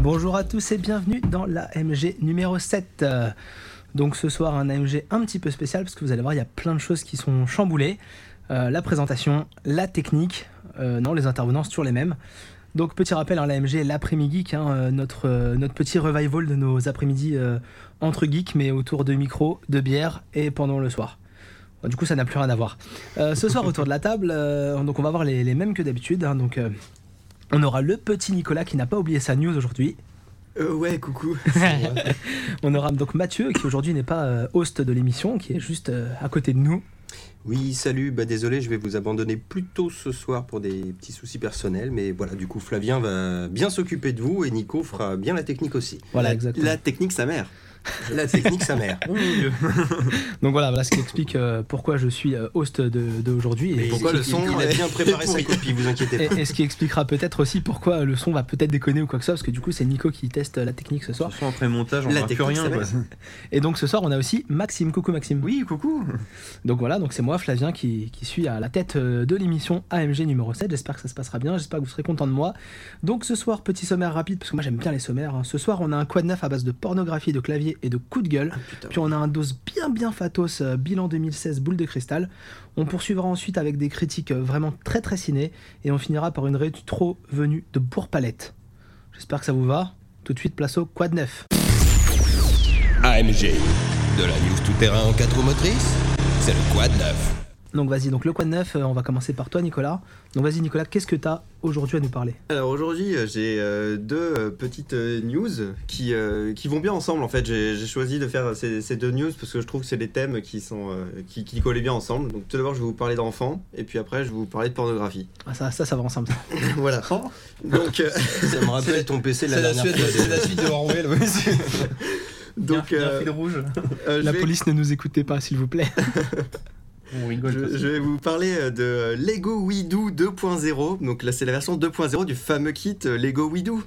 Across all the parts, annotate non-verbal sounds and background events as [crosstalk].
Bonjour à tous et bienvenue dans l'AMG numéro 7. Euh, Donc ce soir un AMG un petit peu spécial parce que vous allez voir il y a plein de choses qui sont chamboulées. Euh, la présentation, la technique, euh, non les intervenants c'est toujours les mêmes. Donc petit rappel, hein, l'AMG l'après-midi, geek, hein, euh, notre, euh, notre petit revival de nos après-midi euh, entre geeks mais autour de micro, de bière et pendant le soir. Du coup, ça n'a plus rien à voir. Euh, ce soir, autour de la table, euh, donc on va voir les, les mêmes que d'habitude. hein, donc, euh, on aura le petit Nicolas qui n'a pas oublié sa news aujourd'hui. Euh, ouais, coucou. On aura donc Mathieu qui aujourd'hui n'est pas euh, host de l'émission, qui est juste euh, à côté de nous. oui, salut. Bah désolé, je vais vous abandonner plus tôt ce soir pour des petits soucis personnels, mais voilà, du coup Flavien va bien s'occuper de vous et Nico fera bien la technique aussi. Voilà, La- exactement. La technique sa mère. La technique sa mère. Donc voilà, voilà ce qui explique euh, pourquoi je suis euh, host de, de aujourd'hui et, Et pourquoi il- le son il, il a est- bien préparé est sa pourri. copie, vous inquiétez pas. et- et ce qui expliquera peut-être aussi pourquoi le son va peut-être déconner ou quoi que ce soit, parce que du coup c'est Nico qui teste euh, la technique ce soir. toute façon, après montage, on La ne plus technique, rien. ça Quoi. Et donc ce soir on a aussi Maxime. Coucou Maxime. Oui, coucou. Donc voilà, donc c'est moi Flavien qui, qui suis à la tête euh, de l'émission AMG numéro 7. J'espère que ça se passera bien, j'espère que vous serez content de moi. Donc ce soir, petit sommaire rapide, parce que moi j'aime bien les sommaires. hein. Ce soir, on a un quad neuf à base de pornographie, de clavier et de coups de gueule. [laughs] putain. Puis on a un dose bien bien fatos, euh, bilan 2016, boule de cristal. On poursuivra ensuite avec des critiques euh, vraiment très très ciné. Et on finira par une rétro venue de Bourg-Palette. J'espère que ça vous va. Tout de suite, place au quad neuf. AMG. De la news tout-terrain en 4 roues motrices, c'est le quad neuf. Donc vas-y, donc le quad neuf, euh, on va commencer par toi Nicolas. Donc vas-y Nicolas, qu'est-ce que t'as aujourd'hui à nous parler Alors aujourd'hui, euh, j'ai euh, deux euh, petites euh, news qui, euh, qui vont bien ensemble en fait. J'ai j'ai choisi de faire ces, ces deux news parce que je trouve que c'est des thèmes qui, sont, euh, qui, qui collaient bien ensemble. Donc tout d'abord, je vais vous parler d'enfants et puis après, je vais vous parler de pornographie. Ah, ça, ça, ça va ensemble. ça. voilà. [laughs] Donc, euh, Ça me rappelle ton PC la dernière fois. suite de Orwell. donc euh, rouge. euh, je La vais- police ne nous écoutez pas, s'il vous plaît. [laughs] On rigole. Je, je vais vous parler euh, de euh, Lego WeDo 2.0. Donc là, c'est la version 2.0 du fameux kit euh, Lego WeDo.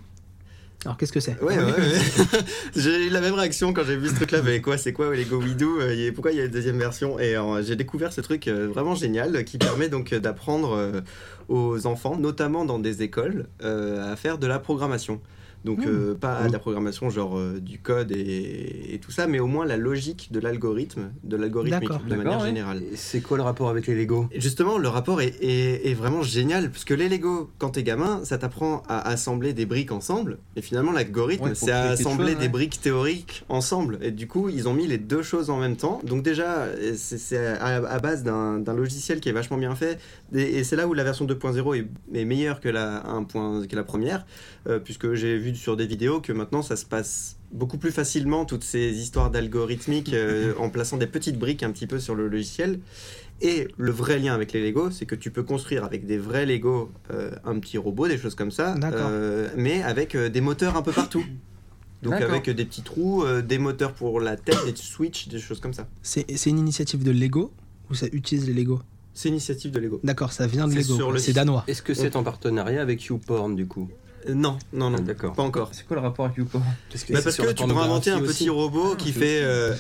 Alors, qu'est-ce que c'est Ouais, ouais, [laughs] ouais. [laughs] j'ai eu la même réaction quand j'ai vu ce truc-là. Mais quoi, c'est quoi ouais, Lego Widoo euh, y a- Pourquoi il y a une deuxième version Et euh, j'ai découvert ce truc euh, vraiment génial euh, qui permet donc euh, d'apprendre euh, aux enfants, notamment dans des écoles, euh, à faire de la programmation. Donc Hmm. euh, pas de la programmation genre euh, du code et, et tout ça, mais au moins la logique de l'algorithme, de l'algorithmique D'accord. de manière D'accord, ouais. générale. Et C'est quoi le rapport avec les Lego Et Justement, le rapport est, est- est vraiment génial, parce que les Lego, quand t'es gamin, ça t'apprend à assembler des briques ensemble, et finalement l'algorithme, Ouais, pour c'est à créer quelque assembler chose, des ouais. briques théoriques ensemble, et du coup, ils ont mis les deux choses en même temps, donc déjà, euh, c'est c'est à, à base d'un d'un logiciel qui est vachement bien fait, et, et c'est là où la version 2.0 est, est meilleure que la, 1. point- que la première, euh, puisque j'ai vu sur des vidéos que maintenant, ça se passe beaucoup plus facilement, toutes ces histoires [laughs] d'algorithmique, euh, en plaçant des petites briques un petit peu sur le logiciel, et le vrai lien avec les Lego, c'est que tu peux construire avec des vrais Lego euh, un petit robot, des choses comme ça, D'accord. euh, mais avec euh, des moteurs un [laughs] peu partout. Donc D'accord. avec euh, des petits trous, euh, des moteurs pour la tête, des switches, des choses comme ça. C'est c'est une initiative de Lego ou ça utilise les Lego C'est l'initiative de Lego. D'accord, ça vient de C'est Lego. sur quoi. le C'est site. danois. Est-ce que c'est en partenariat avec YouPorn du coup Euh, non, non, non, Ah, d'accord. pas encore. C'est quoi le rapport avec Youpo Parce Bah, parce que tu pourras inventer un petit robot Ah, qui fait... euh,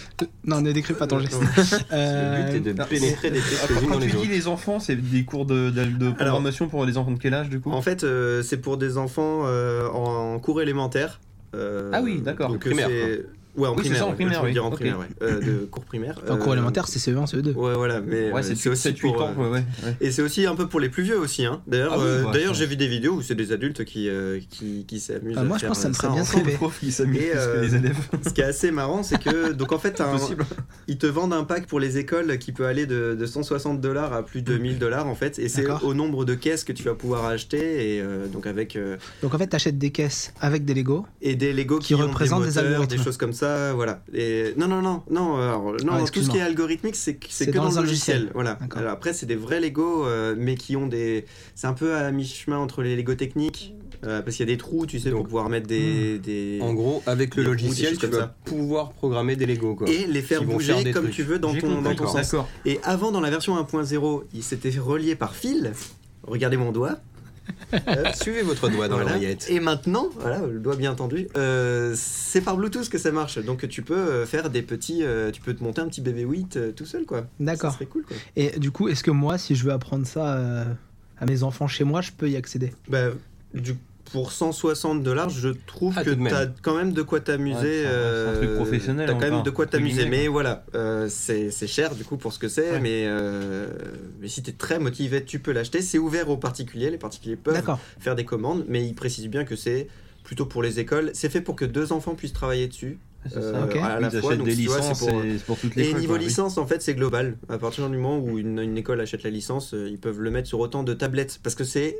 Non, ne décris pas ton geste. Le but est [laughs] Euh, de non, pénétrer des pièces les unes dans Quand les tu dis autres. les enfants, c'est des cours de, de- de programmation pour les enfants de quel âge du coup En fait, euh, c'est pour des enfants euh, en cours élémentaire. Euh, Ah oui, d'accord. Donc En primaire, c'est- Ouais, en Oui, c'est primaire. ça, en ouais, primaire, je veux oui. dire en Ok. primaire, ouais. Euh, [laughs] de cours primaire. euh, En cours élémentaire, c'est E CE1, CE2. Ouais, voilà, mais Ouais, euh, c'est c'est aussi 7-8 pour. ans. euh, quoi, ouais, ouais. Et c'est aussi un peu pour les plus vieux aussi. Hein. D'ailleurs, Ah oui, euh, bah, d'ailleurs, ça. j'ai vu des vidéos où c'est des adultes qui, euh, qui, qui s'amusent. Ah, à moi, je faire euh, pense que ça me serait bien en- ça. privé. Les profs qui s'amusent plus Et, que euh, les élèves. Ce qui est assez marrant, c'est [laughs] que donc en fait, t'as un- Possible. ils te vendent un pack pour les écoles qui peut aller de, de 160 dollars à plus de 1000 dollars en fait, et c'est D'accord. au nombre de caisses que tu vas pouvoir acheter et euh, donc avec euh, Donc en fait, t'achètes des caisses avec des Lego. et des Lego Qui qui, ont représentent des des, moteurs, des algorithmes. choses comme ça, voilà. Et non non non non, alors, non Ah, non, tout ce excuse-moi. qui est algorithmique c'est que- c'est C'est que dans dans, un le logiciel, logiciel. voilà. D'accord. Alors après c'est des vrais Lego euh, mais qui ont des c'est un peu à mi-chemin entre les Lego techniques euh, parce qu'il y a des trous, tu sais pour Donc, pouvoir mettre des, des... En gros, avec le Des routes, des logiciel, choses tu comme vas ça. pouvoir programmer des Lego quoi. et les faire Qui vont faire bouger des comme trucs. tu veux dans J'ai ton, dans compris, ton sens. D'accord. Et avant, dans la version 1.0, il s'était relié par fil. Regardez mon doigt. Euh, Suivez votre doigt dans Voilà. l'oreillette. Et maintenant, voilà, le doigt bien tendu, euh, c'est par Bluetooth que ça marche. Donc tu peux euh, faire des petits. euh, tu peux te monter un petit BB-8 euh, tout seul, quoi. D'accord. Ça serait cool, quoi. Et du coup, est-ce que moi, si je veux apprendre ça euh, à mes enfants chez moi, je peux y accéder Bah, du pour 160 dollars, je trouve Ah, que tout de même. t'as quand même de quoi Ouais, t'amuser. euh, c'est un- c'est un truc professionnel, T'as quand même enfin, de quoi entre t'amuser. guillemets, Mais voilà, euh, c'est c'est cher du coup pour ce que c'est. Mais, euh, mais si t'es très motivé, tu peux l'acheter. C'est ouvert aux particuliers. Les particuliers peuvent D'accord. faire des commandes. Mais ils précisent bien que c'est plutôt pour les écoles. C'est fait pour que deux enfants puissent travailler dessus. C'est euh, ça. ok. à la Ils fois, achètent donc, des tu vois, c'est licences pour- et c'est pour toutes les Et écoles, niveau quoi, oui. licence, en fait, c'est global. À partir du moment où une, une école achète la licence, euh, ils peuvent le mettre sur autant de tablettes. Parce que c'est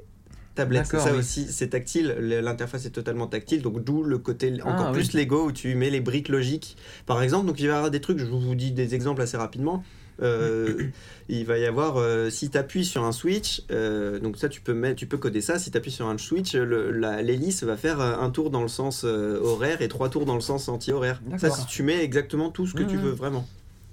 tablette, c'est D'accord, ça oui. aussi, c'est tactile. le- L'interface est totalement tactile, donc d'où le côté Ah, encore oui. plus Lego où tu mets les briques logiques. Par exemple, donc il va y avoir des trucs, je vous dis des exemples assez rapidement. Euh, il va y avoir euh, si tu appuies sur un switch, euh, donc ça tu peux mettre, tu peux coder ça. Si tu appuies sur un switch, le- la- l'hélice va faire euh, un tour dans le sens euh, horaire et trois tours dans le sens anti-horaire. Ça, D'accord. si tu mets exactement tout ce que tu Mhm. veux vraiment,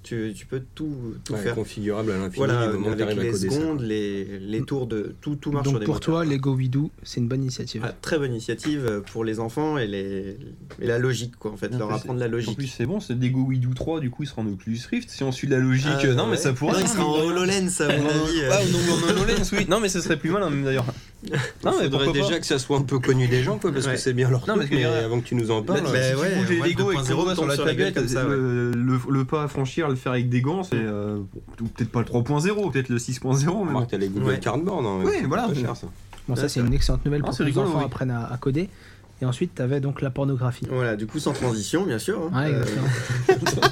tu, tu peux tout, tout Ouais, faire. configurable à l'infini Voilà, du moment où avec t'arrives à les coder ça. secondes, les, les tours de tout, tout marche sur Donc des pour toi, moteurs. Lego Widoo, c'est une bonne initiative. Ah, très bonne initiative pour les enfants et, les, et la logique, quoi, en fait, Non, leur mais apprendre la En logique. plus, c'est bon, c'est des Go Widoo 3, du coup, il sera en Oculus Rift. Si on suit la logique, Ah, euh, non, mais ouais. ça pourrait. Non, il sera en HoloLens, à Ah, [laughs] mon non, avis. euh. ah, non, mais en HoloLens, oui. Non, mais ce serait plus malin, même d'ailleurs. Il Non, mais faudrait pourquoi déjà pas. que ça soit un peu connu des gens, quoi, parce Ouais. que c'est bien leur Non, truc, parce que mais il y a- avant que tu nous en parles. Bah, euh, ouais, si tu bouges les ouais, Lego et que tu 2.0 vas sur la tombe sur la gueule tablette, comme ça, le, le- le pas à franchir, le faire avec des gants, c'est euh, bon, ou peut-être pas le 3.0, peut-être le 6.0, mais bon. remarque, T'as les Google Ouais. Cardboard, hein, Oui, c'est voilà. pas cher, ça. Bon, ça, Ouais, c'est ça- une excellente nouvelle Ah, pour c'est que les rigolo, enfants oui. apprennent à, à coder. Et ensuite, tu avais donc la pornographie. Voilà, du coup, sans transition, bien sûr. hein. Ouais, Euh, exactement. [laughs] [laughs]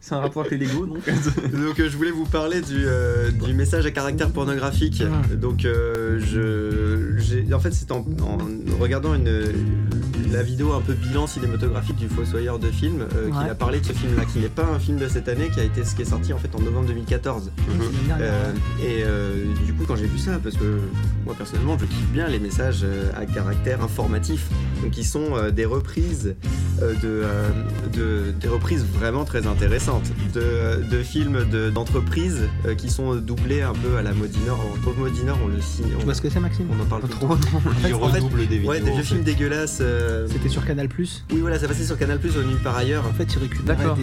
c'est un rapport avec les Lego, donc. [laughs] Donc euh, je voulais vous parler du, euh, du message à caractère pornographique. Ah. Donc euh, je, j'ai- en fait c'est en, en regardant une, la vidéo un peu bilan cinématographique du Fossoyeur de film euh, qu'il Ouais. a parlé de ce film-là, qui n'est pas un film de cette année, qui a été ce qui est sorti en fait en novembre 2014. C'est la dernière, Euh, et euh, du coup, quand j'ai vu ça, parce que moi personnellement, je kiffe bien les messages euh, à caractère informatif, donc qui sont euh, des reprises euh, de, euh, de- des reprises vraiment très intéressantes de, euh, de films de- d'entreprises euh, qui sont doublés un peu à la Modinor. En pauvre Modinor, on le signe, Tu on, vois ce que c'est, Maxime on en parle Pas tout le [laughs] temps. trop, non. fait, Ils en fait, redoublent des vidéos. Ouais, des en vieux fait. films dégueulasses. euh, C'était sur Canal. Oui, voilà, ça passait sur Canal Plus au nulle par ailleurs. En fait, ils récupéraient D'accord. des,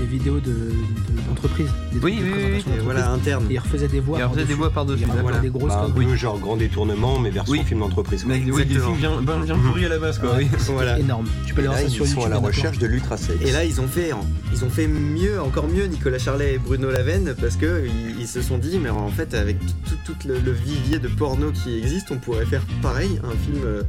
des vidéos de- de- d'entreprises. des Oui, trucs de oui, oui, présentation Et d'entreprise. voilà, interne. [laughs] Et ils refaisaient des voix. Et après, par-dessus. des voix par-dessus. Ils racontaient Voilà. des grosses Bah, un conneries. peu genre grand détournement, mais version Oui. film d'entreprise. quoi. Avec des- oui, des Exactement. films bien, bien, bien pourris à la base, quoi. Ah oui. Voilà. Énorme. Tu peux les voir Là, ça ils sur YouTube. sont à la maintenant. recherche de l'ultra sexe. Et là, ils ont fait, ils ont fait mieux, encore mieux, Nicolas Charlet et Bruno Lavenne, parce que euh, ils, ils se sont dit, mais en fait, avec tout, tout le, le vivier de porno qui existe, on pourrait faire pareil, un film euh,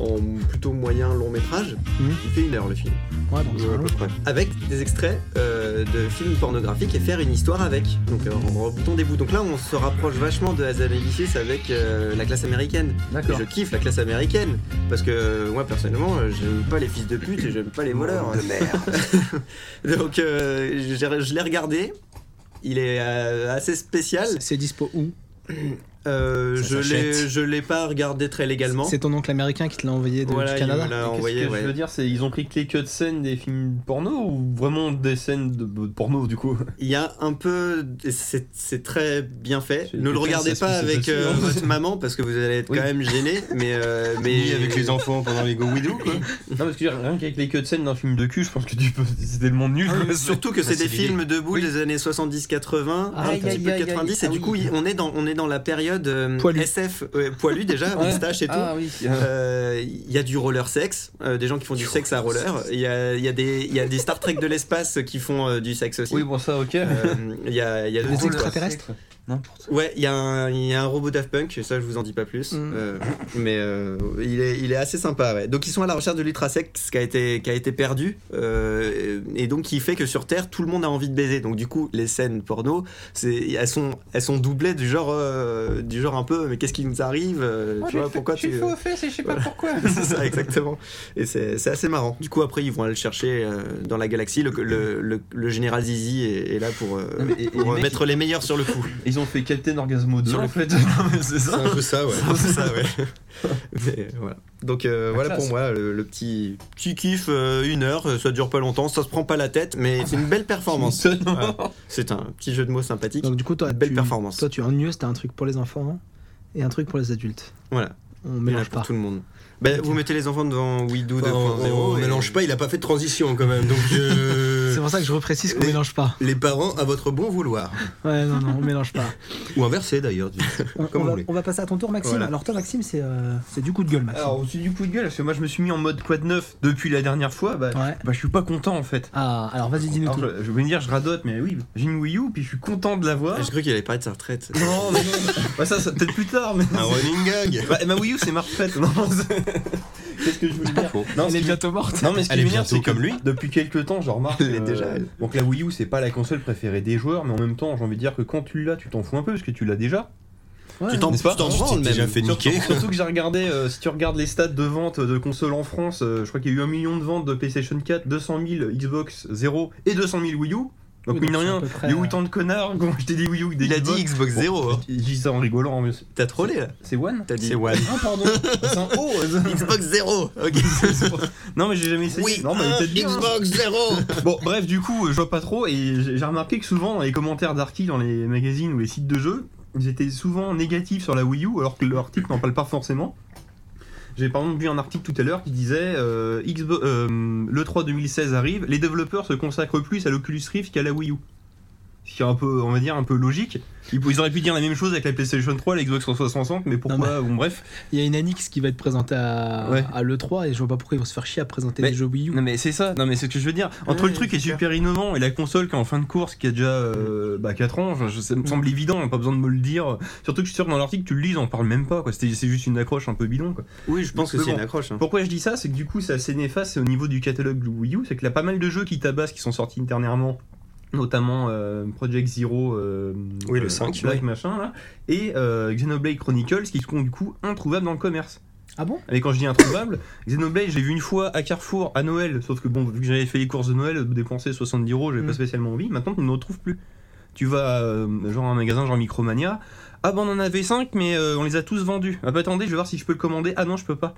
en plutôt moyen long métrage. Mhm. Il fait une heure le film, Ouais, donc c'est Ouais, à vraiment- peu près. avec des extraits euh, de films pornographiques et faire une histoire avec, donc euh, en reboutant des bouts. Donc là, on se rapproche vachement de Hazanavicius avec euh, la classe américaine. Et D'accord. je kiffe la classe américaine, parce que euh, moi, personnellement, euh, j'aime pas les fils de pute et j'aime pas les voleurs. De [laughs] merde. Donc euh, je, je l'ai regardé. Il est euh, assez spécial. C'est dispo où Euh, Ça je l'ai, s'achète. je l'ai pas regardé très légalement. C'est ton oncle américain qui te l'a envoyé de, Voilà, du il Canada me l'a Qu'est-ce envoyé. que ouais. je veux dire, c'est ils ont pris que les cutscenes des films porno ou vraiment des scènes de, de porno du [laughs] coup Il y a un peu, c'est, c'est très bien fait. C'est- Ne le putain, ça regardez se pas passe avec dessus, euh, hein. votre maman parce que vous allez être Oui. quand même gêné. Mais euh, mais Ni avec les enfants pendant les Go Widoo, [laughs] quoi. Non parce que rien qu'avec les cutscenes d'un film de cul, je pense que tu peux c'est tellement nul. quoi. Surtout que Ah, c'est c'est des l'idée. films debout des années 70-80, Ah, un aïe, petit aïe, peu de aïe, aïe. 90, Ah et du oui. coup, il- on est dans, on est dans la période euh, Poilu. SF, euh, poilu déjà, Ouais. moustache et tout. Ah oui. Euh, Il y a du roller sexe, euh, des gens qui font du sexe à roller. Il y a, il y a des- il y a des Star Trek de l'espace qui font euh, du sexe aussi. Oui bon ça ok. Euh, Il y a, il y a Des tout, quoi. extraterrestres N'importe. Ouais, il y, a un- il y a un robot Daft Punk, ça je vous en dis pas plus. Mm. Euh, mais euh, il, est, il est assez sympa, ouais. Donc ils sont à la recherche de l'ultra sexe qui a été, qui a été perdu. euh, et donc qui fait que sur Terre, tout le monde a envie de baiser. Donc du coup, les scènes porno, c'est- elles sont, elles sont doublées du genre, euh, du genre un peu, mais qu'est-ce qui nous arrive euh, Tu vois, pourquoi tu. fesses et je sais pas Voilà. pourquoi. [laughs] c'est ça, exactement. Et c'est c'est assez marrant. Du coup, après, ils vont aller le chercher euh, dans la galaxie. Le, le- le- le général Zizi est, est là pour, euh, Non, mais- et- et pour les euh, mecs, mettre les meilleurs sur le coup. Ils ont fait Captain Orgasmo 2 Sur le en fait. [laughs] Non, mais c'est C'est ça. un peu ça, ouais. C'est ça, Ah ouais. Mais, voilà. Donc euh, voilà classe. pour moi le, le petit, petit kiff, euh, une heure, euh, ça dure pas longtemps, ça se prend pas la tête, mais c'est une belle performance. Voilà. C'est un petit jeu de mots sympathique. Donc, du coup, toi, Belle tu, performance. toi, tu es ennuyeuse, t'as un truc pour les enfants hein, et un truc pour les adultes. Voilà, On il y en a mélange pour pas. tout le monde. Ben, vous mettez les enfants devant WeDo 2.0. Enfin, Bah, on, on et- mélange pas, il a pas fait de transition quand même. Donc, euh, [laughs] C'est pour ça que je reprécise qu'on Les- mélange pas. Les parents à votre bon vouloir. Ouais, non, non, on mélange pas. Ou inversé d'ailleurs, On, comme on vous va, voulez. on va passer à ton tour, Maxime. Voilà. Alors, toi, Maxime, c'est euh, c'est du coup de gueule, Maxime. Alors, au-dessus du coup de gueule, parce que moi je me suis mis en mode quad neuf depuis la dernière fois, bah, Ouais. bah, je suis pas content en fait. Ah, alors vas-y, dis-nous Alors, tout. je, je vais me dire, je radote, mais oui, j'ai une Wii U, puis je suis content de l'avoir. Ah, J'ai cru qu'il allait parler de sa retraite. Non, mais non, bah, ça, ça peut-être plus tard, mais. Un running gag. Bah, ma Wii U, c'est ma retraite, non c'est- Qu'est-ce que je voulais dire non, ce qui- morte. Non, mais ce qui Elle est m'énerve, bientôt c'est que comme lui. Depuis quelques temps, je remarque. Elle est déjà, elle. Donc la Wii U, c'est pas la console préférée des joueurs, mais en même temps, j'ai envie de dire que quand tu l'as, tu t'en fous un peu parce que tu l'as déjà. Tu t'en N'est-ce pas tu t'en branles t'es même. déjà fait Surtout, niquer. surtout que j'ai regardé, euh, si tu regardes les stats de vente de consoles en France, euh, je crois qu'il y a eu un million de ventes de PlayStation 4, 200 000 Xbox 0 et 200 000 Wii U. Oui, Donc mine de donc, c'est à rien, peu près, il y a euh, autant de connards qui ont acheté des Wii U que des Il a Xbox. dit Xbox Zero. hein. Je dis ça en rigolant, mais c'est- T'as trollé là c'est One T'as dit C'est One. Ah pardon, c'est un O Xbox Zero. Ok. Non mais j'ai jamais essayé. Oui, non, mais un peut-être bien. Xbox Zero. [laughs] Bon, bref, du coup, euh, je vois pas trop, et j'ai j'ai remarqué que souvent, dans les commentaires d'Arki, dans les magazines ou les sites de jeux, ils étaient souvent négatifs sur la Wii U, alors que l'article n'en parle pas forcément. J'ai par exemple vu un article tout à l'heure qui disait euh, Xbo- euh, le 3 2016 arrive, les développeurs se consacrent plus à l'Oculus Rift qu'à la Wii U. Ce qui est un peu, on va dire, un peu logique. Ils, pou- ils auraient pu dire la même chose avec la PlayStation 3, la Xbox 360, mais pourquoi Bon, bref. Il y a une Anix qui va être présentée à, Ouais. à l'E3 et je vois pas pourquoi ils vont se faire chier à présenter Mais- des jeux Wii U. Non, mais c'est ça, non, mais c'est ce que je veux dire. Entre Ouais, le truc qui est c'est clair. super innovant et la console qui est en fin de course, qui a déjà euh, bah, 4 ans, je- je- ça Mm. me semble évident, on a pas besoin de me le dire. Surtout que je suis sûr que dans l'article, tu le lis, on en parle même pas, quoi. C'était- C'est juste une accroche un peu bidon, quoi. Oui, je pense que Mais c'est bon. une accroche. hein. Pourquoi je dis ça C'est que du coup, c'est assez néfaste c'est au niveau du catalogue du Wii U, c'est qu'il y a pas mal de jeux qui tabassent, qui sont sortis dernièrement, notamment euh, Project Zero, euh, Oui, le euh, 5, Black ouais. machin, là, et euh, Xenoblade Chronicles, qui sont du coup introuvables dans le commerce. Ah bon Mais quand je dis introuvable, Xenoblade, j'ai vu une fois à Carrefour à Noël, sauf que bon, vu que j'avais fait les courses de Noël, dépenser 70 euros, j'avais Mm. pas spécialement envie. Maintenant, tu ne le retrouves plus. Tu vas euh, genre à un magasin genre Micromania. Ah ben on en avait 5 mais euh, on les a tous vendus. Ah bah attendez, je vais voir si je peux le commander. Ah non, je peux pas.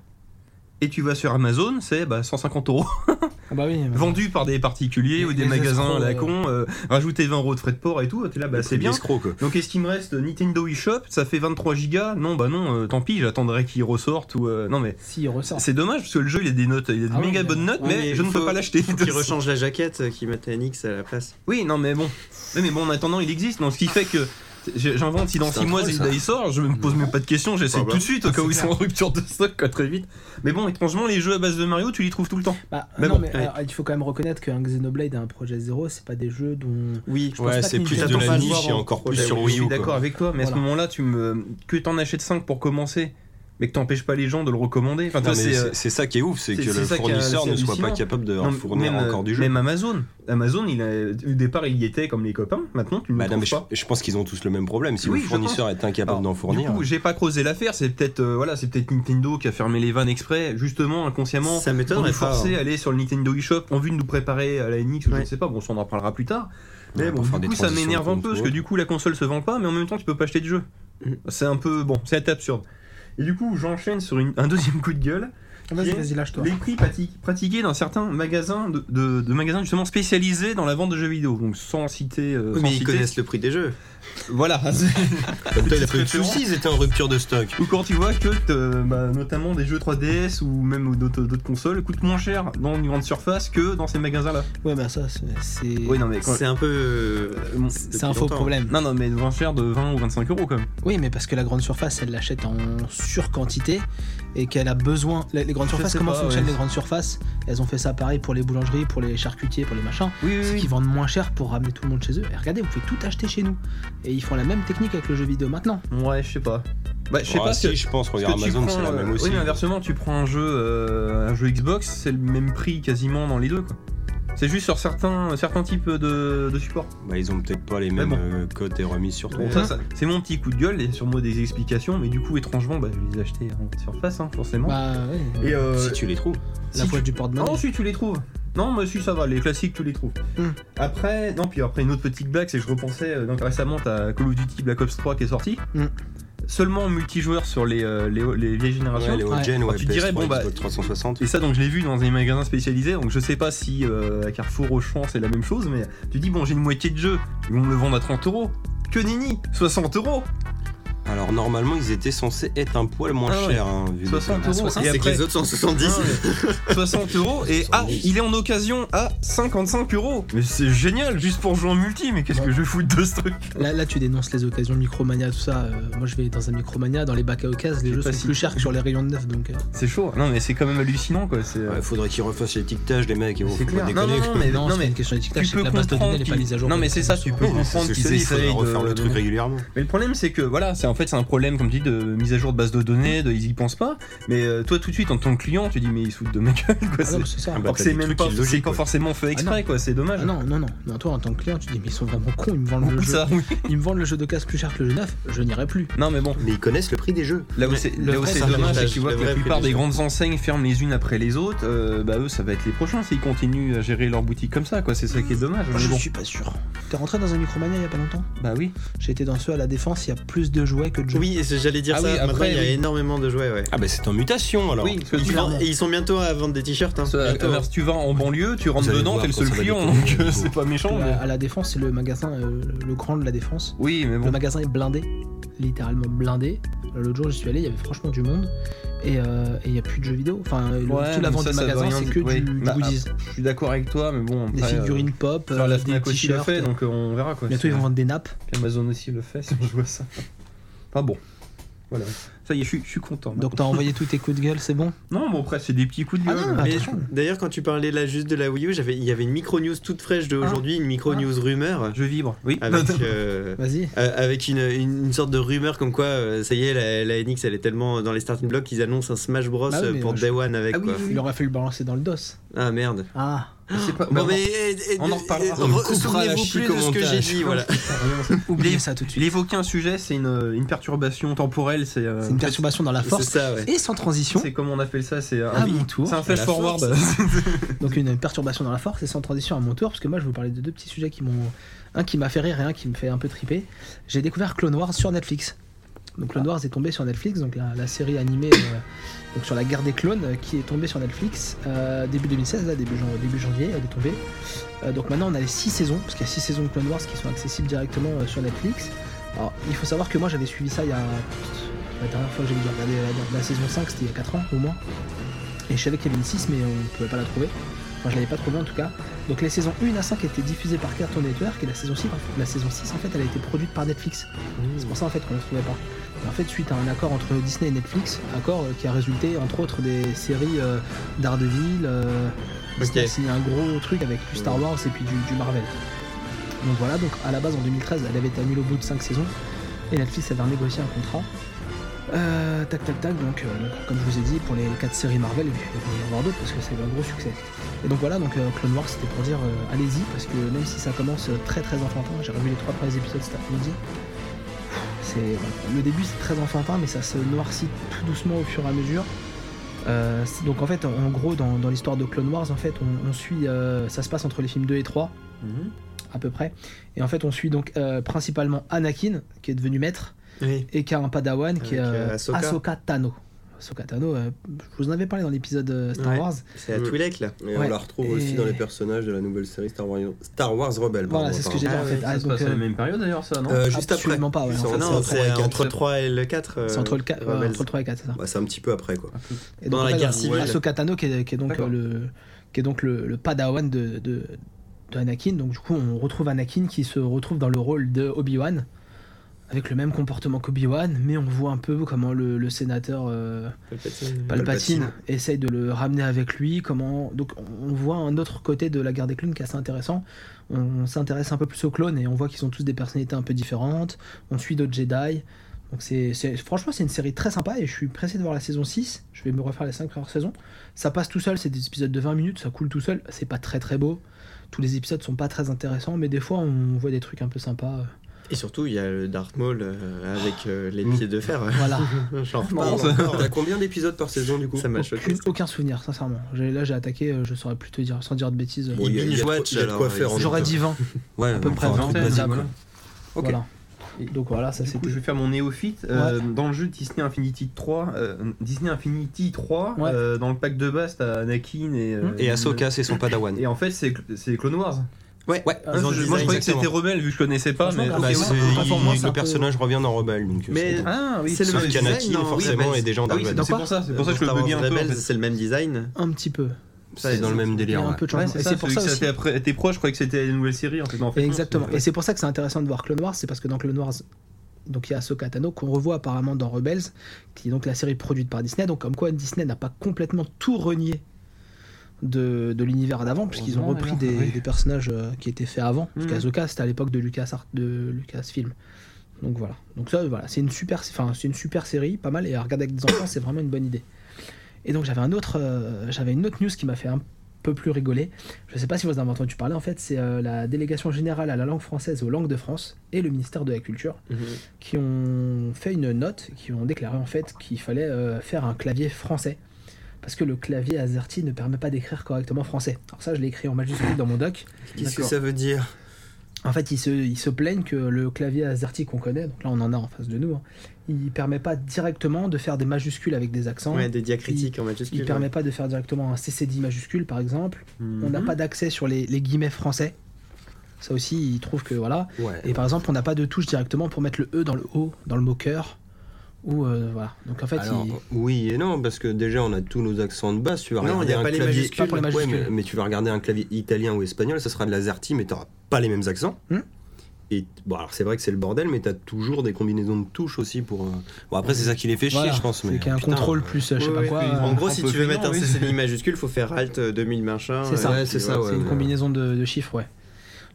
Et tu vas sur Amazon, c'est bah, 150 euros Ah bah oui. mais- vendu par des particuliers Les- ou des les magasins à escrocs, la euh. con, euh, rajouter 20 euros de frais de port et tout. T'es là, bah c'est bien. Escroc, quoi. Donc est-ce qu'il me reste Nintendo eShop Ça fait 23 gigas Non, bah non, euh, tant pis, j'attendrai qu'il ressorte ou euh, non mais Si, il ressort. c'est dommage parce que le jeu il a des notes, il a des Ah oui, méga mais- bonnes notes, Ouais, mais, mais je ne peux faut- pas l'acheter. Faut [laughs] qu'il rechange la jaquette, euh, qu'il mette Anix à la place. Oui, non mais bon, Oui, mais bon en attendant il existe, donc ce qui fait que j'ai- j'invente si dans C'est 6 un mois troll, Zelda il sort, je me pose même pas de questions, j'essaie Ah bah. tout de suite au cas où ils sont en rupture de stock quoi, très vite. Mais bon, étrangement les jeux à base de Mario tu les trouves tout le temps. Bah, Mais non, bon, mais ouais. alors, il faut quand même reconnaître qu'un Xenoblade et un Projet Zero, c'est pas des jeux dont. Oui. pense Ouais, pas c'est que plus Nintendo de va la le niche voir et en encore plus projet, sur oui, Wii je suis U. d'accord quoi. avec toi, mais à ce Voilà. moment-là tu me que t'en achètes 5 pour commencer, mais que t'empêches pas les gens de le recommander. Enfin, tu Non, vois, mais c'est, euh, c'est c'est ça qui est ouf, c'est c'est- que c'est le ça qui est fournisseur assez ne soit pas hallucinant. capable de non, leur fournir même, euh, encore du jeu. même Amazon. Amazon, il a, au départ, il y était comme les copains. Maintenant, tu ne le Bah non, mais trouves je, pas. je pense qu'ils ont tous le même problème. Si Oui, le je fournisseur est Alors, incapable d'en fournir, Ah, Du coup, j'ai pas creusé l'affaire, c'est peut-être euh, voilà, c'est peut-être Nintendo qui a fermé les vannes exprès, justement inconsciemment. Ça On m'étonnerait nous pas. forcer hein. à aller sur le Nintendo eShop en vue de nous préparer à la NX ou je Ouais. ne sais pas, bon ça on en parlera plus tard. Ouais, Mais bon, pour faire du des coup ça transitions m'énerve un comme peu tout parce que autre. du coup la console se vend pas mais en même temps tu peux pas acheter de jeu. Mhm. C'est un peu bon, c'est absurde. Et du coup j'enchaîne sur une- un deuxième coup de gueule. Ah, Vas-y, Yes. vas-y, lâche-toi. Les prix prati- pratiqués dans certains magasins de, de- de magasins justement spécialisés dans la vente de jeux vidéo. Donc sans citer, euh, Oui, sans mais ils citer- connaissent le prix des jeux. [laughs] voilà. Putain, il a pas eu de référence. soucis, ils étaient en rupture de stock. Ou quand tu vois que t'as, bah, notamment des jeux 3DS ou même d'autres d'autres consoles coûtent moins cher dans une grande surface que dans ces magasins-là. Ouais, bah ça, c'est. c'est- Oui, non mais quand- C'est un peu. euh, bon, depuis C'est un faux longtemps. problème. Non, non, mais moins cher de 20 ou 25 euros quand même. Oui, mais parce que la grande surface, elle l'achète en surquantité et qu'elle a besoin. Les les grandes Je surfaces, sais comment pas, fonctionnent ouais. les grandes surfaces Elles ont fait ça pareil pour les boulangeries, pour les charcutiers, pour les machins. Oui, C'est qu'ils vendent moins cher pour ramener tout le monde chez eux. Et regardez, vous pouvez tout acheter chez nous. Et ils font la même technique avec le jeu vidéo maintenant. Ouais, je sais pas. Bah, je sais Ah, pas si, si. je pense, parce regarde que tu Amazon, prends, c'est la euh, même aussi. Oui, mais inversement, tu prends un jeu, euh, un jeu Xbox, c'est le même prix quasiment dans les deux. quoi. C'est juste sur certains, certains types de, de supports. Bah, ils ont peut-être pas les Mais mêmes bon. euh, cotes et remises sur toi. Bon, ça, ça- c'est mon petit coup de gueule, il y a sûrement des explications, mais du coup, étrangement, bah, je les ai achetés en grande surface, hein, forcément. Bah oui. Et, euh, Si tu les trouves. La si poche du porte-monnaie. Non, si tu les trouves. Non, mais si ça va, les classiques tu les trouves. Hmm. Après, non, puis après une autre petite blague, c'est que je repensais euh, donc récemment à Call of Duty Black Ops 3 qui est sorti. Hmm. Seulement multijoueur sur les, euh, les, les vieilles générations. Ouais, les old Ouais. gen, ouais, tu dirais, PS3, bon, bah, Xbox 360. Et ça, donc je l'ai vu dans des magasins spécialisés, donc je sais pas si euh, à Carrefour, Auchan, c'est la même chose, mais tu dis, bon, j'ai une moitié de jeu, ils vont me le vendre à 30 euros. Que nenni 60 euros Alors normalement, ils étaient censés être un poil moins Ah ouais. chers. hein, vu les 60 euros. euh, C'est Et que après, les autres sont 70. Ah, 60 euros et ah, il est en occasion à 55 euros. Mais c'est génial, juste pour jouer en multi, mais qu'est-ce que je fous de ce truc Là, là, tu dénonces les occasions Micromania, tout ça. Euh, moi, je vais dans un Micromania, dans les bacs à occasion, les Je sais jeux pas sont si- plus chers que sur les rayons de neuf. Donc, euh, C'est chaud, non mais c'est quand même hallucinant quoi. C'est euh, Ouais, faudrait qu'ils refassent l'étiquetage, les mecs. Ils vont c'est faut pas clair. déconner. Non, non, non, mais, non, non, c'est mais une question d'étiquetage, tu c'est peux que la base comprendre donnée n'est pas qu'il- mise à jour. Non, mais c'est ça, tu peux Oui, mais comprendre c'est- qu'ils c'est- Il essayent faudrait de- refaire le truc régulièrement. Mais le problème, c'est que voilà, c'est en fait c'est un problème comme tu dis de mise à jour de base de données, de, ils y pensent pas. Mais euh, toi tout de suite en tant que client, tu dis mais ils se foutent de ma gueule quoi. Ah c'est- non, mais c'est ça. Ah bah, Alors que c'est des même trucs pas, illogiques, c'est pas quoi. forcément fait exprès quoi, c'est dommage. Ah non, non, non. Non, Toi, en tant que client, tu te dis, mais ils sont vraiment cons, ils me vendent, le Beaucoup jeu, ça, oui. ils me vendent le jeu de casse plus cher que le jeu neuf, je n'irai plus. Non mais bon, Mais ils connaissent le prix des jeux. là où Mais c'est le là où vrai, c'est ça dommage, c'est partage, que tu vois le que la vrai plupart des privilège. grandes enseignes ferment les unes après les autres. euh, bah eux, ça va être les prochains s'ils continuent à gérer leur boutique comme ça quoi. C'est ça qui est dommage. Mais je bon, suis pas sûr. T'es rentré dans un Micromania il y a pas longtemps bah oui. J'ai été dans ceux à la défense, il y a plus de jouets que de jeux. Oui, c'est- j'allais dire Ah ça. oui, Maintenant, après, il y a oui. énormément de jouets, ouais. Ah bah c'est en mutation alors. Oui, parce que Ils tu vas, vendent- et ils sont bientôt à vendre des t-shirts. Hein. euh, Bientôt. si tu vas en banlieue, tu rentres allez dedans, voir t'es le quand seul ça va client, déconner, donc euh, du coup. c'est pas méchant. mais- À, à la défense, c'est le magasin, euh, le grand de la défense. Oui, mais Le bon. magasin est blindé, littéralement blindé. Euh, L'autre jour, j'y suis allé, il y avait franchement du monde. Et euh, et il n'y a plus de jeux vidéo. Enfin, le- Ouais, tout mais l'avant ça, du ça magasin, veut rien c'est dire. que Oui. du, du Bah, goodies. Je suis d'accord avec toi, mais bon. Des après, euh, figurines pop, Genre, euh, la des Fnac aussi le t-shirts. fait, donc euh, on verra quoi. Bientôt, ils C'est- vont vendre des nappes. Puis Amazon aussi le fait, si on joue à ça. Enfin bon. Voilà. Ça y est, je suis, je suis content. Donc, t'as envoyé tous tes coups de gueule, c'est bon Non, bon, après, c'est des petits coups de Ah gueule. non, Mais attention. D'ailleurs, quand tu parlais là juste de la Wii U, j'avais- il y avait une micro news toute fraîche Ah. de aujourd'hui, une micro news rumeur Je vibre. Oui. [laughs] avec. euh, Vas-y. euh, avec une, une- une sorte de rumeur comme quoi, euh, ça y est, la, la NX elle est tellement dans les starting blocks qu'ils annoncent un Smash Bros Bah oui, euh, mais, pour euh, je- Day One avec Ah oui, quoi. oui, oui. Il aurait fallu le balancer dans le dos. Ah merde. Ah, C'est pas. Bon, bah, mais. eh, eh, on en reparlera. eh, On re- coupera la Souvenez-vous chute plus au de ce que j'ai montage. [laughs] dit, voilà. Ah, oubliez Les- ça tout de Il suite. évoquait un sujet, c'est une, une perturbation temporelle, c'est. euh, C'est une perturbation dans la C'est force. ça, ouais. Et sans transition, C'est comment on appelle ça C'est un. à mon tour. C'est un flash la forward. Donc une perturbation dans la force et sans transition à mon tour, parce que moi je vais vous parler de deux petits sujets qui m'ont. Un qui m'a fait rire et un qui me fait un peu triper. J'ai découvert Clone Wars sur Netflix. Donc Clone Wars est tombé sur Netflix, donc la, la série animée euh, donc sur la guerre des clones euh, qui est tombée sur Netflix euh, début 2016, là, début, jan- début janvier, elle est tombée. Euh, donc maintenant on a les 6 saisons, parce qu'il y a 6 saisons de Clone Wars qui sont accessibles directement euh, sur Netflix. Alors il faut savoir que moi j'avais suivi ça il y a. La dernière fois que j'avais dû regarder euh, la, la saison 5, c'était il y a 4 ans au moins. Et je savais qu'il y avait une 6, mais on ne pouvait pas la trouver. Enfin, je l'avais pas trouvé en tout cas. Donc les saisons 1 à 5 étaient diffusées par Cartoon Network et la saison 6, la saison 6 en fait, elle a été produite par Netflix. C'est pour ça en fait qu'on ne la trouvait pas. Et en fait, suite à un accord entre Disney et Netflix, accord euh, qui a résulté entre autres des séries euh, Daredevil, euh, Disney Ok. a signé un gros truc avec du Star Wars et puis du, du Marvel. Donc voilà, donc à la base en 2013, elle avait été annulée au bout de 5 saisons et Netflix avait renégocié un contrat. Euh, tac tac tac, donc euh, donc, comme je vous ai dit, pour les 4 séries Marvel, il va y en avoir d'autres parce que c'est un gros succès. Et donc voilà, donc euh, Clone Wars, c'était pour dire euh, allez-y, parce que même si ça commence euh, très très enfantin, j'ai revu les trois premiers épisodes cet après-midi. C'est voilà. le début, c'est très enfantin, mais ça se noircit tout doucement au fur et à mesure. Euh, c'est- donc en fait, en gros, dans, dans l'histoire de Clone Wars, en fait, on, on suit, euh, ça se passe entre les films 2 et 3 Mhm. à peu près. Et en fait, on suit donc euh, principalement Anakin, qui est devenu maître, Oui. et qui a un padawan qui est Avec, euh, euh, Ahsoka. Ahsoka Tano. Ahsoka Tano, euh, je vous en avais parlé dans l'épisode euh, Star Ouais. Wars. C'est à Mm. Twi'lek là. Et Ouais. on la retrouve Et- aussi dans les personnages de la nouvelle série Star Wars, Star Wars Rebelle. Voilà, pardon, c'est ce que pardon. j'ai dit Ah en ouais, fait. ça Ah, Ça se donc, passe à la euh, même période d'ailleurs, ça, non Euh, juste après. absolument pas, ouais. Ils sont- en fait, non, entre c'est trois et entre quatre. le 3 et le 4. euh, C'est entre le, qua- ouais, Rebels. entre le 3 et 4, c'est ça. Bah, c'est un petit peu après quoi. Et Pendant donc, la là, guerre il y a civile. Ahsoka Tano qui est, qui est donc, D'accord. euh, le, qui est donc le, le padawan de, de, de Anakin. Donc du coup, on retrouve Anakin qui se retrouve dans le rôle de Obi-Wan, avec le même comportement qu'Obi-Wan, mais on voit un peu comment le, le sénateur... euh, Palpatine. Palpatine, Palpatine. essaye de le ramener avec lui. Comment Donc on voit un autre côté de la guerre des clones qui est assez intéressant. On, on s'intéresse un peu plus aux clones et on voit qu'ils ont tous des personnalités un peu différentes. On suit d'autres Jedi. Donc c'est c'est- franchement c'est une série très sympa et je suis pressé de voir la saison 6. Je vais me refaire les 5 premières saisons. Ça passe tout seul, c'est des épisodes de 20 minutes, ça coule tout seul, c'est pas très très beau. Tous les épisodes sont pas très intéressants mais des fois on voit des trucs un peu sympas. Euh, Et surtout, il y a le Darth Maul euh, avec euh, les Mm. pieds de fer. [laughs] Voilà. J'en Pardon, reparle. encore. T'as combien d'épisodes par saison du coup Ça m'a choqué. Aucune- aucun souvenir sincèrement. J'ai- Là j'ai attaqué, euh, je saurais plus te dire sans dire de bêtises. Bon, il y a- il y a de quoi- Binge-watch, il y a de quoi alors, faire en J'aurais dit 20. Ouais, à peu enfin, près un vingt, truc ouais, basique, voilà. quoi. Ok. Voilà. Donc voilà, ça Du coup, c'était. je vais faire mon néophyte. Euh, Dans le jeu Disney Infinity 3, euh, Disney Infinity 3 Ouais. Hmm. euh, dans le pack de base, t'as Anakin et, euh, Et Ahsoka, c'est son padawan. Et en fait, c'est c'est Clone Wars. Ouais. Ouais, Ah, ils ont je- dit moi ça, je croyais que exactement. c'était Rebelle vu que je connaissais pas, mais Franchement, Bah, Ok, c'est- ouais, il- transforme-moi, le c'est un peu- personnage revient dans Rebelle. Donc, euh, Mais- c'est bon. Ah oui, C'est le Sauf même qu'Anakin, design, non, forcément, Rebels. est déjà en Ah oui, Dark dans Vador. c'est quoi pour ça, c'est Dans pour ça que je Star le Wars buguais un peu. en Rebels, fait. c'est le même design. un petit peu. Ça, c'est dans le même Il y a délire. un ouais. peu de Ouais, changement. c'est et ça, c'est pour ça celui que aussi. c'était après- était proche, je croyais que c'était la nouvelle série en fait. Non, en fait, non, Exactement. c'est- Et c'est pour ça que c'est intéressant de voir Clone Wars, c'est parce que dans Clone Wars, donc il y a Ahsoka Tano qu'on revoit apparemment dans Rebels, qui est donc la série produite par Disney. Donc comme quoi Disney n'a pas complètement tout renié de, de l'univers d'avant, puisqu'ils ont Heureusement, repris alors, des, oui. des personnages euh, qui étaient faits avant. Parce Mhm. qu'Ahsoka c'était à l'époque de Lucas de Lucasfilm. Donc voilà. Donc ça voilà, c'est une super, enfin c'est une super série, pas mal et à regarder avec des enfants, c'est vraiment une bonne idée. Et donc j'avais un autre, euh, j'avais une autre news qui m'a fait un peu plus rigoler. Je sais pas si vous en avez entendu parler. En fait, c'est euh, la délégation générale à la langue française et aux langues de France et le ministère de la Culture qui ont fait une note, qui ont déclaré en fait qu'il fallait euh, faire un clavier français. Parce que le clavier AZERTY ne permet pas d'écrire correctement français. Alors ça, je l'ai écrit en majuscule dans mon doc. Qu'est-ce que D'accord. ça veut dire En fait, ils se, ils se plaignent que le clavier AZERTY qu'on connaît, donc là on en a en face de nous, hein, il permet pas directement de faire des majuscules avec des accents. Ouais, des diacritiques en majuscule. il permet pas de faire directement un CCD majuscule par exemple. On n'a Mhm. pas d'accès sur les, les guillemets français. Ça aussi, ils trouvent que voilà. Ouais. Et par exemple, on n'a pas de touche directement pour mettre le E dans le O, dans le mot cœur. Ou euh, voilà. Donc en fait, Alors, ils- oui et non, parce que déjà on a tous nos accents de base. Tu vas Non, regarder y a un pas les clavier, majuscules. Pas pour les Ouais, majuscules. mais, mais tu vas regarder un clavier italien ou espagnol, ça sera de l'azerty, mais t'auras pas les mêmes accents. Hum. Et bon, alors c'est vrai que c'est le bordel, mais t'as toujours des combinaisons de touches aussi pour. euh, Bon, après, c'est ça qui les fait chier, voilà. je pense. C'est mais qu'il y a un putain, contrôle euh, plus, euh, je sais Ouais, pas ouais, quoi. qu'ils vont euh, En gros, si peu tu veux feignant, mettre oui. un CCDI majuscule, faut faire Alt euh, 2000 machin. C'est ça. et Ouais, puis c'est ça, voilà. ouais. c'est une ouais. combinaison de, de chiffres, ouais.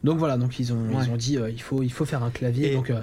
Donc voilà. Donc ils ont, Ouais. ils ont dit, euh, il faut, il faut faire un clavier. Et- donc euh,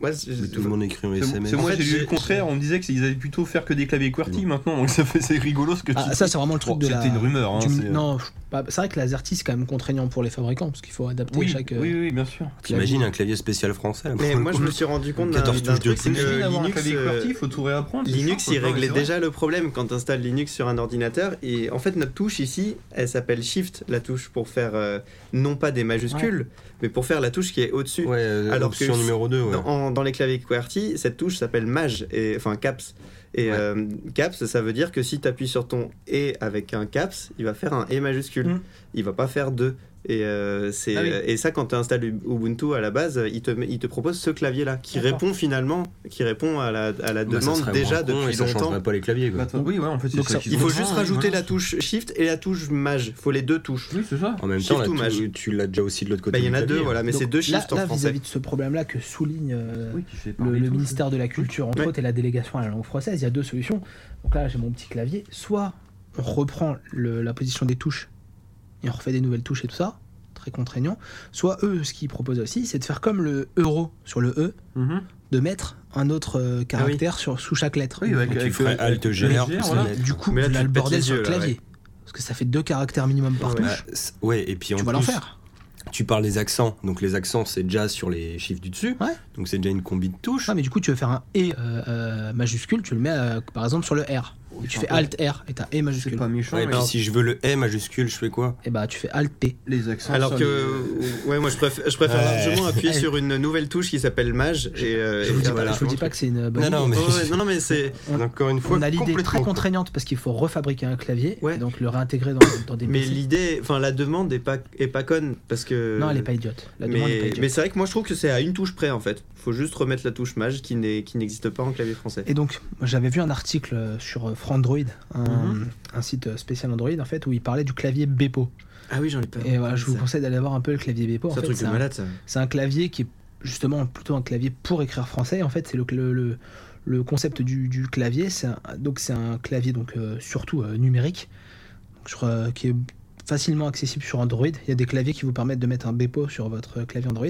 Moi, je- Mais tout le monde écrit en C'est- SMS. C'est moi En fait, j'ai lu j'ai- le contraire, on me disait qu'ils allaient plutôt faire que des claviers QWERTY maintenant, donc ça fait c'est rigolo ce que tu ah, dis. ça, c'est vraiment le truc Bon, de la. C'était une rumeur. hein, du- c'est- Non, je- bah, c'est vrai que l'AZERTY c'est quand même contraignant pour les fabricants parce qu'il faut adapter oui, chaque. oui, euh, oui, bien sûr. clavier. T'imagines un clavier spécial français là, Mais pour le moi, coup. [laughs] je me suis rendu compte d'un 14 d'un touches de truc, c'est clavier. que Imagine avoir un Linux, clavier euh, QWERTY, faut tout réapprendre. Linux, il Non, mais réglait c'est vrai. déjà le problème quand tu installes Linux sur un ordinateur. Et en fait, notre touche ici, elle s'appelle Shift, la touche pour faire euh, non pas des majuscules, mais pour faire la touche qui est au-dessus. Ouais, euh, Alors option que- numéro 2. Dans, en- dans les claviers QWERTY, cette touche s'appelle Maj, et, enfin Caps. Et Ouais. euh, Caps, ça veut dire que si tu appuies sur ton E avec un Caps, il va faire un E majuscule. Mm. Il va pas faire deux. Et, euh, c'est, Ah oui. et ça, quand tu installes Ubuntu à la base, il te, met- il te propose ce clavier-là, qui D'accord. répond finalement, qui répond à la, à la demande déjà depuis Ça longtemps. changerait pas les claviers. quoi. Bah, attends, oui, ouais, en fait, c'est Donc ça ça- qu'ils Il ont faut fait, juste hein, rajouter voilà. la touche Shift et la touche Maj. faut les deux touches. Oui, c'est ça. En même Shift temps, là, ou Maj tu, tu l'as déjà aussi de l'autre Bah, côté. Il y en du a deux, clavier. voilà, mais hein. donc c'est deux là, Shift en là, français. vis-à-vis de ce problème-là que souligne euh, Oui, qui fait le, parler le tout, ministère de la Culture, entre Ouais. autres, et la délégation à la langue française, il y a deux solutions. Donc là, j'ai mon petit clavier. Soit on reprend le- la position des touches et on refait des nouvelles touches et tout ça, très contraignant. Soit eux, ce qu'ils proposent aussi, c'est de faire comme le euro sur le E, ça. Mhm. de mettre un autre Ah euh, caractère sur, sous chaque lettre. Oui, avec- Donc, tu avec ferais le- Alt le GR, GR, plus voilà. la lettre. du coup, Mais là, tu tu as te le pètes bordel les sur le yeux, là, clavier. ouais. Parce que ça fait deux caractères minimum par Ouais. Bah, touche. c'est- ouais, et puis en tu vas plus, l'enfer. tu parles des accents. Donc les accents, c'est déjà sur les chiffres du dessus. Ouais. Donc c'est déjà une combi de touches. Non, mais du coup, tu veux faire un E euh, euh, majuscule, tu le mets euh, par exemple sur le R. Et tu fais Alt R et t'as E C'est majuscule. pas méchant. Ouais, et puis mais- si je veux le M majuscule, je fais quoi Et bah, tu fais Alt T. Les accents. Alors sur que, ouais, moi je préfère, je préfère Ouais. largement appuyer euh, Ouais. sur une nouvelle touche qui s'appelle Maj. Et, euh, Je vous et dis pas, voilà. je vous dis pas que c'est une bonne Non, idée. non, mais Ouais, ouais, [laughs] non, non, mais c'est. on- encore une fois, On a l'idée complètement très contraignante parce qu'il faut refabriquer un clavier, Ouais. et donc le réintégrer dans, dans des Mais PC. l'idée, enfin la demande est pas, est pas conne parce que. Non, elle est pas idiote. La demande est pas mais idiote. mais c'est vrai que moi je trouve que c'est à une touche près en fait. Faut juste remettre la touche Maj qui n'est- qui n'existe pas en clavier français. Et donc, moi, j'avais vu un article euh, sur euh, Frandroid, un, Mhm. un site spécial Android en fait, où il parlait du clavier Bepo. Ah oui, j'en ai pas. Et voilà, je vous conseille d'aller voir un peu le clavier Bepo. En C'est un fait, truc de c'est un- malade ça. C'est un clavier qui est justement plutôt un clavier pour écrire français. En fait, c'est le, le, le- le concept du, du clavier. C'est un, donc c'est un clavier donc euh, surtout euh, numérique, donc sur, euh, qui est facilement accessible sur Android. Il y a des claviers qui vous permettent de mettre un Bepo sur votre euh, clavier Android.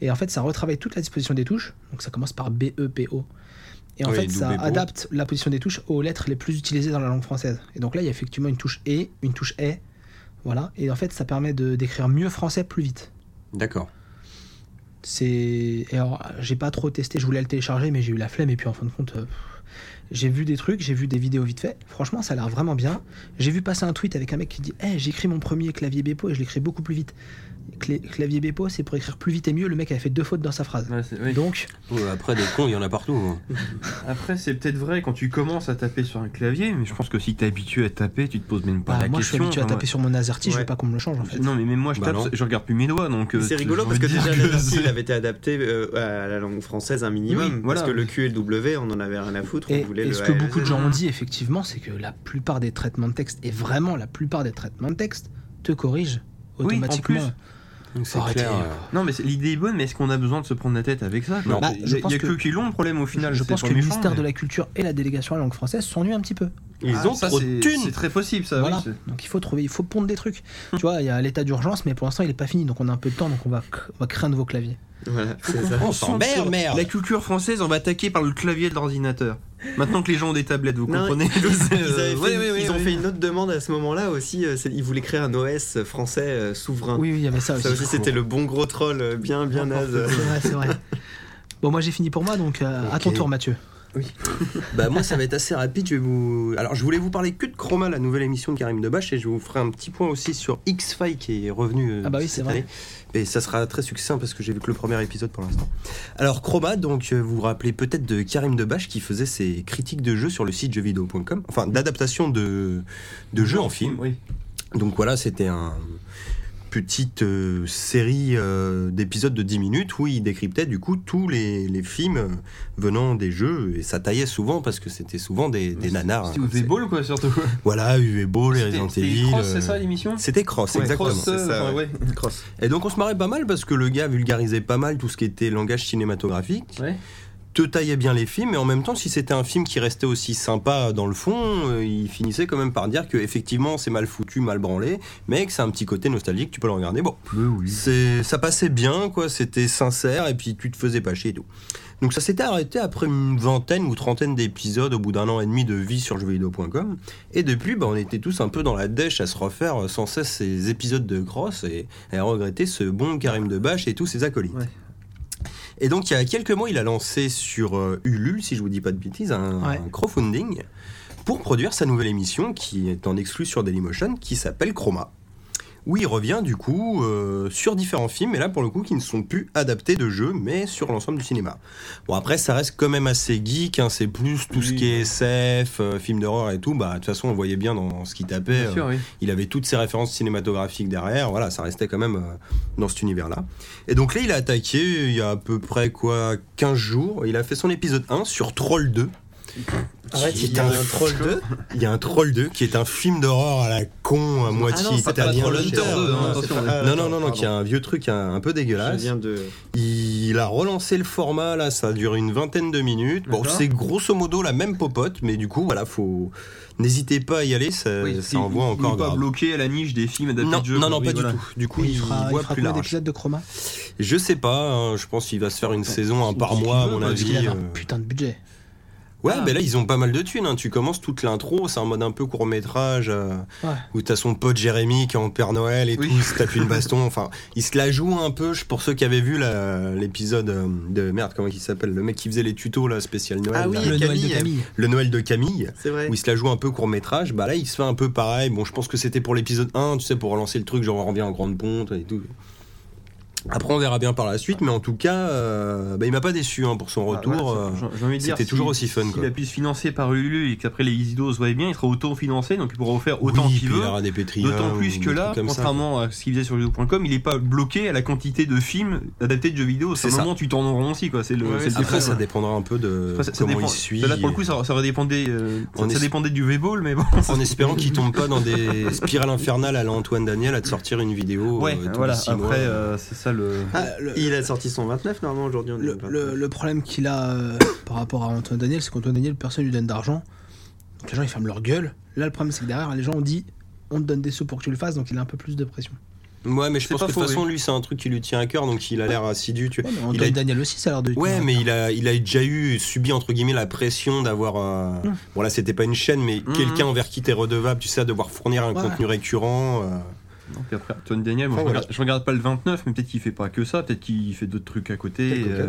Et en fait, ça retravaille toute la disposition des touches. Donc ça commence par BEPO. Et en Oui, fait, d'où ça Bepo. adapte la position des touches aux lettres les plus utilisées dans la langue française. Et donc là, il y a effectivement une touche E, une touche E. Voilà. Et en fait, ça permet de d'écrire mieux français plus vite. D'accord. C'est. et Alors, j'ai pas trop testé, je voulais le télécharger, mais j'ai eu la flemme, et puis en fin de compte, euh, pff, j'ai vu des trucs, j'ai vu des vidéos vite fait. Franchement, ça a l'air vraiment bien. J'ai vu passer un tweet avec un mec qui dit Eh, j'écris mon premier clavier Bepo et je l'écris beaucoup plus vite. Clé- clavier Bepo, c'est pour écrire plus vite et mieux. Le mec a fait deux fautes dans sa phrase. Ouais, c'est- oui. Donc, Ouais, après, des cons, il y en a partout. hein. Après, c'est peut-être vrai quand tu commences à taper sur un clavier, mais je pense que si t'es habitué à taper, tu te poses même pas bah, la moi, je suis question. habitué à Enfin, taper sur mon AZERTY, je veux Ouais. pas qu'on me le change en fait. Non, mais même moi, je Bah tape, non. je regarde plus mes doigts, donc. euh, C'est j'ai rigolo parce que envie de déjà dire le que style c'est- avait été adapté euh, à la langue française un minimum. Oui, voilà. Parce que le Q et le W, on en avait rien à foutre. Et, on voulait et le ce que beaucoup de ALZ. gens ont dit, effectivement, c'est que la plupart des traitements de texte, et vraiment la plupart des traitements de texte, te corrigent Oui, en automatiquement. plus. Donc, c'est Arrêtez, clair. quoi. euh, [laughs] Non, mais c'est- l'idée est bonne, mais est-ce qu'on a besoin de se prendre la tête avec ça quoi Non. Bah, Il je y a- il pense y a que que- qui l'ont le problème au final. je c'est pense pas que le Euh, méchant, ministère mais- de la Culture et la délégation à la langue française s'ennuient un petit peu. Ils Ah, ont ça, trop c'est- de thunes. C'est très possible, ça. voilà. oui, c'est- donc il faut trouver, il faut pondre des [laughs] trucs. tu vois, il y a l'état d'urgence, mais pour l'instant il est pas fini, donc on a un peu de temps, donc on va, cr- on va créer un nouveau clavier. Voilà, c'est [laughs] ça. On s'emmerde, merde. La culture française, on va attaquer par le clavier de l'ordinateur. Maintenant que les gens ont des tablettes, vous Non, [laughs] comprenez ils, C'est, ils avaient euh, fait ouais, une- ouais, ouais, ils ont ouais. fait une autre demande à ce moment-là aussi. euh, c'est- ils voulaient créer un OS français euh, souverain. Oui, oui, il y avait ça aussi. ça aussi, c'était le bon gros troll, euh, bien, bien naze. C'est vrai, c'est [laughs] vrai. Bon, moi j'ai fini pour moi, donc euh, à Ok. ton tour, Mathieu. Bah moi ça va être assez rapide, je vais vous... Alors je voulais vous parler que de Chroma, la nouvelle émission de Karim Debache, et je vous ferai un petit point aussi sur X-File qui est revenu euh, Ah bah oui, c'est cette vrai. année. Et ça sera très succinct parce que j'ai vu que le premier épisode pour l'instant. Alors Chroma, donc euh, vous vous rappelez peut-être de Karim Debache qui faisait ses critiques de jeux sur le site jeuxvideo.com, enfin d'adaptation de, de jeux en film. Oui. Donc voilà, c'était un petite euh, série euh, d'épisodes de 10 minutes où il décryptait du coup tous les, les films euh, venant des jeux et ça taillait souvent parce que c'était souvent des, des nanars. hein, C'était comme Ah, au c'est- Ball, quoi, [laughs] surtout. Voilà, UV Ball, les C'était- Resident c'était Evil. Cross, euh, c'est ça l'émission C'était Cross, exactement. Cross, euh, c'est ça, enfin, ouais. Cross. Et donc on se marrait pas mal parce que le gars vulgarisait pas mal tout ce qui était langage cinématographique, Ouais. te taillait bien les films, mais en même temps si c'était un film qui restait aussi sympa dans le fond, euh, il finissait quand même par dire que effectivement c'est mal foutu, mal branlé, mais que c'est un petit côté nostalgique, tu peux le regarder. Bon, c'est ça passait bien quoi, c'était sincère et puis tu te faisais pas chier et tout. Donc ça s'était arrêté après une vingtaine ou trentaine d'épisodes au bout d'un an et demi de vie sur jeuxvideo.com et depuis bah, on était tous un peu dans la dèche à se refaire euh, sans cesse ces épisodes de Cross et, et à regretter ce bon Karim Debache et tous ses acolytes. Ouais. Et donc il y a quelques mois il a lancé sur euh, Ulule si je vous dis pas de bêtises un, Ouais. un crowdfunding pour produire sa nouvelle émission qui est en exclu sur Dailymotion qui s'appelle Chroma où il revient du coup euh, sur différents films, et là pour le coup qui ne sont plus adaptés de jeux, mais sur l'ensemble du cinéma. Bon après ça reste quand même assez geek, hein, c'est plus tout ce Oui. qui est SF, euh, film d'horreur et tout, bah de toute façon on voyait bien dans ce qu'il tapait, Bien sûr, euh, oui. il avait toutes ses références cinématographiques derrière, voilà ça restait quand même euh, dans cet univers-là. Et donc là il a attaqué euh, il y a à peu près quoi 15 jours, il a fait son épisode 1 sur Troll 2. Arrête, Qui il est y a un- un troll 2. Il y a un Troll 2 qui est un film d'horreur à la con, à moitié Ah non, c'est pas italien. Troll Hunter deux, hein, c'est attention, pas- ouais. ah, Non, non, non, non, qui est pardon. un vieux truc un, un peu Je dégueulasse. viens de. Il a relancé le format, là, ça dure une vingtaine de minutes. Bon, D'accord. c'est grosso modo la même popote, mais du coup, voilà, faut. N'hésitez pas à y aller, ça, Oui, Euh, ça il- envoie il- il encore est pas grave. bloqué à la niche des films adaptés Non, de jeux. non, non, oui, pas voilà. du tout. Du coup, Et il, il fera, il voit fera plus combien large. d'épisodes de Chroma Je sais pas, hein, je pense qu'il va se faire une saison, un par qu'il mois, à veut, mon parce Parce qu'il avis. avait un euh. putain de budget. Ouais, Ah. ben là, ils ont pas mal de thunes. hein. Tu commences toute l'intro, c'est un mode un peu court-métrage euh, Ouais. où t'as son pote Jérémy qui est en Père Noël et Oui. tout, il se [laughs] tape une baston. Enfin, il se la joue un peu. je- Pour ceux qui avaient vu la- l'épisode euh, de merde, comment il s'appelle Le mec qui faisait les tutos, là, spécial Noël. Ah oui, là. Le Noël de Camille. Camille. le Noël de Camille C'est vrai. où il se la joue un peu court métrage, bah là il se fait un peu pareil. Bon, je pense que c'était pour l'épisode 1, tu sais, pour relancer le truc, genre on revient en grande ponte et tout. Après, on verra bien par la suite, mais en tout cas, euh, bah, il m'a pas déçu hein, pour son Ah, retour. voilà, euh, c'est- j'ai- j'ai envie de dire, c'était si- toujours aussi fun, S'il quoi. a pu se financer par Ulule et qu'après les Easy Dose voyaient bien, il sera auto-financé, donc il pourra offrir autant oui, qu'il puis il veut. aura des pétrillins D'autant ou plus que des là, trucs comme ça. contrairement à ce qu'il faisait sur jeuxvideo.com, il n'est pas bloqué à la quantité de films adaptés de jeux vidéo. C'est C'est un ça. moment tu t'en rends aussi quoi. C'est le, Ouais, c'est le Après, défaut, ça ouais. dépendra un peu de Après, ça- ça comment dépend. il suit. Là, pour le coup, ça, ça aurait dépendé, euh, On ça est- dépendait du V-Ball, mais bon. En espérant qu'il tombe pas dans des [laughs] spirales infernales à la Antoine Daniel à te sortir une vidéo. Ouais, euh, tous voilà. les six Après, mois. euh, c'est ça le. Ah, le- Il a sorti son 29 normalement aujourd'hui. on est Le, le 29. le- le problème qu'il a euh, par rapport à Antoine Daniel, c'est qu'Antoine Daniel, personne lui donne d'argent. Donc les gens, ils ferment leur gueule. Là, le problème, c'est que derrière, les gens ont dit on te donne des sous pour que tu le fasses, donc il a un peu plus de pression. Ouais, mais je c'est pense pas que de faux, toute façon, lui, c'est un truc qui lui tient à cœur, donc il a l'air assidu. Tu... Ouais, mais Il Antoine a- Daniel aussi, ça a l'air de. Ouais, mais il a, il a déjà eu, subi entre guillemets la pression d'avoir. euh, Mm. Bon, là, c'était pas une chaîne, mais Mm. quelqu'un envers qui t'es redevable, tu sais, à devoir fournir un Ouais. contenu récurrent. euh, Non, puis après, Antoine Daniel, moi, je, Enfin, voilà. regarde, je regarde pas le 29, mais peut-être qu'il fait pas que ça, peut-être qu'il fait d'autres trucs à côté. euh,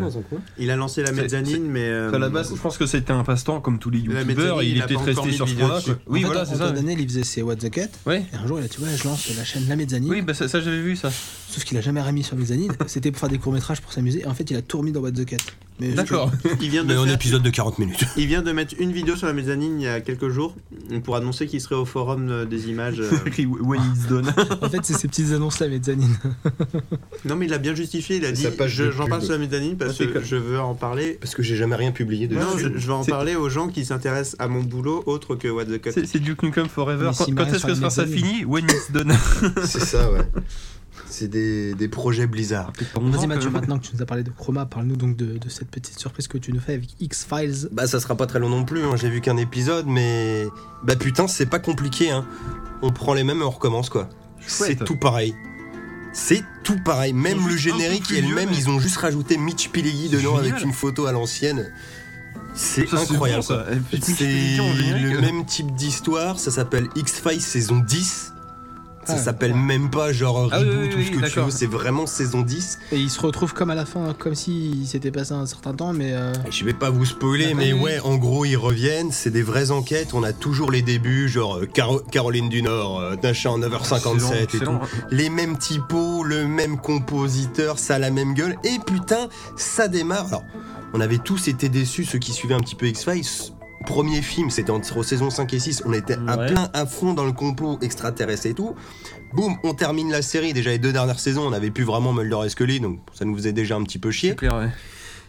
Il a lancé la C'est- c'est- mezzanine, mais. euh, à la base, je pense que c'était un passe-temps comme tous les La youtubeurs, métallée, et il il est a peut-être pas encore resté mis sur de ce vidéo point-là. dessus. quoi. Oui, En fait, voilà, en- c'est Antoine ça. Daniel, il faisait ses What the Cut. Ouais. Et un jour, il a dit Ouais, je lance la chaîne La Mezzanine. Oui, bah, ça, ça, j'avais vu ça. Sauf qu'il a jamais remis sur [laughs] Mezzanine. C'était pour faire des courts-métrages pour s'amuser. Et en fait, il a tout remis dans What the Cut. Mais euh, je- D'accord. Il vient, de Mais en faire- épisode de 40 minutes. il vient de mettre une vidéo sur la mezzanine il y a quelques jours pour annoncer qu'il serait au forum euh, des [laughs] images. euh. [laughs] Écrit When it's done. En fait, c'est ces petites annonces La Mezzanine. non, mais il l'a bien justifié. Il a Et dit sa page je- de J'en pub. parle sur la mezzanine parce c'est que comme- je veux en parler. Parce que j'ai jamais rien publié dessus. Non, je, je vais en C'est- parler aux gens qui s'intéressent à mon boulot autre que What the Cut. C'est c'est Duke Nukem Forever. Mais Quand, si quand Mario est-ce que fera ça, une ça mezzanine. finit When it's done. [laughs] C'est ça, ouais. C'est des, des projets Blizzard. Vas-y, Mathieu, maintenant que tu nous as parlé de Chroma, parle-nous donc de, de cette petite surprise que tu nous fais avec X-Files. Bah ça sera pas très long non plus, hein, j'ai vu qu'un épisode, mais... Bah putain, c'est pas compliqué, hein. On prend les mêmes et on recommence, quoi. C'est Chouette. tout pareil. C'est tout pareil, Ils ont même le juste un peu générique plus est vieux, le même, mais- ils ont juste rajouté Mitch Pileggi C'est dedans avec génial. une photo à l'ancienne. C'est Ça, incroyable. bon, ça. Et puis, C'est Mickey, on dirait le que- même type d'histoire, ça s'appelle X-Files saison 10. Ça Ah, s'appelle même pas genre Ah reboot oui, oui, ou oui, ce que tu d'accord. veux, c'est vraiment saison 10. Et il se retrouve comme à la fin, comme s'il s'était passé un certain temps, mais. euh, Je vais pas vous spoiler, mais oui, oui. ouais, en gros, ils reviennent, c'est des vraies enquêtes, on a toujours les débuts, genre euh, Caro- Caroline du Nord, euh, Nachin en 9h57 et tout. Excellent, excellent. les mêmes typos, le même compositeur, ça a la même gueule, et putain, ça démarre. Alors, on avait tous été déçus, ceux qui suivaient un petit peu X-Files. Premier film, c'était entre saison 5 et 6, on était à Ouais. plein à fond dans le complot extraterrestre et tout. Boum, on termine la série. Déjà les deux dernières saisons, on avait plus vraiment Mulder et Scully, donc ça nous faisait déjà un petit peu chier. C'est clair, ouais.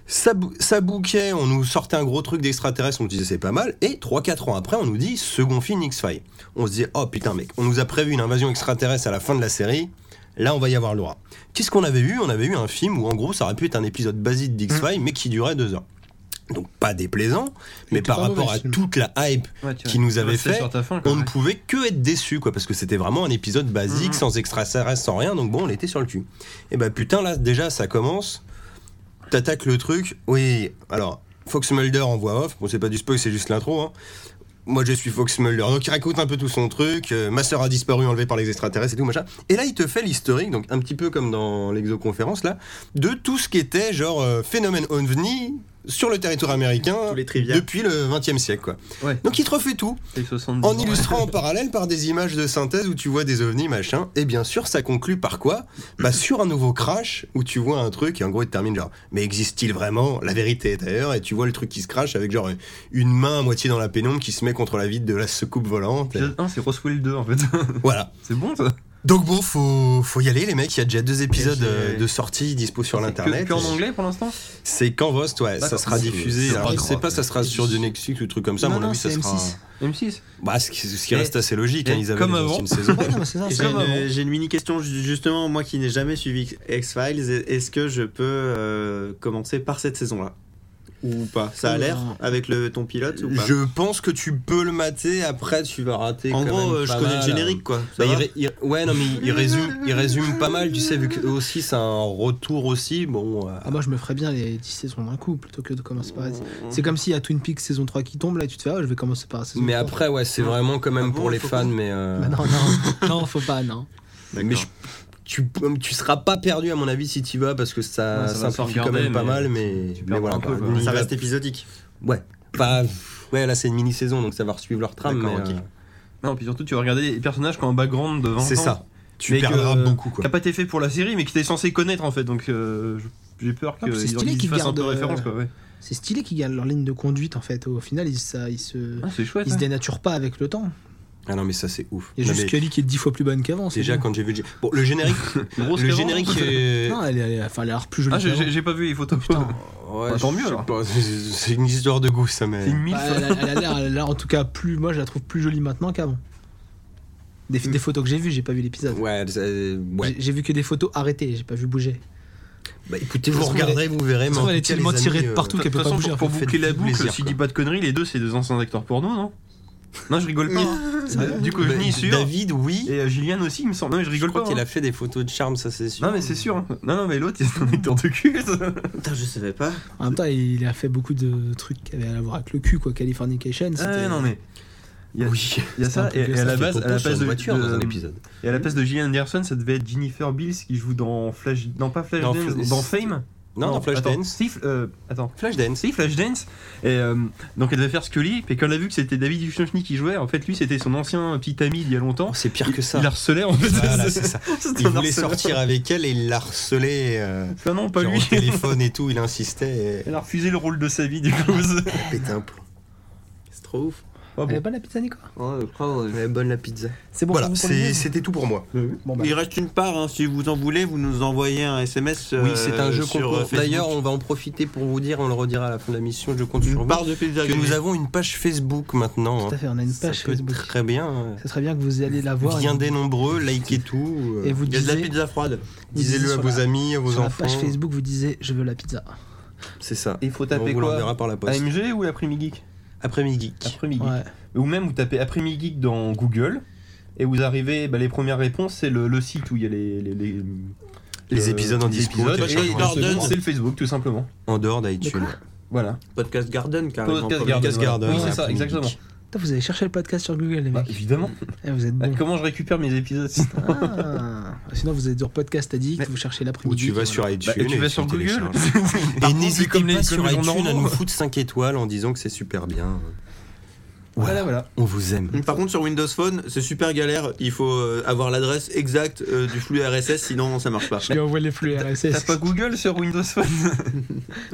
Ça, bou- ça bouquait, on nous sortait un gros truc d'extraterrestre, on se disait c'est pas mal, et 3-4 ans après, on nous dit second film X-Files. On se dit oh putain mec, on nous a prévu une invasion extraterrestre à la fin de la série, là on va y avoir le droit. Qu'est-ce qu'on avait eu On avait eu un film où en gros ça aurait pu être un épisode basique Hmm. d'X-Files, mais qui durait 2 heures. Donc pas déplaisant, mais était par pas rapport mauvais, à ce film. toute la hype Ouais, tu Qui vois, nous tu avait restais fait, sur ta fin, quoi, on ne ouais. pouvait que être déçu, quoi, parce que c'était vraiment un épisode basique, sans extraterrestre, sans rien, donc bon, on était sur le cul. Et bah putain, là, déjà, ça commence, t'attaques le truc, oui, alors, Fox Mulder en voix off, bon, c'est pas du spoil, c'est juste l'intro, hein. Moi, je suis Fox Mulder, donc il raconte un peu tout son truc, euh, ma sœur a disparu, enlevée par les extraterrestres et tout, machin. Et là, il te fait l'historique, donc un petit peu comme dans l'exoconférence, là, de tout ce qui était, genre, euh, phénomène OVNI sur le territoire américain Tous les trivia. depuis le 20 siècle, quoi. Ouais. Donc il te refait tout C'est 70 en ans. illustrant en parallèle par des images de synthèse où tu vois des ovnis machin et bien sûr ça conclut par quoi bah sur un nouveau crash où tu vois un truc et en gros il termine genre mais existe-t-il vraiment la vérité est ailleurs et tu vois le truc qui se crache avec genre une main à moitié dans la pénombre qui se met contre la vide de la soucoupe volante Épisode 1, c'est Roswell 2 en fait. [laughs] voilà c'est bon ça donc bon faut faut y aller les mecs il y a déjà deux épisodes j'ai- euh, de sortie dispo sur C'est l'internet Que, que en anglais pour l'instant c'est quand Vost ouais ça D'accord. sera diffusé hein. C'est alors, pas je sais grave. pas ça sera sur du Netflix ou truc comme ça à Non, mon non, avis ça c'est sera M6. M6 bah ce qui, ce qui Et- reste assez logique hein, et ils avaient comme les avant. anciennes [laughs] saisons. Ouais, non, mais c'est ça, c'est J'ai comme euh, avant. une, j'ai une mini question ju- justement, moi qui n'ai jamais suivi X-Files, e- est-ce que je peux euh, commencer par cette saison-là Ou pas Ça a Oula. l'air avec le ton pilote ou pas Je pense que tu peux le mater, après tu vas rater. En quand gros, même euh, je pas connais mal. le générique quoi. Bah, ça il va ré- il- ouais, non, mais il- il résume, il résume pas mal, tu sais, vu que aussi c'est un retour aussi. Bon, euh, Ah, moi, je me ferais bien les 10 saisons d'un coup plutôt que de commencer par. C'est comme s'il y a Twin Peaks saison 3 qui tombe, là, et tu te fais, ah, je vais commencer par la saison mais 3. après, ouais, c'est vraiment quand même Ah bon, pour les faut fans, qu'on- mais. euh, Bah non, non, [laughs] non, faut pas, non. mais je- tu, tu seras pas perdu, à mon avis, si tu vas, parce que ça, Ouais, ça va se simplifie quand regarder, même pas mais mal, mais, tu mais perds voilà. un peu, quoi. quoi. Ça Il va- reste épisodique. Ouais, pas. Ouais, là c'est une mini-saison, donc ça va suivre leur trame. D'accord, mais, ok. euh, Non, puis surtout, tu vas regarder les personnages qui ont un background de 20 ans. c'est ça. Tu Mais que- perdras beaucoup, quoi. Qui a pas été fait pour la série, mais qui t'es censé connaître en fait. Donc euh, j'ai peur Ah, c'est qu'ils stylé qu'ils fassent un gardent, peu référence euh, quoi. Ouais. C'est stylé qu'ils gagnent leur ligne de conduite en fait. Au final, ils, ça, ils, se, Ah, c'est chouette. ils se hein. dénaturent pas avec le temps. Ah non, mais ça c'est ouf. Il y a Non, juste mais Kelly qui est 10 fois plus bonne qu'avant. c'est Déjà, bon. quand j'ai vu le, gé- bon, le générique, Grosse le qu'avant. générique est- Non, elle, est- elle, est- enfin, elle a l'air plus jolie. Ah, j'ai- qu'avant. j'ai j'ai pas vu les photos. Putain. Ouais, Bah, tant je mieux, sais alors. pas, c'est- C'est une histoire de goût, ça, mais. [laughs] C'est une mille. Bah, elle, a- elle a l'air- elle a l'air en tout cas plus. Moi, je la trouve plus jolie maintenant qu'avant. Des, des photos que j'ai vues, j'ai pas vu l'épisode. Ouais, ça- ouais. J'ai- J'ai vu que des photos arrêtées, j'ai pas vu bouger. Bah écoutez, vous Parce qu'on regarderez, vous verrez. parce mais en qu'on est tout cas, tellement les tiré amis, de euh, partout De qu'elle toute peut pas façon, bouger. pour, pour faites boucler la vous boucle, plaisir, si quoi. dis pas de conneries, les deux c'est deux anciens acteurs porno, non Non, je rigole pas. hein. vrai. du coup, je n'y suis sûr. Bah, David, oui. Et euh, Gillian aussi, il me semble. Non, mais je Je rigole crois pas. qu'il hein. a fait des photos de charme, ça c'est sûr. Non, mais c'est sûr. hein. Non, non, mais l'autre, il est un acteur de cul. ça. Putain, je savais pas. En même temps, il a fait beaucoup de trucs qui avaient à voir avec le cul, quoi. Californication. Ah, c'était- non, mais. Il y a, Oui. il y a ça, et, et à la base, à la base de, voiture dans un de- épisode. et à la place de Gillian Anderson, ça devait être Jennifer Bills qui joue dans Flash, non pas Flash Dans Dance, Fl- dans Fame. Non, dans attends, Flashdance. si, euh, attends, Flashdance. si Flashdance. Et euh, donc elle devait faire Scully, et quand elle a vu que c'était David Duchovny qui jouait, en fait lui c'était son ancien euh, petit ami il y a longtemps. Oh, c'est pire que ça. Il harcelait en fait. [laughs] Voilà, c'est ça. C'était Il un voulait harceleur. sortir avec elle et il la harcelait. euh, Ah non, pas genre lui. au téléphone et tout, il insistait. et- [laughs] Elle a refusé le rôle de sa vie du coup. Pète un plomb. C'est trop ouf. Ah bon. Elle est bonne la pizza, Nico Oh, je crois, ouais. Ouais, bonne la pizza. C'est bon, Voilà, c'est bon pour les c'est- news c'était tout pour moi. Bon, bah, Il reste une part, hein, si vous en voulez, vous nous envoyez un SMS. Oui, euh, c'est un jeu sur, concours. euh, Facebook. D'ailleurs, on va en profiter pour vous dire, on le redira à la fin de la mission, je compte sur une vous, part de pizza que nous gagnée. avons une page Facebook maintenant. tout à hein. fait, on a une Ça page peut être Facebook. très bien. hein. Ça serait bien que vous alliez la voir. Bien et- des nombreux, likez tout. euh, Et vous Il y a de la disiez, pizza froide. vous disiez Disez-le à sur vos la- amis, à vos sur la enfants. page Facebook, vous disiez je veux la pizza. C'est ça. Il faut on taper vous quoi l'enverra par la poste. AMG ou l'après-midi geek Après-midi geek. Après-midi geek. Ouais. Ou même vous tapez après-midi geek dans Google et vous arrivez, bah, les premières réponses, c'est le, le site où il y a les, les, les, Les euh, épisodes en les dispo, épisodes. téléchargement. Et Leur le second, donne- C'est le Facebook tout simplement. En dehors d'iTunes. Voilà. Podcast Garden, carrément. Podcast Garden, Garden. voilà. Oui, c'est ça, Après-midi exactement. geek. Putain, vous avez cherché le podcast sur Google, les Bah, mecs. évidemment. Eh, vous êtes Ah, bons. Comment je récupère mes épisodes sinon Ah. Sinon, vous êtes sur Podcast Addict, Mais- vous cherchez Ou l'après-midi. tu vas voilà. sur iTunes. Bah, et tu vas sur Google télécharges. [laughs] Par Et contre, c'est n'hésitez comme les- pas sur comme les gens iTunes à normaux. nous foutre 5 étoiles en disant que c'est super bien. Voilà, voilà. On vous aime. Par contre, sur Windows Phone, c'est super galère. Il faut euh, avoir l'adresse exacte euh, du flux RSS, sinon ça marche pas. Je lui envoie les flux T'as RSS. pas Google sur Windows Phone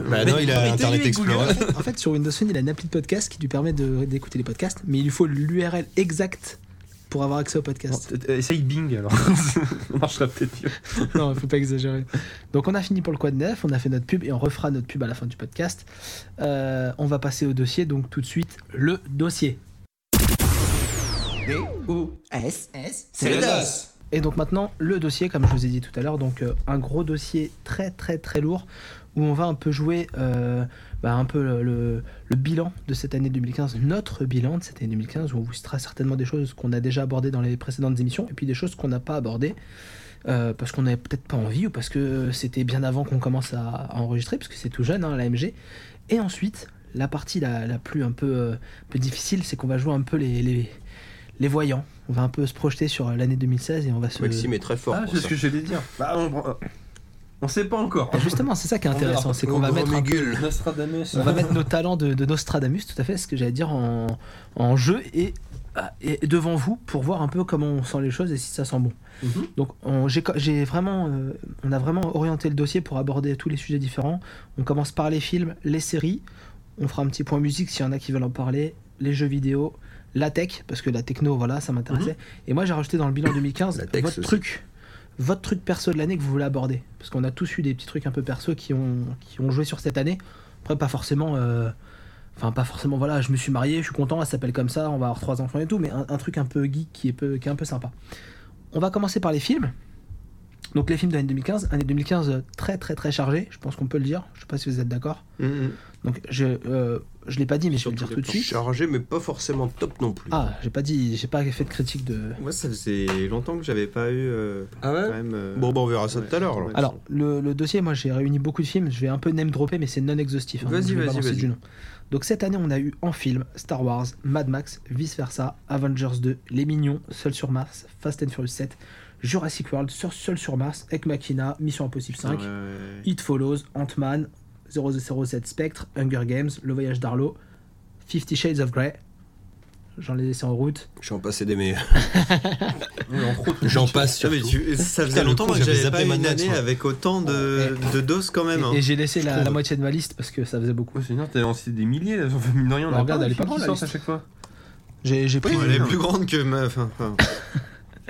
Bah non, il Mais a Internet t'as eu Explorer. Google En fait, sur Windows Phone, il a une appli de podcast qui lui permet de- d'écouter les podcasts, mais il lui faut l'URL exacte pour avoir accès au Bon, podcast. t- t- Essaye Bing [laughs] alors. Ça marchera peut-être mieux. Oh. non, faut pas exagérer. Donc, on a fini pour le Quad neuf, on a fait notre pub et on refera notre pub à la fin du podcast. Euh, on va passer au dossier, donc tout de suite, le dossier. C'est le DOS Et donc maintenant, le dossier, comme je vous ai dit tout à l'heure, donc euh, un gros dossier très très très lourd où on va un peu jouer euh, bah, un peu le, le- le bilan de cette année 2015, notre bilan de cette année 2015, où on vous citera certainement des choses qu'on a déjà abordées dans les précédentes émissions, et puis des choses qu'on n'a pas abordées, euh, parce qu'on n'avait peut-être pas envie, ou parce que c'était bien avant qu'on commence à, à enregistrer, parce que c'est tout jeune, hein, l'AMG. Et ensuite, la partie la, la plus un peu, euh, un peu difficile, c'est qu'on va jouer un peu les, les, les voyants, on va un peu se projeter sur l'année 2016, et on va se... Maxime est très fort. Ah, pour c'est ça. ce que j'allais dire. Bah, on, on sait pas encore. Ah, Justement, c'est ça qui est On verra, intéressant, c'est parce qu'on va que- mettre un peu- Nostradamus. on va mettre nos talents de, de Nostradamus, tout à fait, ce que j'allais dire, en, en jeu et, ah, et devant vous pour voir un peu comment on sent les choses et si ça sent bon. Mhm. Donc, on, j'ai co- j'ai vraiment, euh, on a vraiment orienté le dossier pour aborder tous les sujets différents. On commence par les films, les séries. On fera un petit point musique s'il y en a qui veulent en parler, les jeux vidéo, la tech, parce que la techno, voilà, ça m'intéressait. Et moi, j'ai rajouté dans le [coughs] bilan 2015 Mhm. La tech, votre c'est aussi. truc. Votre truc perso de l'année que vous voulez aborder Parce qu'on a tous eu des petits trucs un peu perso qui ont, qui ont joué sur cette année. Après, pas forcément. euh, Enfin, pas forcément, voilà, je me suis marié, je suis content, elle s'appelle comme ça, on va avoir trois enfants et tout, mais un, un truc un peu geek qui est, peu- qui est un peu sympa. On va commencer par les films. Donc, les films de l'année 2015, année 2015 euh, très très très chargée, je pense qu'on peut le dire, je sais pas si vous êtes d'accord. Mm, Donc, je, euh, je l'ai pas dit, mais je vais le dire tout de suite. Chargé, mais pas forcément top non plus. Ah, j'ai pas dit, j'ai pas fait de critique de. Moi, ça faisait longtemps que j'avais pas eu. euh, Ah quand ouais même, euh, Bon, bah on verra ça ouais, tout à l'heure. alors. ouais. Alors, le, le dossier, moi j'ai réuni beaucoup de films, je vais un peu name dropper, mais c'est non exhaustif. donc Vas-y, je vais vas-y, balancer vas-y. du nom. Donc cette année, on a eu en film Star Wars, Mad Max, Vice Versa, Avengers 2, Les Mignons, Seul sur Mars, Fast and Furious 7, Jurassic World, Sur- Seul sur Mars, Ek Machina, Mission Impossible 5, Ah Ouais, ouais, It Follows, Ant-Man, 007 Spectre, Hunger Games, Le Voyage d'Arlo, Fifty Shades of Grey. J'en ai laissé en route. J'en passais [laughs] des meilleurs. J'en passe ouais. Ah, mais surtout. tu- ça faisait Putain, le longtemps con, que j'avais j'avais zappé pas eu Mad une Max, année moi. avec autant de, de doses quand même. hein. Et, et j'ai laissé la, Ah trouve. la moitié de ma liste parce que ça faisait beaucoup. Oh, Seigneur, t'as lancé des milliers là. Enfin, mine de rien, on Bah, a regarde, plein elle de est pas films grande, qui la sortent à liste. chaque fois. J'ai j'ai pris, Ouais, elle est plus grande que ma. Enfin, enfin,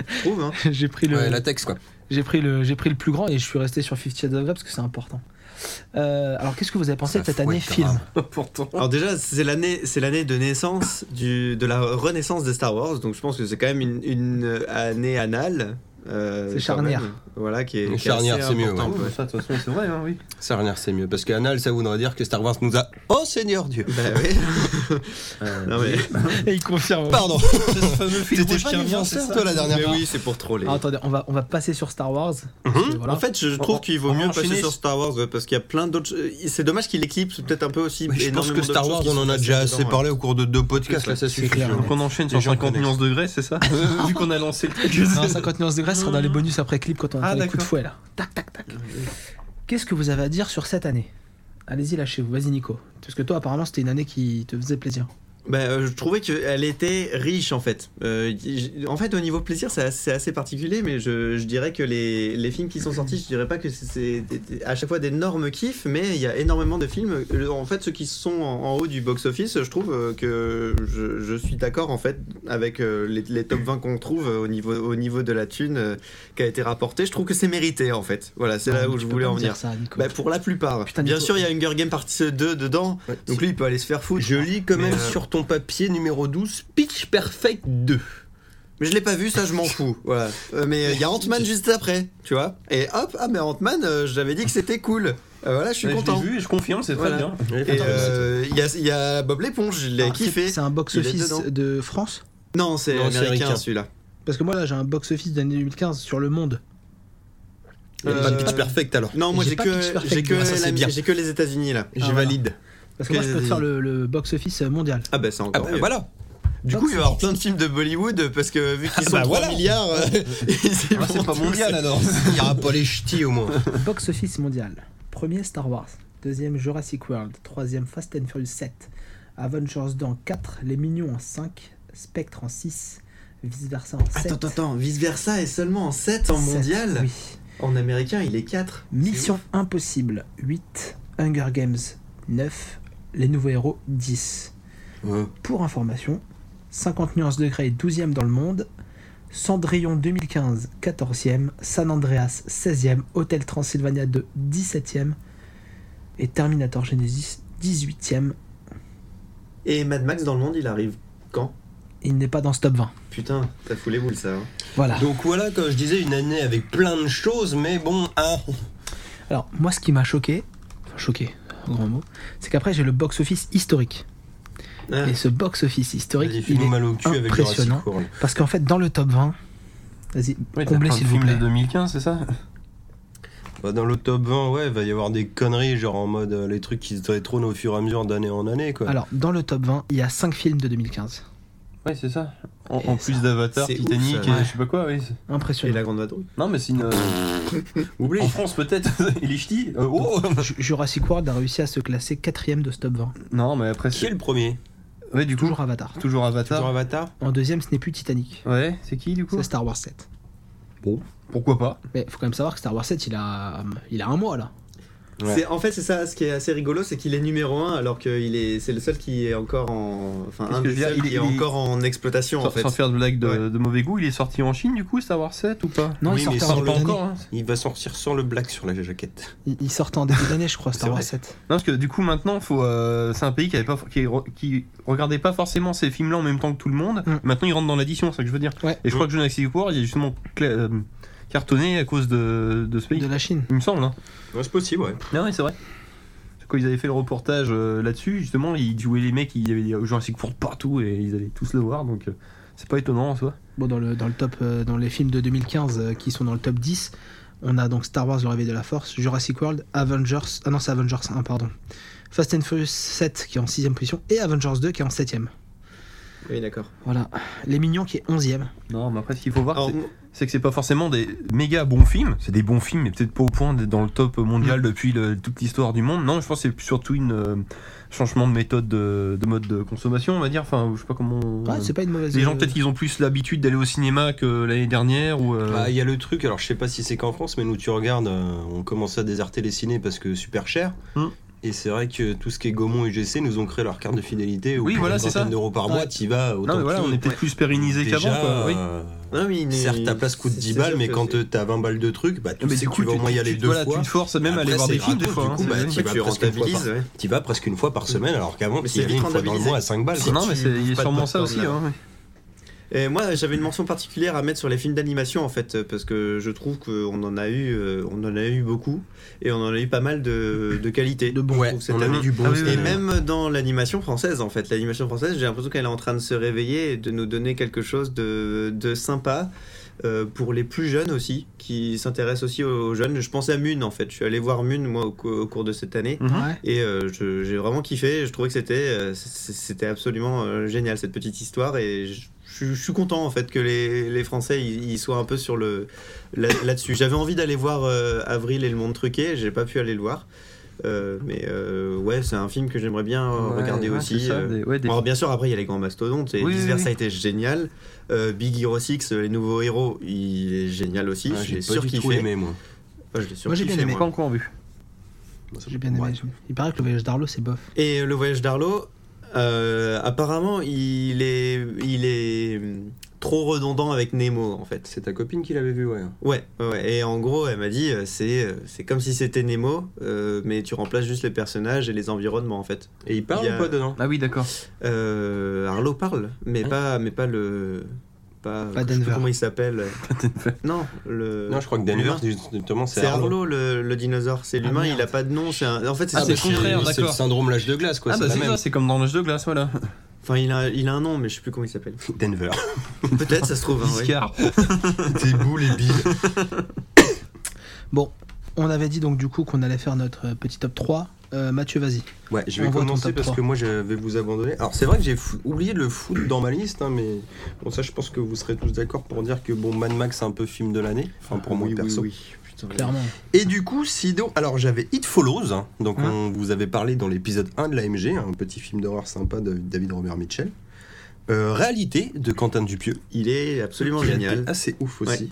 je [laughs] trouve, hein. [laughs] j'ai pris le. Ouais, la texte quoi. J'ai pris, le, j'ai pris le plus grand et je suis resté sur 50 Shades of Grey parce que c'est important. Euh, alors, qu'est-ce que vous avez pensé Ça de cette fouette hein. année Ah, grave. film [laughs] [laughs] Pourtant. Alors déjà, c'est l'année, c'est l'année de naissance du, de la renaissance de Star Wars, donc je pense que c'est quand même une, une année anale. euh, C'est quand charnière. même. Voilà, qui Une est. qui est charnière, assez c'est mieux, importante, ouais. ouais. Ça, de toute façon, c'est vrai, hein, oui. Sarnière, c'est mieux. Parce qu'Anal, ça voudrait dire que Star Wars nous a. Oh Seigneur Dieu Bah [laughs] oui. Euh, Ah, non, mais... Et il confirme. [laughs] Pardon ce fameux fil T'étais rouge pas qui revient, c'est défenseur, ça toi, la dernière Mais fois oui, c'est pour troller. Ah, attendez, on va, on va passer sur Star Wars. Mm-hmm. parce que Mhm. voilà. En fait, je trouve qu'il vaut on mieux va enchaîner passer sur Star Wars ouais, parce qu'il y a plein d'autres. euh, C'est dommage qu'il éclipse peut-être un peu Je aussi. pense énormément que Star d'autres Wars, choses qui on en sont a passées déjà dedans, hein. assez ouais. parlé au cours de deux podcasts, là, ça C'est suffit. hein. clair. je- Donc on enchaîne Les sur gens 50 connaissent. nuances degrés, c'est [laughs] ça Vu qu'on a lancé le truc. Non, 50 nuances degrés, ce sera dans les bonus après clip quand on a Ah, les coups de d'accord. fouet là. Tac, tac, Euh, tac. Qu'est-ce que vous avez à dire sur cette année Allez-y, lâchez-vous. Vas-y, Nico. Parce que toi, apparemment, c'était une année qui te faisait plaisir. Bah, euh, je trouvais qu'elle était riche en fait. Euh, j- en fait, au niveau plaisir, c'est assez, c'est assez particulier, mais je, je dirais que les, les films qui sont sortis, je dirais pas que c'est- c'est des- des- à chaque fois d'énormes kiffs, mais il y a énormément de films. Euh, En fait, ceux qui sont en, en haut du box-office, je trouve euh, que je, je suis d'accord en fait avec euh, les, les top 20 qu'on trouve euh, au niveau, au niveau de la thune euh, qui a été rapportée. Je trouve que c'est mérité en fait. Voilà, c'est là Non, où Ah, tu je peux voulais pas en me dire venir. ça, Nico. Bah, pour la plupart. Putain, Bien Nico. sûr, il y a Hunger Game Partie 2 dedans, donc lui il peut aller se faire foutre. Je lis quand Mais, même euh, sur ton papier numéro 12, Pitch Perfect 2. Mais je l'ai pas vu, ça je [laughs] m'en fous. Voilà. Euh, mais il y a Ant-Man juste après, tu vois. Et hop, ah mais Ant-Man, euh, j'avais dit que c'était cool. Euh, voilà, je suis Ouais, content. l'ai vu et je confirme, c'est Voilà. bien. Et euh, il y, a- il y a Bob l'éponge, je l'ai Alors, c'est- kiffé. C'est un Il est dedans. box-office de France Non, c'est Ah, Non, c'est américain américain. celui-là. Parce que moi là, j'ai un box-office d'année 2015 sur le monde. Il y a Euh, pas de Pitch Perfect alors. Non, moi J'ai j'ai pas que Pitch Perfect j'ai que, deux. Ah, ça, c'est la- bien. j'ai que les États-Unis là. Je Ah, voilà. valide. Parce que moi, je peux te faire le, le box-office mondial. Ah bah c'est Ah encore. bah mieux. voilà Du coup, il va y avoir plein de films de Bollywood parce [laughs] que vu qu'ils Ah sont bah 3 voilà. [laughs] milliards, euh, [laughs] ils y Ah, vont [laughs] C'est pas tous. mondial alors. Il y aura pas les ch'tis au moins. Box-office mondial. Premier Star Wars. Deuxième Jurassic World. Troisième Fast and Furious 7. Avengers dans 4. Les Mignons en 5. Spectre en 6. Vice versa en 7. Attends, attends, attends, vice versa est seulement en 7 en Sept, mondial. oui. En américain, il est 4. Mission Impossible 8. Hunger Games 9. Les Nouveaux Héros 10. Pour information, 50 nuances degrés 12e dans le monde. Cendrillon 2015 14e. San Andreas 16e. Hôtel Transylvania 2 17e. Et Terminator Genesis 18e. Et Mad Max dans le monde, il arrive quand Il n'est pas dans ce top 20. Putain, ça fout les boules ça. hein. Voilà. Donc voilà, comme je disais, une année avec plein de choses, mais bon, hein. Alors, moi, ce qui m'a choqué, enfin, choqué, un grand mot, c'est qu'après, j'ai le box-office historique. Ah. Et ce box-office historique, Vas-y, il fais-nous est mal au cul avec Jurassic impressionnant. World. Parce qu'en fait, dans le top 20, vas-y, comblez s'il vous plaît. 2015, c'est ça Bah, dans le top 20, ouais, il va y avoir des conneries, genre en mode euh, les trucs qui se détrônent au fur et à mesure d'année en année, quoi. Alors, dans le top 20, il y a 5 films de 2015. Ouais, c'est ça. En, Et en ça, plus d'Avatar, c'est ouf, Titanic ça. et je sais pas quoi, oui. c'est- Et Impressionnant. la grande vadrouille. Non, mais c'est une. [laughs] euh, En France, [laughs] peut-être. Et les ch'tis euh, Oh Ju- Jurassic World a réussi à se classer quatrième de ce top 20. Non, mais après, Qui est c'est. le premier Ouais, du coup. Toujours Avatar. Toujours Toujours Avatar. Avatar En deuxième, ce n'est plus Titanic. Ouais, c'est qui du coup C'est Star Wars 7. Pourquoi pas Mais faut quand même savoir que Star Wars 7, il a, euh, il a un mois là. Ouais. C'est- En fait, c'est ça, ce qui est assez rigolo, c'est qu'il est numéro 1 alors que il est- c'est le seul qui est encore en. Enfin, Qu'est-ce un que des je veux dire seuls Il est- qui est il est- encore en exploitation sans, en fait. sans faire de blague de, Ouais. de mauvais goût, il est sorti en Chine du coup, Star Wars 7 ou pas Non, Oui, il sortait mais sans en le début d'année. Encore, hein. Il va sortir sans le black sur la jaquette. Il, il sortait en début d'année, je crois, C'est Star Wars vrai. 7. Non, parce que du coup, maintenant, faut, euh, c'est un pays qui, avait pas, qui, re- qui regardait pas forcément ces films-là en même temps que tout le monde. Mm. Maintenant, ils rentrent dans l'addition, c'est ça que je veux dire. Ouais. Et je crois que Jurassic World, il est justement cla- euh, cartonné à cause de, de ce pays. De la Chine. Il me semble. Hein. Ouais, c'est possible, ouais. Non, oui, Ah c'est vrai. Quand ils avaient fait le reportage euh, là-dessus, justement, ils jouaient les mecs, il y avait des Jurassic World partout et ils allaient tous le voir, donc euh, c'est pas étonnant en soi. Bon, dans le, dans le top, euh, dans les films de 2015 euh, qui sont dans le top 10, on a donc Star Wars, Le Réveil de la Force, Jurassic World, Avengers, ah non, c'est Avengers 1, pardon. Fast and Furious 7 qui est en 6 position et Avengers 2 qui est en 7 Oui, d'accord. Voilà. Les Mignons qui est 11 Non, mais après, ce qu'il faut voir, Alors, Ah, c'est- c'est que c'est pas forcément des méga bons films. C'est des bons films, mais peut-être pas au point d'être dans le top mondial Mm. depuis le- toute l'histoire du monde. Non, je pense que c'est surtout une euh, changement de méthode, de, de mode de consommation, on va dire. Enfin, je sais pas comment. Ouais, c'est pas une mauvaise. euh, les gens peut-être qu'ils ont plus l'habitude d'aller au cinéma que l'année dernière ou. euh, Bah, il y a le truc, alors je sais pas si c'est qu'en France, mais nous, tu regardes, euh, on commence à déserter les ciné parce que super cher. Hmm. Et c'est vrai que tout ce qui est Gaumont et GC nous ont créé leur carte de fidélité. où Oui, pour voilà, une c'est vingtaine ça. d'euros par mois, Ouais. t'y vas autant non, mais que voilà, tu on veux. est peut-être plus pérennisé Déjà, qu'avant. quoi, oui. euh, non, mais il- Certes, ta place coûte c'est- 10 c'est balles, sûr mais que quand c'est- te- t'as 20 balles de trucs, bah, tu Mais sais du que tu coup, vas au tu, moins y tu- aller tu- deux voilà, tu fois. te forces même à aller Après, voir c'est des films gratuit, des fois. du hein, coup, bah, c'est- tu Ouais, vas tu presque une fois rentabilises, ouais. T'y vas presque une fois par semaine, alors qu'avant, Mais t'y c'est allais une vite fois dans le rentabilisé. mois à 5 balles. Si Non, mais tu c'est- il y bouffes a pas de sûrement ça popcorn, aussi. là. hein, oui. Et moi, j'avais une mention particulière à mettre sur les films d'animation en fait, parce que je trouve qu'on en a eu, euh, on en a eu beaucoup et on en a eu pas mal de, de qualité. bon, je ouais, trouve, cette on a année. mis du bon. Ah oui, cette oui, Et année. même dans l'animation française, en fait, l'animation française, j'ai l'impression qu'elle est en train de se réveiller et de nous donner quelque chose de, de sympa euh, pour les plus jeunes aussi, qui s'intéressent aussi aux, aux jeunes. Je pense à Mune, en fait. Je suis allé voir Mune, moi, au, co- au cours de cette année. Mhm. Ouais. Et euh, je- j'ai vraiment kiffé. Je trouvais que c'était euh, c- c'était absolument euh, génial, cette petite histoire. Et je, je- je suis content, en fait, que les, les Français, ils ils soient un peu sur le là- là-dessus. J'avais envie d'aller voir euh, Avril et le monde truqué. J'ai pas pu aller le voir. Euh, mais euh, ouais, c'est un film que j'aimerais bien euh, Ouais, regarder ouais, aussi. c'est ça, euh. des- ouais, des- Bon, alors, bien sûr, après, il y a les grands mastodontes et Oui, vice oui, versa oui. était génial. Euh, Big Hero 6, euh, les nouveaux héros, il est génial aussi. Ah, je J'ai l'ai pas du tout surkiffé. aimé, moi. Ouais, Moi, je l'ai j'ai bien surkiffé, aimé. moi. Pas encore vu. J'ai bien aimé. Il paraît que le voyage d'Arlo, c'est bof. Et euh, le voyage d'Arlo, euh, apparemment, il est, il est hum, trop redondant avec Nemo en fait. C'est ta copine qui l'avait vu, ouais. Ouais, ouais. Et en gros, elle m'a dit, euh, c'est, euh, c'est comme si c'était Nemo, euh, mais tu remplaces juste les personnages et les environnements en fait. Et il parle Il y a- ou pas dedans Ah [laughs] oui, d'accord. Euh, Arlo parle, mais pas, mais pas le, pas, Pas je sais plus Denver. comment il s'appelle. non, le. Non, je crois que Denver, c'est justement, c'est C'est Arlo le, le dinosaure, c'est l'humain, il a pas de nom, c'est un- en fait c'est Ah, son bah, chien. c'est contraire, C'est le d'accord. syndrome l'âge de glace, quoi. ah bah la c'est ça, même. c'est comme dans l'âge de glace, voilà. Enfin il a, il a un nom, mais je sais plus comment [laughs] il s'appelle. Denver. Peut-être ça se trouve. hein, ouais. Viscard. Tes boules et billes. On avait dit donc du coup qu'on allait faire notre euh, petit top 3. Euh, Mathieu, vas-y. Ouais, je On vais voit ton commencer top parce trois. que moi je vais vous abandonner. Alors c'est vrai que j'ai fou- oublié le foot dans ma liste, hein, mais bon ça je pense que vous serez tous d'accord pour dire que bon Mad Max c'est un peu film de l'année, enfin pour moi oui, perso. Oui, oui. Putain, Clairement. Et du coup, sinon, alors j'avais It Follows, hein, donc on vous avait parlé dans l'épisode 1 de l'AMG, un petit film d'horreur sympa de David Robert Mitchell. Euh, Réalité de Quentin Dupieux, Il est absolument qui a génial. été assez ouf aussi.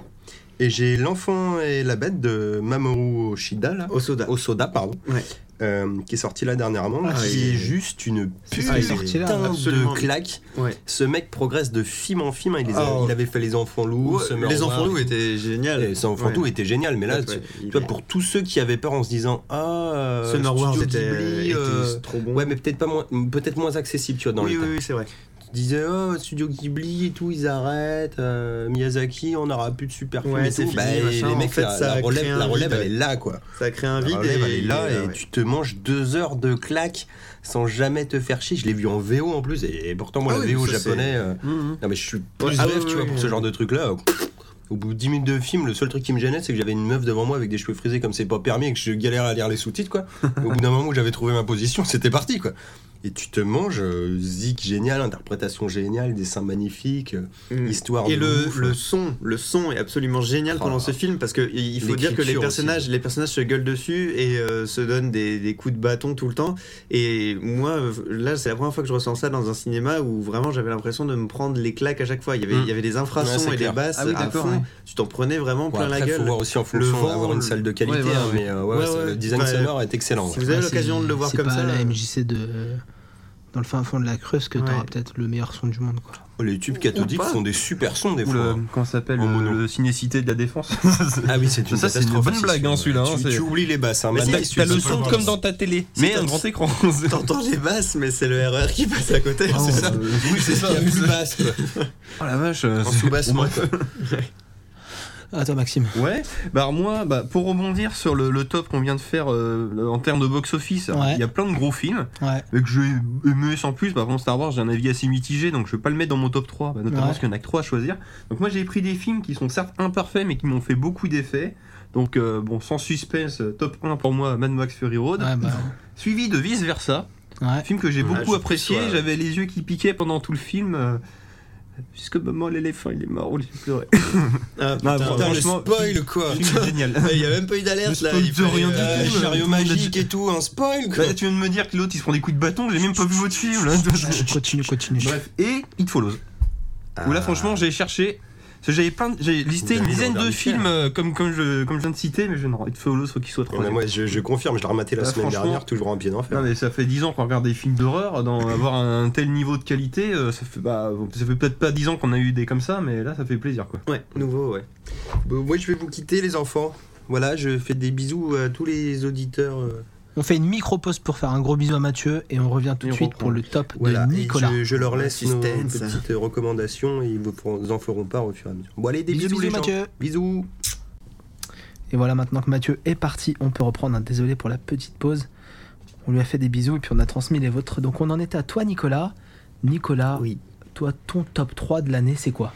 Et j'ai L'enfant et la bête de Mamoru Oshida là. Au soda. au soda, pardon, Ouais. Euh, qui est sorti là dernièrement, Ah, qui oui. est juste une C'est putain ça, il est sorti là, de absolument. claque. Ouais. Ce mec progresse de film en film. hein, Il, les a- Oh. il avait fait Les Enfants Loups, Ouais, Summer les Wars, enfants loups étaient et génial. Les Enfants Ouais. Loups étaient génial, mais là, tu- Ouais, il tu vois, est- pour tous ceux qui avaient peur en se disant Ah, euh, Summer Wars Studio était, Ghibli, était euh, trop bon. Ouais, mais peut-être pas moins, peut-être moins accessible, tu vois, dans oui, le oui, temps. oui, c'est vrai. Tu disais, oh, Studio Ghibli et tout, ils arrêtent, euh, Miyazaki, on n'aura plus de super films Ouais, et c'est tout. fini, Bah, et machin. les En mecs, fait, la, ça la a relève, créé un la relève, vide. elle est là, quoi. Ça a créé un vide. Alors, lève, elle et, est là et ouais. tu te manges deux heures de claque sans jamais te faire chier. Je l'ai vu en VO en plus et pourtant moi Ah le oui, VO ça, japonais. euh, Mhm. Non mais je suis plus Ouais, ah veuf, oui, tu oui, vois oui, pour oui. ce genre de truc là. Au bout de 10 minutes de film, le seul truc qui me gênait, c'est que j'avais une meuf devant moi avec des cheveux frisés comme c'est pas permis et que je galère à lire les sous-titres, [laughs] quoi. Au bout d'un moment où j'avais trouvé ma position, c'était parti, quoi. Et tu te manges, euh, zik génial, interprétation géniale, dessin magnifique, euh, Mm. histoire Et de le, ouf. le son, le son est absolument génial Oh pendant là ce là. film parce que il il faut dire que les L'écriture personnages, aussi. les personnages se gueulent dessus et euh, se donnent des, des coups de bâton tout le temps. Et moi, euh, là, c'est la première fois que je ressens ça dans un cinéma où vraiment j'avais l'impression de me prendre les claques à chaque fois. Il y avait, Mm. il y avait des Ouais, infrasons c'est et clair. des basses Ah oui, à d'accord, fond. ouais. Tu t'en prenais vraiment Bon, plein après, la faut gueule. voir aussi en Le fonction vent, d'avoir une le- salle de qualité, Ouais, voilà, hein, mais euh, ouais, Ouais, c'est- ouais. le design Enfin, sonore est excellent. ouais. Si vous avez Ouais, l'occasion c'est- de le voir c'est comme pas ça, euh. à la MJC de dans le fin fond de la Creuse que t'auras Ouais. peut-être le meilleur son du monde quoi. Oh, les tubes cathodiques font des super sons des Ou fois. le, [laughs] hein. comment ça s'appelle euh, En mono. le, le cinécité de la défense. Ah oui, c'est une Ça, c'est une catastrophe, bonne ce blague, hein, son. celui-là, hein, Tu- c'est- Tu oublies les basses, hein. Mais Mad si, Max, tu T'as le sais son pas. comme dans ta télé, mais un grand écran. Oh T'entends les basses, mais c'est le RER qui passe à côté. [laughs] c'est ça. Oui, c'est ça, plus basse. quoi. Oh la vache. En c'est- sous-bassement. quoi. Ah, À toi Maxime. Ouais, bah alors moi, bah, pour rebondir sur le, le top qu'on vient de faire euh, en termes de box-office, alors, Ouais. il y a plein de gros films, Ouais. mais que j'ai aimé sans plus. Par exemple, Star Wars, j'ai un avis assez mitigé, donc je vais pas le mettre dans mon top 3, bah, notamment Ouais. parce qu'il y en a que 3 à choisir. Donc moi, j'ai pris des films qui sont certes imparfaits, mais qui m'ont fait beaucoup d'effets. Donc euh, bon, sans suspense, euh, top 1 pour moi, Mad Max Fury Road, [laughs] Ouais bah suivi de Vice Versa, ouais. film que j'ai Ouais, beaucoup je- apprécié, ouais. j'avais les yeux qui piquaient pendant tout le film. euh, Jusqu'au moment où l'éléphant il est mort, où j'ai pleuré. Non, Ah, putain, putain, ouais. franchement, Spoil quoi film [laughs] génial. [laughs] Il y a même pas eu d'alerte Le là. spoil il de fallait, rien du euh, Euh, tout, chariot tout le monde l'a magique et tout, un spoil quoi Bah, tu viens de me dire que l'autre ils se prend des coups de bâton, j'ai même pas vu votre [laughs] film là. Continue continue. [laughs] Bref, et It Follows. Où là franchement j'ai cherché. parce que J'avais plein, de- j'ai listé une Dernier dizaine dans de le films euh, comme, comme, je, comme je viens de citer, mais je non, It Follows faut qu'il soit Non, mais troisième. moi je, je confirme, je l'ai rematé la Bah, semaine franchement- dernière, toujours en pied d'enfer. Non mais ça fait 10 ans qu'on regarde des films d'horreur, d'en avoir un tel niveau de qualité, euh, ça fait, bah, ça fait peut-être pas 10 ans qu'on a eu des comme ça, mais là ça fait plaisir quoi. Ouais, nouveau, ouais. Bon, moi je vais vous quitter les enfants. Voilà, je fais des bisous à tous les auditeurs euh, On fait une micro-pause pour faire un gros bisou à Mathieu et on revient tout Et de on suite reprend. pour le top Voilà, de et Nicolas. Je, je leur laisse nos Suspense. petites recommandations et ils vous feront- en feront part au fur et à mesure. Bon, allez, des bisous, Bisous, les bisous gens. Mathieu. Bisous. Et voilà, maintenant que Mathieu est parti, on peut reprendre. un Désolé pour la petite pause. On lui a fait des bisous et puis on a transmis les vôtres. Donc on en était à toi, Nicolas. Nicolas, Oui. toi, ton top 3 de l'année, c'est quoi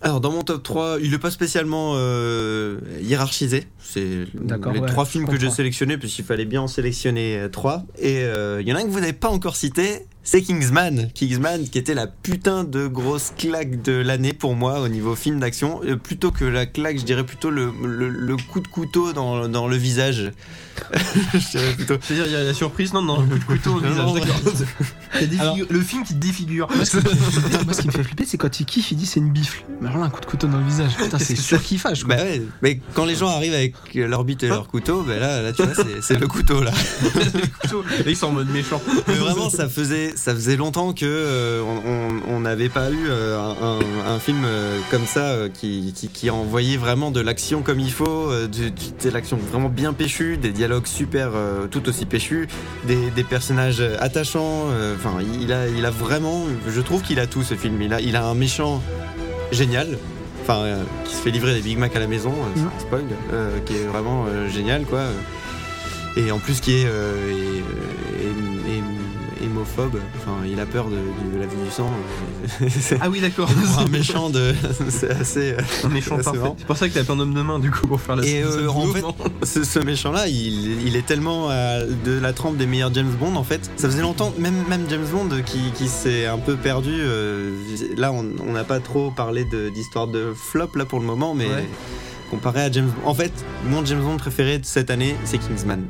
Alors dans mon top 3, il est pas spécialement euh, hiérarchisé. C'est D'accord, les ouais, trois je films que j'ai comprends. sélectionnés puisqu'il fallait bien en sélectionner euh, trois. Et euh, il y en a un que vous n'avez pas encore cité, c'est Kingsman. Kingsman qui était la putain de grosse claque de l'année pour moi au niveau film d'action. Euh, plutôt que la claque, je dirais plutôt le, le- le coup de couteau dans, dans le visage. [laughs] je dirais plutôt. C'est-à-dire, il y a la surprise, non, [laughs] non, un coup de couteau au visage, Non, non, d'accord. Il y a des Alors- figu- Le film qui te défigure. Moi, ce qui me fait flipper, c'est quand il kiffe, il dit c'est une bifle. Mais alors là, un coup de couteau dans le visage. Putain, c'est surkiffage. quoi. Bah ouais, mais quand les gens arrivent avec euh, leur bite et leur couteau, ben là, là tu vois, c'est- c'est le couteau là. [laughs] Couteau. Là, ils sont en mode méchant. Mais vraiment, ça faisait, ça faisait longtemps que euh, on- on on n'avait pas eu euh, un, un- un film euh, comme ça euh, qui, qui, qui envoyait vraiment de l'action comme il faut, euh, du- du- de, l'action vraiment bien péchue, des dialogues super euh, tout aussi péchus, des, des personnages euh, attachants. euh, Enfin, il a, il a vraiment, je trouve qu'il a tout ce film. Il a, il a un méchant génial. Enfin, euh, qui se fait livrer des Big Mac à la maison, euh, c'est un spoil, euh, qui est vraiment euh, génial, quoi. Et en plus, qui est, euh, é- é- é- hémophobe. Enfin, il a peur de, de la vue du sang. euh, [laughs] C'est Ah [laughs] oui, d'accord. pour un méchant de. [laughs] C'est assez. euh, Un méchant C'est parfait. marrant. C'est pour ça que t'as plein d'hommes de main, du coup, pour faire la Et, ce- euh, ce en boulot, non Ce, ce méchant-là, il, il est tellement euh, de la trempe des meilleurs James Bond en fait. Ça faisait longtemps, même, même James Bond euh, qui, qui s'est un peu perdu. euh, là, on on n'a pas trop parlé de- d'histoire de, flop là pour le moment, mais Ouais. comparé à James Bond. En fait, mon James Bond préféré de cette année, c'est Kingsman.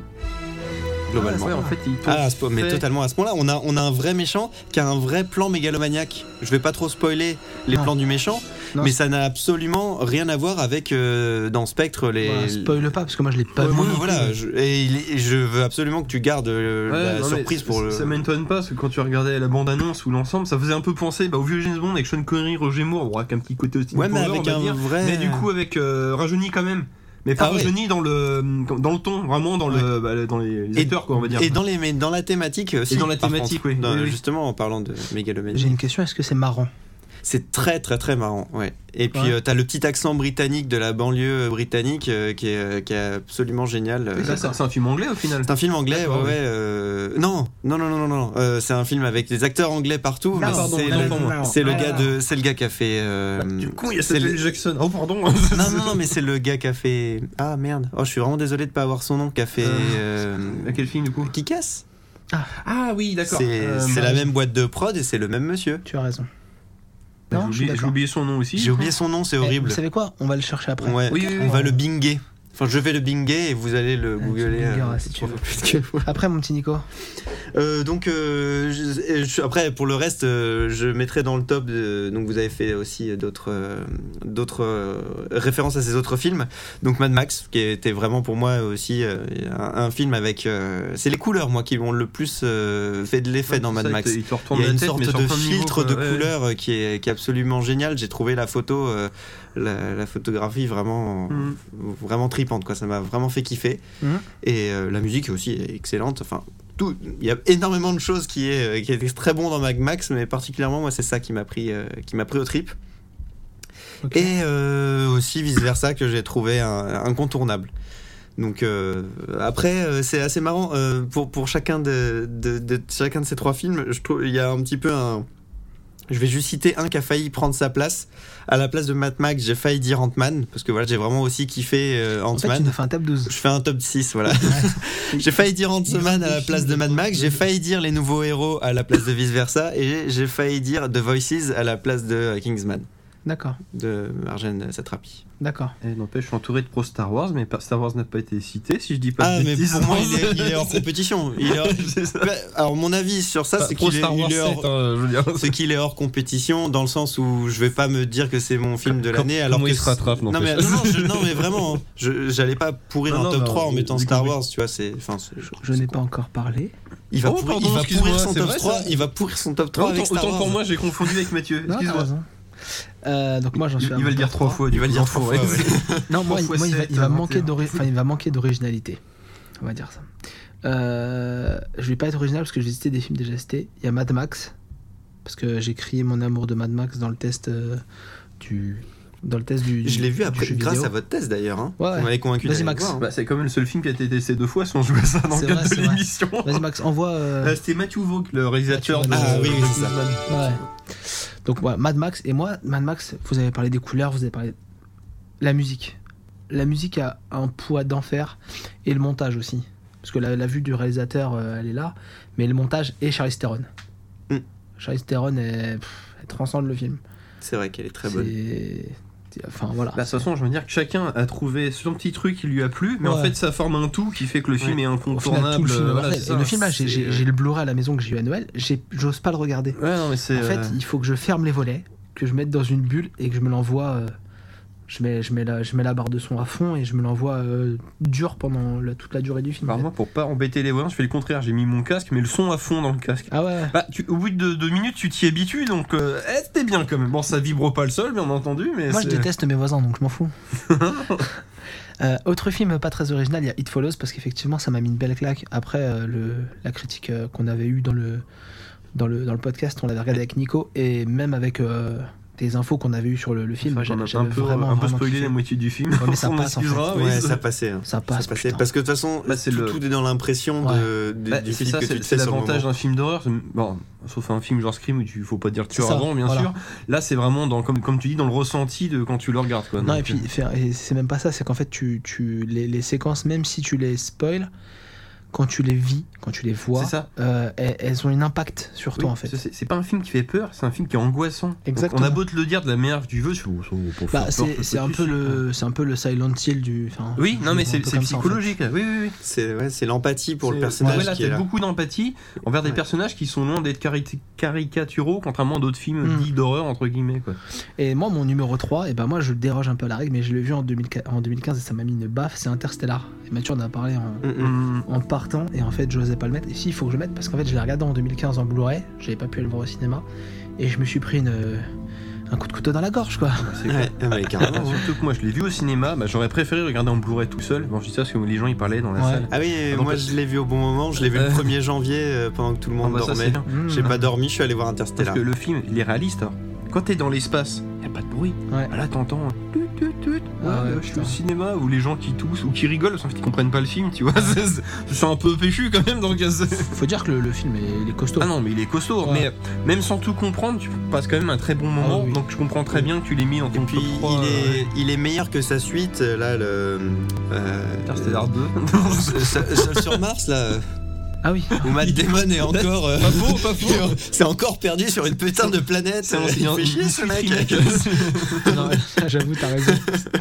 Globalement. Ouais, en fait, il Ah, à ce point- mais fait- totalement à ce point-là, on a, on a un vrai méchant qui a un vrai plan mégalomaniaque. Je vais pas trop spoiler les Non. plans du méchant, Non, mais c'est- ça n'a absolument rien à voir avec euh, dans Spectre les. Voilà, Bah, spoil pas parce que moi je l'ai pas Ouais, vu. moi, voilà, je, et, il est- et je veux absolument que tu gardes euh, Ouais, la non, mais surprise c- pour le. Ça m'étonne pas, parce que quand tu regardais la bande-annonce ou l'ensemble, ça faisait un peu penser bah, au vieux James Bond avec Sean Connery, Roger Moore, ouais, avec un petit côté aussi. Ouais, mais avec un vrai. Mais du coup, avec euh, rajeuni quand même. Mais pas Ah ouais. rajeuni dans, le, dans le ton, vraiment dans, le, bah, dans les, les Et- acteurs, quoi, on va dire. Et dans, les, mais dans la thématique aussi. Et dans la par thématique, contre. oui. Dans- Oui, oui. Justement, en parlant de mégalomanie. J'ai une question, est-ce que c'est marrant C'est très très très marrant, ouais. Et puis Ouais. euh, t'as le petit accent britannique de la banlieue britannique euh, qui, est, euh, qui est absolument génial. euh, Oui, ça, c'est c'est un film anglais au final. C'est un film anglais, ouais. D'accord, oui. ouais, euh, Non, non, non, non, non, non. euh, c'est un film avec des acteurs anglais partout. mais Ah, pardon, c'est non, le, non, Bah, non. c'est le Ah. gars de, c'est le gars qui a fait. euh, coup, il y a c'est Samuel le- Jackson. Oh, pardon. Non, non, non, mais c'est le gars qui a fait. Ah merde. Oh, je suis vraiment désolé de pas avoir son nom. Qui a fait. Euh, euh, [laughs] À quel film, du coup Qui casse Ah oui, d'accord. C'est Euh, c'est bah, la même boîte de prod et c'est le même monsieur. Tu as raison. j'ai Non, je suis oublié- J'ai d'accord. oublié son nom aussi. J'ai oublié son nom, c'est Eh, Bah, horrible. Vous savez quoi On va le chercher après. Ouais, Oui, oui, oui. on va le binguer. Enfin, je vais le binguer et vous allez le Ah, tu googler. bingueras euh, si tu trois veux. fois plus que moi. Après, mon petit Nico. Euh, donc, euh, je- et je- après, pour le reste, euh, je mettrai dans le top. euh, donc, vous avez fait aussi d'autres euh, d'autres euh, références à ces autres films. Donc, Mad Max, qui était vraiment pour moi aussi euh, un, un film avec. euh, c'est les couleurs, moi, qui m'ont le plus euh, fait de l'effet dans C'est Mad ça, Max. Il te retourne Il y a la une tête, sorte mais sur de plein niveaux, filtre de quoi. Ouais, ouais. couleur euh, qui est, qui est absolument génial. J'ai trouvé la photo, euh, la, la photographie vraiment, Mhm. vraiment tripante. Quoi. Ça m'a vraiment fait kiffer. Mhm. Et euh, la musique aussi est excellente. Enfin, tout, il y a énormément de choses qui est, euh, qui est très bon dans Mad Max, mais particulièrement, moi, c'est ça qui m'a pris, euh, qui m'a pris au trip. Ok. Et euh, aussi vice versa que j'ai trouvé un- incontournable. Donc euh, après euh, c'est assez marrant euh, pour pour chacun de, de- de- chacun de ces trois films, je trouve il y a un petit peu un je vais juste citer un qui a failli prendre sa place. À la place de Mad Max, j'ai failli dire Ant-Man parce que voilà, j'ai vraiment aussi kiffé euh, En fait, Ant-Man. tu nous fais un top 12. Je fais un top 6, voilà. [laughs] j'ai failli dire Ant-Man à la place de Mad Max, j'ai failli dire Les Nouveaux Héros à la place de Vice Versa, et j'ai failli dire The Voices à la place de euh, Kingsman, D'accord, de Arjen Satrapi. d'accord. Eh, N'empêche, je suis entouré de pro Star Wars, mais pas- Star Wars n'a pas été cité, si je dis pas Ah, de mais bêtises. pour [laughs] moi, il est, il est hors compétition. Il est hors- C'est ça. Bah, Alors, mon avis sur ça, c'est qu'il est, Pro-Star il Wars est hors... 7, hein, je veux dire. c'est qu'il est hors compétition dans le sens où je vais pas me dire que c'est mon [laughs] film de Com- l'année alors comment que il se rattrape, non mais, n'empêche. non, non, je- non, mais vraiment hein. Je- j'allais pas pourrir Non, un non, top non, 3 en j'ai- mettant j'ai Star compris. Wars tu vois c'est enfin c'est- Je c'est n'ai con. pas encore parlé. Il va, Oh, pourrir, pardon, il va excuse-moi, pourrir son c'est top vrai, 3, ça il va pourrir son top 3 avec Autant, Star autant Wars. pour moi, j'ai confondu avec Mathieu. Non, t'as Excuse-moi. raison. Euh, donc moi j'en Il, suis à il va le mon dire top trois fois. du Il va coup, le dire trois trois fois, ouais. ouais. Non, moi, Trois fois moi, il, va, sept, il va vingt et manquer un. d'ori- enfin, il va manquer d'originalité. on va dire ça. Euh, je vais pas être original parce que j'ai cité des films déjà cités. Il y a Mad Max, parce que j'ai crié mon amour de Mad Max dans le test euh, du. Dans le test du. Je l'ai vu du après, jeu grâce vidéo. à votre test d'ailleurs. Hein. Ouais, ouais. Vous m'avez convaincu Vas-y, d'aller le Max. voir, hein. Bah, c'est quand même le seul film qui a été testé deux fois si on jouait ça dans C'est le cadre vrai, c'est de vrai. l'émission. Vas-y, Max, envoie. euh, Euh, C'était Matthew Vaughn, le réalisateur de Matthew Vaughn. Ah oui, oui, c'est ça. Ouais. Donc voilà, Mad Max. Et moi, Mad Max, vous avez parlé des couleurs, vous avez parlé de la musique. La musique a un poids d'enfer et le montage aussi. Parce que la, la vue du réalisateur, euh, elle est là, mais le montage et Charlize Theron. Mm. Charlize Theron, elle, pff, elle transcende le film. C'est vrai qu'elle est très bonne. C'est- c'est- Enfin voilà. Bah, de toute façon, je veux dire que chacun a trouvé son petit truc qui lui a plu, mais en Ouais. fait, ça forme un tout qui fait que le film Ouais. est Au final, tout incontournable. le film est euh, voilà, mortel. c'est Et le ça, film, là, j'ai- c'est- j'ai j'ai le Blu-ray à la maison que j'ai eu à Noël, j'ai- j'ose pas le regarder. Ouais, non, mais c'est. En fait, euh, il faut que je ferme les volets, que je mette dans une bulle et que je me l'envoie. euh, je, mets, je, mets la, je mets la barre de son à fond et je me l'envoie euh, dur pendant la- toute la durée du film. en par fait. moi, pour pas embêter les voisins, je fais le contraire. J'ai mis mon casque, mais le son à fond dans le casque. Ah ouais Bah, tu- au bout de deux minutes, tu t'y habitues, donc euh, eh, c'était bien quand même. Bon, ça vibre pas le sol, bien entendu, mais Moi je c'est- déteste mes voisins donc je [laughs] m'en fous. [laughs] Euh, autre film pas très original, il y a It Follows parce qu'effectivement ça m'a mis une belle claque. Après euh, le, la critique euh, qu'on avait eue dans le, dans, le, dans le podcast, on l'avait regardé avec Nico et même avec euh, des infos qu'on avait eues sur le, le film. Enfin, on a un j'avais peu, vraiment, un peu vraiment spoilé kiffé. la moitié du film. Ouais, mais ça [laughs] On passe, en excusera, Ouais, Ah oui. ça passait. hein. Ça passe. ça passait. putain. Parce que de toute façon, Bah, c'est tout, le- tout est dans l'impression de, du, Bah, du c'est film ça, que tu c'est te c'est fais sur le l'avantage moment. d'un film d'horreur. c'est- Bon, sauf un film genre Scream où il faut pas dire tueur C'est ça, avant, bien voilà. sûr. Là, c'est vraiment dans, comme, comme tu dis, dans le ressenti de quand tu le regardes. Quoi, Non, Donc, euh, et puis faire- et c'est même pas ça, c'est qu'en fait, tu, tu, les, les séquences, même si tu les spoil, quand tu les vis, quand tu les vois, C'est ça. euh, elles, elles ont un impact sur toi Oui, en fait. c'est- C'est pas un film qui fait peur, c'est un film qui est angoissant. Donc, Exactement. On a beau te le dire de la manière que tu veux, je fais, oh, ça, on peut faire Bah, peur, c'est ça c'est peut un, plus. peu le- c'est un peu le Silent Hill du. enfin, Oui, je non, le mais vois un c'est peu c'est comme ça, en fait. psychologique. là. Oui, oui, oui. C'est ouais, c'est l'empathie pour le C'est- personnage voilà, qui est t'as là. beaucoup d'empathie envers des Ouais. personnages qui sont loin d'être cari- caricaturaux, contrairement à d'autres films Hmm. dits d'horreur, entre guillemets. Quoi. Et moi, mon numéro 3, et ben moi, je déroge un peu à la règle, mais je l'ai vu en, 2000 en 2015 et ça m'a mis une baffe, c'est Interstellar. Et Mathieu en a parlé en, Mm, mm. Hmm. en partant et en fait j'osais pas le mettre. Et si il faut que je le mette parce qu'en fait je l'ai regardé en 2015 en Blu-ray, j'avais pas pu aller le voir au cinéma et je me suis pris une, un coup de couteau dans la gorge quoi. Ouais, ah, mais Ah, carrément. surtout que moi je l'ai vu au cinéma, bah, j'aurais préféré le regarder en Blu-ray tout seul. Bon, je dis ça parce que les gens ils parlaient dans la Ouais. salle. Ah [laughs] oui, donc, moi je l'ai vu au bon moment, je l'ai vu le Euh. 1er janvier euh, pendant que tout le Ah, monde bah, ça, c'est dormait. bien. Mmh. J'ai pas dormi, je suis allé voir Parce Interstellar. que le film il est réaliste. alors. Quand t'es dans l'espace, y a pas de bruit. Ouais. Ah, Là t'entends. hein, tut, tut, tut. Ouais, Ah ouais, euh, je suis putain. au cinéma ou les gens qui toussent ou qui rigolent parce qu'ils comprennent pas le film, tu vois. [laughs] c'est- c'est- Je suis un peu péchu quand même donc c'est- Faut dire que le, le film est, il est costaud. Ah non, mais il est costaud. Ouais. Mais euh, même sans tout comprendre, tu passes quand même un très bon moment. Ah oui. Donc je comprends très bien que tu l'aies mis dans Et ton puis top 3, il, euh, est, il est meilleur que sa suite, euh, là, le. euh, Interstellar [laughs] 2. euh, Seul Seul sur Mars, là, euh, Ah oui. où Matt Damon est encore. [laughs] euh, Pas faux, pas faux. [laughs] C'est encore perdu sur une putain de planète. C'est un- Il fait chier, ce mec. [laughs] Non, [laughs] J'avoue, t'as raison.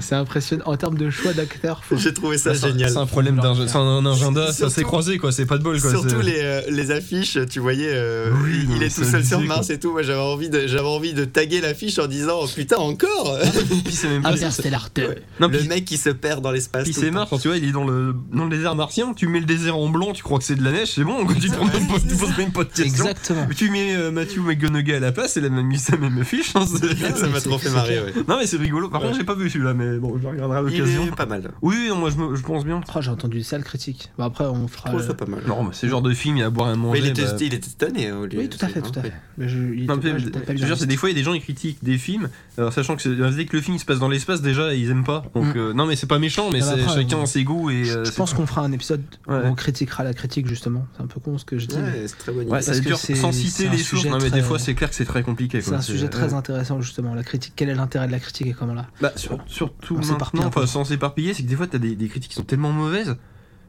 C'est impressionnant. En termes de choix d'acteurs, faut. J'ai trouvé ça C'est un- génial. C'est un problème d'argent. C'est un, un agenda, ça Surtout- s'est croisé quoi, c'est pas de bol quoi. Surtout c'est- les, euh, les affiches, tu voyais, euh, Oui, il- non, il est c'est tout seul sur abusé, Mars et tout. Moi, j'avais envie de, j'avais envie de taguer l'affiche en disant, oh, putain, encore. Puis c'est même pas. Ah, Interstellar 2. Ouais. Ah, Non, [laughs] le puis- mec qui se perd dans l'espace. puis tout c'est le temps. marrant, tu vois, il est dans le, dans le désert martien, tu mets le désert en blanc, tu crois que c'est de la neige, c'est bon, quoi, tu, te poses même pas- tu poses même pas de questions. Exactement. Tu mets euh, Matthew McGonaghy à la place, c'est la même, c'est la même affiche. hein, c'est- [laughs] Ça m'a trop fait marrer. ouais. non mais c'est rigolo, par contre j'ai pas vu celui-là, mais bon, je le regarderai à Il l'occasion. est pas mal. Oui, oui, non, moi je, me- je pense bien. Oh, J'ai entendu des sales critiques. Bon, après, on fera. Je trouve le- ça pas mal. Non, mais c'est le genre de film, il y a à boire et à Mais manger. il était, bah, il était tanné. hein, au lieu- Oui, tout à fait, c'est- tout à hein, fait. Mais je, il Non, était mais pas- je j'ai peut-être pas vu te dans jure, le c'est des fois, il y a des gens qui critiquent des films, alors, sachant que c'est- euh, dès que le film se passe dans l'espace, déjà, ils aiment pas. Donc, Mm. euh, non, mais c'est pas méchant, mais Ah bah c'est- après, chacun ouais. a ses goûts et. euh, Je c'est- pense qu'on fera un épisode Ouais. où on critiquera la critique, justement. C'est un peu con ce que je dis. mais Ouais, c'est très bonne idée. Ouais, ça parce c'est que dur, c'est- sans c'est citer un les sources. sujet Non, mais des très- fois, c'est clair que c'est très compliqué. C'est quoi. euh, un sujet très ouais. intéressant, justement. La critique, quel est l'intérêt de la critique et comment là Bah, sur- surtout On s'éparpille maintenant, un peu. enfin, sans s'éparpiller, c'est que des fois, t'as des, des critiques qui sont tellement mauvaises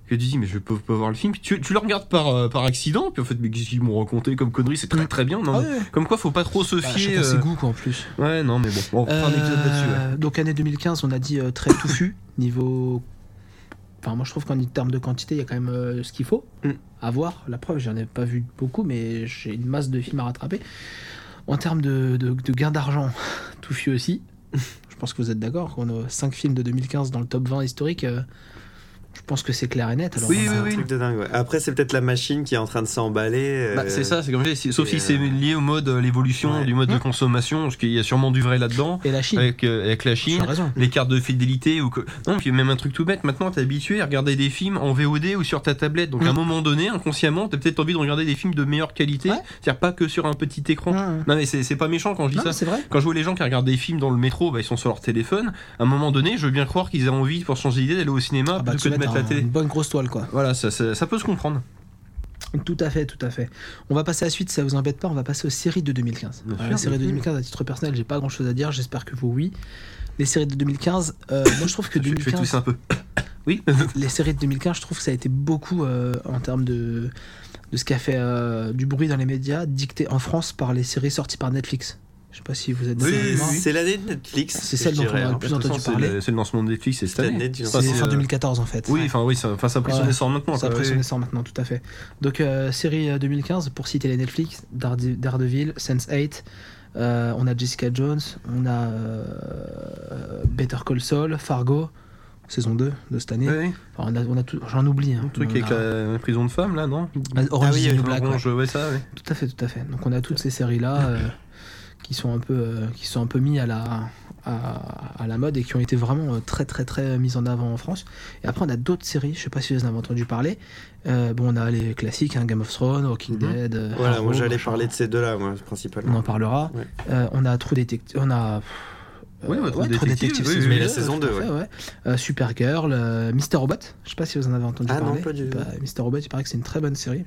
que tu dis, mais je peux pas voir le film. Puis tu, tu le regardes par, euh, par accident, puis en fait, mais qu'est-ce qu'ils m'ont raconté comme conneries C'est très très bien. Non, mais Comme quoi, faut pas trop se Bah, fier. chacun ses euh, goûts, quoi, en plus. Ouais, non, mais bon, on fera un épisode là-dessus. ouais. Euh, Donc année 2015, on a dit euh, très touffu [coughs] niveau. Enfin, moi je trouve qu'en termes de quantité, il y a quand même euh, ce qu'il faut Mm. à voir. La preuve, j'en ai pas vu beaucoup, mais j'ai une masse de films à rattraper. En termes de, de, de gain d'argent, [laughs] touffu aussi. je pense que vous êtes d'accord. On a 5 films de 2015 dans le top 20 historique. euh, Je pense que c'est clair et net. Alors Oui, on oui, a- oui. Truc de dingue, ouais. Après, c'est peut-être la machine qui est en train de s'emballer. Bah, euh, c'est ça, c'est comme je dis, sauf et, si c'est euh, lié au mode euh, l'évolution ouais. du mode de consommation, parce qu'il y a sûrement du vrai là-dedans, Et la Chine, avec, euh, avec la tu Chine, as raison. les cartes de fidélité ou que... non puis même un truc tout bête maintenant t'es habitué à regarder des films en VOD ou sur ta tablette Mm. donc à un moment donné inconsciemment t'as peut-être envie de regarder des films de meilleure qualité Ouais. c'est-à-dire pas que sur un petit écran Ouais. non mais c'est c'est pas méchant quand je dis Non, ça Ah, c'est vrai. quand je vois les gens qui regardent des films dans le métro, bah, ils sont sur leur téléphone. À un moment donné, je veux bien croire qu'ils aient envie, pour changer d'idée, d'aller au cinéma Ah bah, plutôt tu que de mets mettre la un- télé. une bonne grosse toile, quoi. Voilà, ça, ça- ça peut se comprendre. Tout à fait, tout à fait. On va passer à la suite, si ça vous embête pas, on va passer aux séries de 2015. Bien Alors, sûr, les séries de 2015, à titre personnel, j'ai pas grand chose à dire, j'espère que vous, oui. Les séries de 2015, euh, moi je trouve que Je, je vais 2015, tousser un peu. oui. les séries de 2015, je trouve que ça a été beaucoup euh, en termes de, de ce qu'a fait euh, du bruit dans les médias, dicté en France par les séries sorties par Netflix. Je sais pas si vous êtes Oui, d'accord avec moi. c'est l'année de Netflix. C'est celle dont je dirais, on a le hein. plus entendu c'est parler. le, c'est le lancement de Netflix, c'est cette Cette année. année du Enfin, C'est c'est, fin euh, 2014 en fait. Oui, Ouais. enfin oui, ça, enfin, ça a pris Ouais. son essor maintenant. Ça a quoi, pris oui. son essor maintenant, tout à fait. Donc, euh, série euh, 2015, pour citer les Netflix, Darede- Daredevil, Sense8, euh, on a Jessica Jones, on a euh, Better Call Saul, Fargo, saison 2 de cette année. Ouais, ouais. Enfin, on a, on a tout, j'en oublie. hein. Un truc On avec euh, a- la prison de femmes, là, non Ah, Orange Ah oui, is the New enfin, Black, bon, ouais. je- ouais, ça, ouais. Tout à fait, tout à fait. Donc, on a toutes ces séries-là euh, qui sont un peu, euh, qui sont un peu mis à la, à, à la mode et qui ont été vraiment euh, très, très, très mises en avant en France. Et après, on a d'autres séries. Je sais pas si vous en avez entendu parler. Euh, bon, on a les classiques, hein, Game of Thrones, Walking Mhm. Dead. euh, Voilà, Arrow, moi j'allais machin. parler de ces deux-là, moi, On principalement. en parlera. Ouais. Euh, on a True Detective. On a. pff, Oui, euh, bah, True ouais, True Detective, Detective, oui, saison oui, mais la deux, saison tout à deux, fait, ouais. Euh, Supergirl, euh, Mr. Robot. Je sais pas si vous en avez entendu Ah non, parler. pas du tout. Bah, Mr. Robot, il paraît que c'est une très bonne série.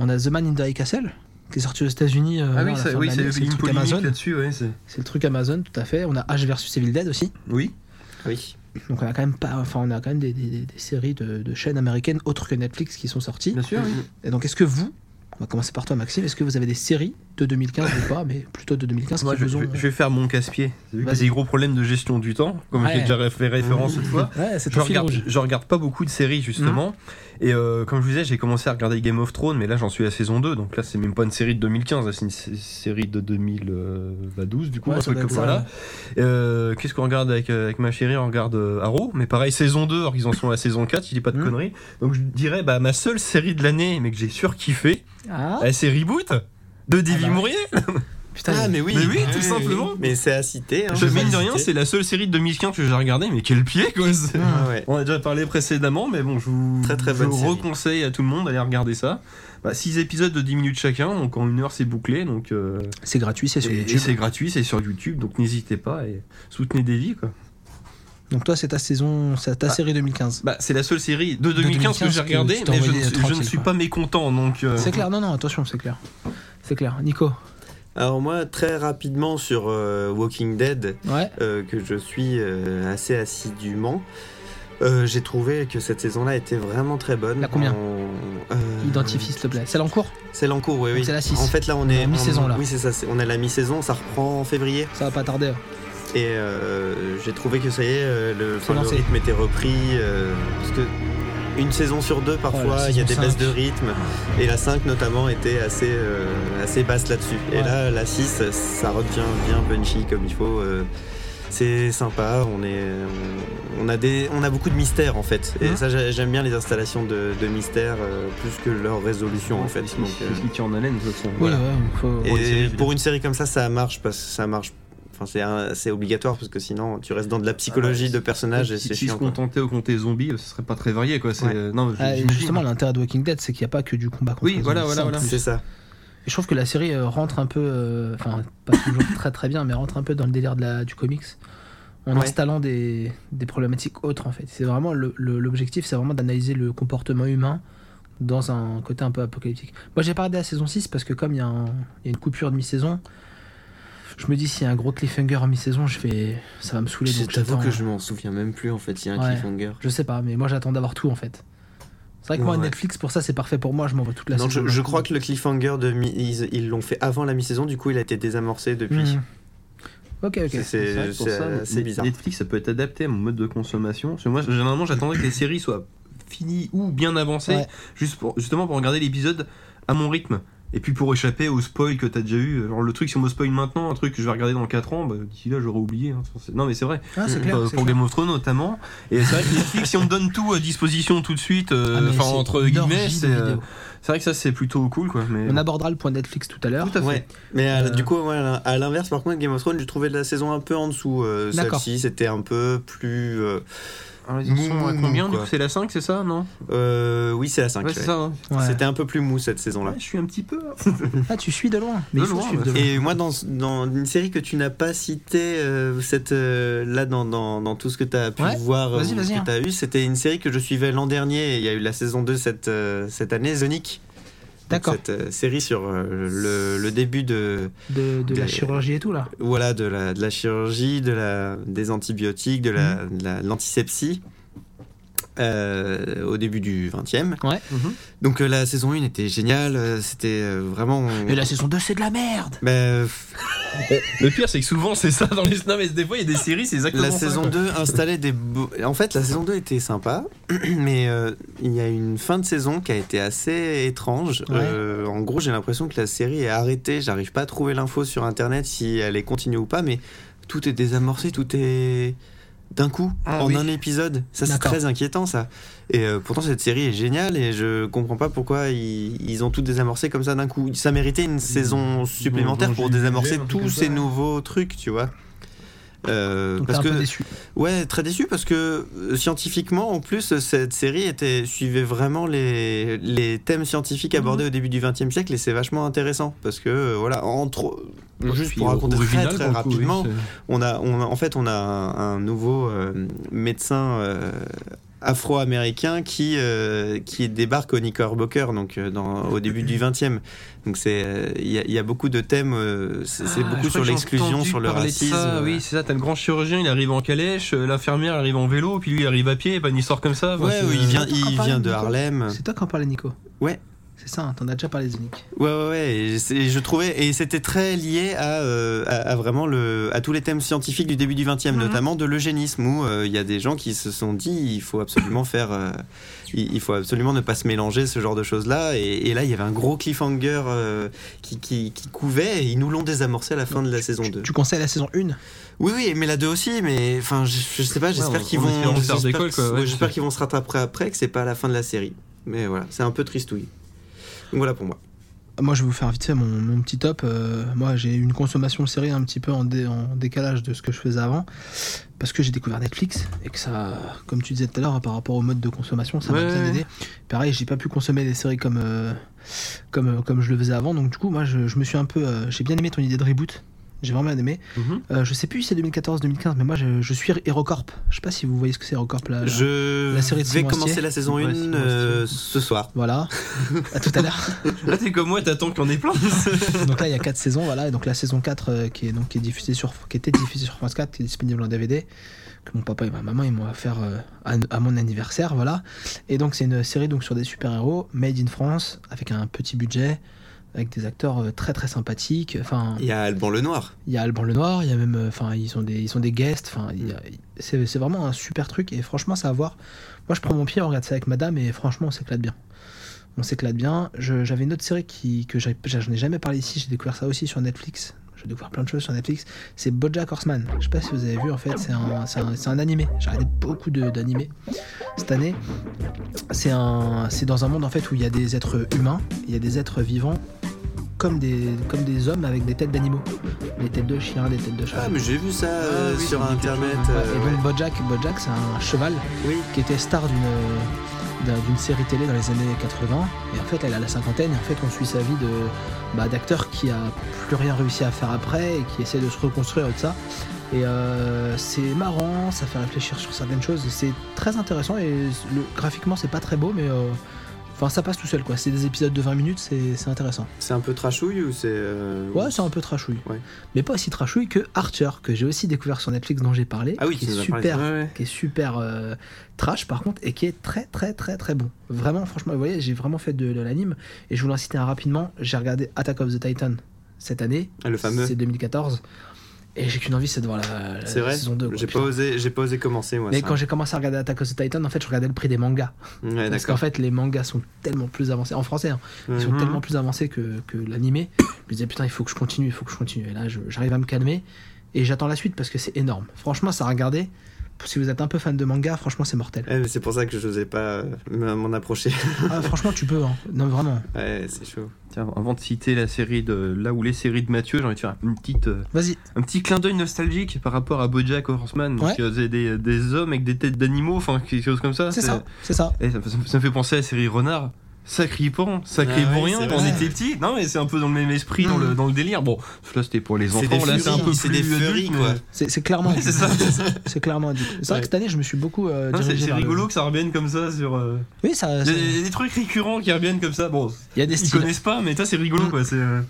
On a The Man in the High Castle, qui est sorti aux États-Unis. euh, Ah à oui, la ça- fin de oui, l'année. c'est c'est le une truc polémique Amazon. là-dessus, ouais. c'est- C'est le truc Amazon, tout à fait. On a Ash versus Evil Dead aussi. Oui. Ah Oui. Donc on a quand même pas, enfin on a quand même des, des- des- des séries de, de chaînes américaines autres que Netflix qui sont sorties. Bien sûr, oui. Et donc, est-ce que vous, on va commencer par toi, Maxime, est-ce que vous avez des séries de 2015 ou pas, mais plutôt de 2015 Moi, qui je, vous ont. je- je vais faire mon casse-pied. Vu que Vas-y. J'ai des gros problèmes de gestion du temps, comme Ouais. j'ai déjà fait référence cette fois. Ouais, c'est Je ton fil regarde, rouge. Mmh. je regarde pas beaucoup de séries justement. Et euh, comme je vous disais, j'ai commencé à regarder Game of Thrones, mais là j'en suis à la saison 2. Donc là, c'est même pas une série de 2015, là, c'est une sé- série de 2012 bah, du coup. Ouais, un ça truc doit comme être ça, ça. Euh, Qu'est-ce qu'on regarde avec, euh, avec ma chérie On regarde euh, Arrow, mais pareil, saison 2, alors qu'ils en sont à la saison 4, je dis pas de Mhm. conneries. Donc je dirais, bah, ma seule série de l'année, mais que j'ai surkiffé, Ah, eh, c'est Reboot de Davy Ah bah. Mourier. putain, Ah, mais oui, Mais oui, tout simplement. Mais c'est à citer. Hein, Je mine de à rien, citer. c'est la seule série de 2015 que j'ai regardée, mais quel pied [laughs] quoi c'est- Ah ouais. On a déjà parlé précédemment, mais bon, je vous, Très, très je bonne vous série. reconseille à tout le monde d'aller regarder ça. 6 épisodes de 10 minutes chacun, donc en une heure c'est bouclé, donc euh, c'est gratuit, c'est sur et- et YouTube. c'est gratuit, c'est sur YouTube, donc n'hésitez pas et soutenez des vies quoi. Donc, toi, c'est ta saison, c'est ta Ah. série 2015. Bah c'est la seule série de 2015 que 2015 j'ai que regardée, tu t'es mais je, envoyé ne- je ne tranquille, suis quoi. pas mécontent, donc euh, C'est clair, non, non, attention, c'est clair. C'est clair. Nico, Alors, moi, très rapidement sur euh, Walking Dead, ouais. euh, que je suis euh, assez assidûment. euh, j'ai trouvé que cette saison-là était vraiment très bonne. La combien On- euh, Identifie, s'il te plaît. Celle en cours C'est l'encours, oui, oui. C'est la six. En fait, là, on est. La mi-saison, on- là. Oui, c'est ça. c'est- On est à la mi-saison, ça reprend en février. Ça va pas tarder. Et euh, j'ai trouvé que ça y est, euh, le, enfin, le lancé. rythme était repris. euh, parce que une saison sur deux, Ouais, parfois, la il y a des saison baisses cinq. de rythme. Et la 5 notamment était assez, euh, assez basse là-dessus. Et Ouais. là, la 6, ça redevient bien punchy comme il faut. euh, c'est sympa, on, est, on, on a des, on a beaucoup de mystères en fait. Et Hein Mhm. ça, j'ai- j'aime bien les installations de, de mystères euh, plus que leur résolution en fait. Donc, euh, c'est ce qui tient en haleine de toute façon. Oui, Voilà. ouais, faut- et Pour une série, je veux pour une série comme ça, ça marche parce que ça marche. Enfin, c'est un- c'est obligatoire parce que sinon, tu restes dans de la psychologie Ah bah, de personnage et si c'est si je chiant. se quoi. contentait au compté zombie, ce serait pas très varié quoi. c'est- Ouais. euh, non, Ah, et j'imagine. justement, l'intérêt de Walking Dead, c'est qu'il n'y a pas que du combat contre Oui, les voilà, zombies, voilà, ça, en voilà. plus. C'est ça. Et je trouve que la série euh, rentre un peu, euh, enfin pas toujours très très bien, mais rentre un peu dans le délire de la, du comics en Ouais. installant des, des problématiques autres en fait. C'est vraiment le- le- l'objectif, c'est vraiment d'analyser le comportement humain dans un côté un peu apocalyptique. Moi j'ai pas regardé la saison 6 parce que comme il y, a un- il y a une coupure de mi-saison, je me dis s'il y a un gros cliffhanger en mi-saison, je vais, ça va me saouler. Je Donc t'avoue hein. j'attends. que je m'en souviens même plus en fait. Il y a un Ouais. cliffhanger. Je sais pas, mais moi j'attends d'avoir tout en fait. C'est vrai que moi Ouais. Netflix pour ça c'est parfait pour moi, je m'envoie toute la Non, saison. je, je crois que le cliffhanger de mi- ils ils l'ont fait avant la mi-saison. Du coup, il a été désamorcé depuis. Mhm. Ok ok. C'est- Hmm. C'est vrai C'est que pour c'est ça, assez Net- bizarre. Netflix, ça peut être adapté à mon mode de consommation. Parce que moi, généralement, j'attendais que les séries soient finies ou bien avancées, Ouais. juste pour, justement pour regarder l'épisode à mon rythme. Et puis pour échapper au spoil que t'as déjà eu, genre le truc si on me spoil maintenant, un truc que je vais regarder dans 4 ans, bah, d'ici là j'aurais oublié. hein. C'est- Non mais c'est vrai. Ah, c'est clair. Euh, c'est pour clair. Game of Thrones notamment. Et c'est vrai que Netflix, si on me donne tout à disposition tout de suite, euh, Ah, mais enfin c'est entre une guillemets, orgie de c'est euh, vidéos. c'est vrai que ça c'est plutôt cool quoi. Mais... On abordera le point Netflix tout à l'heure. Tout à fait. Ouais. Mais à la- Euh, du coup, ouais, à la- à l'inverse, par contre, Game of Thrones, j'ai trouvé la saison un peu en dessous. euh, D'accord. Celle-ci, c'était un peu plus. euh, Alors, ils sont à Mou, combien du quoi. coup C'est la 5, c'est ça Non euh, oui, c'est la 5. Ouais, c'est ça. hein. Ouais. C'était un peu plus mou cette saison-là. Ouais, je suis un petit peu. Ah, tu suis de loin. Mais De il faut loin, suivre ouais. de loin. Et moi, dans, dans une série que tu n'as pas citée, euh, cette, euh, là, dans, dans, dans tout ce que tu as pu Ouais, voir, euh, vas-y, ou vas-y, ce hein. que tu as eu, c'était une série que je suivais l'an dernier. et Il y a eu la saison 2 cette, euh, cette année, Zonic. D'accord. Cette euh, série sur euh, le, le début de, De, de la Des- chirurgie et tout, là. voilà, de, la, de la chirurgie, de la, des antibiotiques, de la- Mhm. de la- de l'antisepsie. euh, au début du 20 e Ouais. Mhm. Donc euh, la saison 1 était géniale, euh, c'était euh, vraiment... Et la saison 2, c'est de la merde. Bah, euh, Le pire, c'est que souvent, c'est ça dans les. Non, mais des fois, il y a des séries, c'est exactement La saison 2 installait des beaux- En fait, la saison 2 était sympa, [clears throat] mais euh, il y a une fin de saison qui a été assez étrange. Ouais. Euh, en gros, j'ai l'impression que la série est arrêtée. J'arrive pas à trouver l'info sur internet si elle est continue ou pas, mais tout est désamorcé, tout est d'un coup, Ah en oui. un épisode. Ça, c'est D'accord. très inquiétant, ça. Et euh, pourtant, cette série est géniale et je comprends pas pourquoi ils, ils ont tout désamorcé comme ça d'un coup. Ça méritait Mmh. une saison supplémentaire dont pour j'ai eu désamorcer l'idée, un truc tous comme ces ça. nouveaux trucs, tu vois. Euh, Donc, t'es parce un que peu déçu. Ouais, très déçu parce que euh, scientifiquement, en plus, cette série était, suivait vraiment les, les thèmes scientifiques abordés Mhm. au début du XXe siècle et c'est vachement intéressant parce que, euh, voilà, entre, juste euh, pour raconter très, très rapidement, on a, on a- en fait, on a un, un nouveau euh, médecin euh, afro-américain qui, euh, qui débarque au Knickerbocker donc, euh, dans, au début du 20e. Donc, c'est, euh, il y, a- il y a beaucoup de thèmes, euh, c'est c'est Ah, beaucoup sur l'exclusion, sur le racisme. Oui, c'est ça. T'as le grand chirurgien, il arrive en calèche, euh, l'infirmière arrive en vélo, puis lui, il arrive à pied, et pas une histoire comme ça. Enfin, Ouais, c'est- oui, il vient, il Ah, pas vient mal, de d'accord. Harlem. C'est toi qui en parlais, Nico. Ouais. C'est ça, hein, t'en as déjà parlé, Zonic. Ouais, ouais, ouais. Et c'est- je trouvais et c'était très lié à, euh, à, à vraiment le à tous les thèmes scientifiques du début du 20e, notamment de l'eugénisme où euh, il y a des gens qui se sont dit il faut [coughs] absolument faire, euh, il, il faut absolument ne pas se mélanger ce genre de choses là. Et, et là, il y avait un gros cliffhanger euh, qui, qui, qui couvait et ils nous l'ont désamorcé à la fin de la saison 2. Tu conseilles la saison 1 Oui, oui, mais la 2 aussi. Mais enfin, je, je sais pas. J'espère on- qu'ils on espère vont, en faire j'espère d'école, quoi, que- ouais, ouais, j'espère c'est- qu'ils vont se rattraper après que c'est pas à la fin de la série. Mais voilà, c'est un peu tristouille. Donc voilà pour moi. Moi, je vais vous faire vite fait mon, mon petit top. Euh, moi, j'ai eu une consommation de séries un petit peu en, dé- en décalage de ce que je faisais avant, parce que j'ai découvert Netflix et que ça, comme tu disais tout à l'heure, par rapport au mode de consommation, ça m'a Ouais, bien ouais. aidé. Pareil, j'ai pas pu consommer des séries comme euh, comme euh, comme je le faisais avant. Donc du coup, moi, je, je me suis un peu, euh, j'ai bien aimé ton idée de reboot. J'ai vraiment aimé. Mhm. Euh, je sais plus si c'est 2014-2015, mais moi, je, je suis HeroCorp. Je sais pas si vous voyez ce que c'est HeroCorp là. là. Je La série de vais Simon commencer Astier. la saison Ouais, 1 Simon ce soir. [laughs] Voilà. à tout à l'heure. Là, t'es comme moi, t'attends qu'il y en ait plein. donc là il y a 4 saisons voilà et donc la saison 4 euh, qui est donc qui est diffusée sur qui était diffusée sur France 4 qui est disponible en DVD que mon papa et ma maman ils m'ont offert euh, à, à mon anniversaire voilà et donc c'est une série donc sur des super-héros made in France avec un petit budget avec des acteurs euh, très très sympathiques enfin Il y a Alban le Noir. il y a Alban Lenoir, il y a même, euh, enfin, ils sont des, ils sont des guests, enfin, il y a- c'est c'est vraiment un super truc et franchement, ça à voir. Moi, je prends mon pied, on regarde ça avec Madame et franchement, on s'éclate bien. On s'éclate bien. Je- J'avais une autre série qui, que j'avais- j'en ai jamais parlé ici, j'ai découvert ça aussi sur Netflix. J'ai découvert plein de choses sur Netflix. C'est Bojack Horseman. Je sais pas si vous avez vu, en fait, c'est un, c'est un, c'est un animé. J'ai regardé beaucoup de- d'animés cette année. C'est un, c'est dans un monde en fait où il y a des êtres humains, il y a des êtres vivants comme des, comme des hommes avec des têtes d'animaux des têtes de chien, des têtes de chat. Ah, mais j'ai vu ça euh, oui, sur ça me dit quelque internet. chose, euh, Ouais, et donc Bojack, Bojack c'est un cheval Oui. qui était star d'une d'un- d'une série télé dans les années 80 et en fait elle a la cinquantaine et en fait on suit sa vie de bah, d'acteur qui a plus rien réussi à faire après et qui essaie de se reconstruire et tout ça et euh, c'est marrant ça fait réfléchir sur certaines choses et c'est très intéressant et le, graphiquement c'est pas très beau mais euh, enfin ça passe tout seul quoi c'est des épisodes de 20 minutes c'est c'est intéressant C'est un peu trashouille ou c'est. euh, Ouais, c'est un peu trashouille. Ouais. Mais pas aussi trashouille que Archer, que j'ai aussi découvert sur Netflix dont j'ai parlé. Ah oui, qui tu nous est as parlé de super, qui est super euh, trash par contre, et qui est très très très très bon. Vraiment, franchement, vous voyez, j'ai vraiment fait de, de l'anime. Et je vous l'incite rapidement, j'ai regardé Attack of the Titan cette année. Ah, le fameux. C'est 2014. Et j'ai qu'une envie, c'est de voir la, la C'est vrai saison 2. quoi, J'ai pas, putain. osé- j'ai pas osé commencer, moi. Mais ça. quand j'ai commencé à regarder Attack on Titan, en fait, je regardais le prix des mangas. Ah, Ouais, Parce qu'en d'accord. fait, les mangas sont tellement plus avancés, en français, hein, ils sont Mhm. tellement plus avancés que, que l'animé. Je me disais, putain, il faut que je continue, il faut que je continue. Et là, je- j'arrive à me calmer et j'attends la suite parce que c'est énorme. Franchement, ça à regarder. Si vous êtes un peu fan de manga, franchement, c'est mortel. Eh, mais c'est pour ça que je n'osais pas euh, m'en [laughs] approcher. [laughs] Ah, franchement, tu peux, hein. Non, vraiment. Ouais, c'est chaud. Tiens, avant de citer la série de là ou les séries de Mathieu, j'ai envie de faire une petite, euh, Vas-y. un petit clin d'œil nostalgique par rapport à BoJack Horseman. Ouais. Donc, euh, c'est des, des hommes avec des têtes d'animaux, enfin quelque chose comme ça. C'est ça, c'est ça. Eh, ça, me- ça me- ça me fait penser à la série Renard. Sacré pan, sacré Ah pour oui, rien, c'est on vrai. Mm. était petits. Non, mais c'est un peu dans le même esprit, dans, le, dans le délire. Bon, là c'était pour les C'est des enfants, là c'est un furies, peu c'est plus des furies, adulte, quoi. mais- C'est c'est clairement. Ouais, c'est ça, c'est ça. C'est clairement. dit. C'est vrai Ouais. que cette année, je me suis beaucoup. euh, Non, c'est dirigé c'est vers le- rigolo que ça revienne comme ça sur. euh, Oui, ça. ça- Il y a des trucs récurrents qui reviennent comme ça. Bon, Il y a des ils styles. connaissent pas, mais ça c'est rigolo Mm. quoi. C'est euh,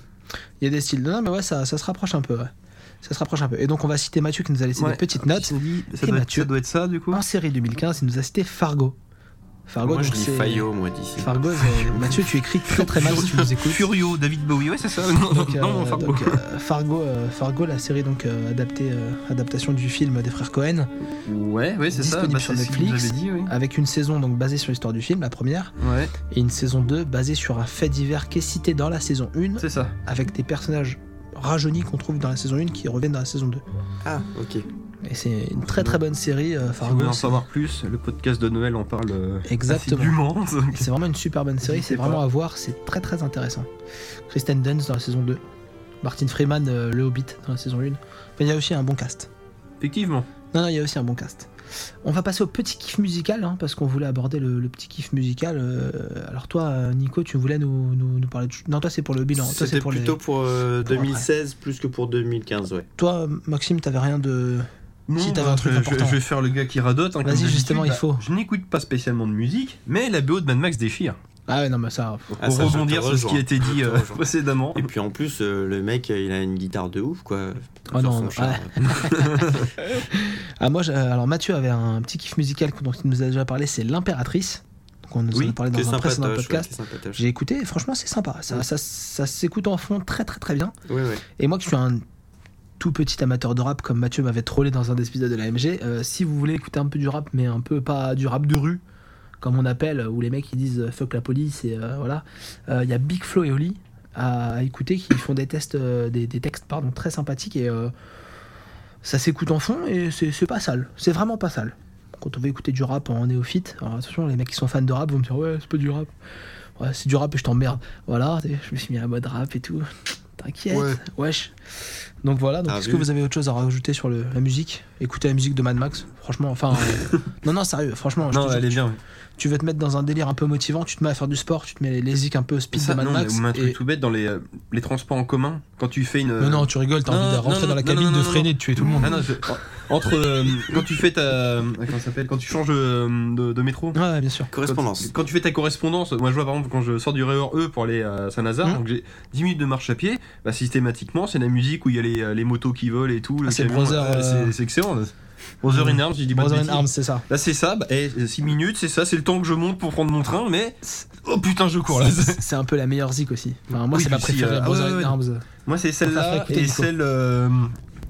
Il y a des styles. Non, non, mais ouais, ça, ça se rapproche un peu. ouais. Ça se rapproche un peu. Et donc, on va citer Mathieu qui nous a laissé Ouais. des petites notes. Ah, Ça, dit- ça Et doit, être, Mathieu. ça doit être ça du coup. En série 2015, il nous a cité Fargo. Fargo, Moi, je Ah donc, dis c'est- Fayot, moi, d'ici. Fargo, c'est- Mathieu, tu écris très très mal si tu nous écoutes. Furio, David Bowie, ouais, c'est ça. [laughs] Non, Donc, euh, non, non, enfin, bon. donc, euh, Fargo, euh, Fargo, la série donc euh, adaptée, euh, adaptation du film des frères Cohen, Ouais, ouais, c'est ça. disponible bah, sur c'est ce que vous Netflix. avez dit, oui. avec une saison donc basée sur l'histoire du film, la première, Ouais, et une saison 2 basée sur un fait divers qui est cité dans la saison 1, c'est ça. avec des personnages rajeunis qu'on trouve dans la saison 1 qui reviennent dans la saison 2. Ah, ok. Et c'est une très très bonne série, euh, Si vous voulez Fargo. en c'est- savoir plus, le podcast de Noël en parle euh, Exactement. assidûment. C'est vraiment une super bonne série, N'hésitez c'est vraiment pas. à voir, c'est très très intéressant. Kristen Dunst dans la saison 2, Martin Freeman, euh, le Hobbit dans la saison 1. Enfin, il y a aussi un bon cast. [laughs] Effectivement. Non, non, il y a aussi un bon cast. On va passer au petit kiff musical, hein, parce qu'on voulait aborder le, le petit kiff musical. euh, alors toi, euh, Nico, tu voulais nous, nous, nous parler de... Non, toi c'est pour le bilan. Toi, c'est C'était pour les- plutôt pour euh, pour après. 2016 plus que pour 2015, ouais. Toi, Maxime, t'avais rien de... Non, Si t'avais bah, un truc je, important. je vais faire le gars qui radote. hein, comme Vas-y, d'habitude. justement, il Bah, faut. Je n'écoute pas spécialement de musique, mais la BO de Mad Max déchire. Ah ouais, non, mais ça... Ah, pour ça, je te rebondir sur ce qui rejoins. a été dit euh, rejoins. précédemment. Et puis en plus, euh, le mec, euh, il a une guitare de ouf, quoi. Oh Sur non, son ouais. char. Ah, moi, j'ai- alors Mathieu avait un petit kiff musical dont il nous a déjà parlé, c'est L'Impératrice. Donc on nous en Oui, a parlé qui est dans un précédent sympatoche, ouais, podcast. qui est sympatoche. J'ai écouté, et franchement, c'est sympa. Ça, Ouais. ça, ça s'écoute en fond très, très, très bien. Ouais, ouais. Et moi, qui suis un tout petit amateur de rap, comme Mathieu m'avait trollé dans un des épisodes de l'AMG, euh, si vous voulez écouter un peu du rap, mais un peu pas du rap de rue, comme on appelle, où les mecs ils disent euh, fuck la police et euh, voilà, euh, il y a Big Flo et Oli à, à écouter qui font des, tests, euh, des, des textes pardon, très sympathiques et euh, ça s'écoute en fond et c'est c'est pas sale. C'est vraiment pas sale. Quand on veut écouter du rap en néophyte, alors attention, les mecs qui sont fans de rap vont me dire ouais, c'est pas du rap. Ouais, c'est du rap et je t'emmerde. Voilà, je me suis mis à mode rap et tout. T'inquiète, Ouais. wesh. Donc voilà, donc Ah, T'as est-ce vu que vous avez autre chose à rajouter sur le- la musique Écoutez la musique de Mad Max, franchement, [laughs] enfin. euh, non, non, sérieux, franchement, je te Non, jure, elle est bien. tu veux te mettre dans un délire un peu motivant, tu te mets à faire du sport, tu te mets les, les zik un peu speed Ça, de Mad non, Max. mais un truc et- tout bête dans les, euh, les transports en commun, quand tu fais une. euh, Non, non, tu rigoles, t'as Non, envie de non, rentrer non, dans la non, cabine, non, non, de freiner, de tuer tout le monde. Ah non, c'est- entre. euh, quand tu fais ta. euh, Comment ça s'appelle Quand tu changes euh, de, de métro Ouais, ouais, bien sûr. Correspondance. Quand, quand tu fais ta correspondance, moi je vois par exemple quand je sors du RER E pour aller à Saint-Lazare, Mhm. donc j'ai 10 minutes de marche à pied, bah systématiquement c'est la musique où il y a les, euh, les motos qui volent et tout. le Ah, c'est camion, Brother, ouais, euh, c'est- c'est excellent. là. Brother in Arms, je dis pas de Brother in bêtises. Arms, c'est ça. Là c'est ça, bah, 6 minutes, c'est ça, c'est le temps que je monte pour prendre mon train, mais. Oh putain, je cours là. C'est un peu la meilleure zik aussi. Enfin, moi, Oui, c'est ma puis si, préférée, euh, Brother ah ouais, in ouais. Arms. Moi c'est Ça fera celle-là écouter et Nico. celle. euh,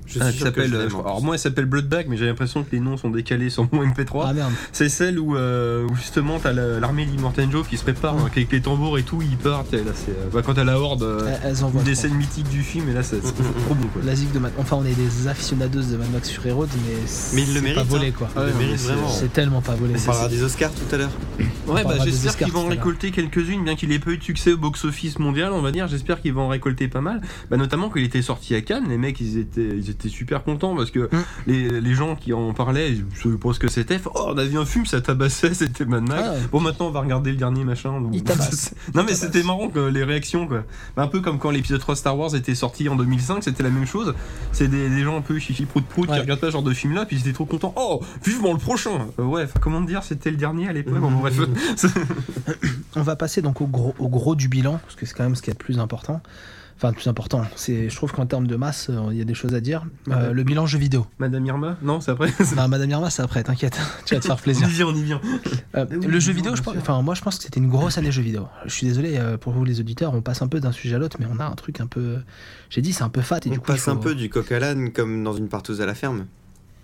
Je ah, suis qui sûr que s'appelle. je euh, l'aime, en alors plus. moi elle s'appelle Bloodbag, mais j'ai l'impression que les noms sont décalés sur mon MP3. Ah merde. C'est celle où, euh, où justement t'as la- l'armée d'Immortanjo qui se prépare hein, avec les tambours et tout, ils partent. Et là, c'est, euh, bah, quand t'as la horde, euh, Elles- Elles une envoient. des trop. scènes mythiques du film, et là c'est c'est trop bon quoi. La zik de Mad Enfin, on est des aficionados de Mad Max Fury Road, mais. Mais il c'est le mérite, Pas hein. volé, quoi. Il le Ah Ouais, mais mérite c'est- vraiment. C'est tellement pas volé. On parlera des Oscars tout à l'heure. Ouais, bah parlera des j'espère Oscars qu'ils vont en tout à l'heure. récolter quelques-unes, bien qu'il ait pas eu de succès au box-office mondial, on va dire. J'espère qu'ils vont en récolter pas mal. Bah, notamment qu'il était sorti à Cannes, les mecs ils étaient, ils étaient super contents parce que Mm. les, les gens qui en parlaient, je savais pas ce que c'était. Fait, Oh, on a vu un film, ça tabassait, c'était Mad Max. Ah, Bon, maintenant on va regarder le dernier machin. Donc, Il [laughs] tabasse. non, mais c'était marrant quoi, les réactions quoi. Bah, un peu comme quand l'épisode 3 Star Wars était sorti en 2005, c'était la même chose. C'est des, des gens un peu chichi prout prout Ouais. qui regardent pas ce genre de film là, puis ils étaient trop contents. Oh, vivement le prochain Euh, Ouais, enfin, comment dire, c'était le dernier à Mmh. l'époque. Bon, bref. On va passer donc au gros, au gros du bilan, parce que c'est quand même ce qui est le plus important. Enfin, le plus important, c'est, je trouve qu'en termes de masse, euh, il y a des choses à dire. Euh, le bilan jeu vidéo. Madame Irma Non, c'est [laughs] après. Bah, Madame Irma, c'est après, t'inquiète, [laughs] tu vas te faire on plaisir. y vient, on y vient. Euh, oui, le jeu bien vidéo, je sûr. pense, enfin, moi je pense que c'était une grosse année jeu vidéo. Je suis désolé euh, pour vous les auditeurs, on passe un peu d'un sujet à l'autre, mais on a un truc un peu. J'ai dit, c'est un peu fat et On du coup. il passe un faut- peu du coq à l'âne comme dans une partouze à la ferme.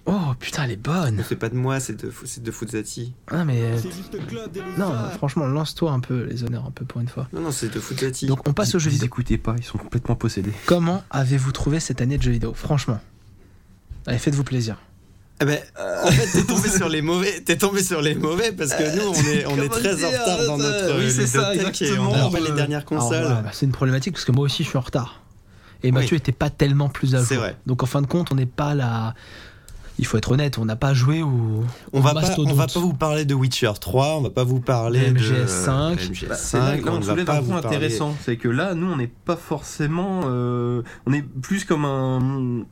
Oh putain, elle est bonne C'est pas de moi, c'est de, Fu- c'est de Fuzati. Ah, mais. euh, Non, euh, franchement, lance-toi un peu les honneurs, un peu pour une fois. Non, non, c'est de Fuzati. Donc on Ah, passe au jeu Ils vidéo. écoutez pas, ils sont complètement possédés. Comment avez-vous trouvé cette année de jeu vidéo Franchement. Allez, faites-vous plaisir. Eh ben, en fait, t'es tombé sur les mauvais. T'es tombé sur les mauvais parce que nous, Euh, on est, on [laughs] est très en retard dans notre euh, Oui, c'est ça, ludothèque et exactement. on n'a pas Euh, les dernières Alors, voilà, consoles. bah, c'est une problématique parce que moi aussi je suis en retard. Et Mathieu était pas tellement plus à C'est jour. vrai. Donc en fin de compte, on n'est pas là. Il faut être honnête, on n'a pas joué au. On au va pas, mastodonte. on va pas vous parler de Witcher 3, on va pas vous parler de MGS5. Bah, C'est là MGS5. que là, on on ne va soulève pas un vous point parler. intéressant, c'est que là, nous, on n'est pas forcément. euh, on est plus comme un,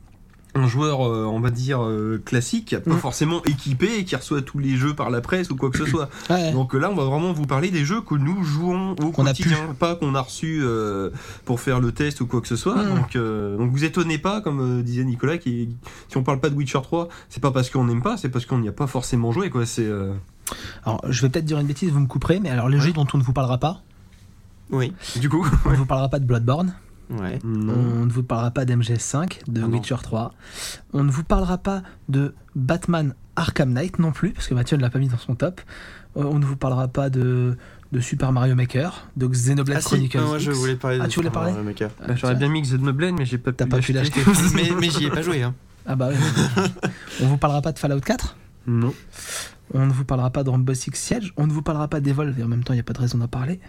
un joueur, euh, on va dire, euh, classique, pas Mm. forcément équipé, et qui reçoit tous les jeux par la presse ou [clears throat] quoi que ce soit. Ouais. Donc euh, là, on va vraiment vous parler des jeux que nous jouons au Qu'on a quotidien, pas qu'on a reçu euh, pour faire le test ou quoi que ce soit. Mm. Donc, euh, donc vous étonnez pas, comme euh, disait Nicolas, qui, si on parle pas de Witcher 3, c'est pas parce qu'on n'aime pas, c'est parce qu'on n'y a pas forcément joué, quoi. C'est. euh, Alors je vais peut-être dire une bêtise, vous me couperez, mais alors les jeux dont on ne vous parlera pas, Oui. Du coup. [laughs] on ne vous parlera pas de Bloodborne, Eh, Ouais. non. on ne vous parlera pas d'MGS5, de Ah non. Witcher 3, on ne vous parlera pas de Batman Arkham Knight non plus, parce que Mathieu ne l'a pas mis dans son top, Euh, on ne vous parlera pas de, de Super Mario Maker, de Xenoblade Ah si, Chronicles. non, moi je X. voulais parler Ah, de tu voulais Super parler Mario Maker. Ah, Bah, J'aurais tiens. bien mis Xenoblade, mais j'ai pas T'as pas pu l'acheter. [laughs] mais mais j'y ai pas joué. Hein. Ah bah oui. [laughs] on vous parlera pas de Fallout 4 [laughs] Non. On ne vous parlera pas de Rainbow Six Siege, on ne vous parlera pas d'Evolve, et en même temps, il n'y a pas de raison d'en parler.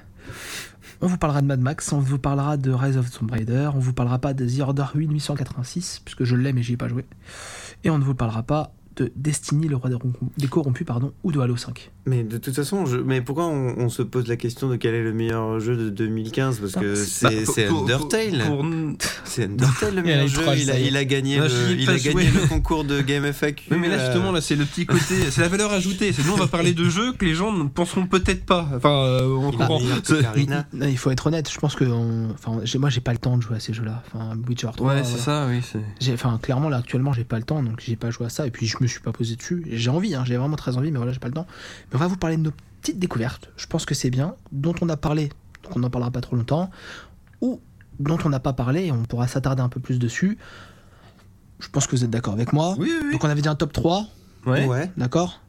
On vous parlera de Mad Max, on vous parlera de Rise of Tomb Raider, on vous parlera pas de The Order 8886, puisque je l'ai mais j'y ai pas joué. Et on ne vous parlera pas de Destiny, le roi des, ronc- des corrompus, pardon, ou de Halo 5. Mais de toute façon, je... mais pourquoi on, on se pose la question de quel est le meilleur jeu de 2015 Parce que c'est Bah, pour- c'est pour- Undertale. pour- pour- C'est Il Undertale le y a meilleur les jeu. trolls, Il ça a, y est. il a gagné, Non, j'y ai le, il pas a joué. gagné le concours de Game FAQ. [laughs] Oui, mais là, euh, justement, là, c'est le petit côté, c'est la valeur ajoutée. C'est nous, on va parler de jeux que les gens ne penseront peut-être pas. Enfin, euh, on il est comprend. meilleur que C'est- Karina. Il, il faut être honnête, je pense que on- enfin, j'ai- moi j'ai pas le temps de jouer à ces jeux-là. Enfin, Witcher 3. Ouais, c'est voilà. ça, oui. c'est- J'ai- Enfin, clairement, là, actuellement, j'ai pas le temps, donc j'ai pas joué à ça. Et puis, je me suis pas posé dessus. J'ai envie, hein, j'ai vraiment très envie, mais voilà, j'ai pas le temps. Mais on va vous parler de nos petites découvertes. Je pense que c'est bien, dont on a parlé, donc on n'en parlera pas trop longtemps, ou dont on n'a pas parlé, et on pourra s'attarder un peu plus dessus. Je pense que vous êtes d'accord avec moi. Oui, oui, oui. Donc, on avait dit un top 3, Ouais. Ouais. d'accord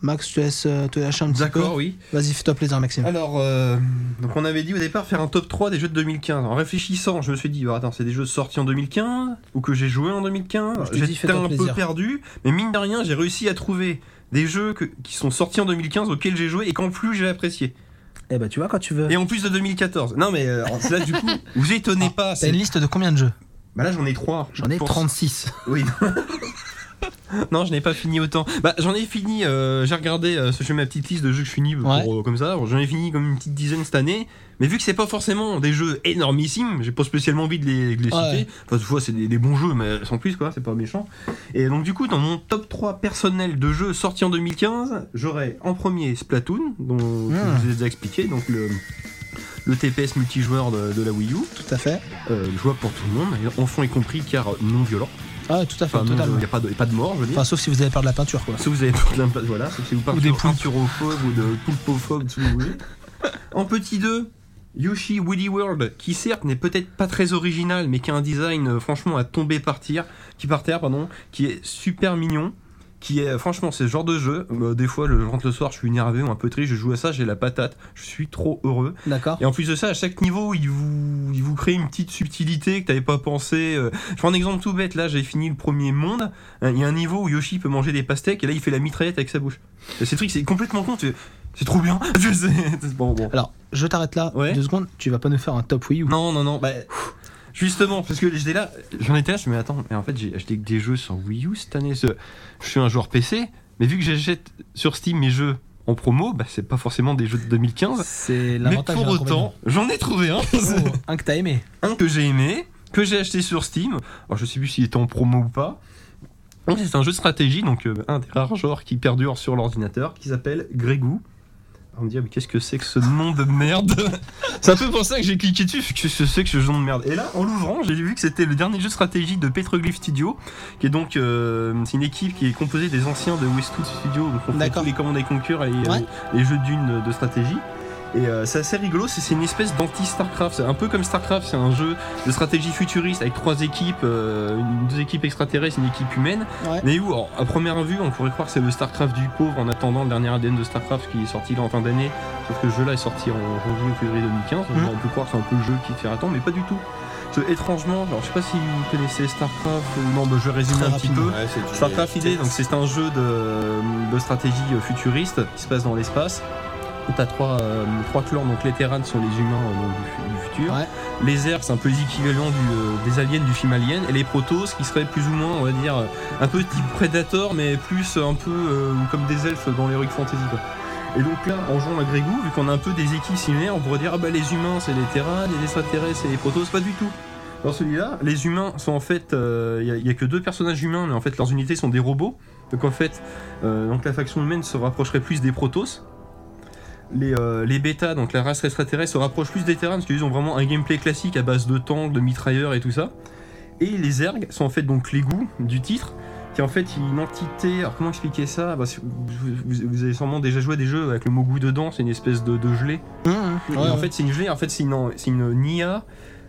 Max, tu laisses euh, te lâcher un petit peu. D'accord, oui. Vas-y, fais-toi plaisir, Maxime. Alors, euh, donc on avait dit au départ faire un top 3 des jeux de 2015. En réfléchissant, je me suis dit, bah, attends, c'est des jeux sortis en 2015 ou que j'ai joué en 2015. Je te dis, J'étais fais-toi un peu plaisir. perdu, mais mine de rien, j'ai réussi à trouver des jeux que- qui sont sortis en 2015 auxquels j'ai joué et qu'en plus j'ai apprécié. Eh ben, tu vois, quand tu Euh. veux. Et en plus de 2014. Non, mais euh, alors, c'est là, du [laughs] coup, vous étonnez pas. Ah, T'as une c'est- liste de combien de jeux Bah là, j'en ai 3. J'en ai 36. Oui. non, je n'ai pas fini autant. Bah, j'en ai fini. euh, j'ai regardé, euh, ce- je fais ma petite liste de jeux que je finis pour, Ouais. euh, comme ça. J'en ai fini comme une petite dizaine cette année. Mais vu que c'est pas forcément des jeux énormissimes, j'ai pas spécialement envie de les, de les Ouais. citer. Enfin, des fois, c'est des, des bons jeux, mais sans plus, quoi. C'est pas méchant. Et donc, du coup, dans mon top 3 personnel de jeux sortis en 2015, j'aurais en premier Splatoon, dont Hmm. je vous ai déjà expliqué. Donc, le. Le TPS multijoueur de, de la Wii U, Tout à fait. euh, jouable pour tout le monde, enfants y compris, car non violent. Ah, tout à fait, Enfin, non, totalement. il n'y a pas de, pas de mort, je veux dire. Enfin, sauf si vous avez peur de la peinture, quoi. si vous avez peur de l'impact, voilà, sauf si vous parlez des de poulpes. peinturophobe ou de poulpophobe, tout vous voulez. En petit 2, Yoshi Woolly World, qui certes n'est peut-être pas très original, mais qui a un design euh, franchement à tomber par terre, qui par terre, pardon, qui est super mignon. Qui est franchement c'est ce genre de jeu. euh, des fois le, je rentre le soir, je suis énervé ou un peu triste, je joue à ça, j'ai la patate, je suis trop heureux. D'accord Et en plus de ça, à chaque niveau, il vous, il vous crée une petite subtilité que t'avais pas pensé. euh. Je prends un exemple tout bête. Là, j'ai fini le premier monde. hein, Il y a un niveau où Yoshi peut manger des pastèques et là, il fait la mitraillette avec sa bouche. Et ce truc, c'est complètement con. tu fais, C'est trop bien. [laughs] Je sais, c'est- bon, bon. Alors, je t'arrête là, Ouais. deux secondes, tu vas pas nous faire un top Wii U. Non, non, non. Bah, justement, parce que j'étais là, j'en étais là, je me dis, mais attends, mais en fait, j'ai acheté que des jeux sur Wii U cette année. ce- Je suis un joueur PC, mais vu que j'achète sur Steam mes jeux en promo, bah, c'est pas forcément des jeux de 2015. C'est Mais l'avantage hein, pour et l'inconvénient. autant, j'en ai trouvé un. Oh, un que t'as aimé. un que j'ai aimé, que j'ai acheté sur Steam. Alors je sais plus s'il était en promo ou pas. Donc, C'est un jeu de stratégie, donc euh, un des rares genres qui perdure sur l'ordinateur, qui s'appelle Grégou. On me dit, ah, mais qu'est-ce que c'est que ce nom de merde [laughs] C'est un peu pour ça que j'ai cliqué dessus, fait, qu'est-ce que c'est que ce nom de merde Et là, en l'ouvrant, j'ai vu que c'était le dernier jeu de stratégie de Petroglyph Studio, qui est donc euh, c'est une équipe qui est composée des anciens de Westwood Studio, donc on fait D'accord. tous les commandes et conquer et euh, Ouais. les jeux d'une de stratégie. Et euh, c'est assez rigolo, c'est c'est une espèce d'anti-StarCraft. C'est un peu comme StarCraft, c'est un jeu de stratégie futuriste avec trois équipes, euh, une, deux équipes extraterrestres, une équipe humaine. Ouais. Mais où, alors, à première vue, on pourrait croire que c'est le StarCraft du pauvre en attendant le dernier ADN de StarCraft qui est sorti là en fin d'année. Sauf que ce jeu-là est sorti en janvier ou février 2015. Donc, Mhm. On peut croire que c'est un peu le jeu qui te fait attendre, mais pas du tout. Parce que, étrangement, alors, je sais pas si vous connaissez StarCraft ou non, bah, je vais résumer Très un petit peu. rapidement. StarCraft idée, donc c'est un jeu de, de stratégie euh, futuriste qui se passe dans l'espace. où T'as trois, euh, trois clans, donc les Terrans sont les humains euh, donc, du, fu- du futur. Ouais. Les Airs, c'est un peu les équivalents du, euh, des aliens du film Alien. Et les Protoss, qui seraient plus ou moins, on va dire, euh, un peu type Predator, mais plus euh, un peu euh, comme des elfes dans l'Heroic Fantasy. quoi. Et donc là, en jouant à Grégou, vu qu'on a un peu des équipes similaires, on pourrait dire ah bah les humains c'est les Terrans, les extraterrestres c'est les Protoss, pas du tout. Dans celui-là, les humains sont en fait, il n'y a, que deux personnages humains, mais en fait leurs unités sont des robots. Donc en fait, euh, donc la faction humaine se rapprocherait plus des Protoss. Les, euh, les bêtas, donc la race extraterrestre, se rapproche plus des Terrans parce qu'ils ont vraiment un gameplay classique à base de tanks, de mitrailleurs et tout ça. Et les ergs sont en fait donc les goûts du titre, qui est en fait une entité. Alors comment expliquer ça Bah, si- vous, vous- vous avez sûrement déjà joué à des jeux avec le mot goût dedans, c'est une espèce de, de gelée. hein. Et en fait, c'est une gelée, en fait, c'est une, c'est une NIA.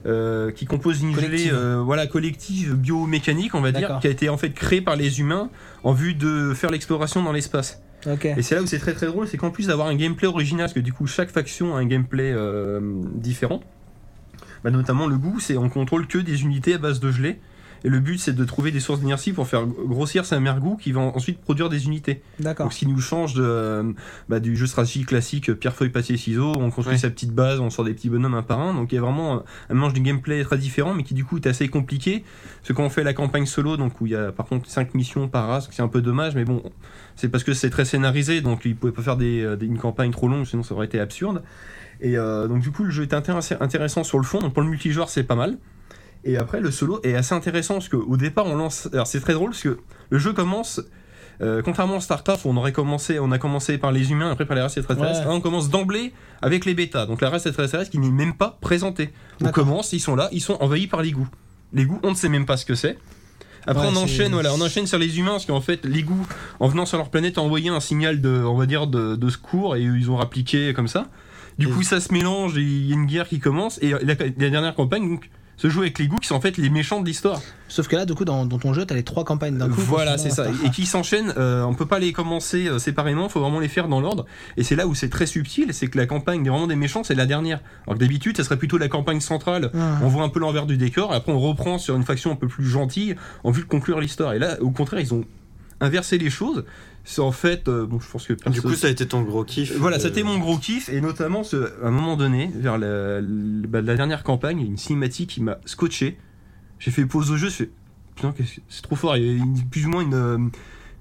euh, qui compose une Collective. gelée euh, voilà, collective biomécanique, on va dire, D'accord. qui a été en fait créée par les humains en vue de faire l'exploration dans l'espace. Ok. Et c'est là où c'est très très drôle, c'est qu'en plus d'avoir un gameplay original, parce que du coup chaque faction a un gameplay euh, différent, bah, notamment le goût, c'est on contrôle que des unités à base de gelée. Et le but c'est de trouver des sources d'inertie pour faire grossir sa mère goût qui va ensuite produire des unités. D'accord. Donc ce qui nous change de, euh, bah, du jeu stratégie classique euh, pierre feuille papier ciseaux, on construit sa petite base, on sort des petits bonhommes un par un. Donc il y a vraiment euh, un mélange du gameplay très différent, mais qui du coup est assez compliqué. Parce que quand on fait la campagne solo, donc où il y a par contre 5 missions par race, c'est un peu dommage, mais bon, c'est parce que c'est très scénarisé, donc ils pouvaient pas faire des, euh, des- une campagne trop longue, sinon ça aurait été absurde. Et euh, donc du coup le jeu est intéress- intéressant sur le fond, donc pour le multijoueur c'est pas mal. Et après le solo est assez intéressant parce qu'au départ on lance... Alors c'est très drôle parce que le jeu commence... euh, contrairement à StarCraft, où on aurait commencé, on a commencé par les humains, après par les races extraterrestres. Ouais. Là, on commence d'emblée avec les bêtas, donc la race extraterrestre qui n'est même pas présentée. On D'accord. commence, ils sont là, ils sont envahis par les goûts. Les goûts, on ne sait même pas ce que c'est. Après, Ouais, on c'est- enchaîne, voilà, on enchaîne sur les humains, parce qu'en fait, les goûts, en venant sur leur planète, ont envoyé un signal de, on va dire, de, de secours et ils ont rappliqué comme ça. Du coup, ça se mélange et il y a une guerre qui commence. Et la, la dernière campagne, donc, se joue avec les goûts qui sont en fait les méchants de l'histoire. Sauf que là, du coup, dans, dans ton jeu, t'as les trois campagnes d'un coup. Voilà, c'est forcément, [laughs] ça. Starcraft. Et qui s'enchaînent. euh, on peut pas les commencer euh, séparément. Faut vraiment les faire dans l'ordre. Et c'est là où c'est très subtil, c'est que la campagne des vraiment des méchants, c'est la dernière. Alors que d'habitude, ça serait plutôt la campagne centrale. Ah. On voit un peu l'envers du décor. Et après, on reprend sur une faction un peu plus gentille en vue de conclure l'histoire. Et là, au contraire, ils ont inversé les choses. C'est en fait, euh, bon, je pense que Du coup, personne- ça a été ton gros kiff. voilà, euh, c'était mon gros kiff, et notamment ce, à un moment donné, vers la, le- bah, la dernière campagne, il y a une cinématique qui m'a scotché. J'ai fait pause au jeu, je fais putain, qu'est-ce que- c'est trop fort. Il y a une- plus ou moins une, euh,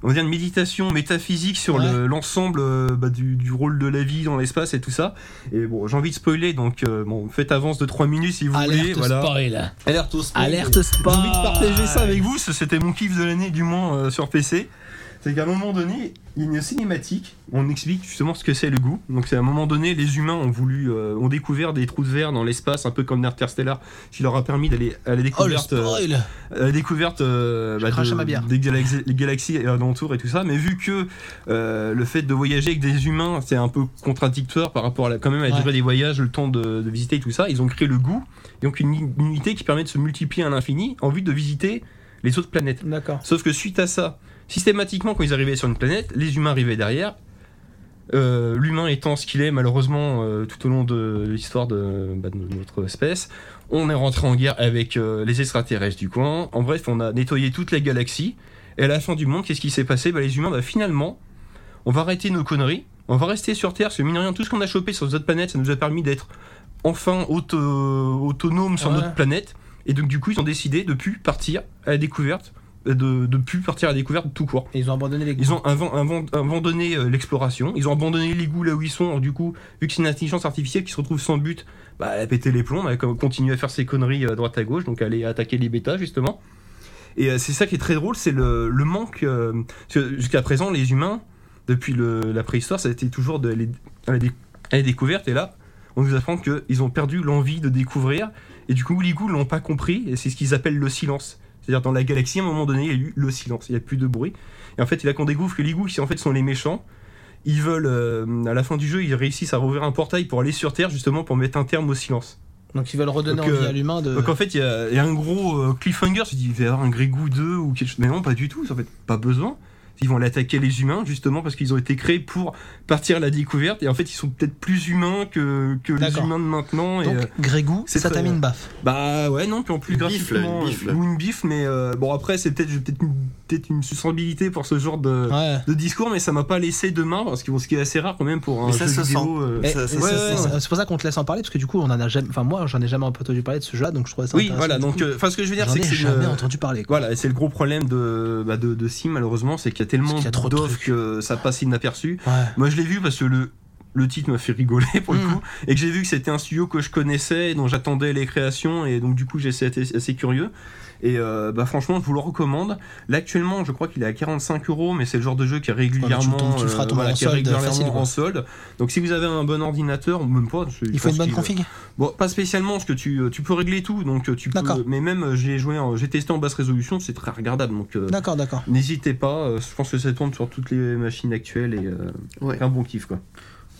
on va dire une méditation métaphysique sur Ouais. le- l'ensemble euh, bah, du, du rôle de la vie dans l'espace et tout ça. Et bon, j'ai envie de spoiler, donc euh, bon, faites avance de 3 minutes si vous voulez. Alerte Voilà. spoil. Alerte au spoil. Alerte J'ai spoil. envie de partager ça avec vous, ce- c'était mon kiff de l'année, du moins euh, sur PC. C'est qu'à un moment donné, il y a une cinématique, on explique justement ce que c'est le goût. Donc c'est à un moment donné, les humains ont voulu, euh, ont découvert des trous de verre dans l'espace, un peu comme Interstellar, qui leur a permis d'aller à la Oh le découverte, euh, spoil. à la découverte euh, Je crache de- à ma bière. des galaxies, les galaxies alentours et tout ça. Mais vu que euh, le fait de voyager avec des humains, c'est un peu contradictoire par rapport à la, quand même à la Ouais. durée des voyages, le temps de, de visiter et tout ça, ils ont créé le goût, et donc une, une unité qui permet de se multiplier à l'infini en vue de visiter les autres planètes. D'accord. Sauf que suite à ça, systématiquement, quand ils arrivaient sur une planète, les humains arrivaient derrière. Euh, L'humain étant ce qu'il est, malheureusement, euh, tout au long de l'histoire de, bah, de notre espèce, on est rentré en guerre avec euh, les extraterrestres du coin. En bref, on a nettoyé toute la galaxie. Et à la fin du monde, qu'est-ce qui s'est passé bah, Les humains, bah, finalement, on va arrêter nos conneries. On va rester sur Terre, parce que mine de rien, tout ce qu'on a chopé sur les autres planètes, ça nous a permis d'être enfin auto autonome sur Ouais. notre planète. Et donc, du coup, ils ont décidé de plus partir à la découverte euh, de, de plus partir à la découverte tout court. Et Ils ont abandonné les. Ils ont avan- avan- abandonné euh, l'exploration, ils ont abandonné les goûts là où ils sont, Alors, du coup, vu que c'est une intelligence artificielle qui se retrouve sans but, bah, elle a pété les plombs, elle a co- continué à faire ses conneries euh, à droite à gauche, donc elle est attaquer les bêtas justement. Et euh, c'est ça qui est très drôle, c'est le, le manque, euh, parce que jusqu'à présent les humains... depuis le- la préhistoire, ça a été toujours de, les- à la dé- à la découverte. Et là, on nous apprend qu'ils ont perdu l'envie de découvrir. Et du coup, les goûts l'ont pas compris. Et c'est ce qu'ils appellent le silence. C'est-à-dire, dans la galaxie, à un moment donné, il y a eu le silence. Il n'y a plus de bruit. Et en fait, il là qu'on découvre que les goûts, qui en fait, sont les méchants. Ils veulent, euh, à la fin du jeu, ils réussissent à rouvrir un portail pour aller sur Terre, justement, pour mettre un terme au silence. Donc ils veulent redonner Donc, envie euh, à l'humain de. Donc en fait, il y, a- il y a un gros euh, cliffhanger. Je dis, il va y avoir un Grégou 2 ou quelque chose. Mais non, pas du tout. En fait, pas besoin. Ils vont aller attaquer les humains, justement, parce qu'ils ont été créés pour partir à la découverte. Et en fait, ils sont peut-être plus humains que, que les D'accord. humains de maintenant. Et, Donc euh, Grégou, c'est ça t'a très- mis une baffe. bah ouais, non, puis en plus, Une bifle, graphiquement, une bifle. euh, Ou une bifle, mais euh, bon, après, c'est peut-être j'ai peut-être une, peut une sensibilité pour ce genre de. Ouais. de discours mais ça m'a pas laissé de main parce que bon, ce qui est assez rare quand même pour un Mais ça jeu se vidéo, sent. euh, Eh, Ça- ça- ça- ouais, ça- ouais, c'est- c'est pour ça qu'on te laisse en parler parce que du coup on en a jamais enfin moi j'en ai jamais entendu parler de ce jeu là donc je trouvais ça oui intéressant. voilà Du donc coup, euh, enfin ce que je veux dire j'en c'est ai que c'est jamais une- euh, entendu parler quoi. Voilà, et c'est le gros problème de, bah, de, de Sim, malheureusement, c'est qu'il y a tellement Parce qu'il y a trop de d'offres trucs. que ça passe inaperçu. Ouais. Moi, je l'ai vu parce que le, le titre m'a fait rigoler pour le Mm. coup, et que j'ai vu que c'était un studio que je connaissais, dont j'attendais les créations, et donc du coup, j'ai été assez curieux. Et euh, bah, franchement, je vous le recommande. Là, actuellement, je crois qu'il est à 45 euros, mais c'est le genre de jeu qui est Ouais, mais tu le régulièrement euh, tombes- tu le feras tomber en qui est solde, régulièrement facile, quoi. en solde. Donc, si vous avez un bon ordinateur, même pas, je Il faut pense une bonne qu'il- euh, config Bon, pas spécialement, parce que tu, euh, tu peux régler tout, donc tu peux. D'accord. Mais même, euh, j'ai joué, en- j'ai testé en basse résolution, c'est très regardable, donc euh, D'accord, d'accord. n'hésitez pas. euh, je pense que ça tourne sur toutes les machines actuelles et euh, Ouais. un bon kiff quoi.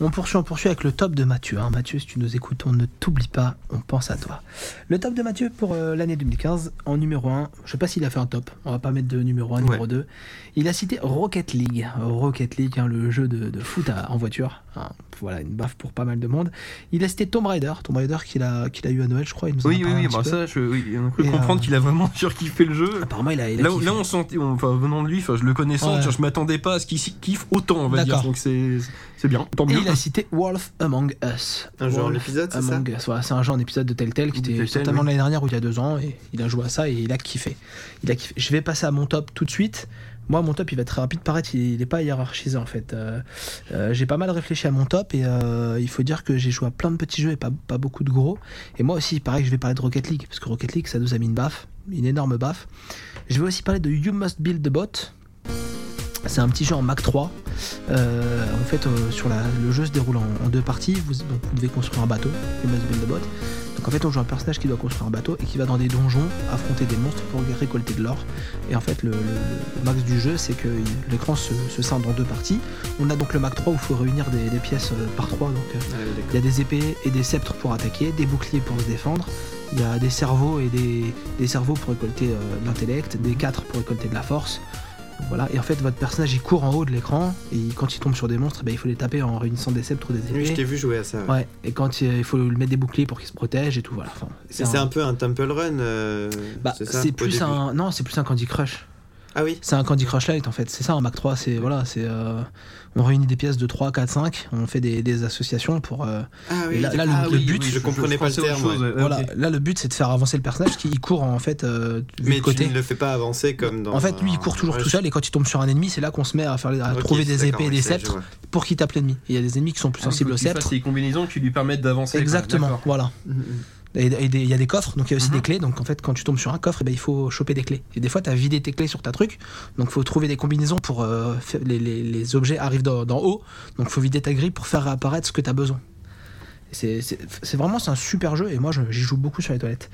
On poursuit, on poursuit avec le top de Mathieu. hein. Mathieu, si tu nous écoutes, on ne t'oublie pas, on pense à toi. Le top de Mathieu pour euh, l'année 2015, en numéro 1, je sais pas s'il a fait un top, on va pas mettre de numéro 1, numéro 2. Il a cité Rocket League. Rocket League, hein, le jeu de, de foot à- en voiture. hein. Voilà, une baffe pour pas mal de monde. Il a cité Tomb Raider, Tomb Raider qu'il a, qu'il a eu à Noël, je crois. Il nous en a Oui, oui, parlé oui, un bah petit peu. ça, je, oui, on peut Et, comprendre euh, qu'il a vraiment [laughs] surkiffé le jeu. Apparemment, il a, il a Là, où- kiffé. là, on sentait, on- enfin, venant de lui, enfin, je le connaissant, Ouais. tiens, je m'attendais pas à ce qu'il s'y kiffe autant, on va dire. D'accord. Donc c'est c'est bien, tant Et mieux. il a cité Wolf Among Us. Un jeu en Wolf épisode, c'est ça Among Us. Voilà, c'est un jeu en épisode de Telltale qui De était Telltale, certainement oui. l'année dernière ou il y a deux ans et il a joué à ça et il a kiffé. Il a kiffé. Je vais passer à mon top tout de suite. Moi, mon top, il va être très rapide. Paraître, il n'est pas hiérarchisé en fait. Euh, euh, j'ai pas mal réfléchi à mon top et euh, il faut dire que j'ai joué à plein de petits jeux et pas, pas beaucoup de gros. Et moi aussi, pareil, je vais parler de Rocket League parce que Rocket League, ça nous a mis une baffe, une énorme baffe. Je vais aussi parler de You Must Build the Bot. C'est un petit jeu en Mac 3. Euh, en fait, euh, sur la- le jeu se déroule en, en deux parties. Vous, donc, vous devez construire un bateau, You Must Build the Bot. Donc en fait, on joue un personnage qui doit construire un bateau et qui va dans des donjons affronter des monstres pour récolter de l'or. Et en fait, le, le- le max du jeu, c'est que il- l'écran se, se scinde en deux parties. On a donc le Mac 3 où il faut réunir des, des pièces euh, par trois. Donc euh, il y a des épées et des sceptres pour attaquer, des boucliers pour se défendre. Il y a des cerveaux et des, des cerveaux pour récolter euh, de l'intellect, des 4 pour récolter de la force. Voilà. Et en fait, votre personnage il court en haut de l'écran et il- quand il tombe sur des monstres, ben, il faut les taper en réunissant des sceptres ou des Oui, je t'ai épées. vu jouer à ça. Ouais. Et quand euh, il il faut lui mettre des boucliers pour qu'il se protège et tout. Voilà. Enfin, C'est c'est un... peu un Temple Run. euh, bah, ça, c'est au plus début. un non, c'est plus un Candy Crush. Ah oui. C'est un Candy Crush Light en fait. C'est ça un Mac 3, c'est voilà, c'est euh, on réunit des pièces de 3 4 5, on fait des, des associations pour euh, Ah oui. Et là- là, le- ah le oui, but, oui, je comprenais pas le pensais à autre terme. chose, ouais. ouais, ouais, voilà, ok. là le but c'est de faire avancer le personnage qui il court en fait euh, du Mais côté. tu ne le fais pas avancer comme dans. En fait, lui, il court toujours Ouais, tout seul et quand il tombe sur un ennemi, c'est là qu'on se met à, faire, à Ok, trouver des d'accord, épées et oui, des ça, je sceptres vois. pour qu'il tape l'ennemi. Et Il y a des ennemis qui sont plus sensibles Il au Ah faut qu'il fasse sceptre. des combinaisons qui lui permettent d'avancer. quoi. Exactement, D'accord. Mm-hmm. voilà. Et et des- il y a des coffres, donc il y a aussi Mhm. des clés. Donc en fait, quand tu tombes sur un coffre, eh ben, il faut choper des clés. Et des fois, tu as vidé tes clés sur ta truc. Donc il faut trouver des combinaisons pour. euh, faire- les, les- les objets arrivent d'en d'en haut. Donc il faut vider ta grille pour faire apparaître ce que tu as besoin. Et c'est- C'est c'est vraiment c'est un super jeu et moi je- j'y joue beaucoup sur les toilettes.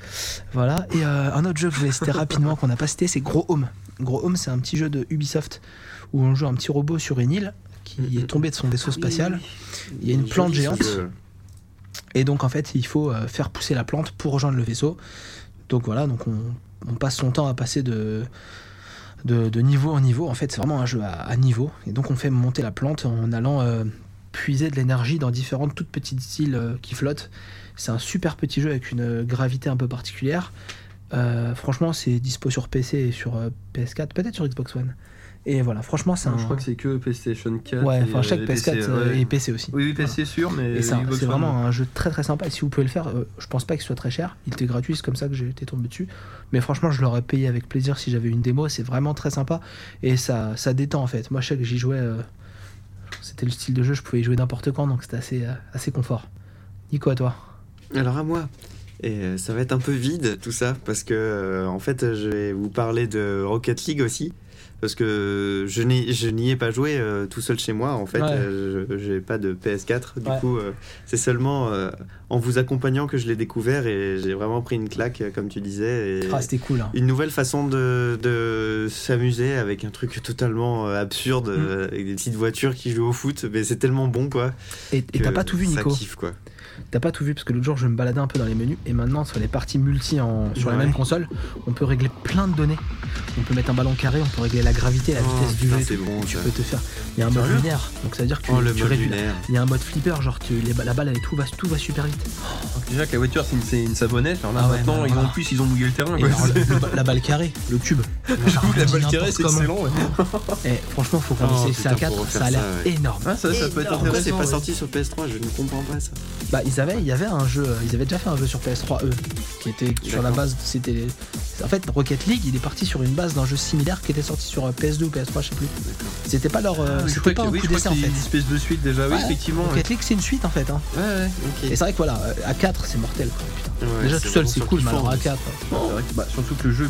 Voilà. Et euh, un autre jeu que je voulais [laughs] citer rapidement qu'on n'a pas cité, c'est Gros Home. Gros Home, c'est un petit jeu de Ubisoft où on joue un petit robot sur une île Mm-hmm. qui est tombé de son vaisseau spatial. Il y a une plante Joli, ce géante. jeu. Et donc en fait, il faut euh, faire pousser la plante pour rejoindre le vaisseau. Donc voilà, donc on, on passe son temps à passer de, de, de niveau en niveau. En fait, c'est vraiment un jeu à, à niveau. Et donc on fait monter la plante en allant euh, puiser de l'énergie dans différentes toutes petites îles euh, qui flottent. C'est un super petit jeu avec une euh, gravité un peu particulière. Euh, franchement, c'est dispo sur PC et sur euh, PS4, peut-être sur Xbox One. Et voilà, franchement, c'est un. Je crois que c'est que PlayStation 4. Ouais, et, enfin, chaque euh, PS4 PC, euh, ouais. et PC aussi. Oui, oui, PC sûr, mais. Et c'est un- Xbox c'est One, vraiment un jeu très très sympa. Et si vous pouvez le faire, euh, je pense pas qu'il soit très cher. Il était gratuit, c'est comme ça que j'ai été tombé dessus. Mais franchement, je l'aurais payé avec plaisir si j'avais une démo. C'est vraiment très sympa. Et ça, ça détend en fait. Moi, je sais que j'y jouais. euh, c'était le style de jeu, je pouvais y jouer n'importe quand, donc c'était assez, euh, assez confort. Nico, à toi. Alors à moi. Et euh, ça va être un peu vide tout ça parce que euh, en fait je vais vous parler de Rocket League aussi parce que je n'y je n'y ai pas joué euh, tout seul chez moi en fait Ouais. Euh, je- j'ai pas de PS4 du Ouais. coup euh, c'est seulement euh, en vous accompagnant que je l'ai découvert et j'ai vraiment pris une claque euh, comme tu disais et Ah, c'était cool. hein. une nouvelle façon de, de s'amuser avec un truc totalement euh, absurde Mm. euh, avec des petites voitures qui jouent au foot mais c'est tellement bon quoi Et et t'as que pas tout vu, ça Nico kiffe, quoi T'as pas tout vu parce que l'autre jour je me baladais un peu dans les menus et maintenant sur les parties multi en- sur la Ouais. même console, on peut régler plein de données. On peut mettre un ballon carré, on peut régler la gravité, Eh, la Oh, vitesse du putain, jeu. et c'est tout. bon, tu ça. peux te faire. Il y a un mode Sérieux lunaire, donc ça veut dire que oh le tu mode réduis- lunaire Il y a un mode flipper, genre tu, les ba- la balle elle est tout va, tout va super vite. Déjà que la voiture c'est une, c'est une savonnette, alors là hein. Ah ouais, maintenant bah, ils ont voilà. plus ils ont mouillé le terrain. Et [laughs] quoi. alors, le- le- la balle carrée, le [laughs] cube. Du coup, la Dis balle carrée n'importe c'est comment. excellent. Ouais. Eh, franchement, faut qu'on Oh, essaye ça à putain, faut 4, refaire ça a l'air ça, ouais. énorme. Ah, ça, ça peut être pourquoi intéressant. c'est pas ouais. euh, sorti sur PS3 je ne comprends pas ça Bah ils avaient, il y avait un jeu, euh, ils avaient déjà fait un jeu sur PS3 eux, E, qui était sur la D'accord. base, c'était en fait Rocket League, il est parti sur une base d'un jeu similaire qui était sorti sur euh, PS2 ou PS3, je sais plus. C'était pas leur, euh, Ah, oui, je c'était crois pas que- un oui, coup je crois d'essai en qu'il y a fait. Une espèce de suite déjà, oui, Ouais. effectivement. ouais. Rocket League c'est une suite en fait, hein. ouais ouais ok Et c'est vrai que voilà, euh, à 4 c'est mortel quoi. putain. Ouais, Déjà c'est tout seul vraiment c'est cool, mais alors surkiffant. à 4. C'est vrai que, bah, surtout que le jeu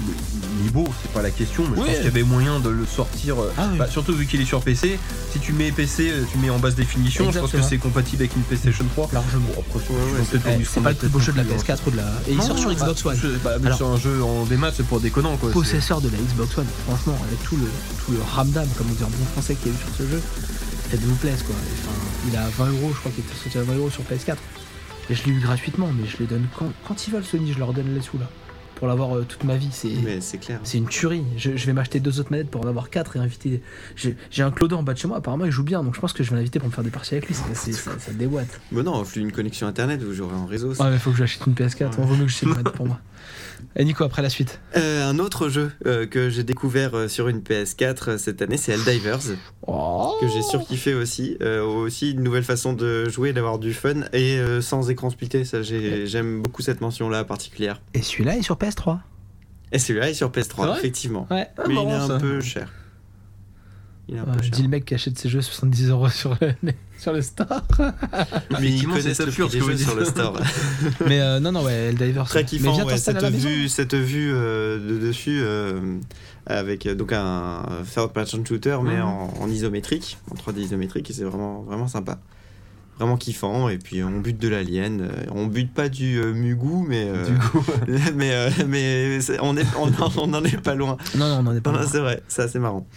il est beau, c'est pas la question, mais Oui. je pense qu'il y avait moyen de le sortir. euh, Ah oui. bah, surtout vu qu'il est sur PC, si tu mets PC, euh, tu mets en basse définition, je Exactement. pense que c'est compatible avec une PlayStation 3. Largement. Ils ont peut-être Eh, mis ce c'est qu'on pas a le plus peut-être beau jeu de la plus, hein. PS4 ou de la. Et il Non, sort sur bah, Xbox One. je- bah, mais Alors- sur un jeu en démat, c'est pour déconnant quoi. c'est- Possesseur de la Xbox One, franchement, avec tout le, tout le ramdam, comme on dit en bon français, qu'il y a eu sur ce jeu, faites-vous plaisir quoi. Enfin, il a 20 euros, je crois qu'il était sorti à 20 euros sur PS4. Et je l'ai eu gratuitement, mais je les donne quand, quand ils veulent Sony, je leur donne les sous là. Pour l'avoir euh, toute ma vie, c'est. mais c'est clair C'est une tuerie. Je, je vais m'acheter deux autres manettes pour en avoir quatre et inviter. J'ai j'ai un Claude en bas de chez moi, apparemment il joue bien, donc je pense que je vais l'inviter pour me faire des parties avec lui. c'est- c'est- Ça, ça déboîte. mais non flux une connexion internet vous jouerez en réseau ça. Ouais, mais faut que j'achète une PS4, on vaut mieux que j'achète une manette pour moi. Et Nico, après la suite. Euh, un autre jeu euh, que j'ai découvert euh, sur une PS4 euh, cette année, c'est Helldivers, Oh. que j'ai surkiffé aussi. Euh, aussi une nouvelle façon de jouer, d'avoir du fun et euh, sans écran splitté. Ça, j'ai- j'aime beaucoup cette mention-là particulière. Et celui-là est sur PS3. Et celui-là est sur C'est PS3, vrai Ah, effectivement. Ouais. Ah, Mais il est marrant, un ça. peu cher. Il est un Ah, Ouais, peu je cher. dis le mec qui achète ses jeux 70 euros sur le, [laughs] sur le store. Mais ils Effectivement, c'est connaissent ça le pure, prix ce des que jeux vous sur le dites. [laughs] store. Mais euh, non, non, ouais, Eldiver. Très ça. kiffant, Mais viens ouais, t'installer à cette, la maison. vue, cette vue euh, de dessus euh, avec euh, donc un third person shooter mais Mhm. en, en isométrique, en 3D isométrique et c'est vraiment vraiment sympa. Vraiment kiffant et puis euh, on bute de l'alien, euh, on bute pas du euh, Mugu mais euh, [laughs] mais euh, mais c'est- on est on, en- on en est pas loin. Non, non, on en est pas Non, non, loin. c'est vrai, c'est assez marrant.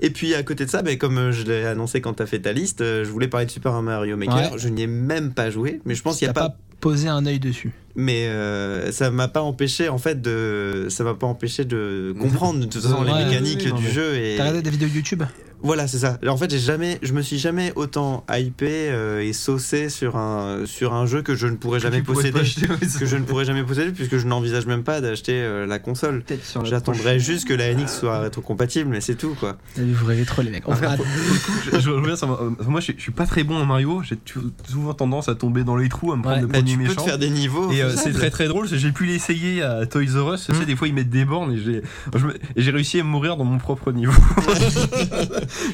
Et puis à côté de ça, ben, comme euh, je l'ai annoncé quand t'as fait ta liste, euh, je voulais parler de Super Mario Maker. Je n'y ai même pas joué, mais je pense qu'il n'y T'as a pas pas posé un œil dessus. mais euh, ça m'a pas empêché en fait de ça m'a pas empêché de comprendre de toute façon les Ouais, mécaniques oui, oui, non, du mais- jeu et T'as regardé des vidéos YouTube voilà c'est ça en fait j'ai jamais je me suis jamais autant hypé euh, et saucé sur un sur un jeu que je ne pourrais jamais Tu pourrais pas posséder acheter, ouais, que je ne pourrais jamais posséder puisque je n'envisage même pas d'acheter euh, la console Peut-être sur la j'attendrai juste que la NX soit rétrocompatible mais c'est tout quoi Vous avez- Vous rêvez trop, les mecs. On verra. Je- je reviens sur ma- euh, moi, je, suis- je suis pas très bon en Mario. J'ai tou- souvent tendance à tomber dans les trous, à me prendre Ouais. le Bah, premier tu peux méchant. te faire des niveaux Et euh, c'est faisables. très très drôle, c'est- j'ai pu l'essayer à Toys R Us, tu Hmm. sais, des fois ils mettent des bornes et j'ai, je me- et j'ai réussi à mourir dans mon propre [laughs] niveau.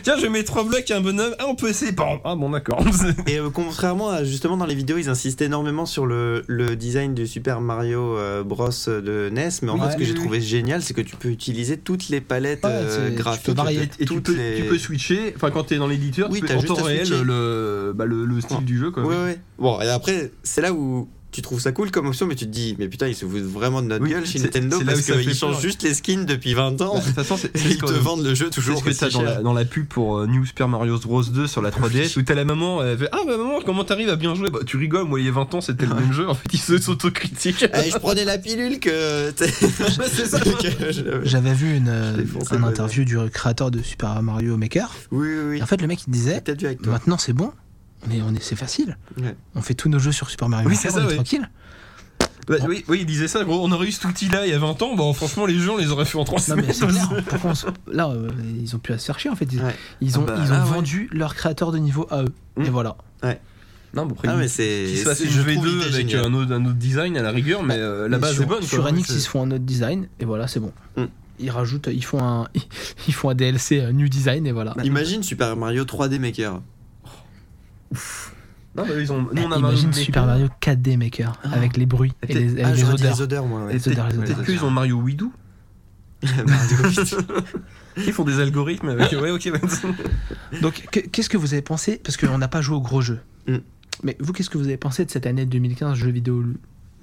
Tiens, je mets trois blocs et un bonhomme, ah on peut essayer, bam. ah bon d'accord. [laughs] Et euh, contrairement à justement dans les vidéos, ils insistent énormément sur le, le design du Super Mario euh, Bros de NES, mais en Oui, fait ce que oui, j'ai oui. trouvé génial, c'est que tu peux utiliser toutes les palettes Ouais, euh, c'est- tu peux graphiques. varier. de et tu toutes peux, les- tu peux switcher, enfin quand t'es dans l'éditeur, tu Oui, peux t'as en juste temps à réel switcher. le, bah, le, le style Ouais. du jeu. Quoi. Ouais, ouais. Bon, et après, c'est là où tu trouves ça cool comme option, mais tu te dis, mais putain, ils se foutent vraiment de notre Oui, gueule chez c'est- Nintendo c'est là parce où ça fait qu'ils changent peur. juste les skins depuis 20 ans. Bah, de toute façon, c'est, et c'est [laughs] ils te comme- vendent le jeu toujours C'est ce que aussi t'as dans la, cher. dans la pub pour euh, New Super Mario Bros 2 sur la [laughs] 3DS où t'as la maman, elle fait Ah bah maman, comment t'arrives à bien jouer Bah tu rigoles, moi il y a 20 ans c'était le même jeu, en fait ils se [laughs] s'autocritiquent. Eh, je prenais la pilule que. c'est ça. J'avais vu une, euh, Je défonce le un bonheur. interview du créateur de Super Mario Maker. Oui, oui, oui. Et en fait, le mec il disait Peut-être vu avec toi. Maintenant c'est bon, on est, on est, c'est facile. Ouais. On fait tous nos jeux sur Super Mario Oui, Maker, c'est ça, on est ouais. [laughs] tranquille. Bah, oui, oui, il disait ça, gros, on aurait eu cet outil-là il y a 20 ans, bon, franchement, les jeux, on les aurait fait en 3 Non, semaines. mais c'est clair. Pourquoi on se- Là, euh, ils ont pu à se faire chier en fait. Ils, Ouais. ils ont, Ah bah, ils ont là, ouais. vendu leur créateur de niveau à eux. Mm. Et voilà. Non, mais après, Ah, mais qu'il c'est. se fasse c'est- une je trouve V2 l'idée avec euh, géniale. un autre, un autre design à la rigueur, mais euh, la Bah, Mais base sur, est bonne. Sur quoi, Mmh. Enix, donc, euh, ils se font un autre design et voilà, c'est bon. Mm. Ils rajoutent, ils font un, [laughs] ils font un DLC euh, New Design et Bah, voilà. Imagine Super Mario 3D Maker. euh, Non, bah, ils ont. Nous, on a Imagine Mario Super Maker. Mario 4D Maker avec les bruits et les, et ah, les j'aurais dit odeurs. [laughs] les odeurs, moi. ouais. Les odeurs, les Peut-être odeurs. qu'ils ont Mario Widou Ils font des algorithmes avec. [laughs] Ouais, ok, Donc, que- qu'est-ce que vous avez pensé Parce qu'on n'a pas joué au gros jeu. Mm. Mais vous, qu'est-ce que vous avez pensé de cette année 2015, jeux vidéo lu-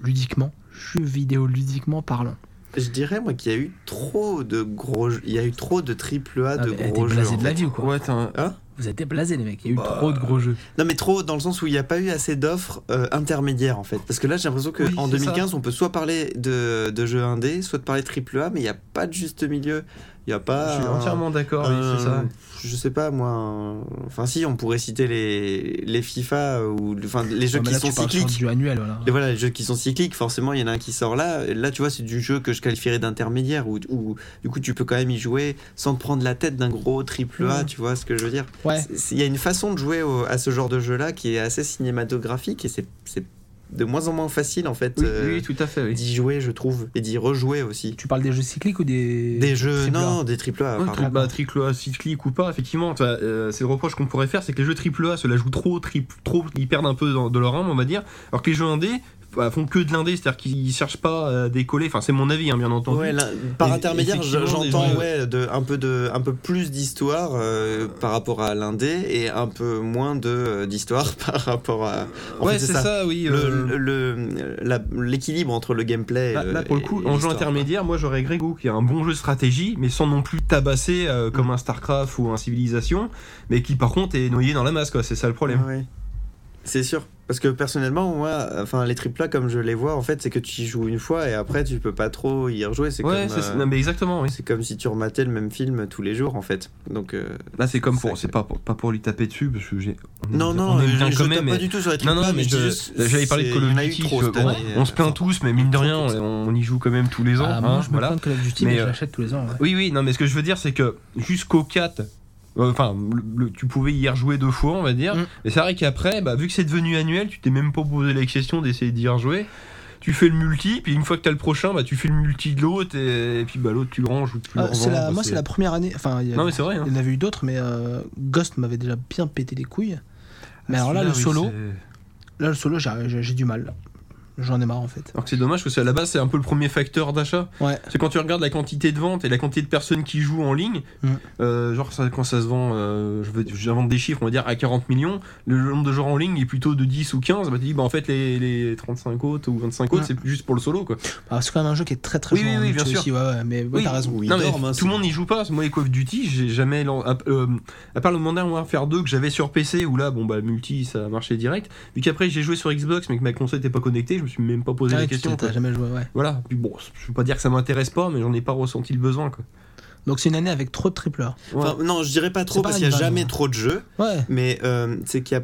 ludiquement Jeux vidéo ludiquement parlant. Je dirais moi qu'il y a eu trop de gros, jeux- il y a eu trop de triple A Ah, de mais gros des jeux. blasés hein. en de la fait. vie ou quoi ouais, t'as un- Vous êtes blasés, les mecs. Il y a eu trop de gros jeux. Non mais trop dans le sens où il n'y a pas eu assez d'offres euh, intermédiaires en fait. Parce que là j'ai l'impression que Oui, en c'est 2015 on peut soit parler de, de jeux indés, soit de parler de triple A, mais il n'y a pas de juste milieu. Il n'y a je pas. suis un- entièrement d'accord, oui, un- c'est ça. Je sais pas moi. un- Enfin si on pourrait citer les les FIFA ou enfin les jeux Ouais, mais qui là, sont tu parles sur cycliques. Du annuel, voilà. Et voilà, les jeux qui sont cycliques, forcément, il y en a un qui sort là. Et Là, tu vois, c'est du jeu que je qualifierais d'intermédiaire, où, où, du coup, tu peux quand même y jouer sans te prendre la tête d'un gros triple A, tu vois ce que je veux dire Ouais. C'est- c'est- Il y a une façon de jouer au- à ce genre de jeu-là qui est assez cinématographique et c'est c'est de moins en moins facile, en fait, Oui, euh, oui, tout à fait. Oui. d'y jouer, je trouve, et d'y rejouer aussi. Tu parles des jeux cycliques ou des. Des jeux, triple A non, des triple A, Ouais, pardon. tri- bah, triple A, cyclique ou pas, effectivement, tu vois, euh, c'est le reproche qu'on pourrait faire, c'est que les jeux triple A se la jouent trop, tri- trop, ils perdent un peu dans- de leur âme, on va dire, alors que les jeux indés bah, font que de l'indé, c'est-à-dire qu'ils cherchent pas à décoller, enfin c'est mon avis, hein, bien entendu. Ouais, là, par Et- intermédiaire, je- effectivement, des j'entends gens- euh, ouais, de, un, peu de, un peu plus d'histoire euh, par rapport à l'indé et un peu moins de, euh, d'histoire [laughs] par rapport à. en Ouais, fait, c'est ça. oui. Le- euh, le- le- la- L'équilibre entre le gameplay. et Là, le- là, pour le coup, et en jeu l'histoire. intermédiaire, moi j'aurais Grego qui a un bon jeu de stratégie, mais sans non plus tabasser euh, comme un Starcraft ou un Civilization, mais qui par contre est noyé dans la masse, quoi. C'est ça le problème. Ouais. C'est sûr. Parce que personnellement, moi, enfin, les AAA, comme je les vois, en fait, c'est que tu y joues une fois et après, tu peux pas trop y rejouer. C'est Ouais, comme, c'est- euh, non, mais exactement. Oui. c'est comme si tu rematais le même film tous les jours, en fait. Donc. euh, Là, c'est comme pour, c'est- c'est pas pour, pas pour lui taper dessus parce que j'ai. on est- Non, non, on est je- bien je quand tape même. pas mais- du tout sur les Non, non, AAA, mais je je- dis juste, j'avais parlé de c'est- Call il y of en a eu Duty. trop je- cette on, année, euh, on se plaint enfin. tous, mais mine de rien, Trop, trop. on y joue quand même tous les ans. Ah, hein, moi, je me voilà. plains de Call of Duty, Mais, mais, je euh, l'achète tous les ans. ouais. Oui, oui, non, mais ce que je veux dire, c'est que jusqu'au 4, euh, enfin, le- le- tu pouvais y rejouer deux fois, on va dire. Mm. Mais c'est vrai qu'après, bah, vu que c'est devenu annuel, tu t'es même pas posé la question d'essayer d'y rejouer. Tu fais le multi, puis une fois que t'as le prochain, bah, tu fais le multi de l'autre, et, et puis bah, l'autre, tu le ranges ou tu le Ah, c'est revends, la- quoi, moi, c'est la première année. Enfin, il y a- Non, mais c'est vrai. hein. il y en avait eu d'autres, mais euh, Ghost m'avait déjà bien pété les couilles. Mais alors là, le Celui-là, oui, solo, c'est- là, le solo, j'ai j'ai- j'ai du mal. J'en ai marre en fait. Alors que c'est dommage, parce que à la base, c'est un peu le premier facteur d'achat. Ouais. C'est quand tu regardes la quantité de ventes et la quantité de personnes qui jouent en ligne, Mm. euh, genre ça- quand ça se vend, euh, je veux- j'invente des chiffres, on va dire à 40 millions, le nombre de joueurs en ligne est plutôt de 10 ou 15, bah tu dis bah en fait les, les 35 autres ou 25 autres Ouais. c'est juste pour le solo quoi. Alors, Ah, c'est quand même un jeu qui est très très Oui, joué oui, en oui, multi bien sûr. aussi, ouais, ouais, mais ouais, Oui, t'as raison. oui. non mais dorment, hein, tout le monde n'y joue pas, moi les Call of Duty j'ai jamais, lan- à, euh, à part le Modern Warfare 2 que j'avais sur PC où là bon bah le multi ça marchait direct, vu qu'après j'ai joué sur Xbox mais que ma console n'était pas connectée, je me suis même pas posé Ah Ouais, la tu question. t'as- t'as quoi. jamais joué, ouais. Voilà, puis bon, je peux pas dire que ça m'intéresse pas mais j'en ai pas ressenti le besoin quoi. Donc c'est une année avec trop de triple A. Ouais. Enfin, non, je dirais pas trop C'est pas parce qu'il n'y a une jamais base, trop de jeux, Ouais. mais euh, c'est qu'il y a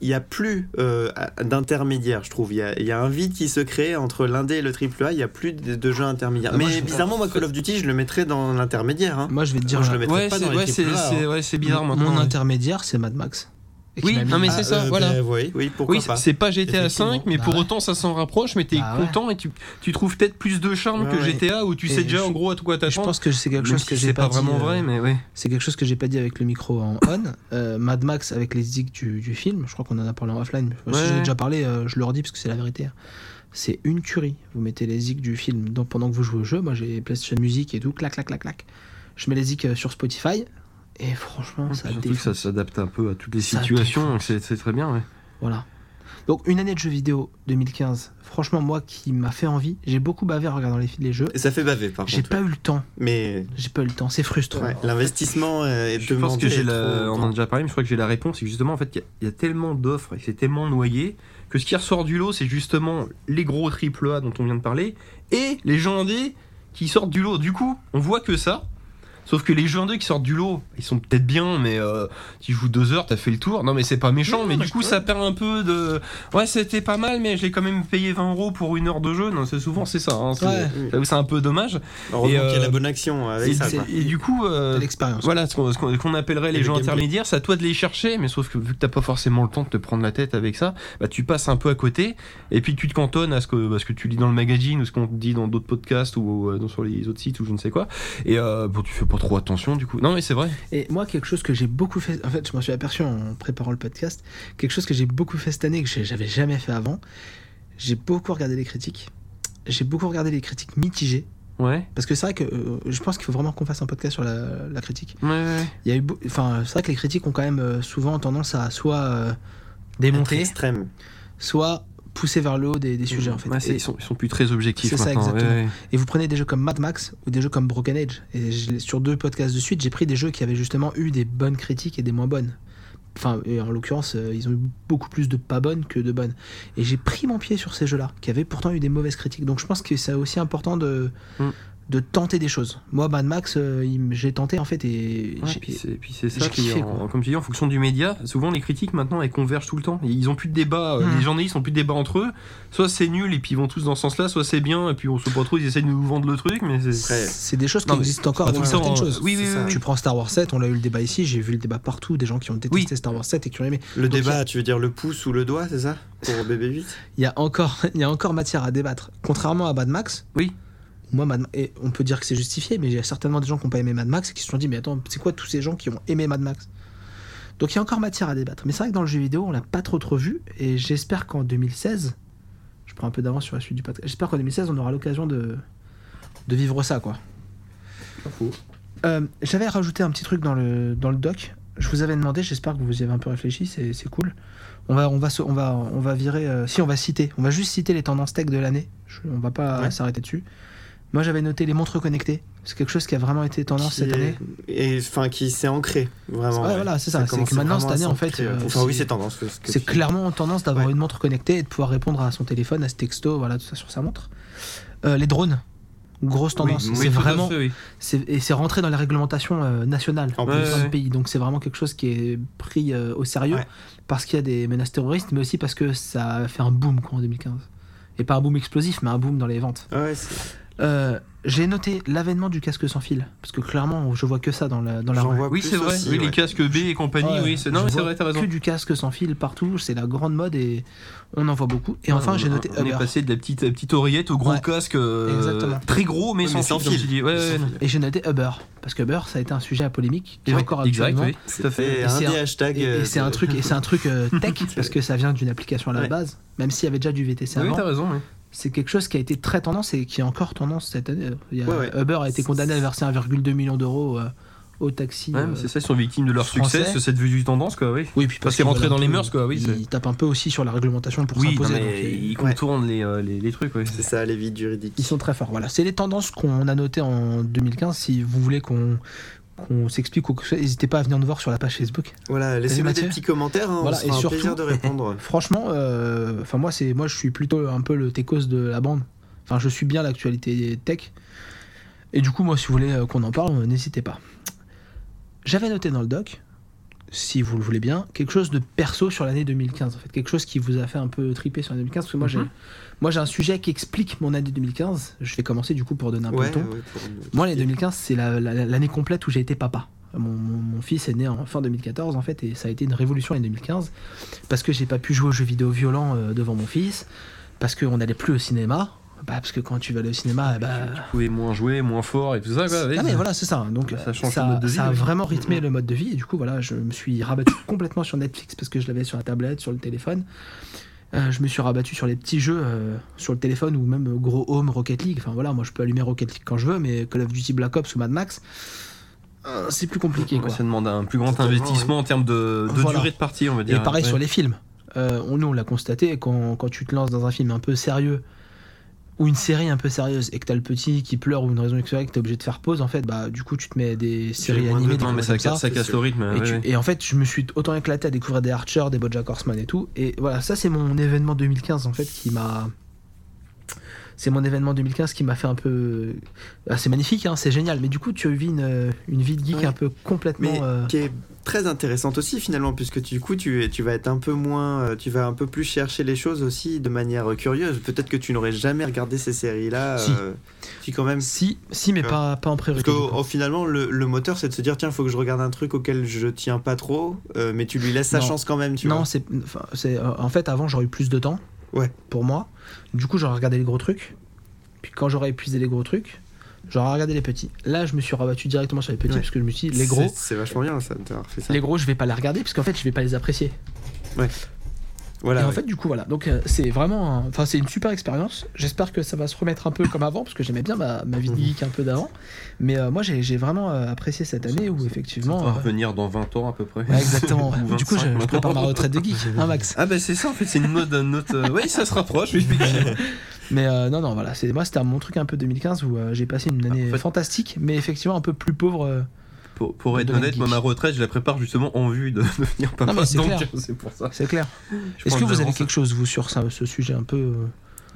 il y a plus euh, d'intermédiaires, je trouve. Il y, a, il y a un vide qui se crée entre l'indé et le triple A. Il y a plus de, de jeux intermédiaires. Ah, Mais moi, je- bizarrement, moi, Call of Duty, je le mettrais dans l'intermédiaire. hein. Moi je vais te dire, Moi, je euh, le mettrais Ouais, pas c'est dans les ouais, c'est- AAA, hein. c'est- ouais, c'est bizarre maintenant. hein. mon intermédiaire c'est Mad Max. Et Oui, qui m'a mis- non, mais [laughs] Ah, [laughs] c'est ça, euh, voilà. ben, oui, oui, pourquoi Oui, pas. c'est- c'est pas GTA 5, mais Bah pour ouais. autant ça s'en rapproche, mais t'es Bah ouais. content et tu, tu trouves peut-être plus de charme Ouais, que ouais. GTA où tu Et sais déjà je- en gros à quoi je t'attends. pense que c'est quelque Même chose si que j'ai c'est pas, pas dit, vraiment euh, vrai, mais ouais. C'est quelque chose que j'ai pas dit avec le micro en on. Euh, Mad Max avec les zigs du, du film, je crois qu'on en a parlé en offline. mais Si Ouais. j'en ai déjà parlé, euh, je le redis parce que c'est la vérité. hein. C'est une tuerie. Vous mettez les zigs du film donc, pendant que vous jouez au jeu. Moi j'ai PlayStation Music et tout, clac, clac, clac, clac. Je mets les zigs euh, sur Spotify et franchement, euh, ça Surtout que défonce. ça s'adapte un peu à toutes les Ça situations, donc c'est c'est très bien, ouais. Voilà. Donc une année de jeux vidéo 2015, franchement, moi qui m'a fait envie, j'ai beaucoup bavé en regardant les, les jeux. Et Ça fait baver, par J'ai contre. pas eu le temps, Mais j'ai pas eu le temps, c'est frustrant. ouais, l'investissement euh, est Je demandé. pense que j'ai est la... trop- On en a déjà parlé, mais je crois que j'ai la réponse. C'est que justement, en fait, il y a- il y, a tellement d'offres et c'est tellement noyé que ce qui ressort du lot, c'est justement les gros triple A dont on vient de parler et les jeux indés qui sortent du lot. Du coup, on voit que ça. Sauf que les jeux indés qui sortent du lot, ils sont peut-être bien, mais euh, tu joues deux heures, t'as fait le tour. Non, mais c'est pas méchant, mais du coup, ça perd un peu de. Ouais, c'était pas mal, mais je l'ai quand même payé 20 euros pour une heure de jeu. Non, c'est souvent, c'est ça. hein, c'est Ouais. là où c'est un peu dommage. Heureusement Et, qu'il y euh, a la bonne action Et, avec ça. c'est- quoi. et du coup, euh, T'as l'expérience. voilà, ce qu'on- ce qu'on qu'on appellerait les le gens gameplay. intermédiaires, c'est à toi de les chercher, mais sauf que vu que t'as pas forcément le temps de te prendre la tête avec ça, bah tu passes un peu à côté, et puis tu te cantonnes à ce que, à ce que tu lis dans le magazine, ou ce qu'on te dit dans d'autres podcasts, ou euh, dans- sur les autres sites, ou je ne sais quoi, et euh, bon, tu fais pas trop attention du coup. Non mais c'est vrai. Et moi, quelque chose que j'ai beaucoup fait, en fait, je m'en suis aperçu en préparant le podcast, quelque chose que j'ai beaucoup fait cette année, que j'ai- j'avais jamais fait avant, j'ai beaucoup regardé les critiques, j'ai beaucoup regardé les critiques mitigées, Ouais. Parce que c'est vrai que euh, je pense qu'il faut vraiment qu'on fasse un podcast sur la, la critique. Ouais, ouais. Il y a eu, beau- enfin, c'est vrai que les critiques ont quand même euh, souvent tendance à soit euh, Démontré. Extrême. soit pousser vers le haut des, des sujets en fait. Ouais, c'est- et, ils, sont, ils sont plus très objectifs C'est ça, maintenant. ouais, exactement. ouais. et vous prenez des jeux comme Mad Max ou des jeux comme Broken Age. Et je l'ai- sur deux podcasts de suite, j'ai pris des jeux qui avaient justement eu des bonnes critiques et des moins bonnes. Enfin, et en l'occurrence, euh, ils ont eu beaucoup plus de pas bonnes que de bonnes. Et j'ai pris mon pied sur ces jeux-là, qui avaient pourtant eu des mauvaises critiques. Donc je pense que c'est aussi important de, Mm. de tenter des choses. Moi, Mad Max, euh, il m- j'ai tenté en fait et Ouais, j'ai- puis c'est puis c'est j'ai ça qui, kiffé, en- quoi. comme tu dis, en fonction du média, souvent les critiques maintenant elles convergent tout le temps. Ils ont plus de débat, euh, Hmm. les journalistes ont plus de débat entre eux. Soit c'est nul et puis ils vont tous dans ce sens-là, soit c'est bien et puis on se pas trop, ils essayent de nous vendre le truc, mais c'est. Après, c'est des choses qui Non, mais existent encore pas dans tout le temps, certaines euh, choses. oui, oui, C'est oui, ça. oui. Tu prends Star Wars 7, on l'a eu le débat ici, j'ai vu le débat partout, des gens qui ont détesté Star Wars 7 et qui ont aimé. le Donc, débat, tu veux dire le pouce ou le doigt, c'est ça Pour BB8 il y a encore [laughs] il y a encore matière à débattre contrairement à Mad Max Oui. moi Mad et on peut dire que c'est justifié mais il y a certainement des gens qui n'ont pas aimé Mad Max et qui se sont dit mais attends c'est quoi tous ces gens qui ont aimé Mad Max donc il y a encore matière à débattre mais c'est vrai que dans le jeu vidéo on l'a pas trop trop vu et j'espère qu'en 2016 je prends un peu d'avance sur la suite du podcast j'espère qu'en 2016 on aura l'occasion de de vivre ça quoi Euh, j'avais rajouté un petit truc dans le dans le doc je vous avais demandé j'espère que vous y avez un peu réfléchi c'est c'est cool on va, on va, se- on va, on va virer. euh, si, on va citer. On va juste citer les tendances tech de l'année. Je- On va pas Ouais. s'arrêter dessus. Moi, j'avais noté les montres connectées. C'est quelque chose qui a vraiment été tendance Qui cette est- année. Et enfin, qui s'est ancré, vraiment. Ouais, ouais. voilà, c'est ça. C'est commence que maintenant, cette vraiment à année, en fait, s'ancrer, ouais. euh, Enfin, oui, c'est- c'est tendance. que- que C'est tu- clairement en tendance d'avoir Ouais. une montre connectée et de pouvoir répondre à son téléphone, à ce texto, voilà, tout ça sur sa montre. Euh, les drones. Grosse tendance. Oui, oui, c'est tout à vraiment. fait, oui. c'est- Et c'est rentré dans les réglementations euh, nationales. En Ouais, plus, dans ouais. le pays. Donc c'est vraiment quelque chose qui est pris euh, au sérieux Ouais. parce qu'il y a des menaces terroristes, mais aussi parce que ça a fait un boom quoi, en 2015. Et pas un boom explosif, mais un boom dans les ventes. Ouais, c'est- Euh, J'ai noté l'avènement du casque sans fil, parce que clairement, je vois que ça dans la, dans la j'en rue. vois Oui, plus c'est vrai. aussi, oui, ouais. Les casques B et compagnie, Ouais, oui. c'est- Non, je mais c'est vois vrai, t'as raison. Que du casque sans fil partout, c'est la grande mode et on en voit beaucoup. Et enfin, On- j'ai noté On est Uber. passé de la petite, la petite oreillette au gros Ouais. casque. euh, Exactement. Très gros, mais Oui, sans, mais sans fil. comme fil. tu dis. Ouais, ouais, non. Et j'ai noté Uber, parce que Uber, ça a été un sujet à polémique qui est Ouais, encore exact, actuellement. oui. Tout à fait. Et Et un c'est des un- hashtags. Et, et euh, c'est un de- truc, et c'est un truc [laughs] euh, tech parce que ça vient d'une application à la Ouais. base, même s'il y avait déjà du VTC Oui, avant. t'as raison. oui. c'est quelque chose qui a été très tendance et qui est encore tendance cette année. Il y a- Ouais, ouais. Uber a été condamné à verser 1,2 million d'euros euh, aux taxis. Ouais, euh, mais C'est ça, ils sont victimes de leur français. succès, ce- cette vue du tendance, quoi, oui. Oui, puis Parce qu'il est rentré voilà, dans les un peu, mœurs, quoi, oui, c'est- Il tape un peu aussi sur la réglementation pour Oui, non, s'imposer. donc mais ils- ils contournent les, euh, les, les trucs, oui. C'est ça, les vides juridiques. Ils sont très forts. Voilà, c'est les tendances qu'on a notées en 2015. Si vous voulez qu'on qu'on s'explique ou que ce soit, n'hésitez pas à venir nous voir sur la page Facebook. Voilà, laissez-nous des Mathieu petits commentaires. hein, on Voilà, se et fera un surtout- plaisir de répondre. Franchement, euh, enfin moi c'est moi je suis plutôt un peu le techos de la bande. Enfin je suis bien l'actualité tech. Et du coup moi si vous voulez euh, qu'on en parle, euh, n'hésitez pas. J'avais noté dans le doc, si vous le voulez bien, quelque chose de perso sur l'année 2015 en fait, quelque chose qui vous a fait un peu triper sur l'année 2015 parce que moi j'ai moi j'ai un sujet qui explique mon année 2015. Je vais commencer du coup pour donner [laughs] un peu Ouais, le ton. ouais, pour nous- Moi, l'année 2015, c'est la- la- la- l'année complète où j'ai été papa. Mon, mon- mon fils est né en fin 2014, en fait, et ça a été une révolution l'année 2015. Parce que j'ai pas pu jouer aux jeux vidéo violents euh, devant mon fils, parce qu'on n'allait plus au cinéma. Bah, parce que quand tu vas aller au cinéma, eh bah. Vous pouvez moins jouer, moins fort et tout ça, quoi. oui, Ah, mais ça- voilà, c'est ça. Donc, Bah, ça, ça change le mode de vie, ça a oui. vraiment rythmé le mode de vie. Et du coup, voilà, je me suis rabattu [coughs] complètement sur Netflix parce que je l'avais sur la tablette, sur le téléphone. Euh, je me suis rabattu sur les petits jeux euh, sur le téléphone ou même euh, gros home Rocket League. Enfin voilà, moi je peux allumer Rocket League quand je veux, mais Call of Duty Black Ops ou Mad Max, euh, c'est plus compliqué quoi. Ça demande un plus grand Totalement, investissement en termes de, de Voilà. durée de partie, on va Et dire. pareil Ouais. sur les films. Euh, on, nous, on l'a constaté, quand, quand tu te lances dans un film un peu sérieux ou une série un peu sérieuse et que t'as le petit qui pleure ou une raison extérieure que t'es obligé de faire pause, en fait, bah du coup tu te mets des séries moins de animées, des Non, mais trucs ça, comme ça. casse- ça casse c'est le rythme. Et, ouais, tu- ouais. et en fait, je me suis autant éclaté à découvrir des Archer, des Bojack Horseman et tout. Et voilà, ça c'est mon événement 2015 en fait qui m'a. C'est mon événement 2015 qui m'a fait un peu. Ah, c'est magnifique, hein, c'est génial. Mais du coup, tu vis une, une vie de geek Ouais. un peu complètement. Mais euh, qui est très intéressante aussi finalement puisque du coup tu, es- tu vas être un peu moins euh, tu vas un peu plus chercher les choses aussi de manière euh, curieuse peut-être que tu n'aurais jamais regardé ces séries là Si. quand même Si, si, mais Ouais. pas, pas en parce priorité. que du coup. oh, finalement le, le moteur c'est de se dire tiens faut que je regarde un truc auquel je tiens pas trop euh, mais tu lui laisses sa Non. chance quand même tu Non, vois c'est, enfin, c'est, euh, en fait, avant, j'aurais eu plus de temps. Ouais. Pour moi. Du coup, j'aurais regardé les gros trucs. Puis quand j'aurais épuisé les gros trucs, j'aurais regardé les petits. Là, je me suis rabattu directement sur les petits Ouais. parce que je me suis dit, les C'est- gros, c'est vachement bien ça d'avoir fait ça les gros, je vais pas les regarder parce qu'en fait, je vais pas les apprécier. Ouais. Et Voilà. en fait, du coup, voilà. Donc, euh, c'est vraiment. un- Enfin, c'est une super expérience. J'espère que ça va se remettre un peu comme avant, parce que j'aimais bien ma, ma Mhm. vie de geek un peu d'avant. Mais euh, moi, j'ai j'ai vraiment euh, apprécié cette année où, On effectivement. va euh, revenir dans 20 ans à peu près. ouais, exactement. Ou du coup, je, 25 je prépare ma maintenant. retraite de geek, hein, Max. Ah bah c'est ça en fait, c'est une mode, une autre. euh, Oui, ça se rapproche. mais effectivement. Mais euh, non, non, voilà. c'est- Moi, c'était mon truc un peu 2015 où euh, j'ai passé une année en fait- fantastique, mais effectivement un peu plus pauvre. euh, pour, pour être Domaine honnête, moi geek. ma retraite, je la prépare justement en vue de [laughs] devenir papa. mais c'est donc clair. [laughs] c'est pour ça. c'est clair. Je Est-ce prends que de vous avez l'avance. quelque chose, vous, sur ça- ce sujet un peu. euh,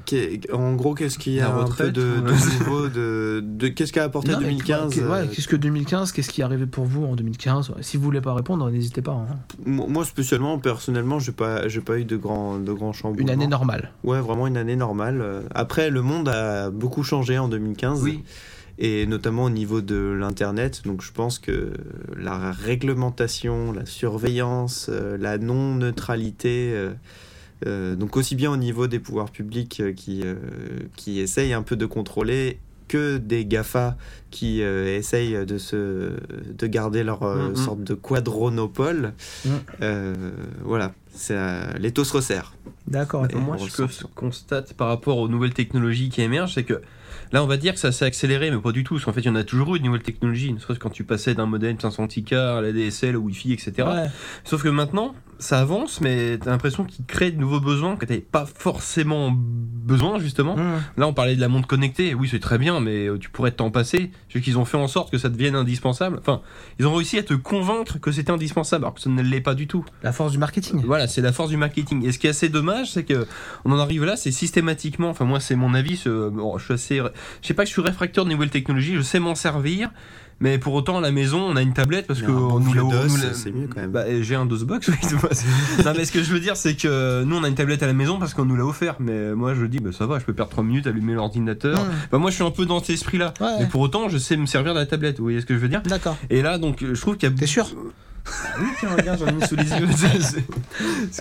Qu'est- En gros, qu'est-ce qu'il y a La un peu retraite, de, ou- de nouveau de, de- Qu'est-ce qu'a apporté Non, mais 2015 qu'est- ouais, euh, Qu'est-ce que 2015 Qu'est-ce qui est arrivé pour vous en 2015 Si vous voulez pas répondre, n'hésitez pas. hein. Moi, moi, spécialement, personnellement, j'ai pas, j'ai pas eu de grand, de grand Une chamboulement. année normale. Ouais, vraiment une année normale. Euh, Après, le monde a beaucoup changé en 2015. Oui. Et notamment au niveau de l'Internet. Donc, je pense que la réglementation, la surveillance, euh, la non-neutralité. euh, euh, donc, aussi bien au niveau des pouvoirs publics euh, qui, euh, qui essayent un peu de contrôler que des GAFA qui euh, essayent de, se, de garder leur euh, Mhm. sorte de quadronopole. Mhm. Euh, voilà, C'est, euh, les taux se resserrent. D'accord. Et Moi, on ce que ressent je constate par rapport aux nouvelles technologies qui émergent, c'est que là, on va dire que ça s'est accéléré, mais pas du tout. Parce qu'en fait, il y en a toujours eu de nouvelles technologies. Ne serait-ce que quand tu passais d'un modem 500K à la DSL, au Wi-Fi, etc. Ouais. Sauf que maintenant, ça avance, mais t'as l'impression qu'il crée de nouveaux besoins que t'avais pas forcément besoin, justement. Mmh. Là, on parlait de la montre connectée. Oui, c'est très bien, mais euh, tu pourrais t'en passer. C'est qu'ils ont fait en sorte que ça devienne indispensable. Enfin, ils ont réussi à te convaincre que c'était indispensable, alors que ça ne l'est pas du tout. La force du marketing. Voilà, c'est la force du marketing. Et ce qui est assez dommage, c'est que on en arrive là, c'est systématiquement. Enfin, moi, c'est mon avis. ce- bon, je suis assez. Je sais pas que je suis réfracteur de nouvelles technologies. Je sais m'en servir, mais pour autant, à la maison, on a une tablette parce Mais que un on bon nous vieux la- DOS, nous la- c'est mieux quand même. Bah, euh, j'ai un DOSBox. Oui, c'est pas- non, mais ce que je veux dire, c'est que nous, on a une tablette à la maison parce qu'on nous l'a offert. Mais moi, je dis, bah, ça va, je peux perdre 3 minutes, allumer l'ordinateur. Mmh. Bah, moi, je suis un peu dans cet esprit-là. Ouais. Mais pour autant, je sais me servir de la tablette. Vous voyez ce que je veux dire D'accord. Et là, donc, euh, je trouve qu'il y a. T'es sûr Oui, tiens, [laughs] regarde, j'en ai mis sous les yeux. [laughs] C'est- c'est- ce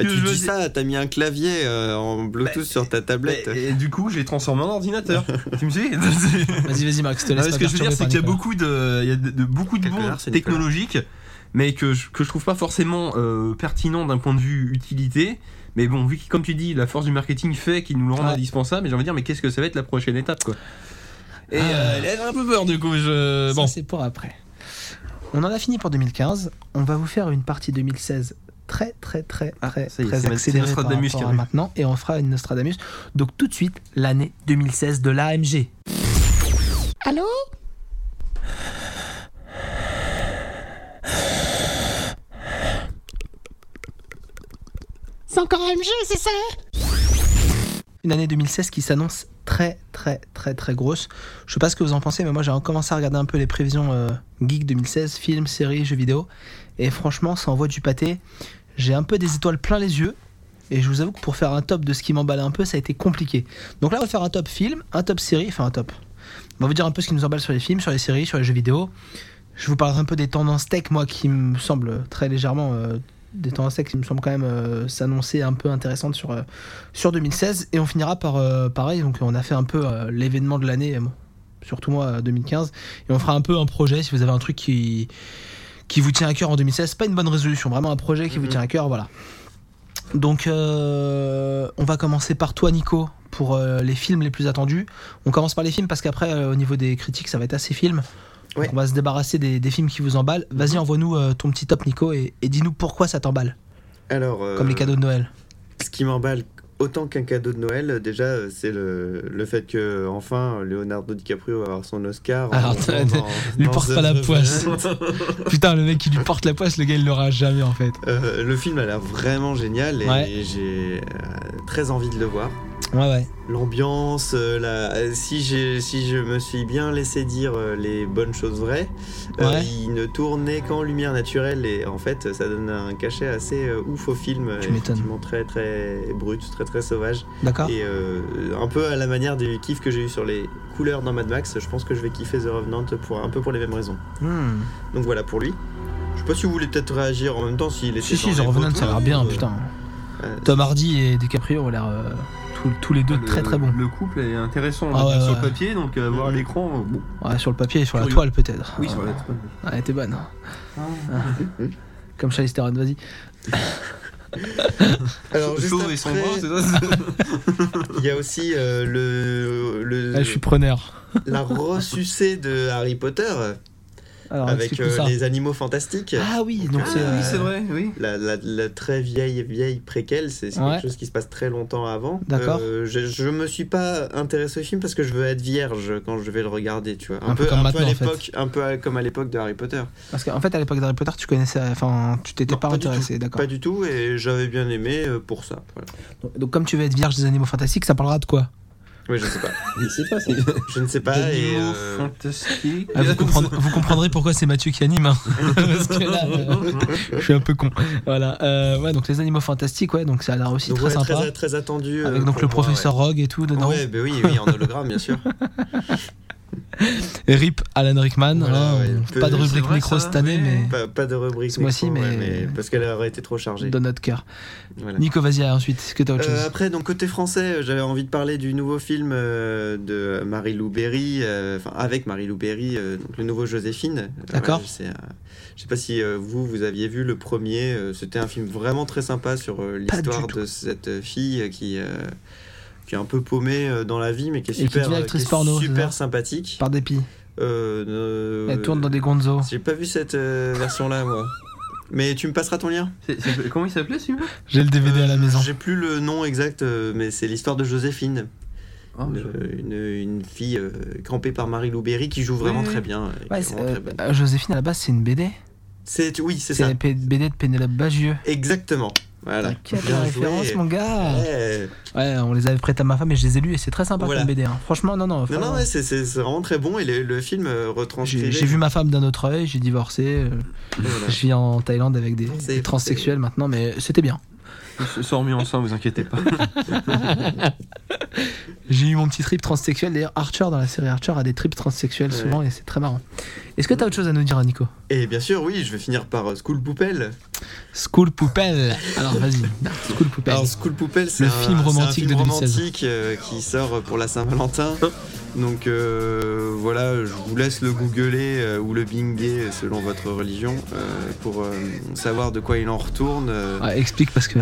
Ah, que tu je veux dis dire. ça, t'as mis un clavier euh, en Bluetooth sur ta tablette. Et, et du coup, je l'ai transformé en [laughs] ordinateur. tu me suis Vas-y, vas-y, Max, te Non, laisse. mais pas ce que je veux dire, perturber c'est par qu'il y a Nicolas. beaucoup de, il y a de, de- beaucoup de Quelque bons part, c'est Nicolas. technologiques, mais que je, que je trouve pas forcément euh, pertinent d'un point de vue utilité. Mais bon, vu que, comme tu dis, la force du marketing fait qu'il nous le rend Ouais. indispensable, mais j'ai envie de dire, mais qu'est-ce que ça va être la prochaine étape, quoi Et Ah. euh, elle a un peu peur, du coup. Je... Ça, Euh, Bon, c'est pour après. On en a fini pour 2015. On va vous faire une partie 2016 très très très très Ah, ça y est, c'est très ma- c'est accélérée par Nostradamus qui rapport à arrive. maintenant et on fera une Nostradamus. Donc tout de suite l'année 2016 de l'AMG. Allô C'est encore AMG, c'est ça Une année 2016 qui s'annonce très très très très grosse. Je sais pas ce que vous en pensez, mais moi j'ai commencé à regarder un peu les prévisions euh, geek 2016, films, séries, jeux vidéo. Et franchement, ça envoie du pâté. J'ai un peu des étoiles plein les yeux. Et je vous avoue que pour faire un top de ce qui m'emballe un peu, ça a été compliqué. Donc là, on va faire un top film, un top série, enfin un top. On va vous dire un peu ce qui nous emballe sur les films, sur les séries, sur les jeux vidéo. Je vous parlerai un peu des tendances tech, moi, qui me semblent très légèrement. euh, des tendances tech qui me semblent quand même euh, s'annoncer un peu intéressantes sur, euh, sur 2016. Et on finira par euh, pareil, donc on a fait un peu euh, l'événement de l'année, euh, bon, surtout moi, euh, 2015. Et on fera un peu un projet si vous avez un truc qui, qui vous tient à cœur en 2016. Pas une bonne résolution, vraiment un projet qui vous Mhm. tient à cœur, voilà. Donc euh, on va commencer par toi, Nico, pour euh, les films les plus attendus. On commence par les films parce qu'après, euh, au niveau des critiques, ça va être assez film. Ouais. Mhm. Donc, On va se débarrasser des, des films qui vous emballent. Vas-y, envoie-nous euh, ton petit top, Nico, et, et dis-nous pourquoi ça t'emballe, Alors, euh, comme les cadeaux de Noël. ce qui m'emballe autant qu'un cadeau de Noël, euh, déjà, euh, c'est le, le fait que, euh, enfin, Leonardo DiCaprio va avoir son Oscar. en- Alors, t'as- en- en- Lui dans porte The pas la Revenant. poisse. Putain, le mec qui lui porte la poisse, le gars il l'aura jamais en fait. Euh, le film a l'air vraiment génial et, Ouais. et j'ai euh, très envie de le voir. Ouais, ouais. L'ambiance, euh, la- euh, si, j'ai- si je me suis bien laissé dire euh, les bonnes choses vraies, euh, Ouais. il ne tournait qu'en lumière naturelle et en fait ça donne un cachet assez euh, ouf au film, euh, m'étonnes. Ah. effectivement très très brut, très très sauvage D'accord et euh, un peu à la manière des kiffs que j'ai eu sur les couleurs dans Mad Max, je pense que je vais kiffer The Revenant pour, un peu pour les mêmes raisons. Hmm. Donc voilà pour lui. Je sais pas si vous voulez peut-être réagir en même temps s'il était Si, si, dans The les Revenant, votants, ça a l'air bien, euh, putain. euh, Tom Hardy et DiCaprio ont l'air euh, tous, tous les deux Ah, le- très très bons. Le couple est intéressant on Ah va dire, ouais, sur ouais. le papier, donc euh, voir l'écran. bon. Ouais, sur le papier et sur la Curieux. toile peut-être. Oui, sur la hein. Ah, elle était bonne. Ah. Comme Charlize Theron, vas-y. Alors, juste Chauve et son après, bras, c'est ça il y a aussi euh, le, le- Ah, je suis preneur. la ressucée de Harry Potter Alors, avec explique-nous euh, Ah, ça. les animaux fantastiques. Ah oui, donc c'est. Oui, euh, c'est vrai, oui. La, la- la très vieille, vieille préquelle, c'est c'est Ouais. quelque chose qui se passe très longtemps avant. D'accord. Euh, je, je me suis pas intéressé au film parce que je veux être vierge quand je vais le regarder, tu vois. Un peu comme un à maintenant, en fait. l'époque, un peu à- comme à l'époque de Harry Potter. Parce qu'en fait, à l'époque d'Harry Potter, tu connaissais. Enfin, tu t'étais Non, pas, pas du intéressé, d'accord. Pas du tout, et j'avais bien aimé euh, pour ça. Voilà. Donc, donc, comme tu veux être vierge des animaux fantastiques, ça parlera de quoi Oui, je sais pas. Je sais pas, c'est- Je ne sais pas. et, Animaux euh, fantastiques. Ah, [laughs] vous, comprendrez, vous comprendrez pourquoi c'est Mathieu qui anime. hein. Parce que là, euh, je suis un peu con. Voilà. euh, ouais, donc les animaux fantastiques, ouais, donc ça a l'air aussi donc, très ouais, sympa. très, très attendu. euh, avec donc pour le moi, professeur Rogue et tout Ouais, dedans. ouais bah oui, oui, en hologramme, [laughs] bien sûr. Et Rip Alan Rickman. Voilà, hein, ouais, on- peu- pas de c'est rubrique vrai, micro ça, cette année, oui. mais Pas, pas de rubrique. Ce mois-ci, micro, ouais, mais- Parce qu'elle aurait été trop chargée. dans notre cœur. Voilà. Nico, vas-y, ensuite, est-ce que t'as autre Euh, chose après, donc côté français, euh, j'avais envie de parler du nouveau film euh, de Marie-Lou Berry, euh, enfin avec Marie-Lou Berry, euh, donc le nouveau Joséphine. Euh, D'accord. voilà, c'est, euh, je sais pas si euh, vous, vous aviez vu le premier, euh, c'était un film vraiment très sympa sur euh, Pas du l'histoire de cette euh, fille euh, qui, euh, qui est un peu paumée euh, dans la vie, mais qui est Et qui super, devient euh, actrice qui est porno, c'est super ça sympathique. Par dépit. Euh, euh, Elle tourne dans des gonzos. J'ai pas vu cette euh, version-là, moi. Mais tu me passeras ton lien C'est- c'est- Comment il s'appelait celui-là J'ai le DVD à la Euh, maison. J'ai plus le nom exact, euh, mais c'est l'histoire de Joséphine. Ah, Une, je- Hein, euh, une- une fille euh, campée par Marie Lou Berry qui joue vraiment Oui, oui. très bien. euh, qui est Ouais, c'est- vraiment euh, très bonne. euh, Joséphine, à la base, c'est une BD. C'est- oui, c'est C'est ça. la P- BD de Pénélope Bagieux. Exactement. Voilà. Quelle Bien joué. référence, mon gars Ouais. Ouais, on les avait prêtés à ma femme et je les ai lus et c'est très sympa Voilà. comme BD. hein. Franchement, non, non. Non, non, franchement, ouais, c'est c'est- c'est vraiment très bon et le, le film euh, J'ai retranscrit. j'ai vu ma femme d'un autre œil, j'ai divorcé, euh, Voilà. je vis en Thaïlande avec des, C'est- des transsexuels maintenant, mais c'était bien. Ils se sont remis ensemble, vous inquiétez pas. J'ai eu mon petit trip transsexuel, d'ailleurs Archer dans la série Archer a des trips transsexuels Ouais. souvent et c'est très marrant. Est-ce que t'as autre chose à nous dire, hein, Nico Et bien sûr, oui, je vais finir par euh, School Poupelle. School Poupelle Alors vas-y, School Poupelle. Alors, School Poupelle, c'est Bah, Le un, film c'est un romantique de film 2016. romantique, euh, qui sort pour la Saint-Valentin. Donc euh, voilà, je vous laisse le googler euh, ou le binguer selon votre religion euh, pour euh, savoir de quoi il en retourne. euh. Ouais, explique parce que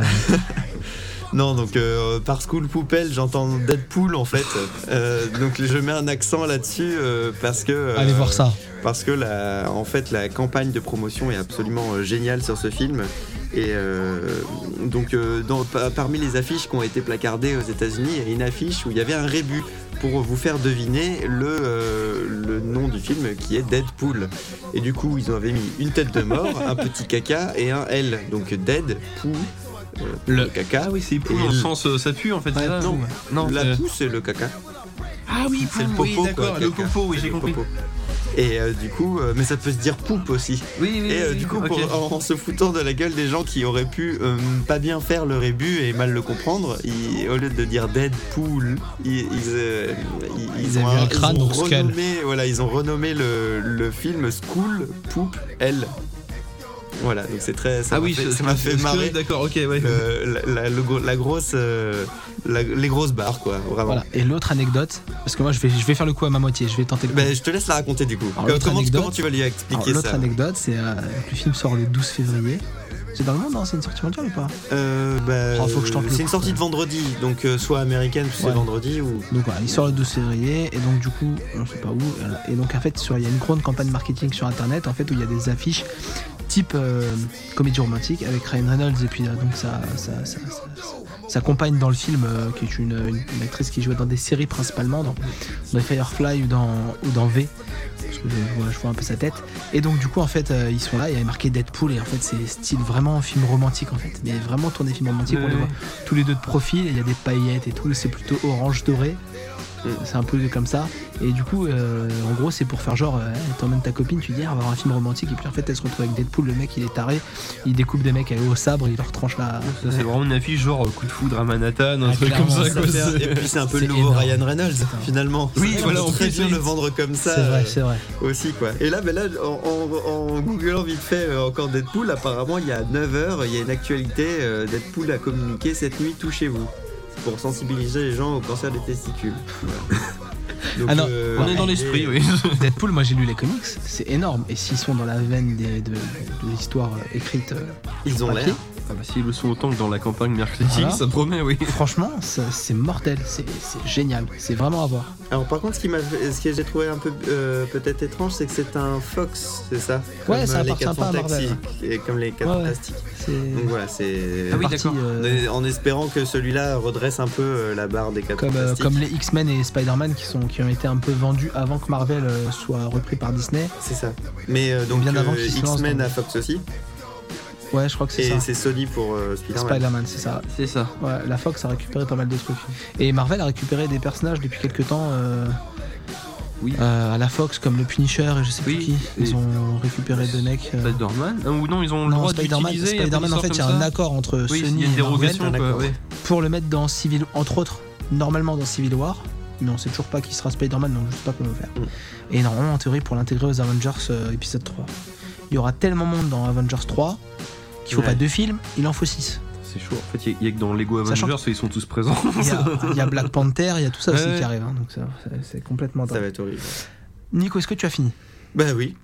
Non, donc euh, par School Poupelle, j'entends Deadpool en fait. Euh, donc je mets un accent là-dessus euh, parce que. euh, allez voir ça. parce que la, en fait la campagne de promotion est absolument euh, géniale sur ce film. Et euh, donc euh, dans- pa- parmi les affiches qui ont été placardées aux États-Unis, il y a une affiche où il y avait un rébut pour vous faire deviner le, euh, le nom du film qui est Deadpool. Et du coup ils avaient mis une tête de mort, un petit caca et un L. Donc Dead, pou, euh, le. caca. Ah oui, c'est pour Et le le- sens euh, ça pue en fait. c'est ça non, non, la Euh. c'est- poux c'est le caca. Ah oui, C'est le pou, popo oui, quoi. d'accord, le caca. popo, oui, C'est j'ai le compris. popo. Et euh, du coup, euh, mais ça peut se dire poupe aussi. Oui, oui, Et euh, oui, du coup, ok. pour- en, en se foutant de la gueule des gens qui auraient pu euh, pas bien faire le rébut et mal le comprendre, ils- au lieu de dire Deadpool, ils, ils, euh, ils- ils Ils ont, avaient un- un crâne, ils ont donc Skull. renommé, voilà, ils ont renommé le, le film School Poop L. Voilà, donc c'est très. Ça Ah m'a oui, fait- je- ça m'a je- fait je- marrer. D'accord, ok, ouais. euh, la, la- le gros- la grosse, euh, la- les grosses barres, quoi, vraiment. Voilà. Et l'autre anecdote, parce que moi je vais, je vais faire le coup à ma moitié, je vais tenter le coup. Ben, je te laisse la raconter du coup. Alors, Comment- l'autre comment, anecdote- comment tu vas lui Alors, expliquer L'autre ça anecdote, c'est euh, le film sort le 12 février. C'est dans le monde, hein, c'est une sortie mondiale ou pas Euh, bah, Oh, faut que je t'en prie. c'est une sortie de vendredi, donc euh, soit américaine, puis Ouais. c'est vendredi [laughs] ou. Donc voilà, il sort le 12 février et donc du coup, on sait pas où. voilà. Et donc en fait, sur- il y a une grande campagne marketing sur internet en fait où il y a des affiches type euh, comédie romantique avec Ryan Reynolds et puis euh, donc ça, ça, ça, ça- ça- sa compagne dans le film euh, qui est une, une- une actrice qui jouait dans des séries principalement dans, dans Firefly ou dans, ou dans V parce que je vois, je vois un peu sa tête et donc du coup en fait euh, ils sont là il y a marqué Deadpool et en fait c'est style vraiment film romantique en fait mais vraiment tourné film romantique on les voit tous les deux de profil, il y a des paillettes et tout, c'est plutôt orange doré. C'est un peu comme ça. Et du coup, euh, en gros, c'est pour faire genre, euh, Eh, t'emmènes ta copine, tu dis, Ah, on va voir un film romantique, et puis en fait, elle se retrouve avec Deadpool, le mec, il est taré, il découpe des mecs au sabre, il leur tranche la. Ça, c'est vraiment une affiche genre euh, coup de foudre à Manhattan, un Ah, truc comme clairement, ça, ça quoi. fait un- c'est- Et puis c'est un peu le C'est nouveau énorme. Ryan Reynolds finalement. [laughs] Oui, Ça voilà, peut on très peut bien dire. le vendre comme ça C'est vrai, [laughs] euh, c'est vrai. aussi quoi. Et là, ben là, en, en- en googlant vite fait euh, encore Deadpool, apparemment il y a 9h, il y a une actualité. euh, Deadpool a communiqué cette nuit, touchez-vous. C'est Pour sensibiliser les gens au cancer des testicules. [laughs] Voilà. Donc, Ah non, euh, On est dans l'esprit, oui. Deadpool, moi j'ai lu les comics, c'est énorme. Et s'ils sont dans la veine des- de, de l'histoire euh, écrite euh, Ils ont papier, l'air. Ah bah s'ils le sont autant que dans la campagne mercredi, ça promet, oui. Franchement, ça- c'est mortel, c'est c'est génial, c'est vraiment à voir. Alors par contre, ce, qui m'a- ce que j'ai trouvé un peu euh, peut-être étrange, c'est que c'est un Fox, c'est ça Ouais, ça euh, les appartient quatre pas à Marvel. fantastiques et comme les quatre Ouais, ouais. fantastiques. C'est Donc voilà, c'est c'est Ah oui, parti, d'accord. euh, en- en espérant que celui-là redresse un peu euh, la barre des quatre comme, euh, fantastiques. comme les X-Men et Spider-Man qui, sont, qui ont été un peu vendus avant que Marvel euh, soit repris par Disney. C'est ça. Mais euh, donc Bien avant euh, qu'ils se lancent X-Men dans- à Fox aussi Ouais, je crois que c'est ça. et c'est Sony pour euh, Spider-Man. Spider-Man, c'est ça. C'est ça. Ouais, la Fox a récupéré pas mal de trucs. Et Marvel a récupéré des personnages depuis quelques temps. euh, Oui. euh, à la Fox, comme le Punisher et je sais plus Oui, qui. Ils et- ont récupéré deux mecs. euh, Spider-Man Ah, Ou non, ils ont le non, droit Spider-Man, d'utiliser. y a pas Spider-Man, en d'histoire fait, il y a comme un ça accord entre Oui, Sony il y a et une Marvel dérogation, Ah, quoi. ouais. pour le mettre dans Civil, entre autres, normalement dans Civil War, mais on sait toujours pas qui sera Spider-Man, donc je sais pas comment faire. Mm. Et normalement, en théorie, pour l'intégrer aux Avengers euh, épisode 3. Il y aura tellement de monde dans Avengers 3 qu'il faut Ouais. pas deux films, il en faut [laughs] six. C'est chaud. En fait, il y, a que dans Lego Sachant Avengers, ils sont tous présents. Il y a, il y a Black Panther, il y a tout ça aussi Ouais. qui arrive, hein, donc ça, c'est- c'est complètement Ça dingue. va être horrible. Nico, est-ce que tu as fini Ben Bah oui.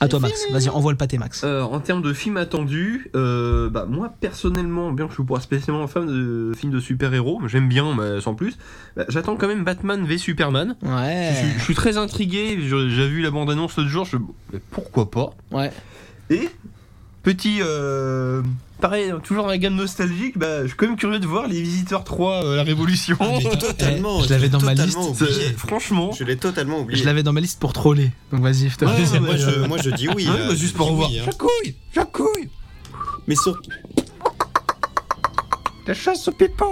À toi, Max. Vas-y, envoie le pâté, Max. Euh, en termes de films attendus, euh, bah, moi personnellement, bien que je suis pas spécialement fan de films de super-héros, mais j'aime bien, mais sans plus, bah, j'attends quand même Batman v Superman. Je, Ouais. suis- je suis très intrigué, je- j'ai vu la bande-annonce l'autre jour, je mais pourquoi pas Ouais. Et, petit. euh, pareil, toujours un gamme nostalgique, bah, je suis quand même curieux de voir Les Visiteurs 3, euh, la Révolution. [laughs] Totalement. Eh, je l'avais dans ma totalement liste. oublié. Franchement. Je l'ai totalement Je oublié. l'avais dans ma liste pour troller. Donc vas-y, je te [laughs] Ouais, laisse. ouais, Ah, moi, je, moi je dis oui. Ouais, là, bah, je juste dis pour oui, revoir. hein. Jacouille Jacouille Mais sur La chasse au pépin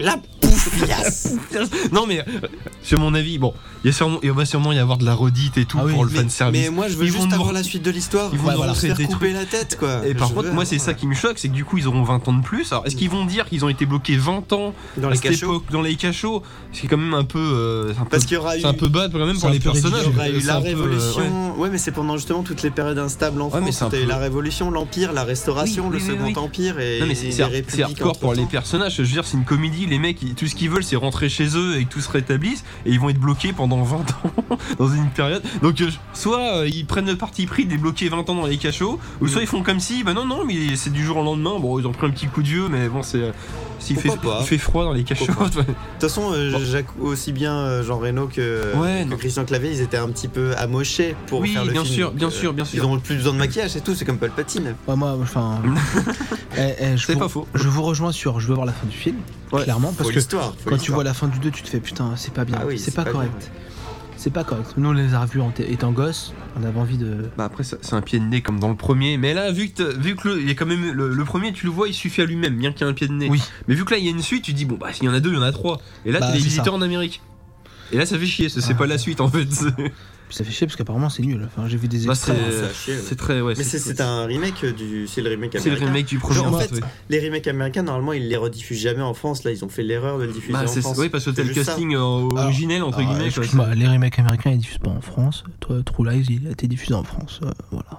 la pouffiasse. Non mais, euh, sur mon avis, bon, il y a sûrement- il va sûrement y avoir de la redite et tout Ah oui, pour le mais, fanservice. mais moi je veux Ils vont juste nous- avoir la suite de l'histoire. ils vont nous nous lancer faire des couper la tête quoi. Et par Ah, Je contre, veux moi, c'est avoir- Mm. ça qui me choque, c'est que du coup, ils auront 20 ans de plus. Alors, est-ce qu'ils vont dire qu'ils ont été bloqués 20 ans dans à les cette cachots. époque dans les cachots Ce qui est quand même un peu. euh, c'est un peu- Parce qu'il y aura eu, c'est un peu bad quand même C'est pour un les peu personnages. il y aura eu C'est la un peu, euh, ouais. révolution. ouais. mais c'est pendant justement toutes les périodes instables en Ouais, mais France. c'est un T'as eu peu- la révolution, l'empire, la restauration, Oui, le oui, oui, second oui. empire et, Non mais et c'est- les c'est hard- c'est républiques. hardcore pour les entre-temps. personnages, je veux dire c'est une comédie, les mecs ils- tout ce qu'ils veulent c'est rentrer chez eux et que tout se rétablisse et ils vont être bloqués pendant 20 ans [laughs] dans une période. Donc euh, soit euh, ils prennent le parti pris de les bloquer 20 ans dans les cachots ou soit ils font comme si bah non non mais c'est du jour au lendemain, bon ils ont pris un petit coup de vieux mais bon c'est euh, s'il fait, Pourquoi pas il fait froid dans les cachots. Pourquoi tu vois. De toute façon, euh, Bon. Jacques- aussi bien euh, Jean Reno que, [laughs] Ouais, que non. Christian Clavier, ils étaient un petit peu amochés Euh, pour Oui, faire le bien film. sûr, donc, bien euh, sûr, bien sûr. Ils ont plus besoin de maquillage et tout, c'est comme Palpatine. Ouais, Bah, moi, [laughs] enfin. eh, eh, je C'est vous- pas faux. Je vous rejoins sur. Je veux voir la fin du film. Ouais. Clairement, Faut parce que l'histoire. Quand faut tu l'histoire. vois la fin du 2, tu te fais putain, c'est pas bien, Ah oui, c'est pas, correct. bien, ouais. C'est pas correct. Nous, on les a revus en t- étant gosses, on avait envie de. Bah après ça- c'est un pied de nez comme dans le premier, mais là vu que t'as- vu que le, il y a quand même le, le premier tu le vois il suffit à lui-même bien qu'il y ait un pied de nez. Oui. Mais vu que là il y a une suite tu dis bon bah s'il y en a deux il y en a trois et là Bah, t'as les c'est visiteurs en Amérique. Et là ça fait chier, c'est c'est Ah. pas la suite en fait. C'est- [laughs] Puis ça fait chier parce qu'apparemment c'est nul. Enfin, j'ai vu des Bah, extraits. c'est- Ça a chié, ouais. C'est très ouais. Mais c'est- c'est un remake euh, du. C'est le remake c'est le américain. remake du premier. Genre, en en fait, fait, ouais. Ah, Les remakes américains, normalement, ils les rediffusent jamais en France. Là, ils ont fait l'erreur de le diffuser Bah, en c'est France. oui parce que c'est t'as le juste ça. casting euh, originel entre Ah, guillemets. quoi. excuse-moi, les remakes américains ils diffusent pas en France. Toi, True Lies il a été diffusé en France. euh, voilà.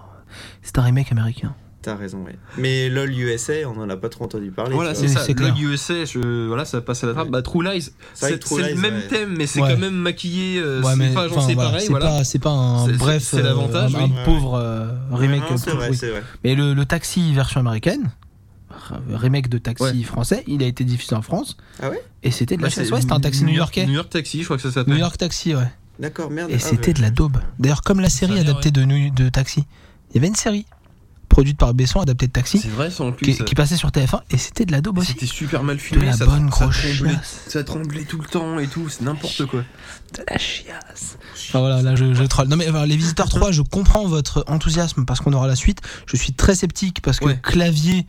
C'est un remake américain. T'as raison, ouais. Mais LOL USA, on en a pas trop entendu parler. Voilà, tu c'est vois. ça. c'est Le clair. USA, je- voilà, ça passe à la trappe. Ouais. Bah, True Lies, C'est vrai c'est que True c'est le Lies, même ouais. thème, mais c'est Ouais. quand même maquillé. euh, Ouais, c'est mais, pas genre enfin, c'est voilà, pareil, c'est voilà. pas, c'est pas un C'est- c'est- bref, c'est l'avantage, euh, un, un oui. pauvre euh, remake. Non, c'est pourri. vrai, c'est vrai. Mais le, le taxi version américaine, remake de taxi Ouais. français, il a été diffusé en France. Ah ouais Et c'était de la Bah, chasse. Ouais, c'était un taxi New York- new-yorkais. New York Ah, Taxi, je crois que ça s'appelle. New York Taxi, ouais. D'accord, merde. Ah, Et c'était de la daube. D'ailleurs, comme la série a l'air, adaptée de, New- de Taxi, il y avait une série produite par Besson, adaptée de Taxi, C'est vrai, sans plus. qui, ça- qui passait sur TF1 et c'était de la daube aussi. C'était super mal De filmé. la ça, bonne ça grosse tremblait, chiasse. ça tremblait tout le temps et tout, c'est n'importe quoi. De la chiasse. Enfin, voilà, là je, je troll. Non mais enfin, les Visiteurs 3, je comprends votre enthousiasme parce qu'on aura la suite. Je suis très sceptique parce que Ouais. Clavier,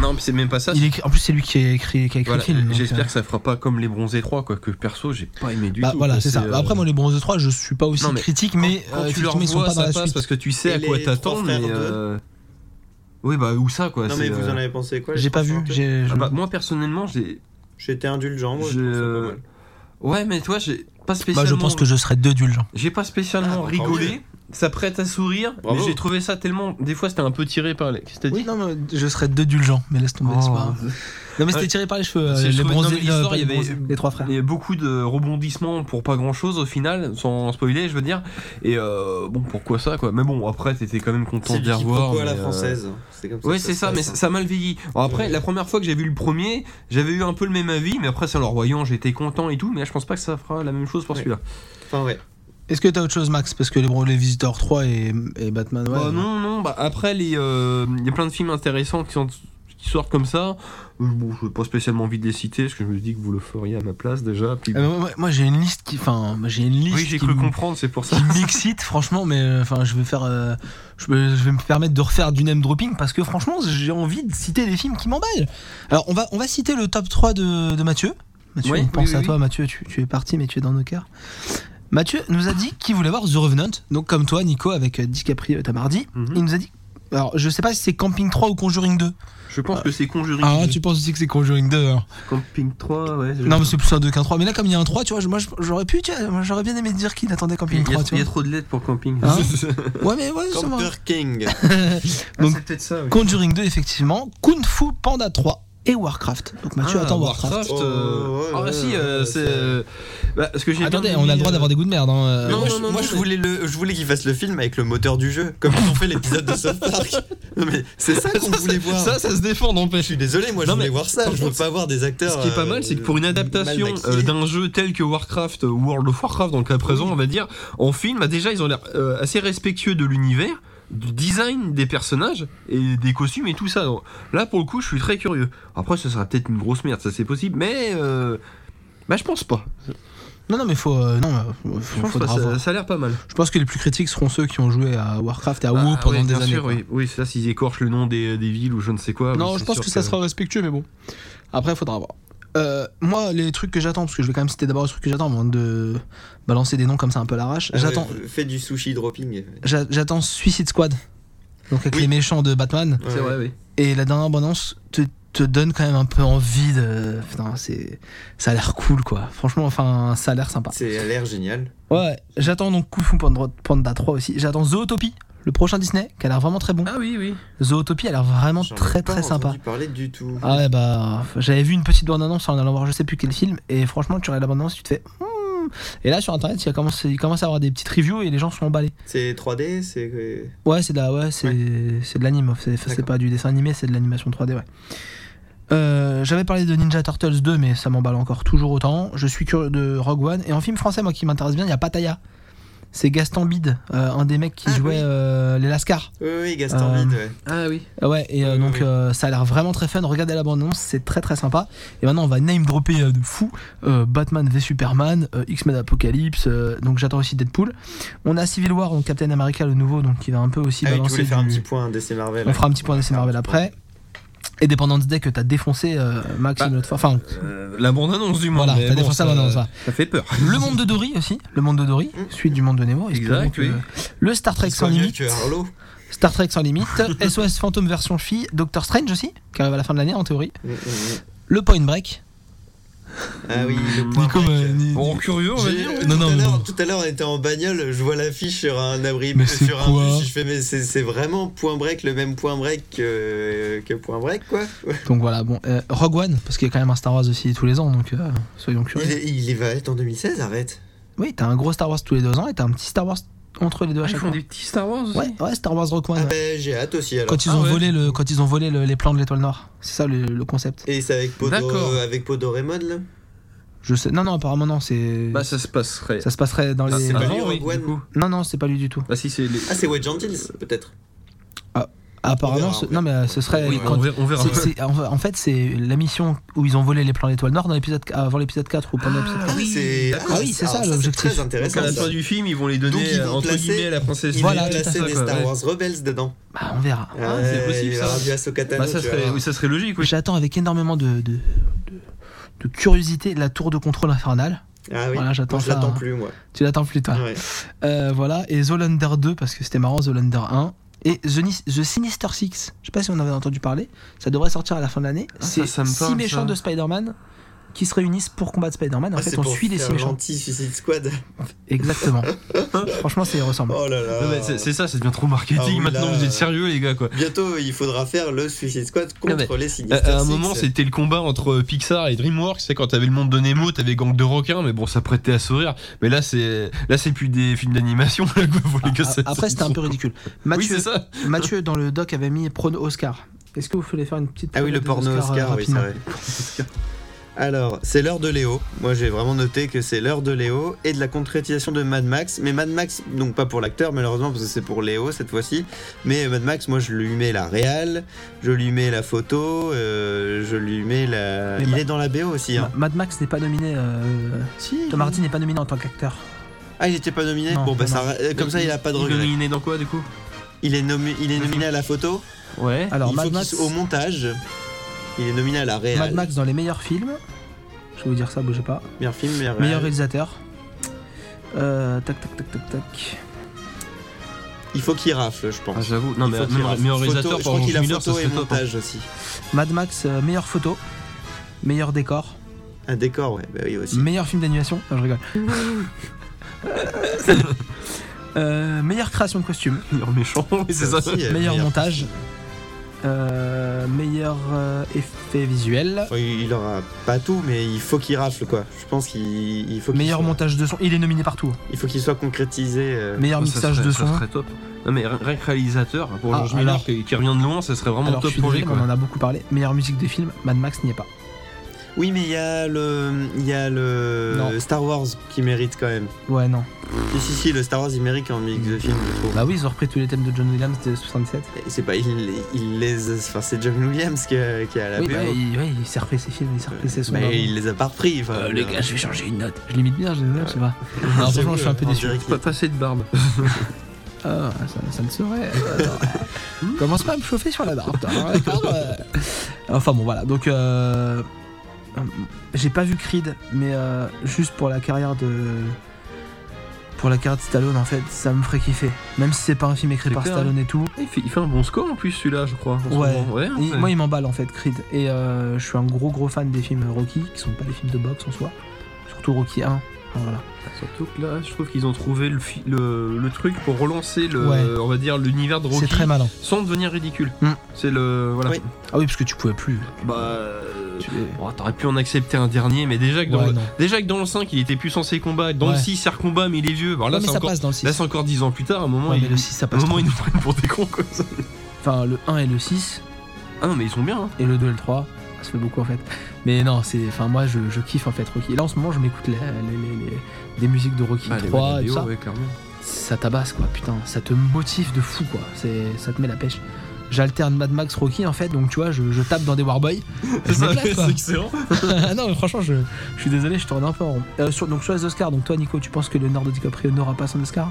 Non, mais c'est même pas ça. il écrit- en plus c'est lui qui a écrit, qui a écrit Voilà, le film. donc, J'espère euh, que ça fera pas comme les bronzés 3, quoi. Que perso, j'ai pas aimé du bah, tout. voilà, quoi. c'est ça. euh, Après, moi, les Bronze 3, je suis pas aussi Non, mais critique, quand- mais quand euh, tu leur effectivement, ils sont vois, pas dans ça la passe suite. parce que tu sais Et à quoi les trois t'attends, frères mais. de- euh, Oui, bah, ou ça, quoi. Non, c'est, mais vous euh, en avez pensé quoi les J'ai pas vu. Français j'ai- je- ah bah, moi, personnellement, j'ai. J'étais indulgent, Ah, moi. je Je- euh, trouve ça pas mal. Ouais, mais toi, j'ai pas Bah, spécialement. je pense que je serais deux dulgents. J'ai pas spécialement Ah, rigolé. ça prête à sourire, mais Bravo. j'ai trouvé ça tellement. Des fois, c'était un peu tiré par les. Qu'est-ce que t'as Oui, dit non, mais je serais d'indulgent, hein. mais laisse tomber, c'est pas grave. Oh. Non, mais c'était Ouais. tiré par les cheveux, euh, C'est- je les trouvais- non, bronzés, mais l'histoire, euh, pas il y les avait- bronzés, les trois frères. Il y a beaucoup de rebondissements pour pas grand chose au final, sans spoiler, je veux dire. Et euh, bon, pourquoi ça quoi Mais bon, après, t'étais quand même content C'est de du les revoir. quiproquo à mais, la euh, française. C'est comme ça Ouais, que c'est se ça, passe, mais hein. ça m'a le vieilli. Alors après, Ouais. la première fois que j'ai vu le premier, j'avais eu un peu le même avis, mais après, c'est en le revoyant, j'étais content et tout, mais je pense pas que ça fera la même chose pour Ouais. celui-là. Enfin, ouais. Est-ce que t'as autre chose, Max Parce que les, bro- les Visiteurs 3 et, et Batman, ouais. Bah non, non, bah après, les, euh, il y a plein de films intéressants qui, sont- qui sortent comme ça. Euh, Bon, je pas spécialement envie de les citer, parce que je me dis que vous le feriez à ma place déjà. puis- Ah, mais moi, moi, j'ai une liste qui. Enfin, moi, j'ai une liste. oui, j'ai qui cru me- comprendre, c'est pour ça. qui m'excite, franchement, mais euh, enfin, je vais faire, euh, je, peux- je vais me permettre de refaire du name dropping parce que franchement, j'ai envie de citer des films qui m'emballent. Alors, on va, on va citer le top 3 de, de Mathieu. Mathieu, Oui, on oui, pense oui, à oui. toi, Mathieu, tu, tu es parti, mais tu es dans nos cœurs. Mathieu nous a dit qu'il voulait voir The Revenant, donc comme toi, Nico, avec euh, DiCaprio et Tamardi. Mhm. Il nous a dit. Alors, je sais pas si c'est Camping 3 ou Conjuring 2. Je pense que c'est Conjuring. Ah, tu penses aussi que c'est Conjuring 2 alors Camping 3, ouais. je- Non, mais c'est plus un 2 qu'un 3. Mais là, comme il y a un 3, tu vois, je- moi je- j'aurais pu, tu vois, moi, j'aurais bien aimé dire qu'il attendait Il y Camping a- 3, il y, tu a trop de lettres pour Camping. Hein vois. Ouais, mais ouais, ça va. Camper King. Donc- c'est peut-être ça. oui. Conjuring 2, effectivement. Kung Fu Panda 3 et Warcraft. Donc Mathieu Ah, attends Warcraft. euh, Oh, ouais, ah, ouais, si, euh, ouais, c'est. c'est- euh, bah, parce que j'ai Attendez, bien on a mis, le droit euh, d'avoir des goûts de merde. hein, euh. Non, moi, je, non, non, moi, non, je mais- voulais le, je voulais qu'ils fassent le film avec le moteur du jeu, comme ils ont fait l'épisode de South Park. Non, mais c'est ça qu'on voulait voir. Ça, ça se défend, je n'empêche. suis désolé, moi Non, je mais voulais voir ça. par Je veux contre, pas voir des acteurs. Ce qui est pas mal, c'est que pour une euh, adaptation mal maquillés. euh, d'un jeu tel que Warcraft, euh, World of Warcraft, dans le cas présent, on va dire, en film, bah, déjà, ils ont l'air euh, assez respectueux de l'univers, du design des personnages et des costumes et tout ça. Donc, là, pour le coup, je suis très curieux. Après, ce sera peut-être une grosse merde, ça c'est possible, mais. euh, bah, je pense pas. Non, non, mais faut. euh, non, euh, faut- Je pense faudra pas, ça, voir. ça a l'air pas mal. Je pense que les plus critiques seront ceux qui ont joué à Warcraft et à Ah, WoW pendant ouais, des bien années. sûr, quoi. oui, oui ça, s'ils écorchent le nom des, euh, des villes ou je ne sais quoi. Non, oui, je c'est pense sûr que, ça sera respectueux, mais bon. Après, faudra voir. Euh, moi, les trucs que j'attends, parce que je vais quand même citer d'abord les trucs que j'attends avant de balancer des noms comme ça un peu à l'arrache. Ah ouais, J'attends, Fais du sushi dropping. j'a- j'attends Suicide Squad, donc avec les méchants de Batman. C'est vrai, oui. Et la dernière bande-annonce te, te donne quand même un peu envie de. Putain, c'est. Ça a l'air cool, quoi. Franchement, enfin, ça a l'air sympa. C'est a l'air génial. Ouais, j'attends donc Kung Fu Panda, Panda 3 aussi. J'attends Zootopie, le prochain Disney, qui a l'air vraiment très bon. Ah oui, oui. Zootopie a l'air vraiment J'en ai très pas très sympa. entendu parler du tout. Ah ouais, bah. J'avais vu une petite bande-annonce en allant voir je sais plus quel film, et franchement, tu regardes la bande-annonce, tu te fais. Hmm. Et là, sur internet, il, y a commencé- il commence à avoir des petites reviews et les gens sont emballés. C'est 3D, c'est. euh, Ouais, c'est de la, ouais, c'est, c'est de l'anime. hein. C'est, c'est D'accord. pas du dessin animé, c'est de l'animation 3D, ouais. Euh, j'avais parlé de Ninja Turtles 2, mais ça m'emballe encore toujours autant. Je suis curieux de Rogue One. Et en film français, moi qui m'intéresse bien, il y a Pataya. C'est Gaston Bide, euh, un des mecs qui Ah, jouait oui. euh, les Lascars. Oui, oui, Gaston Euh, Bide, ouais. Ah oui. Ah Ouais, et euh, Oui, donc oui, oui. euh, ça a l'air vraiment très fun. Regardez la bande-annonce, c'est très très sympa. Et maintenant, on va name dropper euh, de fou euh, Batman v Superman, euh, X-Men Apocalypse. euh, donc j'attends aussi Deadpool. On a Civil War, donc Captain America le nouveau, donc qui va un peu aussi Ah oui, tu balancer voulais faire un du- petit point DC Marvel. on fera un petit point d'essai On fera un Marvel petit après. Et Dépendance Day que t'as défoncé, euh, Max, Bah, une autre fois. Enfin, Euh, la bande-annonce du monde. voilà, mais t'as bon, défoncé la bande-annonce, voilà. Ça [laughs] fait peur. Le monde de Dory aussi. Le monde de Dory, suite du monde de Nemo. Mm. Exact, espérons que- oui. euh, Le Star Trek Qu'il soit sans mieux limite. que Harlow. Star Trek sans limite. [laughs] SOS Fantôme version fille. Doctor Strange aussi, qui arrive à la fin de l'année en théorie. Mm, mm, mm. Le Point Break. Ah oui, le point Nico, break. euh, ni- Bon, curieux, on va dire. J'ai- oh, Non, tout, non, à mais l'heure- non. tout à l'heure, on était en bagnole, je vois l'affiche sur un abri, euh, Mais c'est sur un quoi bus, je fais mais c'est c'est vraiment point break, le même point break que, euh, que point break quoi. Donc voilà, bon. euh, Rogue One, parce qu'il y a quand même un Star Wars aussi tous les ans, donc euh, soyons curieux. Il, est- il est- va être en 2016, arrête. Oui, t'as un gros Star Wars tous les deux ans et t'as un petit Star Wars entre les deux à Ils chaque font fois. des petits Star Wars aussi. Ouais, ouais, Star Wars Rogue One. Ah ouais. ben j'ai hâte aussi alors. Quand ils Ah ont ouais. volé, le, quand ils ont volé le- les plans de l'étoile noire. C'est ça le- le concept. Et c'est avec D'accord. Podo, euh, avec Podo Raymond là. Je sais. Non, non, apparemment, non, c'est. Bah, ça se passerait. ça se passerait dans Ah, les. c'est pas Avant, lui, oui, Rogue One. du coup. Non, non, c'est pas lui du tout. Bah, si, c'est les- Ah c'est Wade Gentils peut-être. Apparemment, On verra, ce- on verra. non, mais euh, ce serait. Oui, quand- on verra. On verra. c'est- c'est- en en fait, c'est la mission où ils ont volé les plans d'étoile noire dans l'épisode avant l'épisode 4 ou pendant l'épisode 4. c'est Ah oui, c'est ça, alors l'objectif. Très Donc, à intéressant. la ça. fin du film, ils vont les Donc, donner ils euh, vont entre placer- guillemets à la princesse. Ils Voilà, vont tout à placer fait, des quoi, Star ouais. Wars Rebels dedans. Bah, on verra. Ah, c'est Ouais, possible, il ça. aura du Ahsoka Tano, Bah, ça tu serait, vois. oui, ça serait logique, oui. J'attends avec énormément de, de, de- de curiosité la tour de contrôle infernale. Ah oui. Voilà, j'attends Moi, je ça. hein. l'attends plus moi. Tu l'attends plus Ah, tard. Ouais. Euh, voilà, et Zolander 2, parce que c'était marrant, Zolander 1. Et The, Ni- The Sinister Six, je sais pas si on avait entendu parler, ça devrait sortir à la fin de l'année. Ah, c'est ça, ça me six parle, méchants ça. de Spider-Man qui se réunissent pour combattre Spider-Man. En Ah, fait, c'est on pour suit des faire six méchants. gentil Suicide Squad. [laughs] Exactement. Franchement, ça y ressemble. Oh là là. Ouais, mais c'est- c'est ça, c'est bien trop marketing. Ah oui, Maintenant, là, vous euh, êtes sérieux, les gars, quoi. Bientôt, il faudra faire le Suicide Squad contre Non, euh, les À, Sinister à un Six. moment, c'était le combat entre euh, Pixar et DreamWorks. C'est quand t'avais le monde de Nemo, t'avais Gang de requins, mais bon, ça prêtait à sourire. Mais là, c'est là, c'est plus des films d'animation. [laughs] là, quoi. Vous voulez que ça- Ah, Après, c'était un peu ridicule. Oui, Mathieu, c'est ça. Mathieu, dans le doc, avait mis prono Oscar. Est-ce que vous voulez faire une petite. Ah oui, le prono des porno Oscar, Oscars, euh, oui, c'est rapidement vrai. Alors, c'est l'heure de Léo. Moi, j'ai vraiment noté que c'est l'heure de Léo et de la concrétisation de Mad Max. Mais Mad Max, donc pas pour l'acteur, malheureusement, parce que c'est pour Léo cette fois-ci. Mais Mad Max, moi, je lui mets la réal, je lui mets la photo, euh, je lui mets la. Mais Il Ma- est dans la BO aussi. Hein. Ma- Mad Max n'est pas nominé. euh, Si. Tom Hardy n'est pas nominé en tant qu'acteur. Ah, il était pas nominé. Non, bon, bah, non, ça- euh, comme ça, il a pas de Il est regret. nominé dans quoi, du coup Il est, nommé, il est nominé à la photo. Ouais. Alors, il faut Mad qu'il Max, soit au montage. Il est nominé à la réal. euh, Mad Max dans les meilleurs films. Je vais vous dire ça, bougez pas. Meilleur film, meilleur. Meilleur réal. réalisateur. Euh, tac, tac, tac, tac, tac. Il faut qu'il rafle, je pense. Ah, j'avoue. Non, Il mais faut qu'il même rafle. meilleur Photo- réalisateur, je par crois qu'il a Miller, ça photo et serait top. hein. montage aussi. Mad Max, euh, meilleure photo. Meilleur décor. Un décor, ouais, bah oui aussi. Meilleur film d'animation. Non, [laughs] je rigole. Euh, meilleure création de costume. Meilleur méchant, oui, c'est ça. aussi, euh, meilleur montage. Euh, meilleur euh, effet visuel. Enfin, il il aura pas tout, mais il faut qu'il rafle quoi. Je pense qu'il il faut qu'il Meilleur soit, montage de son. Il est nominé partout. Il faut qu'il soit concrétisé. euh, Meilleur Ça mixage serait- de Ça son. serait top. Non, mais rien que réalisateur, hein, pour Ah, George Miller alors- qui qui revient de loin, ça serait vraiment Alors, je top suis projet, désolé, quoi. on en a beaucoup parlé. Meilleure musique de film, Mad Max n'y est pas. Oui, mais il y a le, il y a le Non. Star Wars qui mérite quand même. Ouais, non. Si si si, le Star Wars il mérite en mix de film, je trouve. Bah oui, ils ont repris tous les thèmes de John Williams de 67. Et C'est pas, il, il les, enfin c'est John Williams qui, a- qui a la oui, BO. bah, il, ouais, il s'est refait ses films, il s'est refait ses sons. d'avant. mais il les a pas repris. enfin, Euh, je les veux gars, dire. je vais changer une note. Je l'imite bien, je l'imite bien, je sais pas. Non, franchement, je suis un peu On déçu. dirait qu'il- passer de barbe. Ah, ça, ça ne serait. euh, attends. Commence pas à me chauffer sur la barbe, toi, hein, d'accord euh. Enfin bon, voilà. Donc, euh, euh, j'ai pas vu Creed, mais euh, juste pour la carrière de. Pour la carrière de Stallone, en fait, ça me ferait kiffer. Même si c'est pas un film écrit C'est par clair, Stallone et tout. Il fait, il fait un bon score en plus celui-là, je crois. en ce Ouais. moment. ouais, Il- ouais. moi, il m'emballe en fait, Creed. Et euh, je suis un gros gros fan des films Rocky, qui sont pas des films de boxe en soi. Surtout Rocky 1. Enfin, Voilà. Surtout que là, je trouve qu'ils ont trouvé le, fi- le, le truc pour relancer le, Ouais. on va dire l'univers de Rocky C'est très malin. sans devenir ridicule. Mm. C'est le voilà. Oui. Ah oui, parce que tu pouvais plus. Bah, euh, Tu- bon, t'aurais pu en accepter un dernier, mais déjà que dans Ouais, le, non. déjà que dans le 5, il était plus censé combattre. Dans le Ouais. 6, il recombat, mais il est vieux. Bon, là, Ouais, mais c'est ça encore, passe dans le 6. là, c'est encore 10 ans plus tard. À un moment, Ouais, mais ils- le 6, ça à un passe. moment, trop. ils nous prennent pour des cons. Quoi. Enfin, le 1 et le 6, Ah non, mais ils sont bien. hein. et le 2 et le 3 ça se fait beaucoup en fait mais non c'est enfin moi je, je kiffe en fait Rocky là en ce moment je m'écoute les, les- les- les- des musiques de Rocky Bah, les 3 Vanadeo, et tout ça ouais, clairement. ça tabasse quoi putain ça te motive de fou quoi c'est ça te met la pêche j'alterne Mad Max Rocky en fait donc tu vois je, je tape dans des Warboys [laughs] C'est je ça, m'éclate, quoi. c'est excellent. Ah [laughs] non mais franchement je, je suis désolé je tourne un peu en rond Euh, sur- donc sur les Oscars donc toi Nico tu penses que Leonardo DiCaprio n'aura pas son Oscar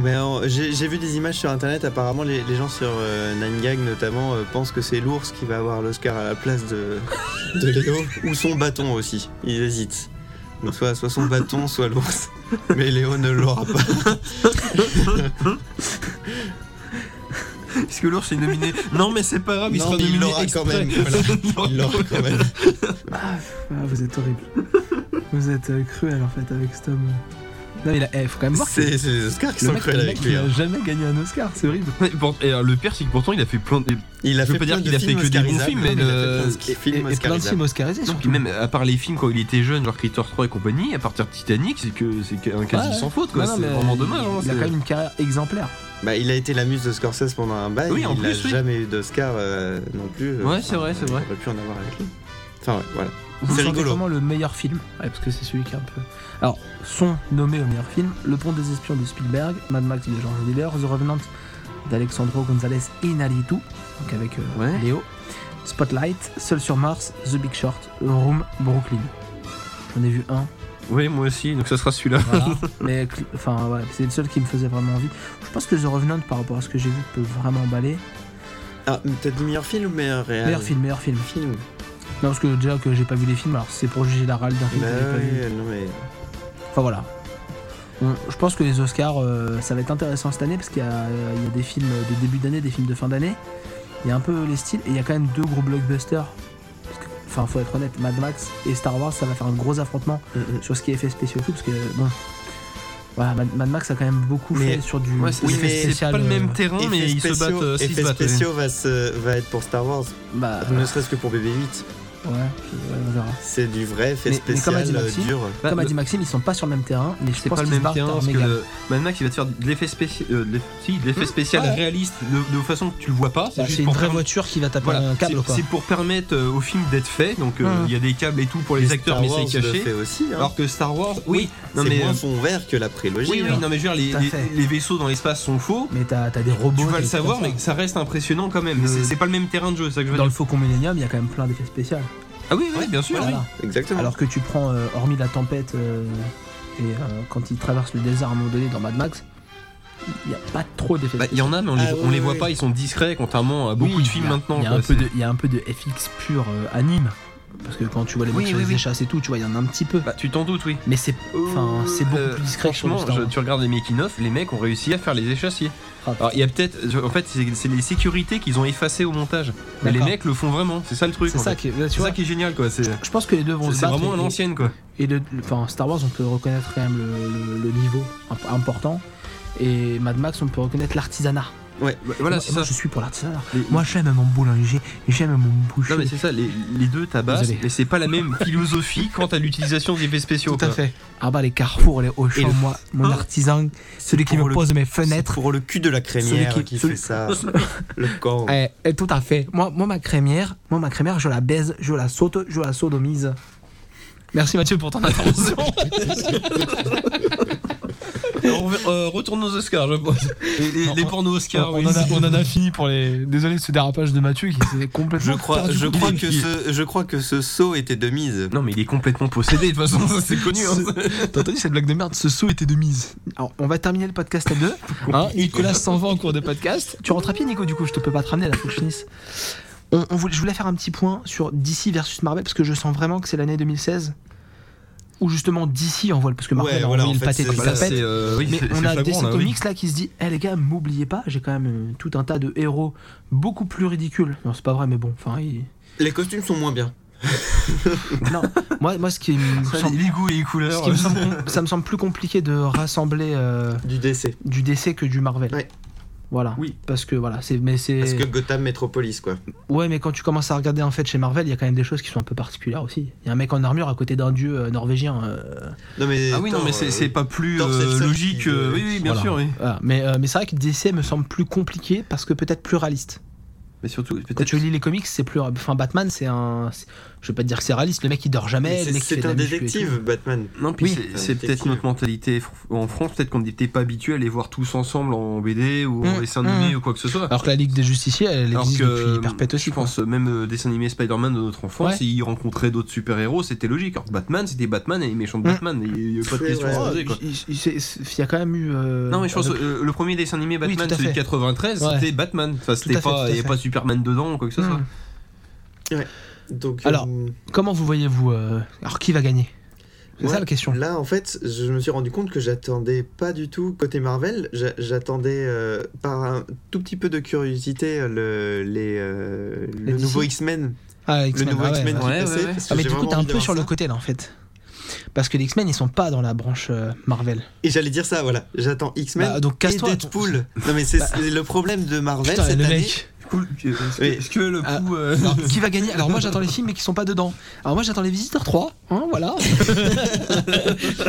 Mais alors, Ben, j'ai j'ai vu des images sur internet, apparemment les, les gens sur euh, Nine Gag notamment euh, pensent que c'est l'ours qui va avoir l'Oscar à la [laughs] place de, de Léo, ou son bâton aussi, ils hésitent. Donc soit, soit son bâton, soit l'ours. Mais Léo ne l'aura pas. Est-ce que l'ours est nominé Non, mais c'est pas grave, il Non, sera mais il nominé l'aura quand exprès. même, voilà. Il l'aura Il l'aura [laughs] quand même. Ah, vous êtes horrible vous êtes euh, cruel en fait avec cet homme non il a eh, faut quand même voir C'est c'est les Oscars qui le sont mec, cruels le avec mec, lui. il a euh, hein. jamais gagné un Oscar c'est horrible Et pour- et, euh, le pire, c'est que pourtant, il a fait plein de. Il a je veux pas plein dire de qu'il a fait films que des bons oscarisables, films, non, mais il a fait le- plein de et, films et- et plein de oscarisables. films oscarisés Non, surtout. puis même à part les films quand il était jeune, genre Critter 3 et compagnie, à partir de Titanic, c'est que c'est un quasi Ouais, ouais. sans faute quoi. Non, non, c'est mais vraiment dommage. hein, Il a c'est- quand même une carrière exemplaire. Bah, il a été la muse de Scorsese pendant un bail, Oui, en il n'a plus, oui. jamais eu d'Oscar euh, non plus. Ouais, c'est vrai, c'est vrai. On aurait pu en avoir avec lui. Enfin, ouais, voilà. Vous C'est sentez rigolo. vraiment le meilleur film Ouais, parce que c'est celui qui est un peu. Alors, sont nommés au meilleur film Le Pont des Espions de Spielberg, Mad Max de George Miller, The Revenant d'Alexandro González Inarritu, donc avec euh, Ouais. Léo, Spotlight, Seul sur Mars, The Big Short, Room, Brooklyn. J'en ai vu un, Ouais, moi aussi, donc ça sera celui-là. [laughs] Voilà. mais cl- enfin voilà, c'est le seul qui me faisait vraiment envie. Je pense que The Revenant, par rapport à ce que j'ai vu, peut vraiment emballer. Ah, t'as dit meilleur film ou meilleur réel Meilleur film, meilleur film. Ah Film. Non, parce que déjà que j'ai pas vu les films, alors c'est pour juger la râle d'un film Bah que j'ai pas vu. ouais, non mais. Enfin voilà. On- je pense que les Oscars, euh, ça va être intéressant cette année parce qu'il y, a- euh, il y a des films de début d'année, des films de fin d'année. Il y a un peu les styles et il y a quand même deux gros blockbusters. Parce que- enfin faut être honnête, Mad Max et Star Wars, ça va faire un gros affrontement Mm, sur ce qui est effets spéciaux et tout, parce que bon. Voilà, Mad, Mad Max a quand même beaucoup Mais- fait sur du. Ouais, c'est- du oui, fait mais c'est spécial, pas le euh, même terrain, Effets mais ils se spéciaux- battent. euh, s'ils se effets battent, ouais. spéciaux va, se- va être pour Star Wars, Bah, ne serait-ce que pour BB-8. ouais, puis, ouais, on verra. C'est du vrai effet Mais- mais comme a spécial dit euh, Maxime- dur. Bah, Comme a le- dit Maxime, ils sont pas sur le même terrain, mais je C'est pense pas le qu'ils se même battent terrain par parce que méga. le Mad Max il va te faire de l'effet spécial, euh, de l'effet spécial réaliste de, de façon que tu le vois pas. Bah, juste C'est une pour vraie perm- voiture qui va taper Voilà, un câble, c'est- quoi. c'est pour permettre euh, au film d'être fait. Donc euh, il y a des câbles et tout pour les acteurs, mais c'est Star Wars le caché. fait aussi. hein. Alors que Star Wars, oui, non c'est mais moins euh, son vert que la prélogie. oui, oui, hein. non mais je veux dire les, Tout à les- fait. les vaisseaux dans l'espace sont faux. Mais t'as t'as des robots. t'as Tu vas des le trucs savoir, comme mais ça. ça reste impressionnant quand même. Le- C'est c'est pas le même terrain de jeu, c'est ça que je veux Dans le dire. Faucon Millenium, il y a quand même plein d'effets spéciaux. Ah oui, oui, bien sûr. Voilà. Exactement. Alors que tu prends, euh, hormis la tempête euh, et euh, quand ils traversent le désert à un moment donné dans Mad Max, il n'y a pas trop d'effets Bah, Il y en a, mais on les, Ah, on les ouais, voit ouais. pas, ils sont discrets, contrairement à beaucoup Oui, de films il y a- maintenant. Il y, a quoi, un peu c'est- de- il y a un peu de FX pur euh, anime. Parce que quand tu vois les Oui, mecs sur oui, les oui. échasses et tout, tu vois, il y en a un petit peu. Bah, tu t'en doutes, oui. mais c'est enfin, c'est beaucoup Euh, plus discret que sur le Franchement, Star je- Wars. tu regardes les making-of, les mecs ont réussi à faire les échassiers. Ah, Alors, il y a peut-être. En fait, c'est c'est les sécurités qu'ils ont effacées au montage. Mais les D'accord. mecs le font vraiment, c'est ça le truc. C'est en ça fait. qui est, là, tu C'est vois, ça qui est génial, quoi. C'est je pense que les deux vont c'est- se c'est battre. vraiment à et- l'ancienne, quoi. Et le, le- enfin, Star Wars, on peut reconnaître quand même le, le- le niveau imp- important. Et Mad Max, on peut reconnaître l'artisanat. Voilà, Moi- c'est moi, ça. je suis pour l'artisanat. Les- Moi, j'aime mon boulanger, j'aime mon boucher. Non, mais c'est ça, les, les deux tabassent, Désolé. mais c'est pas la [laughs] même philosophie quant à l'utilisation des effets spéciaux. Tout à quoi. fait. Ah bah les carrefours, les Et Auchan, le- moi, mon artisan, celui qui pour me le- pose mes C'est fenêtres. pour le cul de la crémière Celui qui- qui, celui- fait ça. le corps. Eh, eh, tout à fait. Moi, moi, ma crémière, moi, ma crémière, je la baise, je la saute, je la sodomise. Merci Mathieu pour ton [laughs] attention. Alors, on va- euh, retourne aux Oscars, je pense. Et les, les pornos Oscars, on, oui. en a, on en a fini pour les. Désolé de ce dérapage de Mathieu qui [laughs] s'est Je complètement. crois, perdu je, complet. crois que ce, je crois que ce saut était de mise. Non, mais il est complètement possédé, de toute façon, ça c'est connu. hein. Ce- T'as entendu cette blague de merde Ce saut était de mise. Alors, on va terminer le podcast à deux. Hein Nicolas s'en va en cours de podcast. Tu rentres à pied, Nico, du coup, je te peux pas te ramener, là, faut que je finisse. On, on voulait, je voulais faire un petit point sur DC versus Marvel, parce que je sens vraiment que c'est l'année 2016 où justement DC envole, parce que Marvel Ouais, a voilà, envoyé en le pâté fait, c'est- de voilà, tapette. euh, oui, Mais c'est- on c'est a flagrant, DC là, oui. Comics là qui se dit, eh les gars, m'oubliez pas, j'ai quand même euh, tout un tas de héros beaucoup plus ridicules. Non, c'est pas vrai, mais bon, enfin, il- Les costumes sont moins bien. non. moi, moi, ce qui me Ça, semble, les goûts et les ce couleurs. qui me semble- ça me semble plus compliqué de rassembler euh, Du décès. du DC que du Marvel. Ouais. Voilà. Oui. Parce que voilà, c'est mais c'est Parce que Gotham Metropolis, quoi. ouais, mais quand tu commences à regarder en fait chez Marvel, il y a quand même des choses qui sont un peu particulières aussi. Il y a un mec en armure à côté d'un dieu euh, norvégien. euh, Non, mais. Ah oui, non, Thor, mais c'est euh, c'est pas plus Thor, c'est le euh, seul logique. qui- euh, oui, oui, bien Voilà. sûr, oui. voilà. Mais euh, mais c'est vrai que DC me semble plus compliqué parce que peut-être plus réaliste. Mais surtout, peut-être. Quand tu lis les comics, c'est plus enfin Batman, c'est un c'est- je vais pas te dire que c'est réaliste, le mec il dort jamais, c'est- le mec il fait C'est de la un muscu et tout. détective, Batman. Non, puis Oui. c'est- Enfin, c'est peut-être détective. notre mentalité fr- en France, peut-être qu'on n'était pas habitué à les voir tous ensemble en BD ou en Mm, dessin animé ou quoi que ce soit. Alors que la Ligue des Justiciers, elle Alors existe que depuis euh, perpète aussi. je pense euh, même euh, dessin animé Spider-Man de notre enfance, Ouais. s'ils rencontraient d'autres super-héros, c'était logique. Alors que Batman, c'était Batman et les méchants de Mm. Batman, il n'y a pas de C'est question à se vrai. poser quoi. Il- il- il c'est- c'est- il y a quand même eu euh, Non mais je pense avec- euh, le premier dessin animé Batman tout à celui de fait. 93 Ouais. c'était Batman, enfin à c'était fait, tout à pas il y a fait. pas Superman dedans ou quoi que ce soit. Hmm. Donc, Alors, euh, Comment vous voyez-vous euh, Alors qui va gagner C'est Ouais. ça la question. Là, en fait, je me suis rendu compte que j'attendais pas du tout côté Marvel. j'a- J'attendais euh, par un tout petit peu de curiosité euh, le, les, euh, le DC. nouveau X-Men. Ah, Le X-Men, nouveau ah ouais. X-Men qui Ouais, passait, ouais, ouais. parce que Ah, mais j'ai du coup, vraiment t'es un envie de peu voir sur le ça. côté là en fait. Parce que les X-Men ils sont pas dans la branche euh, Marvel. Et j'allais dire ça, voilà. J'attends X-Men Bah, donc et casse-toi. Bah, Deadpool. Non, mais c'est c'est le problème de Marvel Putain, cette le année. mec. Cool. Est-ce que, Oui. est-ce que le Ah. coup euh, [laughs] Alors, qui va gagner Alors moi j'attends les films mais qui sont pas dedans. Alors moi j'attends les Visiteurs 3, hein, [laughs] voilà.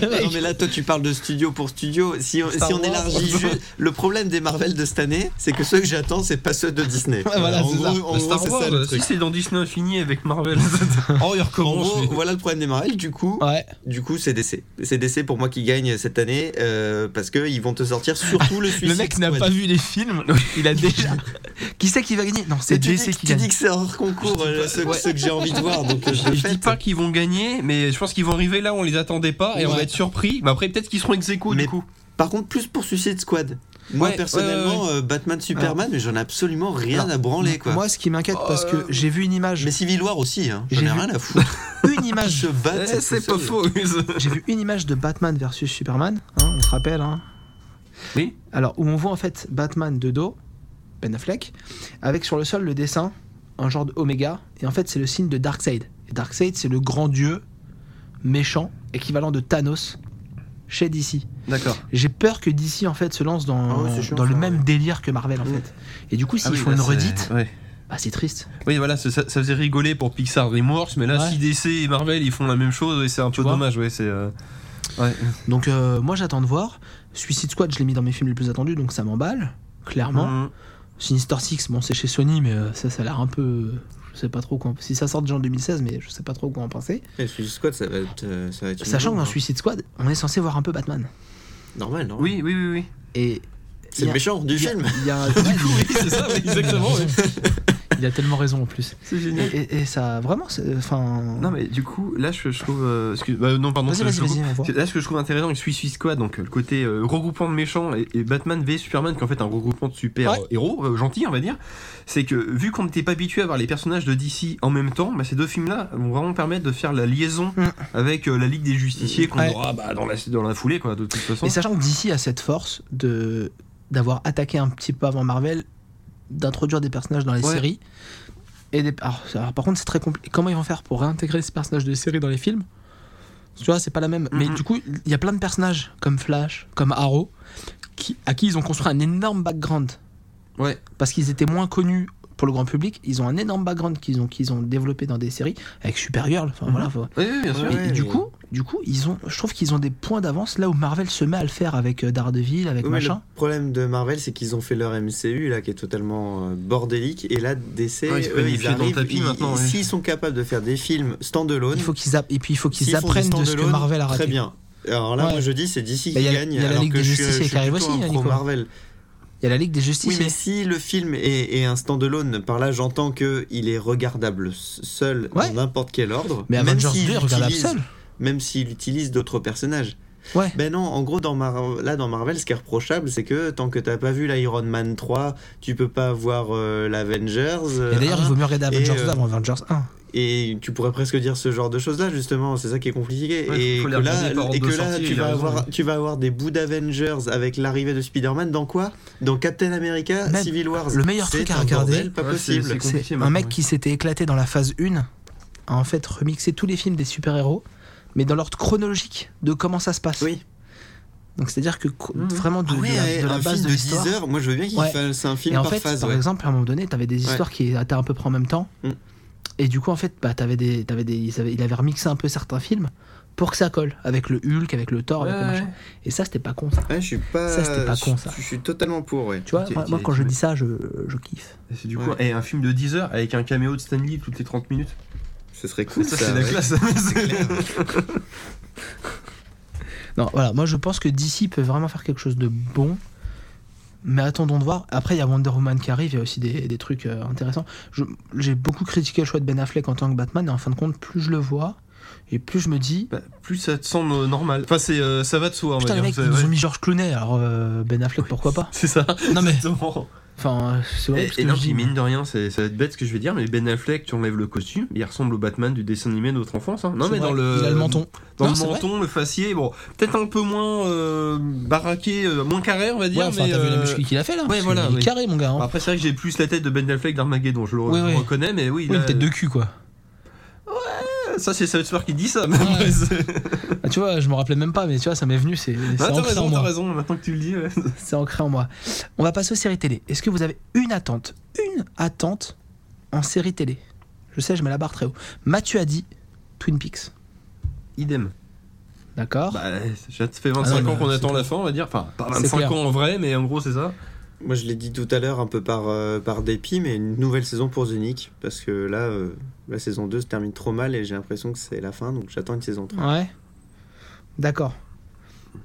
Non, mais là, toi, tu parles de studio pour studio. Si on, Star si on Wars. élargit juste- le problème des Marvel de cette année, c'est que ceux que j'attends, c'est pas ceux de Disney. [laughs] voilà, en c'est gros, ça. en gros, Star c'est Wars, ça, le si truc. c'est dans Disney Infini avec Marvel. [laughs] oh, il En recommence. gros, voilà le problème des Marvel. Du coup, Ouais. du coup, c'est DC. C'est DC pour moi qui gagne cette année euh, parce que ils vont te sortir surtout le [laughs] Suicide Le mec n'a Squad. pas vu les films, il [laughs] a déjà. qui c'est qui va gagner Non, Mais c'est tu DC dis, qui tu gagne. dis que c'est hors concours euh, ceux, ceux que j'ai envie de voir. Donc, euh, [laughs] je le Je dis fête. pas qu'ils vont gagner, mais je pense qu'ils vont arriver là où on les attendait pas et on Ouais. va être surpris. Mais après, peut-être qu'ils seront ex aequo, Mais du coup. Par contre, plus pour Suicide Squad. Moi, Ouais, personnellement, euh, Batman, Superman, mais j'en ai absolument rien à branler. Quoi. Moi ce qui m'inquiète parce que Euh, j'ai vu une image, mais Civil War aussi, hein. j'en ai J'ai vu- rien à foutre. [laughs] une Ils [laughs] image se battent, Eh, C'est pas seul. faux. J'ai vu une image de Batman versus Superman, hein, on se rappelle. Hein. Oui. Alors, où on voit en fait Batman de dos, Ben Affleck, avec sur le sol le dessin, un genre de Omega, et en fait c'est le signe de Darkseid. Et Darkseid, c'est le grand dieu méchant, équivalent de Thanos chez DC. D'accord. J'ai peur que DC en fait se lance dans, Ah ouais, c'est chiant, dans le ça, même ouais. délire que Marvel en Mm. fait. Et du coup, s'ils Ah oui, font là, une c'est- redite, ouais. bah, c'est triste. Oui, voilà, ça, ça faisait rigoler pour Pixar Dreamworks, mais là, Ouais. si DC et Marvel ils font la même chose, et c'est un peu vois dommage, ouais, c'est. euh, ouais. Donc euh, moi j'attends de voir. Suicide Squad, je l'ai mis dans mes films les plus attendus, donc ça m'emballe, clairement. Mhm. Sinister Six, bon c'est chez Sony, mais euh, ça, ça a l'air un peu... Je sais pas trop quoi... en- Si ça sort déjà en 2016, mais je sais pas trop quoi en penser. Et Suicide Squad, ça va être. euh, ça va être une Sachant bombe, qu'en hein. Suicide Squad, on est censé voir un peu Batman. Normal, normal. Oui, oui, oui, oui. Et... C'est y le a- méchant du y a- film. y a- c'est ça, oui, exactement. ouais. [laughs] Il a tellement raison en plus. C'est Et, génial. et- et ça, vraiment, c'est- enfin... Non, mais du coup, là, je, je trouve. euh, excuse- bah, non, pardon, Vas-y, je- vas-y, je te coupe. vas-y, on voit. C'est- Là, ce que je trouve intéressant avec Suicide Squad, donc euh, le côté euh, regroupement de méchants et, et Batman v Superman, qui est en fait un regroupement de super Ouais. euh, héros euh, gentils, on va dire, c'est que vu qu'on n'était pas habitué à voir les personnages de DC en même temps, bah, ces deux films-là vont vraiment permettre de faire la liaison Mm. avec euh, la Ligue des Justiciers qu'on Ouais. aura bah, dans, la, dans la foulée, quoi, de toute façon. Mais sachant que DC a cette force de d'avoir attaqué un petit peu avant Marvel, d'introduire des personnages dans les Ouais. séries. Et des- alors, alors, par contre, c'est très compliqué. Comment ils vont faire pour réintégrer ces personnages de séries dans les films Tu vois, c'est pas la même. Mais Mhm. du coup, il y a plein de personnages comme Flash, comme Arrow, qui, à qui ils ont construit un énorme background. Ouais. Parce qu'ils étaient moins connus pour le grand public. Ils ont un énorme background qu'ils ont, qu'ils ont développé dans des séries avec Supergirl. Enfin voilà, faut- Oui, oui, bien sûr. et, et du mais- coup, du coup, ils ont, je trouve qu'ils ont des points d'avance là où Marvel se met à le faire avec euh, Daredevil, avec Oui, mais machin. Le problème de Marvel, c'est qu'ils ont fait leur MCU là qui est totalement euh, bordélique et là DC, Ouais, Ah, ils se prennent eux, les ils pieds dans le arrivent, tapis ils- maintenant, ouais. S'ils sont capables de faire des films standalone, Il faut qu'ils app- et puis il faut qu'ils s'ils font des apprennent de ce que standalone, Marvel a raté. Très bien. Alors là, Ouais. moi je dis, c'est DC Bah, qui y a- gagne. y a la alors Ligue que des je suis- Justiciers je qui suis arrive plutôt aussi, un hein, pro Nico. Marvel. Il y a la Ligue des hein. Oui, Justiciers. mais si le film est, est un standalone, par là j'entends que il est regardable s- seul Ouais. dans n'importe quel ordre. mais... même Avengers s'il 2 regarde utilise- Absol. Même s'il utilise d'autres personnages. Ouais. Ben non, en gros, dans Mar- là dans Marvel, ce qui est reprochable, c'est que tant que t'as pas vu l'Iron Man 3, tu peux pas voir euh, l'Avengers. euh, Et d'ailleurs, il vaut mieux regarder et, Avengers euh, 2 avant Avengers 1. et tu pourrais presque dire ce genre de choses là justement c'est ça qui est compliqué Ouais, et faut que les là, regarder par ordre et de que là, sortie, tu il a vas raison, hein. avoir ouais. tu vas avoir des bouts d'Avengers avec l'arrivée de Spider-Man dans quoi dans Captain America Même Civil Wars le meilleur C'est truc à un regarder, bordel pas ouais, possible c'est compliqué C'est un maintenant, mec ouais. qui s'était éclaté dans la phase 1 a en fait remixé tous les films des super-héros, mais dans l'ordre chronologique de comment ça se passe. Oui. Donc c'est-à-dire que co- Mhm. vraiment de, Ah ouais, de la, de la un base film de de l'histoire. 10 heures moi je veux bien qu'il Ouais. fasse un film Et en par fait, phase par ouais. exemple, à un moment donné, t'avais des Ouais. histoires qui étaient à peu près en même temps. Mm. Et du coup, en fait, bah, t'avais des, t'avais des, ils avaient- il avait remixé un peu certains films pour que ça colle avec le Hulk, avec le Thor, avec le machin. Et ça, c'était pas con. Ça. Ouais, je suis pas Ça, c'était pas con, ça. je, je suis totalement pour ouais Tu vois, Ok, moi, ok, moi, quand ok, je mais- dis ça, je, je kiffe. Et c'est du coup et un film de 10 heures avec un caméo de Stanley toutes les 30 minutes. ce serait cool Ça, ça, c'est la [laughs] ouais. classe. Non, voilà, moi, je pense que DC peut vraiment faire quelque chose de bon. Mais attendons de voir. Après, il y a Wonder Woman qui arrive, il y a aussi des, des trucs euh, intéressants. Je- J'ai beaucoup critiqué le choix de Ben Affleck en tant que Batman, et en fin de compte, plus je le vois, et plus je me dis, Bah, plus ça te semble euh, normal. Enfin, c'est, euh, ça va de soi, on putain, les va mecs, dire. c'est- ils nous ouais. ont mis George Clooney, alors euh, Ben Affleck, pourquoi pas C'est ça. Non, mais- Exactement. Enfin, euh, c'est Et, horrible ce et que non, je dis, puis mais- mine de rien, c'est- ça va être bête ce que je vais dire, mais Ben Affleck, tu enlèves le costume, il ressemble au Batman du dessin animé de notre enfance. hein. Non, C'est mais vrai, dans le. Il a le menton. Dans Non, le c'est menton, le faciès, bon, peut-être un peu moins euh, baraqué, euh, moins carré, on va dire. Ouais, enfin, mais, t'as vu la euh, muscu qu'il a fait là ouais, Ah, parce voilà, qu'il est oui. carré, mon gars. hein. bon, Après, c'est vrai que j'ai plus la tête de Ben Affleck d'Armageddon, je le Oui, je le oui. reconnais, mais oui, Oui, là, une tête de cul, [laughs] quoi. ça, c'est South Park qui dit ça. [laughs] mais Ouais. ouais, c'est- Ah, tu vois, je me rappelais même pas, mais tu vois, ça m'est venu, c'est c'est Ah, T'as ancré en raison, t'as moi. raison, maintenant que tu le dis. ouais. C'est ancré en moi. On va passer aux séries télé. Est-ce que vous avez une attente Une attente en série télé Je sais, je mets la barre très haut. Mathieu a dit Twin Peaks. Idem. D'accord Bah, ça Ah fait 25 non, ans mais qu'on c'est attend clair. la fin, on va dire. Enfin, pas C'est 25 clair. ans en vrai, mais en gros, c'est ça. moi je l'ai dit tout à l'heure un peu par euh, par dépit mais une nouvelle saison pour Zunique parce que là euh, la saison 2 se termine trop mal et j'ai l'impression que c'est la fin donc j'attends une saison 3 Ouais. D'accord.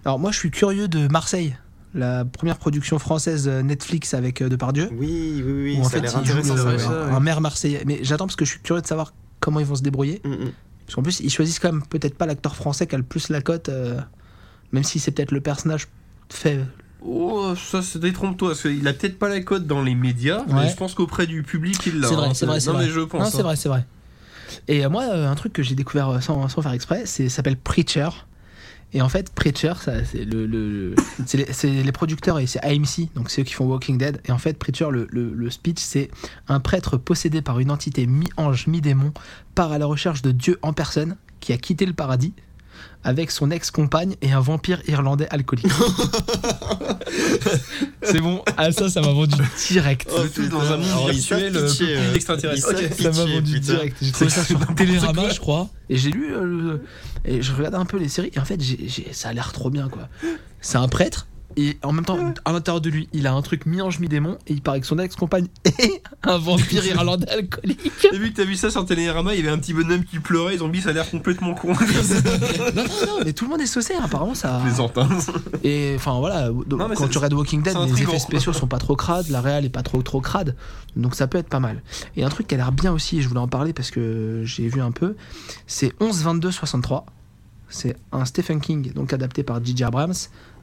Alors, moi, je suis curieux de Marseille, la première production française euh, Netflix avec euh, Depardieu. Oui, oui, Où, oui, en ça fait, a l'air ils jouent intéressant. le- ça, ouais. un, un maire marseillais. Mais j'attends parce que je suis curieux de savoir comment ils vont se débrouiller. Mm, mm. Parce qu'en plus, ils choisissent quand même peut-être pas l'acteur français qui a le plus la cote, euh, même si c'est peut-être le personnage fait. Oh, ça se détrompe-toi, parce qu'il a peut-être pas la cote dans les médias, Ouais. mais je pense qu'auprès du public, il l'a. C'est vrai, hein. c'est vrai, c'est Non, vrai. mais je pense. non, c'est hein. vrai, c'est vrai. Et euh, moi, euh, un truc que j'ai découvert euh, sans, sans faire exprès, c'est ça s'appelle Preacher. Et en fait, Preacher, ça, c'est le, le- le- c'est les, c'est les producteurs et c'est AMC, donc c'est eux qui font Walking Dead. Et en fait, Preacher, le, le- le speech, c'est un prêtre possédé par une entité mi-ange, mi-démon, part à la recherche de Dieu en personne, qui a quitté le paradis, avec son ex-compagne et un vampire irlandais [laughs] alcoolique. C'est bon, ah ça, ça m'a vendu direct. Oh, Le tout putain. dans un monde Alors, ils virtuel savent pitcher, euh, euh, d'extraterrestres. ils savent Ok, pitcher, Ça m'a vendu putain. direct. J'ai trouvé ça sur Télérama, je crois. Et j'ai lu, euh, le- et je regardais un peu les séries, et en fait, j'ai- j'ai- ça a l'air trop bien, quoi. C'est un prêtre, et en même temps, à l'intérieur de lui, il a un truc mi-ange, mi-démon, et il part avec son ex-compagne [laughs] et un vampire irlandais alcoolique. Et vu que [laughs] t'as vu ça sur Télérama, il y avait un petit bonhomme qui pleurait, ils ont dit ça a l'air [laughs] complètement con. non, non, non, mais tout le monde est saucé, hein, apparemment, ça. Plaisantin. Et enfin, voilà, donc, mais quand c'est- tu regardes Walking Dead, c'est les intriguant. effets spéciaux sont pas trop crades, la réal est pas trop trop crade, donc ça peut être pas mal. Et un truc qui a l'air bien aussi, et je voulais en parler parce que j'ai vu un peu, c'est 11 22 63. C'est un Stephen King, donc adapté par J.J. Abrams,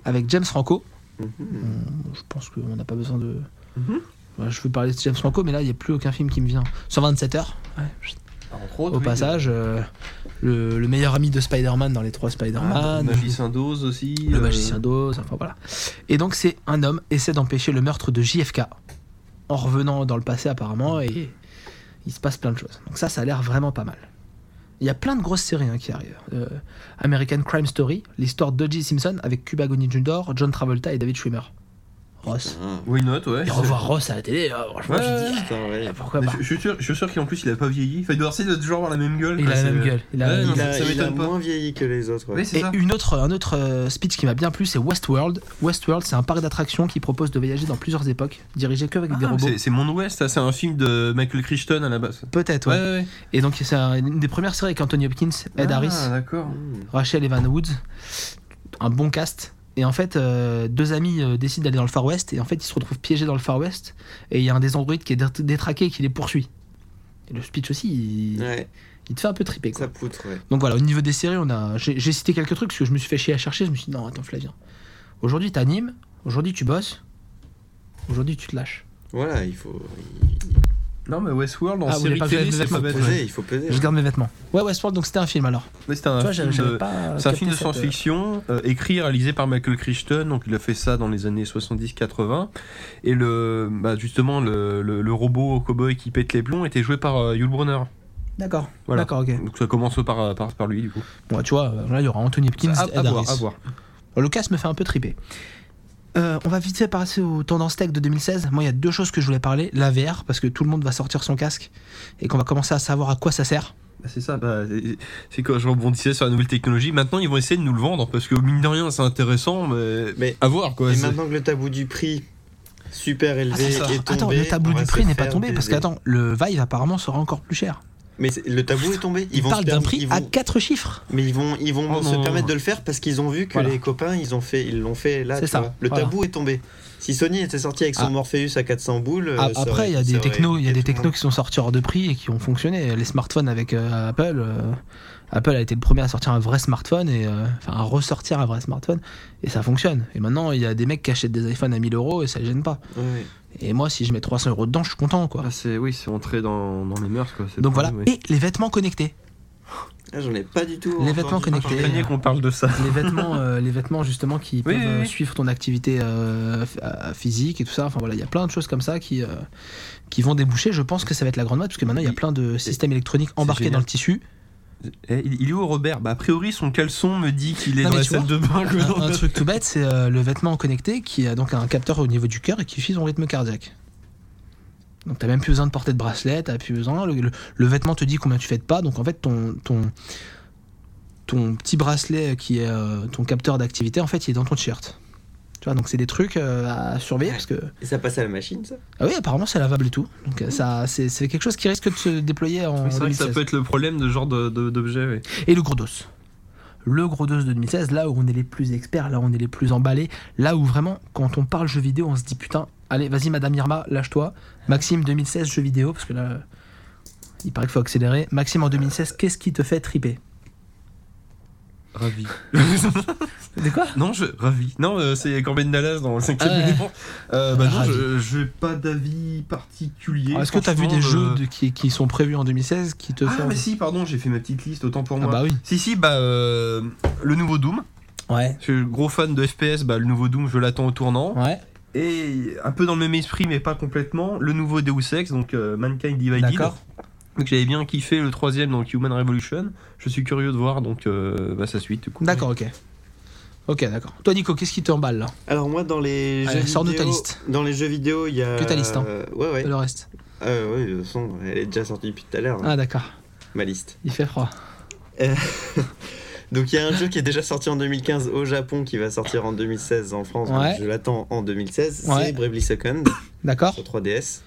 avec James Franco. Mm-hmm. On- Je pense qu'on n'a pas besoin de. Mhm. Ouais, je veux parler de James Franco, mais là, il n'y a plus aucun film qui me vient. 127 heures, ouais, chut, au passage, euh, le, le meilleur ami de Spider-Man dans les trois Ah, Spider-Man. Magicien d'Oz aussi. Le euh, magicien d'Oz, enfin voilà. Et donc c'est un homme essaie d'empêcher le meurtre de JFK en revenant dans le passé apparemment et il se passe plein de choses. Donc ça, ça a l'air vraiment pas mal. Il y a plein de grosses séries hein, qui arrivent. Euh, American Crime Story, l'histoire d'O.J. Simpson avec Cuba Gooding Jr., John Travolta et David Schwimmer. Ross. Why not, ouais. Et revoir Ross à la télé, là, franchement, Ah, Ouais, je dis, Putain, ouais. eh, pourquoi Mais pas je, je suis sûr, je suis sûr qu'en plus il a pas vieilli. Enfin, il doit rester de toujours avoir la même gueule. Il quoi, a la c'est- même gueule. Il a la Ouais, même non, Il gueule. a, ça Ah, il a m'étonne pas. moins vieilli que les autres. ouais. Oui, c'est Et ça. une autre, un autre euh, speech qui m'a bien plu, c'est Westworld. Westworld, c'est un parc d'attractions qui propose de voyager dans plusieurs époques, dirigé que avec des Ah, robots. c'est- C'est Monde West, ça, c'est un film de Michael Crichton à la base. Peut-être, ouais. Et donc, c'est un- une des premières séries avec Anthony Hopkins, Ed Ah, Harris, d'accord. Rachel Evan Woods. Un bon cast. Et en fait, euh, deux amis euh, décident d'aller dans le Far West, et en fait, ils se retrouvent piégés dans le Far West, et il y a un des androïdes qui est dé- détraqué et qui les poursuit. Et le speech aussi, il, Ouais, il te fait un peu triper, quoi. ça poutre, ouais. Donc voilà, au niveau des séries, on a, j'ai j'ai cité quelques trucs parce que je me suis fait chier à chercher. Je me suis dit, non, attends, Flavien. Aujourd'hui, t'animes. Aujourd'hui, tu bosses. Aujourd'hui, tu te lâches. Voilà, il faut. Non, mais Westworld en Ah, vous série l'avez pas télé, vu, c'est vous pas l'avez bête. Il faut ouais. peser, il faut peser. Je garde mes vêtements. Ouais, Westworld, donc c'était un film alors. Mais c'était un Tu vois, film j'avais j'avais de- pas. euh, C'est un capté film de cette, science-fiction, euh, écrit et réalisé par Michael Crichton, donc il a fait ça dans les années 70-80. Et le, bah, justement, le, le- le robot cowboy qui pète les plombs était joué par euh, Yul Brunner. euh, D'accord. Voilà. D'accord, ok. Donc ça commence par, euh, par, par lui, du coup. Bon, tu vois, euh, là, il y aura Anthony Hopkins, à, Ed à voir, Harris. à voir. Lucas me fait un peu triper. Euh, on va vite fait passer aux tendances tech de 2016. Moi, il y a deux choses que je voulais parler. La VR, parce que tout le monde va sortir son casque et qu'on va commencer à savoir à quoi ça sert. Bah, c'est ça, bah, c'est- c'est quand je rebondissais sur la nouvelle technologie. Maintenant, ils vont essayer de nous le vendre parce que, mine de rien, c'est intéressant, mais, Mais- à voir quoi. Et c'est- maintenant que le tabou du prix super Ah, élevé c'est est, ça. tombé. attends, le tableau on va du se prix n'est pas faire tombé parce baiser. que attends, le Vive apparemment sera encore plus cher. Mais c'est- le tabou est tombé. Ils Il vont parle se d'un perm- prix ils à vont- 4 chiffres. Mais ils vont, ils vont Oh se non. permettre de le faire parce qu'ils ont vu que Voilà. les copains, ils ont fait, ils l'ont fait là. C'est tu ça, vois. Le voilà. tabou est tombé. Si Sony était sorti avec son Ah. Morpheus à 400 boules, euh, Ah, ça aurait- Après, il y a ça des aurait technos, il y a niqué des tout le technos qui sont sortis hors de prix et qui ont fonctionné. Les smartphones avec euh, Apple, euh, Apple a été le premier à sortir un vrai smartphone et euh, enfin à ressortir un vrai smartphone et ça fonctionne. Et maintenant, il y a des mecs qui achètent des iPhones à 1000 euros et ça les gêne pas. monde. Ouais. Et moi, si je mets 300 euros dedans, je suis content quoi. Ah, c'est- oui, c'est entré dans, dans les mœurs quoi. c'est Donc pas- voilà. ouais. Et les vêtements connectés. Ah, J'en ai pas du tout. Les vêtements entendu connectés. parler. Craignez qu'on parle de ça. les vêtements, euh, les vêtements justement qui peuvent oui, euh, oui. suivre ton activité euh, f- euh, physique et tout ça. Enfin voilà, il y a plein de choses comme ça qui, euh, qui vont déboucher. Je pense que ça va être la grande mode parce que maintenant il y a plein de systèmes électroniques embarqués génial. dans le tissu. Eh, il, il est où Robert Bah, a priori, son caleçon me dit qu'il est Non, dans mais la tu salle de bain. [laughs] quoi, Un, dans- un truc tout bête, c'est euh, le vêtement connecté qui a donc un capteur au niveau du cœur et qui suit son rythme cardiaque. Donc t'as même plus besoin de porter de bracelet, t'as plus besoin. Le, le- le vêtement te dit combien tu fais de pas, donc en fait ton ton ton petit bracelet qui est euh, ton capteur d'activité, en fait il est dans ton t-shirt. Tu vois, donc c'est des trucs euh, à surveiller parce que Et ça passe à la machine, ça Ah oui, apparemment c'est lavable et tout. Donc euh, ça, c'est c'est quelque chose qui risque de se déployer en Oui, c'est vrai que ça 2016. peut être le problème de ce genre de- de- d'objet. ouais. Et le gros dos. Le gros dos de 2016, là où on est les plus experts, là où on est les plus emballés, là où vraiment, quand on parle jeux vidéo, on se dit putain, allez, vas-y Madame Irma, lâche-toi. Maxime 2016, jeux vidéo, parce que là, euh, il paraît qu'il faut accélérer. Maxime en 2016, qu'est-ce qui te fait triper Ravi. De quoi [laughs] non, je. Ravi. Non, euh, c'est Corbin Dallas dans le cinquième Ah ouais. élément. Euh, bah, non, Ravi. je- je n'ai pas d'avis particulier. Alors, Est-ce que t'as vu franchement, euh, des je- jeux de- qui, qui sont prévus en 2016 qui te Ah, font. mais si, pardon, j'ai fait ma petite liste, autant pour Ah moi. bah oui. Si, si, bah, euh, le nouveau Doom. Ouais. Je suis gros fan de FPS, bah, le nouveau Doom, je l'attends au tournant. Ouais. Et un peu dans le même esprit, mais pas complètement, le nouveau Deus Ex, donc euh, Mankind Divided. D'accord. Donc j'avais bien kiffé le troisième, donc Human Revolution. Je suis curieux de voir donc euh, bah, sa suite. du coup. D'accord, ok. Ok, d'accord. Toi, Nico, qu'est-ce qui t'emballe là Alors moi dans les Allez, jeux sors-nous ta vidéo- liste. Dans les jeux vidéo, il y a Que ta liste, hein. euh, Ouais ouais. Le reste Euh, ouais, de toute façon, elle est déjà sortie depuis tout à l'heure, hein, Ah, d'accord. ma liste. Il fait froid. Donc il y a un jeu qui est déjà sorti en 2015 au Japon qui va sortir en 2016 en France. donc Ouais. Je l'attends en 2016, Ouais. c'est Bravely Second D'accord sur 3DS.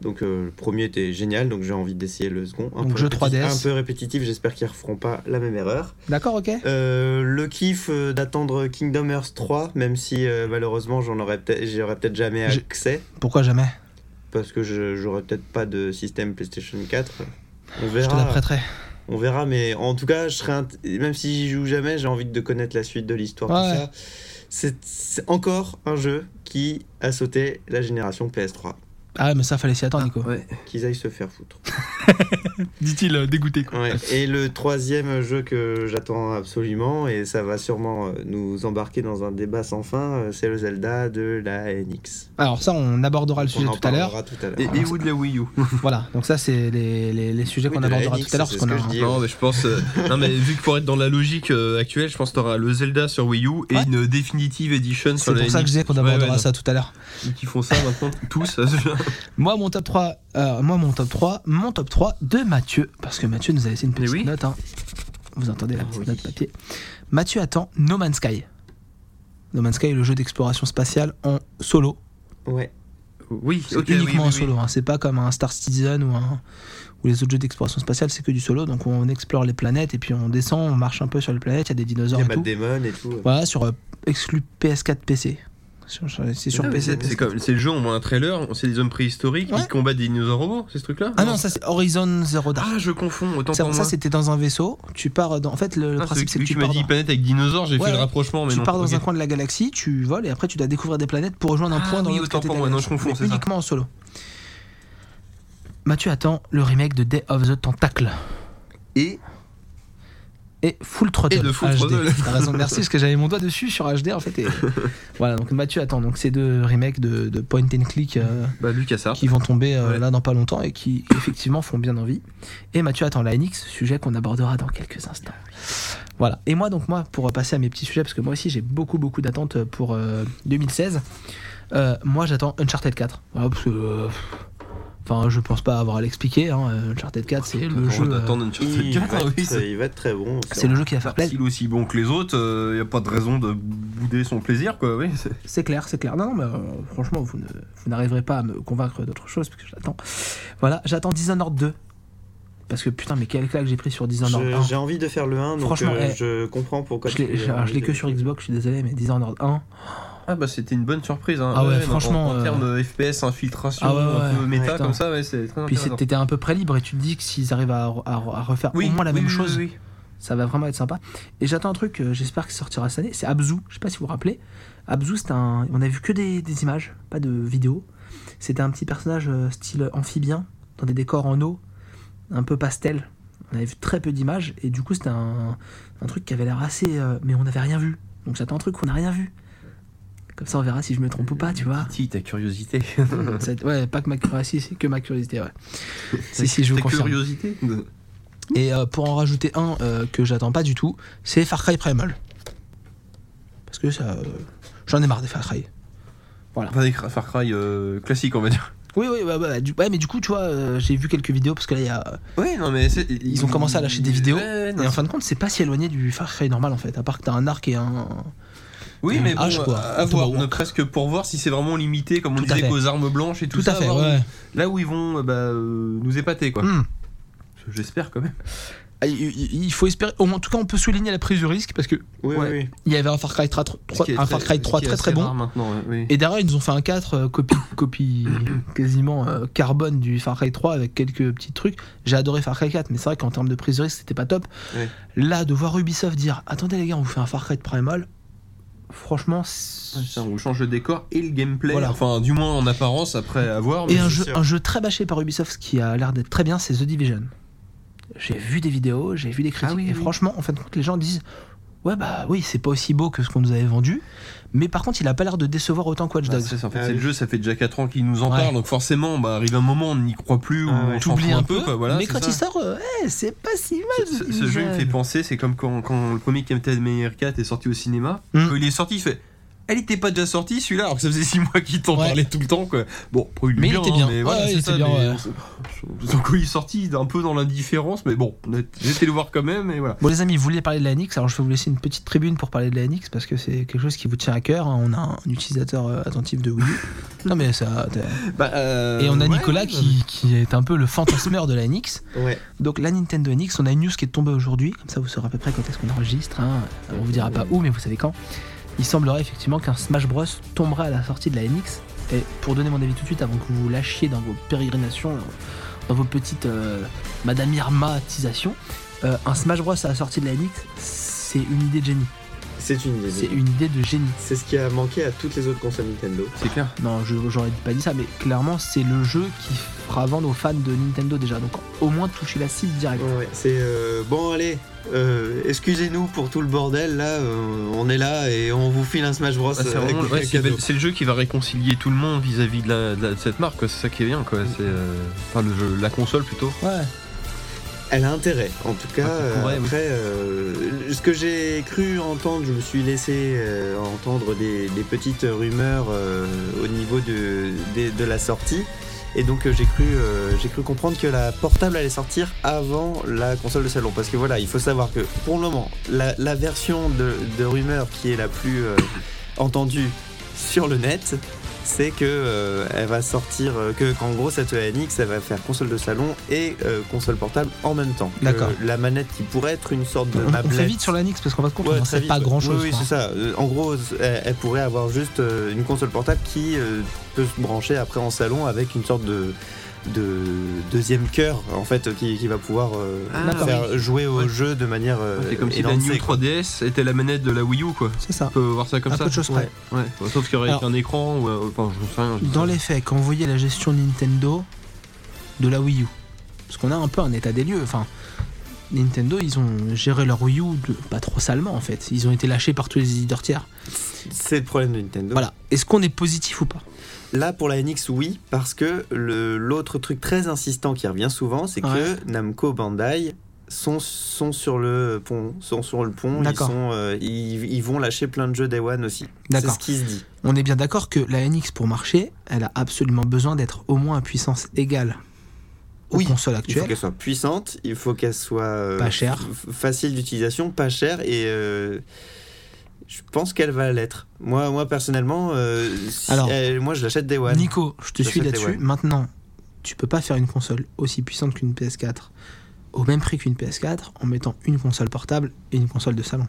Donc euh, le premier était génial, donc j'ai envie d'essayer le second. Un Donc, peu jeu répétitif- 3DS. Un peu répétitif, j'espère qu'ils referont pas la même erreur. D'accord, ok. Euh, le kiff euh, d'attendre Kingdom Hearts 3, même si euh, malheureusement j'en aurais peut-être, j'y aurais peut-être jamais Je- accès Pourquoi jamais parce que je j'aurais peut-être pas de système PlayStation 4. Je On te la verra. prêterai. On verra, mais en tout cas, je serais int- même si j'y joue jamais, j'ai envie de connaître la suite de l'histoire. tout Ouais. ça. C'est c'est encore un jeu qui a sauté la génération PS3. Ah, ouais, mais ça, fallait s'y attendre, Nico. Qu'ils aillent se faire foutre. Dit-il euh, dégoûté. quoi. Ouais. [laughs] Et le troisième jeu que j'attends absolument, et ça va sûrement euh, nous embarquer dans un débat sans fin, euh, c'est le Zelda de la NX. Alors, ça, on abordera le sujet On en tout à l'heure. parlera tout à l'heure. Et, et ou de la Wii U. Voilà, donc ça, c'est les, les- les sujets Oui, qu'on de la abordera NX, tout à l'heure. c'est parce qu'on ce a que je un- dis. Non, mais je pense. euh, non, mais vu que pour être dans la logique euh, actuelle, je pense que t'auras le Zelda sur Wii U et Ouais. une Definitive Edition sur C'est la pour ça que je NX. disais qu'on Ouais, ouais, abordera non. ça tout à l'heure. Ils qui font ça maintenant tous. Moi mon top 3, euh, moi mon top 3, mon top 3 de Mathieu, parce que Mathieu nous a laissé une petite oui. note. hein. Vous entendez Ah la petite note papier. Mathieu attend No Man's Sky. No Man's Sky est le jeu d'exploration spatiale en solo. Ouais. oui, C'est uniquement en solo, hein. c'est pas comme un Star Citizen ou, un- ou les autres jeux d'exploration spatiale, c'est que du solo. Donc on explore les planètes et puis on descend, on marche un peu sur les planètes, il y a des Il dinosaures y a et Matt tout. Damon et tout. Voilà, sur euh, exclu PS4 PC. Sur- sur- C'est sur Ah, mais PC. C'est c'est comme- c'est le jeu, on voit un trailer, on sait des hommes préhistoriques Ouais. qui combattent des dinosaures robots, c'est ce truc-là Ah non, ça c'est Horizon Zero Dawn. Ah, je confonds, autant Ça, pour ça, moi. c'était dans un vaisseau. Tu pars dans. En fait, le, le Ah, principe, c'est celui que tu qui m'a pars, dit dans... planète avec dinosaures, j'ai Ouais, fait le ouais. rapprochement, mais tu non. pars dans ok. un coin de la galaxie, tu voles et après tu dois découvrir des planètes pour rejoindre un Ah point dans oui, l'autre autant côté de pour la moi, non, galaxie. je confonds, Mais c'est ça. Uniquement en solo. Mathieu attend le remake de Day of the Tentacle Et et Full Et Throttle. de Full HD. Throttle. T'as raison, merci, parce que j'avais mon doigt dessus sur HD en [laughs] fait. et- voilà, donc Mathieu attend donc ces deux remakes de, de Point and Click. euh, bah, Lucas qui vont tomber euh, Ouais. là dans pas longtemps et qui effectivement font bien envie. Et Mathieu attend la NX, sujet qu'on abordera dans quelques instants. Voilà. Et moi donc moi pour passer à mes petits sujets parce que moi aussi j'ai beaucoup beaucoup d'attentes pour euh, 2016. euh, moi j'attends Uncharted 4. Voilà, parce que, euh, pff, Enfin, je pense pas avoir à l'expliquer. Hein. euh, Uncharted 4, c'est le jeu. euh, Attendre une Il, Uncharted 4, [laughs] va ah oui, être, c'est- il va être très bon. c'est le jeu qui va faire plaisir. S'il est aussi bon que les autres, il n'y a pas de raison de bouder son plaisir, quoi. Oui, c'est- C'est clair, c'est clair. Non, non, mais euh, franchement, vous ne- vous n'arriverez pas à me convaincre d'autre chose parce que j'attends. Voilà, j'attends Dishonored 2. Parce que putain, mais quel claque j'ai pris sur Dishonored 1. Je- J'ai envie de faire le 1, donc hein. Franchement, euh, eh, je comprends pourquoi. Je tu l'ai, je- as alors, je l'ai envie que de- sur Xbox, je suis désolé, mais Dishonored 1. Ah bah c'était une bonne surprise. Hein. Ah ouais, non, franchement, En, en euh, termes de FPS, infiltration, ah ouais, un ouais, peu méta putain. comme ça, ouais, c'est très Puis intéressant. c'est- t'étais un peu près libre et tu te dis que s'ils arrivent à, re- à re- à refaire au moins la oui, même oui, chose, oui, oui. ça va vraiment être sympa. Et j'attends un truc, euh, j'espère qu'il sortira cette année, c'est Abzu. Je sais pas si vous vous rappelez. Abzu, c'est un. On a vu que des, des images, pas de vidéos. C'était un petit personnage euh, style amphibien, dans des décors en eau, un peu pastel. On avait vu très peu d'images et du coup, c'était un, un truc qui avait l'air assez. euh, mais on n'avait rien vu. Donc j'attends un truc qu'on n'a rien vu. Comme ça, on verra si je me trompe ou pas, tu [laughs] vois. Titi, ta [laughs] curiosité. C'est- ouais, pas que ma curiosité, c'est que ma curiosité, ouais. si, si, je vous ta confirme. curiosité Et euh, pour en rajouter un euh, que j'attends pas du tout, c'est Far Cry Primal. Parce que ça. euh, J'en ai marre des Far Cry. Enfin, des Far Cry euh, classique, on va dire. Oui, oui, ouais, ouais, du- ouais, mais du coup, tu vois, euh, j'ai vu quelques vidéos parce que là, il y a. Ouais, non mais c'est- Ils ont commencé à lâcher des vidéos. Ouais, ouais, non, Et en fin de compte, c'est pas si éloigné du Far Cry normal en fait, à part que t'as un arc et un. Oui, mais Un bon, hache, euh, quoi. à à Un voir, tomahawk. ne presque pour voir si c'est vraiment limité, comme on Tout à disait, fait. qu'aux armes blanches et tout, ça. voir Là où ils vont euh, bah, euh, nous épater, quoi. Hmm. J'espère quand même. Ah, Il, il- il faut espérer. En tout cas, on peut souligner la prise de risque parce que Oui, Ouais. oui, oui. il y avait un Far Cry 3, Ce qui est un Far Cry ce 3 qui est très très assez bon. rare maintenant, ouais, oui. Et derrière, ils nous ont fait un 4 euh, copie, copie quasiment euh, carbone du Far Cry 3 avec quelques petits trucs. J'ai adoré Far Cry 4, mais c'est vrai qu'en termes de prise de risque, c'était pas top. Ouais. Là, de voir Ubisoft dire Attendez les gars, on vous fait un Far Cry de Primal, franchement. Ah, c'est- Ouais, ça, on change le décor et le gameplay, hein. Voilà. enfin du moins en apparence après à voir. Et mais- un c'est jeu, sûr. un jeu très bâché par Ubisoft, ce qui a l'air d'être très bien, c'est The Division. J'ai vu des vidéos, j'ai vu des critiques, Ah oui, et oui. franchement, en fin de compte, les gens disent ouais, bah oui, c'est pas aussi beau que ce qu'on nous avait vendu, mais par contre, il a pas l'air de décevoir autant que Watch Dogs. C'est en fait, c'est le jeu, ça fait déjà 4 ans qu'il nous en parle, donc forcément, bah, arrive un moment, on n'y croit plus, ou on s'en T'oublies fout un peu, quoi, voilà, mais c'est quand ça. il sort, euh, eh, c'est pas si mal. Ce, ce jeu il me fait penser, c'est comme quand, quand le premier Captain America 4 est sorti au cinéma. Hmm. Quand il est sorti, il fait. Elle était pas déjà sortie celui-là, alors que ça faisait 6 mois qu'il t'en parlait tout le temps. Quoi. Bon, pour une Mais il était bien. Ouais, Mais voilà, ouais, c'est il ça, était bien, mais ouais. on s- donc, il est sorti un peu dans l'indifférence, mais bon, on a- j'ai été le voir quand même. Et voilà. Bon les amis, vous voulez parler de la NX, alors je vais vous laisser une petite tribune pour parler de la NX parce que c'est quelque chose qui vous tient à cœur. hein. On a un utilisateur euh, attentif de Wii [laughs] U. non mais ça. t'as- Bah, euh, Et on a ouais, Nicolas ouais, qui, qui est un peu le fantasmeur de la NX. Ouais. Donc la Nintendo NX, on a une news qui est tombée aujourd'hui, comme ça vous saurez à peu près quand est-ce qu'on enregistre. hein. On vous dira pas où, mais vous savez quand. Il semblerait effectivement qu'un Smash Bros tombera à la sortie de la NX. Et pour donner mon avis tout de suite, avant que vous vous lâchiez dans vos pérégrinations, dans vos petites euh, Madame Irma-tisations, euh, un Smash Bros à la sortie de la NX, c'est une idée de génie. C'est une idée. C'est une idée de génie. C'est ce qui a manqué à toutes les autres consoles Nintendo. C'est clair. Non, je- j'aurais pas dit ça, mais clairement, c'est le jeu qui fera vendre aux fans de Nintendo déjà. Donc, au moins toucher la cible direct. Ouais, c'est euh, bon, allez, euh, excusez-nous pour tout le bordel. Là, euh, on est là et on vous file un Smash Bros. Ah, c'est euh, vraiment- avec ouais, le c'est cadeau. c'est le jeu qui va réconcilier tout le monde vis-à-vis de, la- de la- de cette marque, quoi. c'est ça qui est bien. Quoi. C'est, euh, enfin, le jeu, la console plutôt. Ouais. Elle a intérêt, en tout cas. Ah, ça pourrait, euh, oui. après, euh, ce que j'ai cru entendre, je me suis laissé euh, entendre des, des petites rumeurs euh, au niveau de, des- de la sortie. Et donc euh, j'ai cru, euh, j'ai cru comprendre que la portable allait sortir avant la console de salon. Parce que voilà, il faut savoir que pour le moment, la, la version de, de rumeur qui est la plus euh, entendue sur le net, c'est que euh, elle va sortir, euh, que qu'en gros cette NX, elle va faire console de salon et euh, console portable en même temps. Que D'accord. La manette qui pourrait être une sorte de On, on fait tablette. vite sur la NX parce qu'on va se compte, Ouais, on en très sait vite, pas ouais. grand chose. Oui, oui, c'est ça. Euh, En gros, elle, elle pourrait avoir juste euh, une console portable qui euh, peut se brancher après en salon avec une sorte de de deuxième cœur en fait qui, qui va pouvoir euh, D'accord. faire jouer au jeu de manière euh, Ah. C'est comme si la élancée, New quoi. 3DS était la manette de la Wii U. Quoi. C'est ça. On peut voir ça comme Un ça. peu de choses près. Ouais. Ouais, bah, sauf qu'il y aurait Alors- un écran ou euh, enfin je sais rien. je sais Dans pas. les faits, quand vous voyez la gestion Nintendo de la Wii U, parce qu'on a un peu un état des lieux, enfin. Nintendo, ils ont géré leur Wii U de- pas trop salement en fait. Ils ont été lâchés par tous les éditeurs tiers. c'est le problème de Nintendo Voilà. Est-ce qu'on est positif ou pas Là, pour la NX, oui, parce que le- l'autre truc très insistant qui revient souvent, c'est Ouais. que Namco Bandai sont, sont sur le pont, sont sur le pont, ils, D'accord. sont, euh, ils, ils vont lâcher plein de jeux Day One aussi. C'est D'accord. ce qui se dit. On est bien d'accord que la NX pour marcher, elle a absolument besoin d'être au moins à puissance égale aux Oui, consoles Il faut actuelles. qu'elle soit puissante, il faut qu'elle soit euh, Pas chère. f- facile d'utilisation, pas chère et euh, je pense qu'elle va l'être. Moi, moi personnellement, euh, si- Alors, euh, moi je l'achète Day One. Nico, je te Ça, suis c'était là-dessus. ouais. Maintenant, tu peux pas faire une console aussi puissante qu'une PS4 au même prix qu'une PS4 en mettant une console portable et une console de salon.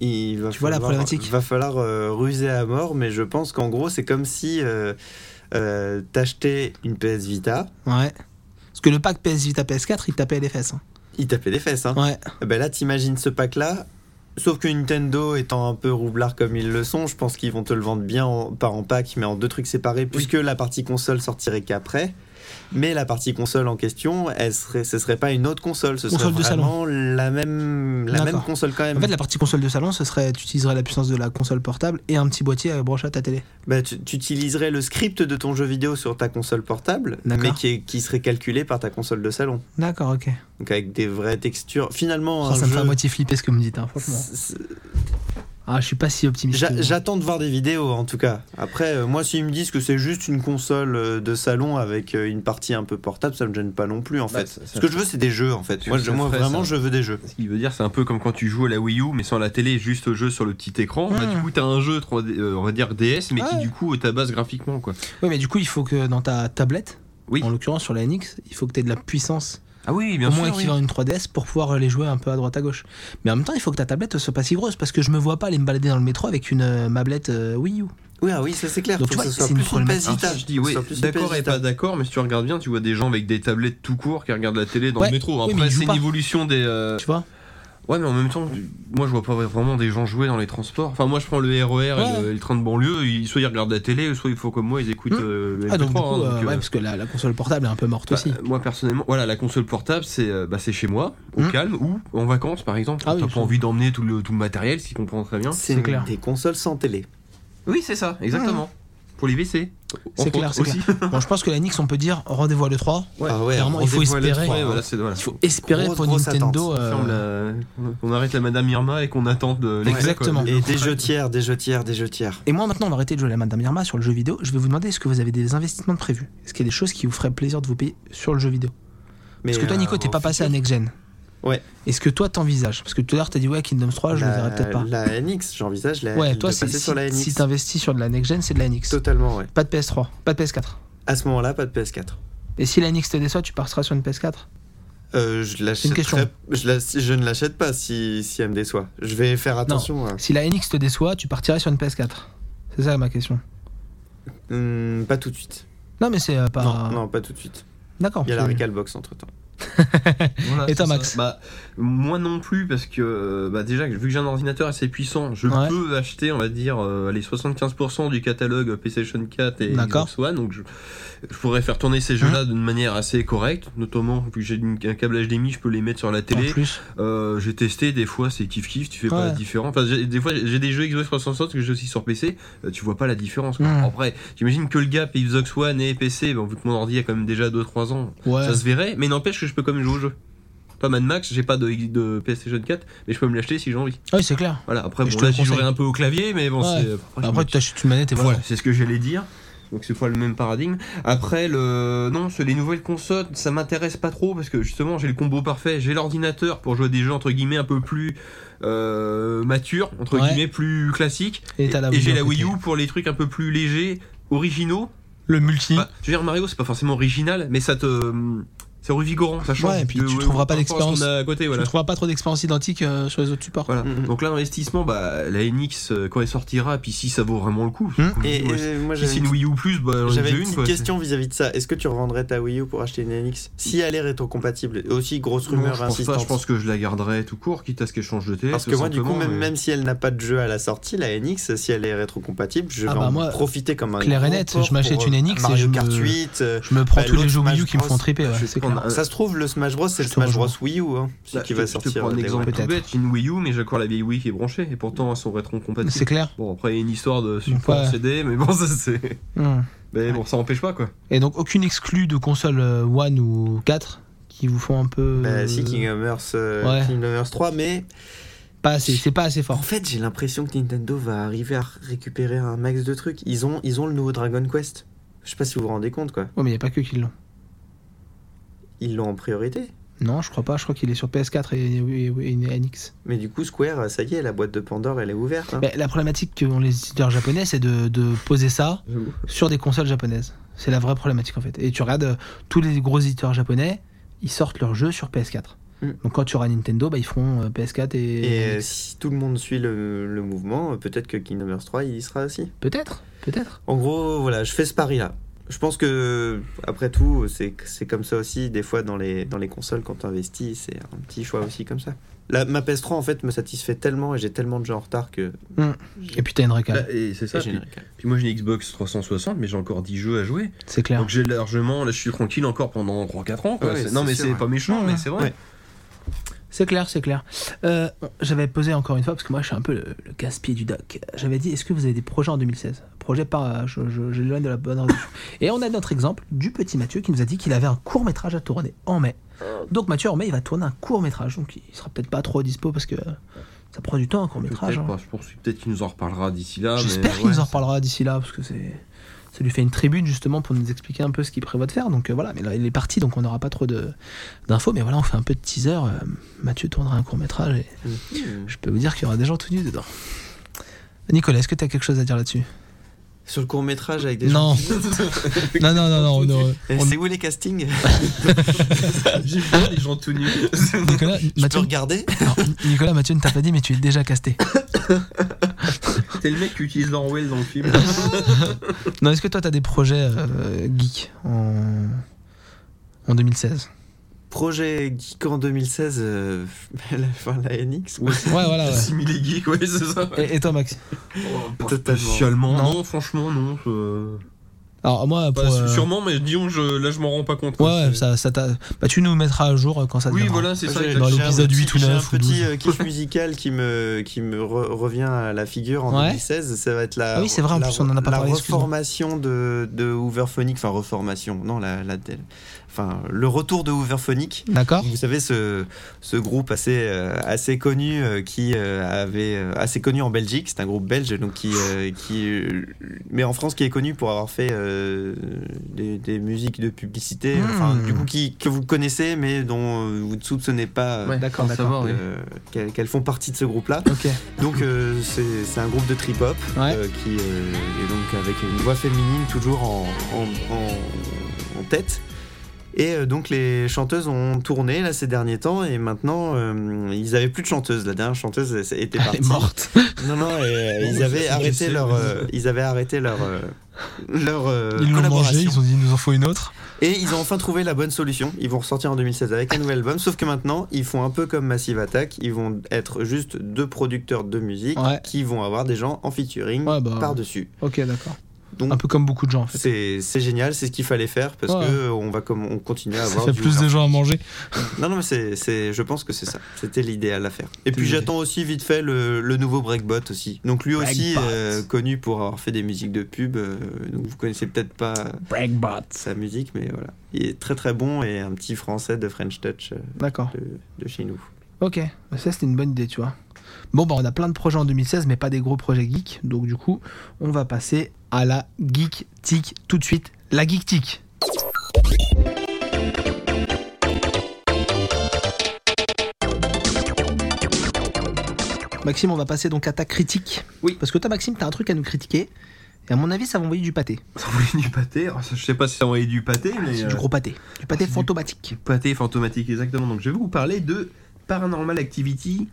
Il va Tu vois la falloir- problématique Va falloir euh, ruser à mort, mais je pense qu'en gros, c'est comme si euh, euh, t'achetais une PS Vita, Ouais. Parce que le pack PS Vita PS4, il tapait les fesses. hein. il tapait des fesses. Hein. Ouais. Ben là, t'imagines ce pack-là. Sauf que Nintendo étant un peu roublard comme ils le sont, je pense qu'ils vont te le vendre bien, en- pas en pack, mais en deux trucs séparés, puisque la partie console sortirait qu'après. Mais la partie console en question, elle serait, ce serait pas une autre console, ce Console de serait vraiment la même, la D'accord. même console quand même. En fait, la partie console de salon, ce serait tu utiliserais la puissance de la console portable et un petit boîtier à brancher à ta télé. Bah, tu, tu utiliserais le script de ton jeu vidéo sur ta console portable, D'accord. mais qui, est- qui serait calculé par ta console de salon. D'accord, ok. Donc avec des vraies textures. Finalement, Oh, un ça me fait jeu- à moitié flipper ce que vous me dites, hein, franchement. c'est- c'est- Ah, je suis pas si optimiste. j'a- J'attends de voir des vidéos en tout cas. Après, euh, moi, s'ils me disent que c'est juste une console euh, de salon avec euh, une partie un peu portable, ça me gêne pas non plus en Bah, fait. ça- ça- Ce que je veux, c'est des jeux en fait. Tu Moi, le je- moi, ferais, vraiment, ça. je veux des jeux. Ce qui veut dire c'est un peu comme quand tu joues à la Wii U mais sans la télé, juste au jeu sur le petit écran. Bah, Mm. du coup t'as un jeu 3D, euh, on va dire DS mais qui Ouais. du coup tabasse graphiquement quoi. Oui, mais du coup, il faut que dans ta tablette, Oui. en l'occurrence sur la NX, il faut que tu aies de la puissance Ah oui bien au sûr. moins oui. équivalent à une 3DS pour pouvoir les jouer un peu à droite à gauche. Mais en même temps, il faut que ta tablette soit pas si grosse parce que je me vois pas aller me balader dans le métro avec une euh, mablette euh, Wii U. Oui, ah oui, ça c'est clair. Donc, Faut tu que vois, ce soit c'est une plus une PS problématique. Vita. Alors, je dis oui, Ça, plus une d'accord PS et Vita. pas d'accord, mais si tu regardes bien, tu vois des gens avec des tablettes tout court qui regardent la télé dans Ouais. le métro. Oui, mais Après, ils jouent c'est une pas. évolution des. euh, Tu vois Ouais, mais en même temps, moi je vois pas vraiment des gens jouer dans les transports. Enfin, moi je prends le RER et le, et le train de banlieue, ils- soit ils regardent la télé, soit ils font comme moi, ils écoutent Hmm. euh, le Ah, donc, du MP3, coup, hein, euh, donc, euh, ouais, parce que la, la console portable est un peu morte bah, aussi. Moi personnellement, voilà, la console portable, c'est euh, bah, c'est chez moi, au Hmm. calme, ou en vacances par exemple. Ah T'as oui, pas je- envie d'emmener tout le, tout le matériel, si tu comprends très bien. C'est C'est clair. des consoles sans télé. Oui, c'est ça, exactement. Hmm. Pour les WC. C'est entre clair, autres, c'est aussi. clair. Bon, je pense que la Nix, on peut dire rendez-vous à l'E3. Ah ouais, Clairement, il faut rendez-vous à l'E3, espérer. Ouais, [laughs] voilà, c'est voilà. Il faut espérer Grosse, pour grosse Nintendo. attente. euh, Ferme la- On arrête la Madame Irma et qu'on attend de l'excès, quoi. Exactement. Et des jeux tiers, des jeux tiers, des jeux tiers. Et moi, maintenant, on va arrêter de jouer à la Madame Irma sur le jeu vidéo. Je vais vous demander est-ce que vous avez des investissements de prévus Est-ce qu'il y a des choses qui vous feraient plaisir de vous payer sur le jeu vidéo Mais, Parce que toi, euh, Nico, t'es pas passé à Next Gen. Ouais. Bah, Est-ce que toi, t'envisages Parce que tout à l'heure, t'as dit ouais, Kingdoms 3, Ah, je le verrai peut-être pas. La NX, j'envisage la ouais, de toi, c'est- passer si, sur la NX. si t'investis sur de la Next Gen, c'est de la NX. Totalement, ouais. Pas de PS3, pas de PS4. À ce moment-là, pas de PS4. Et si la NX te déçoit, tu partiras sur une PS4 Euh, je l'achèterai- question. Je, la- je ne l'achète pas si, si elle me déçoit. Je vais faire attention. hein. Si la NX te déçoit, tu partiras sur une PS4 C'est ça ma question. Hum, pas tout de suite. Non, mais c'est euh, pas. Non, non, pas tout de suite. D'accord. Il y a la c'est- Recalbox entre temps. Voilà, Et toi, c'est Max ça. bah, Moi non plus, parce que euh, bah, déjà, vu que j'ai un ordinateur assez puissant, je Ouais. peux acheter, on va dire, euh, les 75% du catalogue PlayStation 4 et D'accord. Hein Xbox One. Donc, je, je pourrais faire tourner ces jeux-là d'une manière assez correcte, notamment vu que j'ai une- un câble HDMI, je peux les mettre sur la En télé. plus. Euh, j'ai testé, des fois, c'est kiff-kiff, tu fais pas Ouais. la différence. Enfin, j'ai- des fois, j'ai des jeux Xbox 360 que j'ai aussi sur PC, euh, tu vois pas la différence. quoi. Mhm. Après, j'imagine que le gap Xbox One et PC, bon, vu que mon ordi a quand même déjà 2-3 ans, Ouais. ça se verrait, mais n'empêche que je peux quand même jouer au jeu. Pas Mad Max, j'ai pas de, de PlayStation 4, mais je peux me l'acheter si j'ai envie. Ah oui, c'est clair. Voilà, après, Mais je bon, te là, le j'y jouerai conseille. un peu au clavier, mais bon, Ouais. c'est. je Après, me- tu t'achètes une manette et voilà. voilà, c'est ce que j'allais dire. Donc c'est pas le même paradigme. Après le non, c'est les nouvelles consoles, ça m'intéresse pas trop parce que justement j'ai le combo parfait, j'ai l'ordinateur pour jouer à des jeux entre guillemets un peu plus euh, matures, entre Ouais. guillemets plus classiques, Et t'as la Wii j'ai à la côté. Wii U pour les trucs un peu plus légers, originaux. Le multi. Bah, je veux dire Mario, c'est pas forcément original, mais ça te euh, c'est revigorant, ça change. Ouais, et puis de- tu trouveras pas par rapport à ce d'expérience. qu'on a à côté, Tu voilà. ne trouveras pas trop d'expériences identiques euh, sur les autres supports. Voilà. Mhm. Donc là, l'investissement, bah, la NX, euh, quand elle sortira, puis si ça vaut vraiment le coup. Mhm. comme je Et, dis, moi, et moi, si j'avais c'est une une, Wii U Plus, bah, j'en ai j'avais déjà une une, petite quoi. question vis-à-vis de ça. Est-ce que tu revendrais ta Wii U pour acheter une NX si elle est rétrocompatible Aussi grosse Non, rumeur je pense, pas, insistante. je pense que je la garderai tout court, quitte à ce qu'elle change de télé. hein. Parce tout que moi, du coup, simplement, même, mais- même si elle n'a pas de jeu à la sortie, la NX, si elle est rétrocompatible, je Ah vais bah en moi, profiter comme un. clair et gros net, porc je m'achète pour, une euh, NX et Mario je Kart me- 8. euh, Je me prends Bah, tous les l'autre jeux Wii U Smash qui me font Bros. triper. ouais, Je vais c'est prendre clair. un- Ça se trouve, le Smash Bros, c'est le te Smash Bros rejoins. Wii U, hein, celui Bah, qui je- va Je te sortir. prends un des- exemple tout peut-être. bête, j'ai une Wii U, mais j'ai encore la vieille Wii qui est branchée, et pourtant elles sont rétrocompatibles. C'est clair. Bon, après, il y a une histoire de support ouais. CD, mais bon, ça c'est. Hum. Mais bon, ça empêche pas, quoi. Et donc, aucune exclue de console euh, One ou 4 qui vous font un peu. Bah, si, euh, Kingdom Hearts, euh, Ouais. Kingdom Hearts 3, mais pas assez- C'est pas assez en fort. fait, j'ai l'impression que Nintendo va arriver à récupérer un max de trucs. Ils ont, ils ont le nouveau Dragon Quest. Je sais pas si vous vous rendez compte, quoi. Ouais, mais il n'y a pas que qui l'ont. Ils l'ont en priorité. Non, je crois pas. Je crois qu'il est sur PS4 et, et- et- et NX. Mais du coup, Square, ça y est, la boîte de Pandore, elle est ouverte. hein. Mais la problématique qu'ont les éditeurs japonais, c'est de, de poser ça J'avoue. sur des consoles japonaises. C'est la vraie problématique en fait. Et tu regardes euh, tous les gros éditeurs japonais, ils sortent leurs jeux sur PS4. Mm. Donc quand tu auras Nintendo, bah, ils feront euh, PS4 Et et, euh, si tout le monde suit le, le mouvement, euh, peut-être que Kingdom Hearts 3, il y sera aussi. peut-être, peut-être. En gros, voilà, je fais ce pari-là. Je pense que, après tout, c'est c'est comme ça aussi. Des fois, dans les, dans les consoles, quand tu investis, c'est un petit choix aussi comme ça. La, ma PS3, en fait, me satisfait tellement et j'ai tellement de jeux en retard que. Et puis t'as une récale, Bah, et c'est ça. c'est Puis, génial. puis moi, j'ai une Xbox 360, mais j'ai encore 10 jeux à jouer. bah, c'est clair. Donc j'ai largement. Là, je suis tranquille encore pendant 3-4 ans, quoi. Ouais, C'est- c'est non, mais sûr, c'est ouais. pas méchant, mais c'est vrai. C'est clair, c'est clair. Euh, J'avais posé encore une fois, parce que moi je suis un peu le, le casse-pied du doc. J'avais dit, est-ce que vous avez des projets en 2016 Projet par. Je, je, je l'éloigne de la bonne résolution. Et on a notre exemple du petit Mathieu qui nous a dit qu'il avait un court métrage à tourner en mai. Donc Mathieu en mai il va tourner un court métrage, donc il sera peut-être pas trop dispo parce que euh, ça prend du temps un hein. court métrage. Peut-être pas, je pense que peut-être qu'il nous en reparlera d'ici là. Ah, mais J'espère qu'il ouais, nous en reparlera d'ici là, parce que c'est. Ça lui fait une tribune justement pour nous expliquer un peu ce qu'il prévoit de faire. Donc euh, voilà, mais là, il est parti, donc on n'aura pas trop de- d'infos. Mais voilà, on fait un peu de teaser. Euh, Mathieu tournera un court métrage et Mhm. je peux vous dire qu'il y aura des gens tout nus dedans. Nicolas, est-ce que tu as quelque chose à dire là-dessus Sur le court-métrage avec des Non. gens. [laughs] non, non, non, non, [laughs] non, Et on- Bah, C'est où les castings J'ai vu les gens tout nus. Nicolas, Je peux Mathieu, regarder non, Nicolas, Mathieu ne t'a pas dit, mais tu es déjà casté. T'es le mec qui utilise Orwell dans le film. [laughs] Non, est-ce que toi, tu as des projets euh, geeks en... en 2016 projet geek en 2016, euh, [laughs] la, enfin, la NX. Ouais, voilà. Ouais. 6000 geeks, ouais, c'est ça. Et, et toi, Max oh, Totalement. Non. non, franchement, non. je- Alors, moi, pour, Bah, euh, Sûrement, mais disons, je, là, je m'en rends pas compte. Ouais, ouais, C'est- ça, ça t'a- bah, tu nous mettras à jour euh, quand ça Oui, deviendra. voilà, c'est ça. J'ai- exactement. Dans j'ai un l'épisode petit- 8 ou 9 J'ai ou un 12. petit euh, kiff musical qui me, qui me re- revient à la figure en Ouais. 2016. Ça va être la, Ah oui, c'est vrai, en la, plus, on en a pas la parlé, excuse-moi. reformation de, de Hooverphonic. Enfin, reformation, non, la, la, enfin, le retour de Hooverphonic. Ah. D'accord Vous savez, ce, ce groupe assez, euh, assez connu euh, qui euh, avait euh, assez connu en Belgique, c'est un groupe belge, donc qui, euh, qui, euh, mais en France qui est connu pour avoir fait euh, des, des musiques de publicité, Ah. Hmm. enfin, du coup qui, que vous connaissez mais dont euh, vous ne soupçonnez pas euh, Ouais, D'accord, sans d'accord. savoir, ouais. euh, qu'elles qu'elles font partie de ce groupe-là. Ok. Donc euh, c'est c'est un groupe de trip hop Ouais. euh, qui euh, est donc avec une voix féminine toujours en, en- en- en tête. Et euh, donc les chanteuses ont tourné là ces derniers temps et maintenant euh, ils avaient plus de chanteuse. La dernière chanteuse elle, elle était Elle partie. est morte. Non non, et, euh, ils avaient arrêté leur, euh, ils avaient arrêté leur euh, leur euh, Ils l'ont mangé, collaboration. ils ont dit, il nous en faut une autre. Et ils ont enfin trouvé la bonne solution. Ils vont ressortir en 2016 avec un nouvel album, sauf que maintenant, ils font un peu comme Massive Attack. Ils vont être juste deux producteurs de musique Ouais. qui vont avoir des gens en featuring Ouais, bah. par-dessus. Ok, d'accord. Donc, Un peu comme beaucoup de gens, en fait. C'est c'est génial, c'est ce qu'il fallait faire parce Ouais. que euh, on va comme on continue à Ça avoir. fait du- plus de gens à manger. Non, non, mais c'est, c'est- je pense que c'est ça. C'était l'idéal à faire. Et puis j'attends aussi vite fait le, le nouveau Breakbot aussi. Donc lui aussi euh, connu pour avoir fait des musiques de pub. euh, donc vous connaissez peut-être pas Breakbot. sa musique, mais voilà. Il est très très bon et un petit français de French Touch euh, D'accord. de, de chez nous. Ok, Bah, ça c'était une bonne idée, tu vois. Bon, bah on a plein de projets en 2016, mais pas des gros projets geeks. Donc du coup, on va passer à la geek tic tout de suite. La geek tic. Maxime, on va passer donc à ta critique. Oui. Parce que toi, Maxime, t'as un truc à nous critiquer. Et à mon avis, ça va envoyer du pâté. Ça envoyait du pâté. Ah, ça, Je sais pas si ça envoyait du pâté, mais. C'est euh, du gros pâté. Du pâté c'est du- fantomatique. pâté fantomatique, exactement. Donc je vais vous parler de Paranormal Activity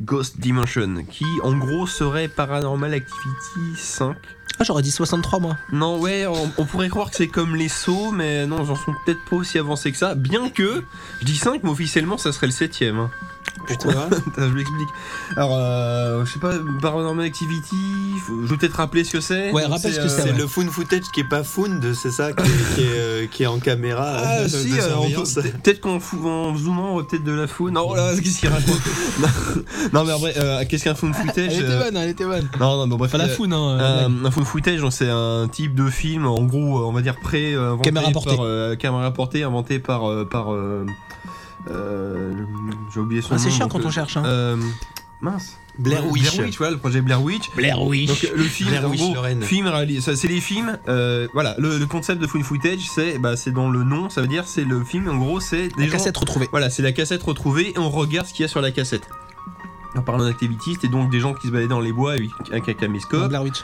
Ghost Dimension, qui en gros serait Paranormal Activity 5. Ah, j'aurais dit 63 mois. Non, ouais, on, on pourrait croire que c'est comme les sauts, mais non, ils en sont peut-être pas aussi avancés que ça. Bien que, je dis 5, mais officiellement, ça serait le 7 hein. [laughs] Pourquoi Attends, Je vous l'explique. Alors, euh, je sais pas, Paranormal Activity, faut- je vais peut-être rappeler ce que c'est. Ouais, Donc, rappelle ce que euh, c'est, hein. C'est ouais. le fun footage qui est pas fun, c'est ça qui est, qui est, euh, qui est en caméra. Ah, euh, de- si, de euh, on peut- surveillance. peut- peut-être qu'en fou- en zoomant, on aurait peut-être de la faune. Non, là, qu'est-ce [laughs] qu'il raconte non, non, mais en vrai, euh, qu'est-ce qu'un phone Elle footage était euh, bonne, elle était bonne. Non, non, bon, bref. Enfin, la euh, foune, hein. euh, euh, un phone footage, donc, c'est un type de film, en gros, euh, on va dire pré euh, inventé Caméra portée. par, euh, caméra portée, inventé par euh, par. euh, euh, J'ai oublié son Ah, nom. c'est chiant donc, quand euh, on cherche. Hein. euh, mince. Blair Witch. Blair Witch, voilà, le projet Blair Witch. Blair Witch. Donc le film, Blair en Witch, gros, Lorraine. film réalis- ça, c'est les films. euh, voilà, le, le concept de Fun Footage, c'est bah, c'est dans le nom, ça veut dire c'est le film. En gros, c'est des La gens- cassette retrouvée. Voilà, c'est la cassette retrouvée et on regarde ce qu'il y a sur la cassette. En parlant d'activité, c'était donc des gens qui se baladaient dans les bois avec avec un caméscope. Blair Witch.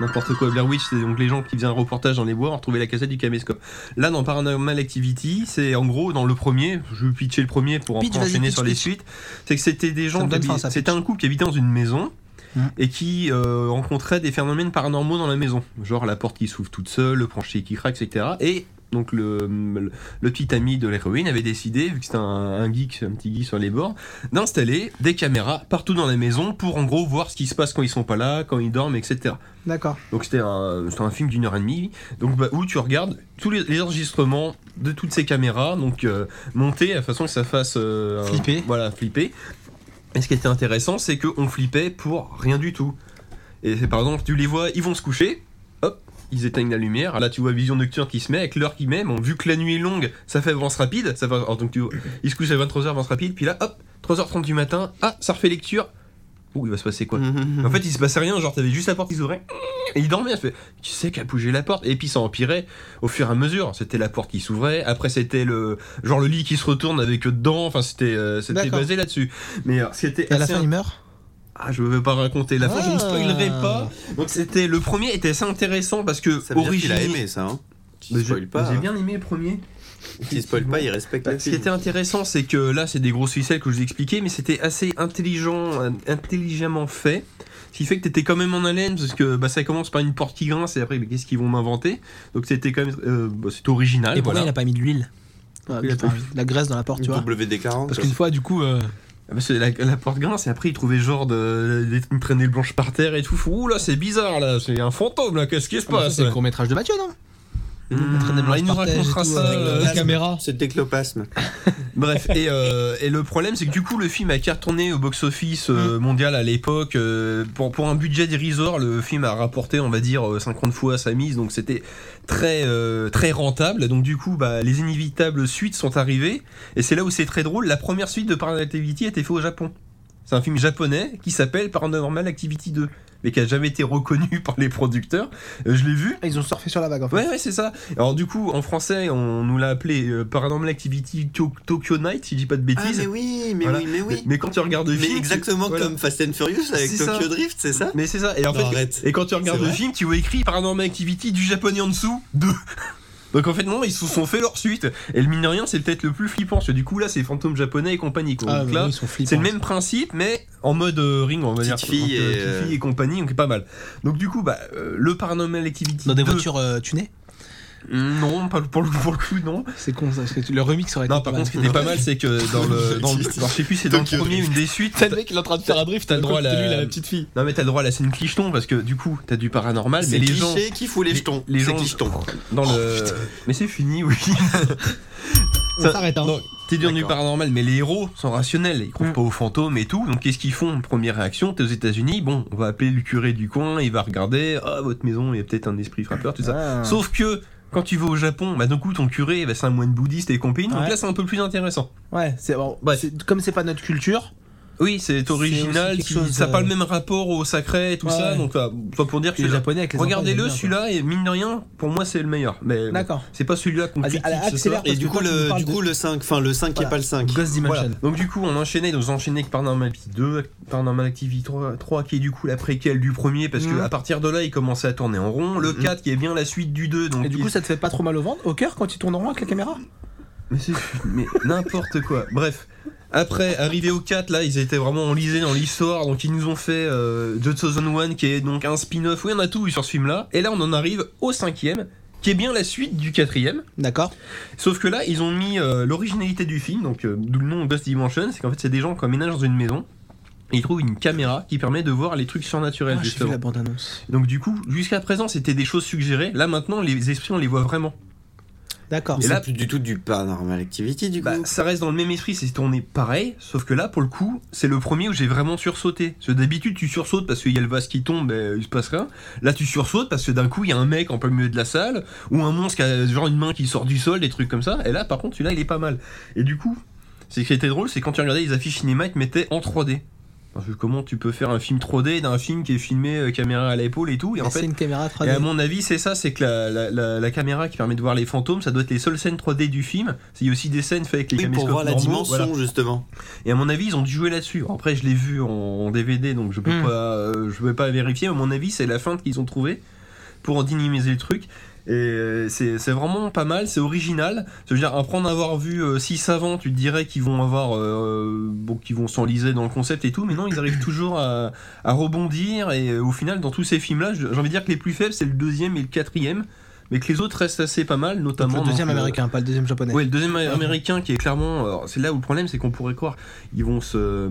N'importe quoi, Blair Witch, c'est donc les gens qui faisaient un reportage dans les bois, on retrouvait la cassette du caméscope. Là, dans Paranormal Activity, c'est en gros dans le premier, je vais pitcher le premier pour Pitch, après vas-y, enchaîner pitch, sur les pitch. suites, c'est que c'était des Ça gens, me qui donne faim, habi- ça, c'était un couple qui habitait dans une maison Mhm. et qui euh, rencontrait des phénomènes paranormaux dans la maison, genre la porte qui s'ouvre toute seule, le plancher qui craque, etc. Et donc le, le, le petit ami de l'héroïne avait décidé, vu que c'était un, un geek, un petit geek sur les bords, d'installer des caméras partout dans la maison pour en gros voir ce qui se passe quand ils sont pas là, quand ils dorment, etc. D'accord. Donc c'était un, c'était un film d'une heure et demie, donc bah, où tu regardes tous les, les enregistrements de toutes ces caméras, donc euh, montées à façon que ça fasse euh, un- Flipper. voilà, flipper. Et ce qui était intéressant, c'est qu'on flippait pour rien du tout. Et c'est par exemple, tu les vois, ils vont se coucher, hop, ils éteignent la lumière. Là, tu vois Vision Nocturne qui se met avec l'heure qui met. Bon, vu que la nuit est longue, ça fait avance rapide. Ça fait, alors, donc, tu vois, ils se couchent à 23h, avance rapide. Puis là, hop, 3h30 du matin, ah, ça refait lecture. Ouh, il va se passer quoi En fait, il se passait rien. Genre, t'avais juste la porte qui s'ouvrait. Et il dormait. Je fais, tu sais qu'à bouger la porte. Et puis, ça empirait au fur et à mesure. C'était la porte qui s'ouvrait. Après, c'était le genre le lit qui se retourne avec eux dedans. Enfin, c'était euh, c'était D'accord. basé là-dessus. Mais euh, c'était Et à la assez fin, il meurt ah, je veux pas raconter la fin, je ne spoilerai Ah. pas. Donc c'était le premier était assez intéressant parce que Ça veut dire qu'il origine. a aimé ça. Hein. Tu Bah, j'ai- spoil pas. J'ai bien aimé le premier. Tu spoil pas, il respecte Bah, le ce qui film. était intéressant, c'est que là, c'est des grosses ficelles que je vous expliquais, mais c'était assez intelligent, euh, intelligemment fait. Ce qui fait que t'étais quand même en haleine, parce que bah, ça commence par une porte qui grince, et après, mais qu'est-ce qu'ils vont m'inventer Donc c'était quand même. euh, bah, c'était original. Et pourquoi voilà. il a pas mis de l'huile Ouais, putain, la graisse dans la porte, tu vois. WD40. Parce qu'une fois, du coup. euh, Ah bah, c'est la, la porte grince et après il trouvait genre de, des- une traînée blanche par terre et tout. Ouh là c'est bizarre là, c'est un fantôme là, qu'est-ce qui se ah, mais ça, passe c'est le court métrage de Mathieu, non Mmh, traînée blanche Il nous par terre et racontera tout, ça avec euh, le la gaz. caméra. C'est déclopasme. Bref, et, euh, et le problème c'est que du coup le film a cartonné au box-office euh, Mm. mondial à l'époque. euh, pour, pour un budget dérisoire, le film a rapporté on va dire euh, 50 fois sa mise, donc c'était très euh, très rentable. Donc du coup bah, les inévitables suites sont arrivées et c'est là où c'est très drôle. La première suite de Paranormal Activity a été faite au Japon. C'est un film japonais qui s'appelle Paranormal Activity 2 mais qui a jamais été reconnu [laughs] par les producteurs. Euh, je l'ai vu, Ah, Ils ont surfé sur la vague, en fait. Ouais, ouais, c'est ça. Alors, du coup, en français, on nous l'a appelé euh, Paranormal Activity To- Tokyo Night, si je dis pas de Ah, bêtises. mais oui, mais Voilà. oui, mais oui. Mais quand tu regardes le Mais film. tu- exactement voilà. comme Fast and Furious avec C'est ça. Tokyo Drift, c'est ça Mais c'est ça. Et en Non, fait, arrête. et quand tu regardes C'est le vrai film, tu vois écrit Paranormal Activity du japonais en dessous, 2. [laughs] Donc en fait non, ils se sont fait leur suite. Et le mine de rien, c'est peut-être le plus flippant. Parce que du coup là, c'est fantômes japonais et compagnie. quoi. Ah, Donc mais là, oui, ils sont flippants. c'est le même principe, mais en mode euh, ring, on va Petite dire. fille Donc, euh, et, petite euh, fille et compagnie, donc pas mal. Donc du coup, bah, euh, le Paranormal Activity Dans des 2, voitures euh, tunées. Non, pas pour le, pour le coup, non. C'est con, ça, parce que tu- le remix aurait été. Non, par mal. contre, ce qui était pas mal, c'est que dans le. Dans le dans- je sais plus, c'est dans le premier, une des suites. T'as le mec, il est en train de faire un drift, t'as le droit à la- petite fille. Non, mais t'as le droit à la scène clicheton parce que du coup, t'as du paranormal, mais C'est les gens. cliché Oh, qui fout les les- jetons. les C'est gens- clicheton. Dans le. mais c'est fini, [laughs] oui. On Ça- s'arrête, hein. non, T'es dur du D'accord. Mm. paranormal, mais les héros sont rationnels, ils croient pas aux fantômes et tout. Donc qu'est-ce qu'ils font Première réaction, t'es aux États-Unis, bon, on va appeler le curé du coin, il va regarder, ah, votre maison, il y a peut-être un esprit frappeur, tout ça. Ah. Sauf que quand tu vas au Japon, bah d'un coup, ton curé, bah, c'est un moine bouddhiste et compagnie. Donc Ouais. là, c'est un peu plus intéressant. Ouais, c'est bon. Bref. c'est- Comme c'est pas notre culture, Oui, c'est original, aussi quelque qui- chose ça n'a de- pas le même rapport au sacré et tout Ouais. ça, donc euh, pas pour dire que les c'est- japonais avec les enfants, ils Regardez-le, aiment bien, celui-là, et mine de rien, pour moi c'est le meilleur. Mais bon, D'accord. c'est pas celui-là qu'on Allez, critique allez, ce accélère. soir. Et du Parce coup, que toi, tu nous le, parles du coup, le 5, enfin le 5 qui Voilà. est pas le 5. quoi. Ghost Voilà. Dimension. Donc du coup, on enchaînait, donc on enchaînait avec Paranormal Activity 2, Paranormal Activity 3, 3, qui est du coup la préquelle du premier parce que Mhm. à partir de là, il commençait à tourner en rond, le 4 qui est bien la suite du 2 donc Mmh. Et du il- coup, ça te fait pas trop mal au ventre, au cœur, quand ils tournent en rond avec la caméra mais, c'est- mais n'importe quoi. Bref, après arrivé au 4 là, ils étaient vraiment enlisés dans l'histoire donc ils nous ont fait euh, The Chosen One qui est donc un spin-off, oui, on a tout eu sur ce film là. Et là, on en arrive au 5 qui est bien la suite du quatrième. D'accord. Sauf que là, ils ont mis euh, l'originalité du film, donc euh, d'où le nom Ghost Dimension, c'est qu'en fait, c'est des gens qui emménagent dans une maison. Et ils trouvent une caméra qui permet de voir les trucs surnaturels, Ah, J'ai vu justement. la bande-annonce. Donc, du coup, jusqu'à présent, c'était des choses suggérées. Là, maintenant, les esprits, on les voit vraiment. D'accord. Et C'est là- plus du tout du paranormal Bah, activity du coup. Bah, ça reste dans le même esprit, c'est tourné pareil, sauf que là, pour le coup, c'est le premier où j'ai vraiment sursauté. Parce que d'habitude, tu sursautes parce qu'il y a le vase qui tombe, et il se passe rien. Là, tu sursautes parce que d'un coup, il y a un mec en plein milieu de la salle, ou un monstre qui a genre une main qui sort du sol, des trucs comme ça. Et là, par contre, celui-là, il est pas mal. Et du coup, ce qui était drôle, c'est quand tu regardais les affiches cinéma, ils te mettaient en 3D. Parce que comment tu peux faire un film 3D d'un film qui est filmé euh, caméra à l'épaule et tout, et en Mais C'est fait, une caméra 3D. et à mon avis, c'est ça, c'est que la, la- la- la caméra qui permet de voir les fantômes, ça doit être les seules scènes 3D du film. Il y a aussi des scènes faites avec les Oui, pour caméscopes voir la normaux, dimension voilà. justement. Et à mon avis, ils ont dû jouer là-dessus. Après, je l'ai vu en, en DVD, donc je peux Hmm. pas, euh, je peux pas vérifier. Mais à mon avis, c'est la feinte qu'ils ont trouvée pour en dynamiser le truc. Et euh, c'est c'est vraiment pas mal, c'est original. C'est-à-dire, après en avoir vu 6 avant, tu te dirais qu'ils vont avoir, euh, bon, qu'ils vont s'enliser dans le concept et tout, mais non, ils [coughs] arrivent toujours à, à rebondir. Et euh, au final, dans tous ces films-là, je- j'ai envie de dire que les plus faibles, c'est le deuxième et le quatrième, mais que les autres restent assez pas mal, le notamment. deuxième donc, euh, américain, pas le deuxième japonais. Ouais, le deuxième américain qui est clairement. alors, C'est là où le problème, c'est qu'on pourrait croire. Ils vont se.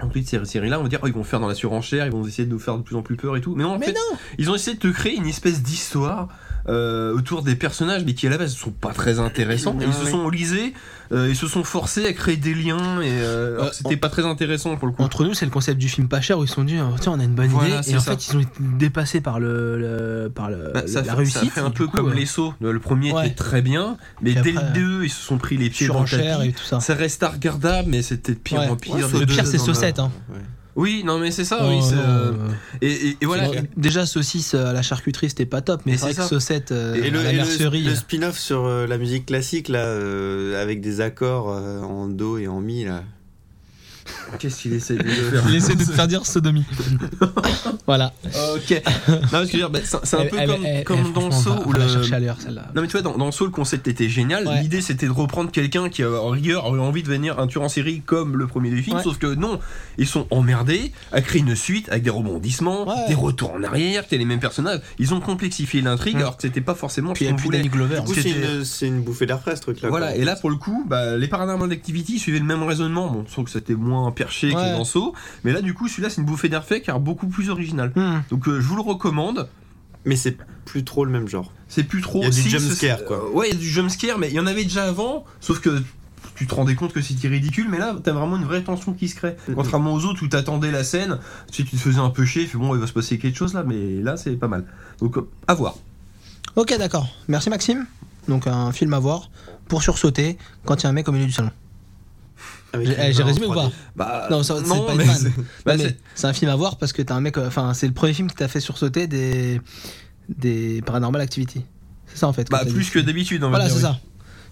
En plus de ces séries-là, on va dire, oh, ils vont faire dans la surenchère, ils vont essayer de nous faire de plus en plus peur et tout. Mais non, en Mais fait, ils ont essayé de te créer une espèce d'histoire euh, autour des personnages, mais qui à la base ne sont pas très intéressants. Et ils se sont enlisés, euh, ils se sont forcés à créer des liens, et euh, alors que c'était pas très intéressant pour le coup. Entre nous, c'est le concept du film pas cher où ils se sont dit, oh, tiens, on a une bonne Voilà, idée. c'est Et en ça. fait, ils ont été dépassés par le, le- par le, Bah, ça, la fait, ça réussite. fait un et du peu coup, comme euh, les sauts. Le premier Ouais. était très bien, mais Puis dès après, le 2, ils se sont pris les pieds dans le surenchères tapis. et tout ça. Ça reste regardable, mais c'était de pire Ouais. en pire. Ouais, le de pire, deux c'est en un. Saucette. Hein. Oui, non, mais c'est ça, oui. Oh, c'est, non, euh, euh, Et, et- et voilà. Bon, déjà saucisse euh, à la charcuterie c'était pas top, mais Mais c'est vrai c'est que ça. saucette euh, et à le, la et le- mercerie. le spin-off sur euh, la musique classique là, euh, avec des accords euh, en do et en mi là. Qu'est-ce qu'il essaie [laughs] de faire Il essaie de te faire dire sodomie. voilà. [laughs] Ok. Non, parce que je veux dire, bah, c'est c'est un Elle- peu elle- comme, elle- comme elle, dans franchement, on Saw va- où on le. va chercher à l'heure, celle-là. Non, mais tu vois, dans, dans Saw, le concept était génial. Ouais. L'idée, c'était de reprendre quelqu'un qui, euh, en rigueur, aurait envie de devenir un tueur en série comme le premier du film. Ouais. Sauf que non, ils sont emmerdés à créer une suite avec des rebondissements, Ouais. des retours en arrière, t'es les mêmes personnages. Ils ont complexifié l'intrigue Mm. alors que c'était pas forcément Puis ce elle qu'on pue voulait. Danny Glover. Du coup, c'est une, c'est une bouffée d'air frais ce truc-là. Voilà, quoi. et là pour le coup, bah, les Paranormal Activity suivaient le même raisonnement. Bon, sauf que c'était moins perché que Ouais. les Saw, mais là du coup, celui-là c'est une bouffée d'air frais car beaucoup plus original. Hmm. Donc euh, je vous le recommande. Mais c'est plus trop le même genre. C'est plus trop. Il y a du si, jump ce- scare, quoi. euh, ouais, il y a du jumpscare, mais il y en avait déjà avant, sauf que tu te rendais compte que c'était ridicule, mais là, t'as vraiment une vraie tension qui se crée. Mhm. Contrairement aux autres où t'attendais la scène, si tu te faisais un peu chier, tu fais, bon, il va se passer quelque chose là, mais là, c'est pas mal. Donc, euh, à voir. Ok, d'accord. Merci Maxime. Donc un film à voir pour sursauter quand il y a un mec au milieu du salon. Avec J'ai une eh, j'ai main en résumé ou pas 3D. Bah, Non, ça- c'est pas une mais vanne. c'est- [laughs] bah, Non, mais c'est- c'est un film à voir parce que t'as un mec. euh, Enfin, c'est le premier film qui t'a fait sursauter des des Paranormal Activity. C'est ça en fait. bah, comme t'as plus dit. que d'habitude, on va Voilà, dire, c'est oui. ça.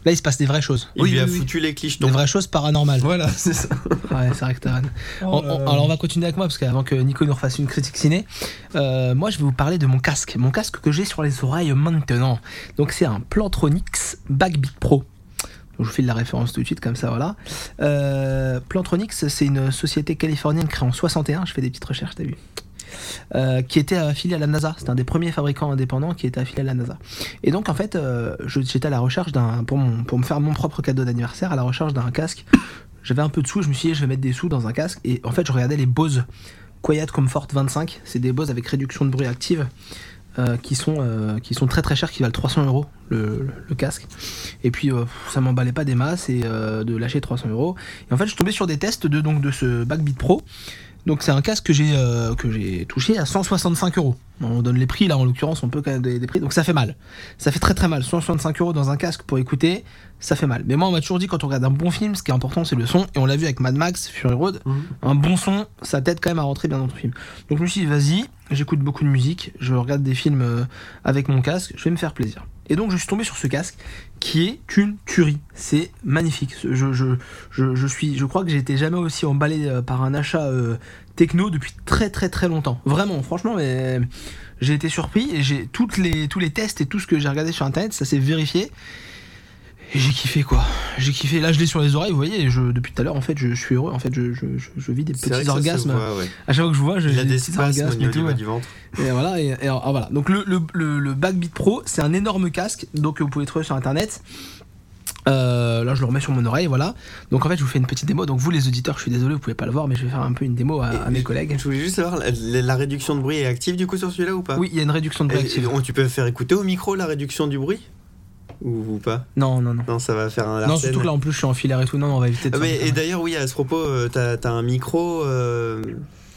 Là, il se passe des vraies choses. Il Oui, lui oui, a oui. foutu les clichés. Des vraies choses paranormales. [laughs] Voilà, c'est ça. Ouais, c'est vrai que t'as raison. Oh On- on- alors on va continuer avec moi parce qu'avant que Nico nous refasse une critique ciné, euh, moi je vais vous parler de mon casque, mon casque que j'ai sur les oreilles maintenant. Donc c'est un Plantronics Backbeat Pro. Donc, je vous file la référence tout de suite comme ça voilà. Euh, Plantronics c'est une société californienne créée en 61, je fais des petites recherches, t'as vu. euh, qui était affiliée à la NASA. C'était un des premiers fabricants indépendants qui était affilié à la NASA. Et donc en fait, euh, je- j'étais à la recherche d'un pour, mon- pour me faire mon propre cadeau d'anniversaire, à la recherche d'un casque j'avais un peu de sous, je me suis dit je vais mettre des sous dans un casque et en fait je regardais les Bose Quiet Comfort 25, c'est des Bose avec réduction de bruit active euh, qui, sont, euh, qui sont très très chers, qui valent 300 euros le, le- le casque. Et puis euh, ça m'emballait pas des masses et euh, de lâcher 300 euros. Et en fait je suis tombé sur des tests de, donc, de ce Backbeat Pro. Donc c'est un casque que j'ai euh, que j'ai touché à 165 euros. On donne les prix là en l'occurrence, on peut quand même donner des prix, donc ça fait mal. Ça fait très très mal. 165 euros dans un casque pour écouter, ça fait mal. Mais moi, on m'a toujours dit quand on regarde un bon film, ce qui est important, c'est le son. Et on l'a vu avec Mad Max, Fury Road. Mhm. Un bon son, ça t'aide quand même à rentrer bien dans ton film. Donc je me suis dit, vas-y, j'écoute beaucoup de musique, je regarde des films euh, avec mon casque, je vais me faire plaisir. Et donc je suis tombé sur ce casque qui est une tuerie. C'est magnifique. Ce- Je, je, je, je suis, je crois que j'ai été jamais aussi emballé euh, par un achat euh, techno depuis très très très longtemps. Vraiment, franchement, mais j'ai été surpris et j'ai toutes les tous les tests et tout ce que j'ai regardé sur internet, ça s'est vérifié. Et J'ai kiffé quoi. J'ai kiffé. Là, je l'ai sur les oreilles, vous voyez. Je, depuis tout à l'heure, en fait, je, je suis heureux. En fait, je, je, je- je vis des C'est vrai petits que ça se orgasmes. voit, ouais. À chaque fois que je vois, je- Il j'ai a des petits spasmes au orgasmes et tout, niveau ouais. du ventre. Et voilà, et, et alors, ah, voilà. Donc le, le, le, le Backbeat Pro, c'est un énorme casque, donc que vous pouvez trouver sur internet. Euh, là, je le remets sur mon oreille, voilà. Donc en fait, je vous fais une petite démo. Donc vous, les auditeurs, je suis désolé, vous pouvez pas le voir, mais je vais faire un peu une démo à, à mes collègues. Je voulais juste savoir, la, la- la réduction de bruit est active du coup sur celui-là ou pas Oui, il y a une réduction de Et- bruit active. on- tu peux faire écouter au micro la réduction du bruit ou, ou pas Non, non, non. Non, ça va faire un Non, Larsen. surtout que là, en plus, je suis en filaire et tout. Non, non, on va éviter de. Ah, faire mais- ça. et d'ailleurs, oui, à ce propos, euh, t'as t'as un micro. euh,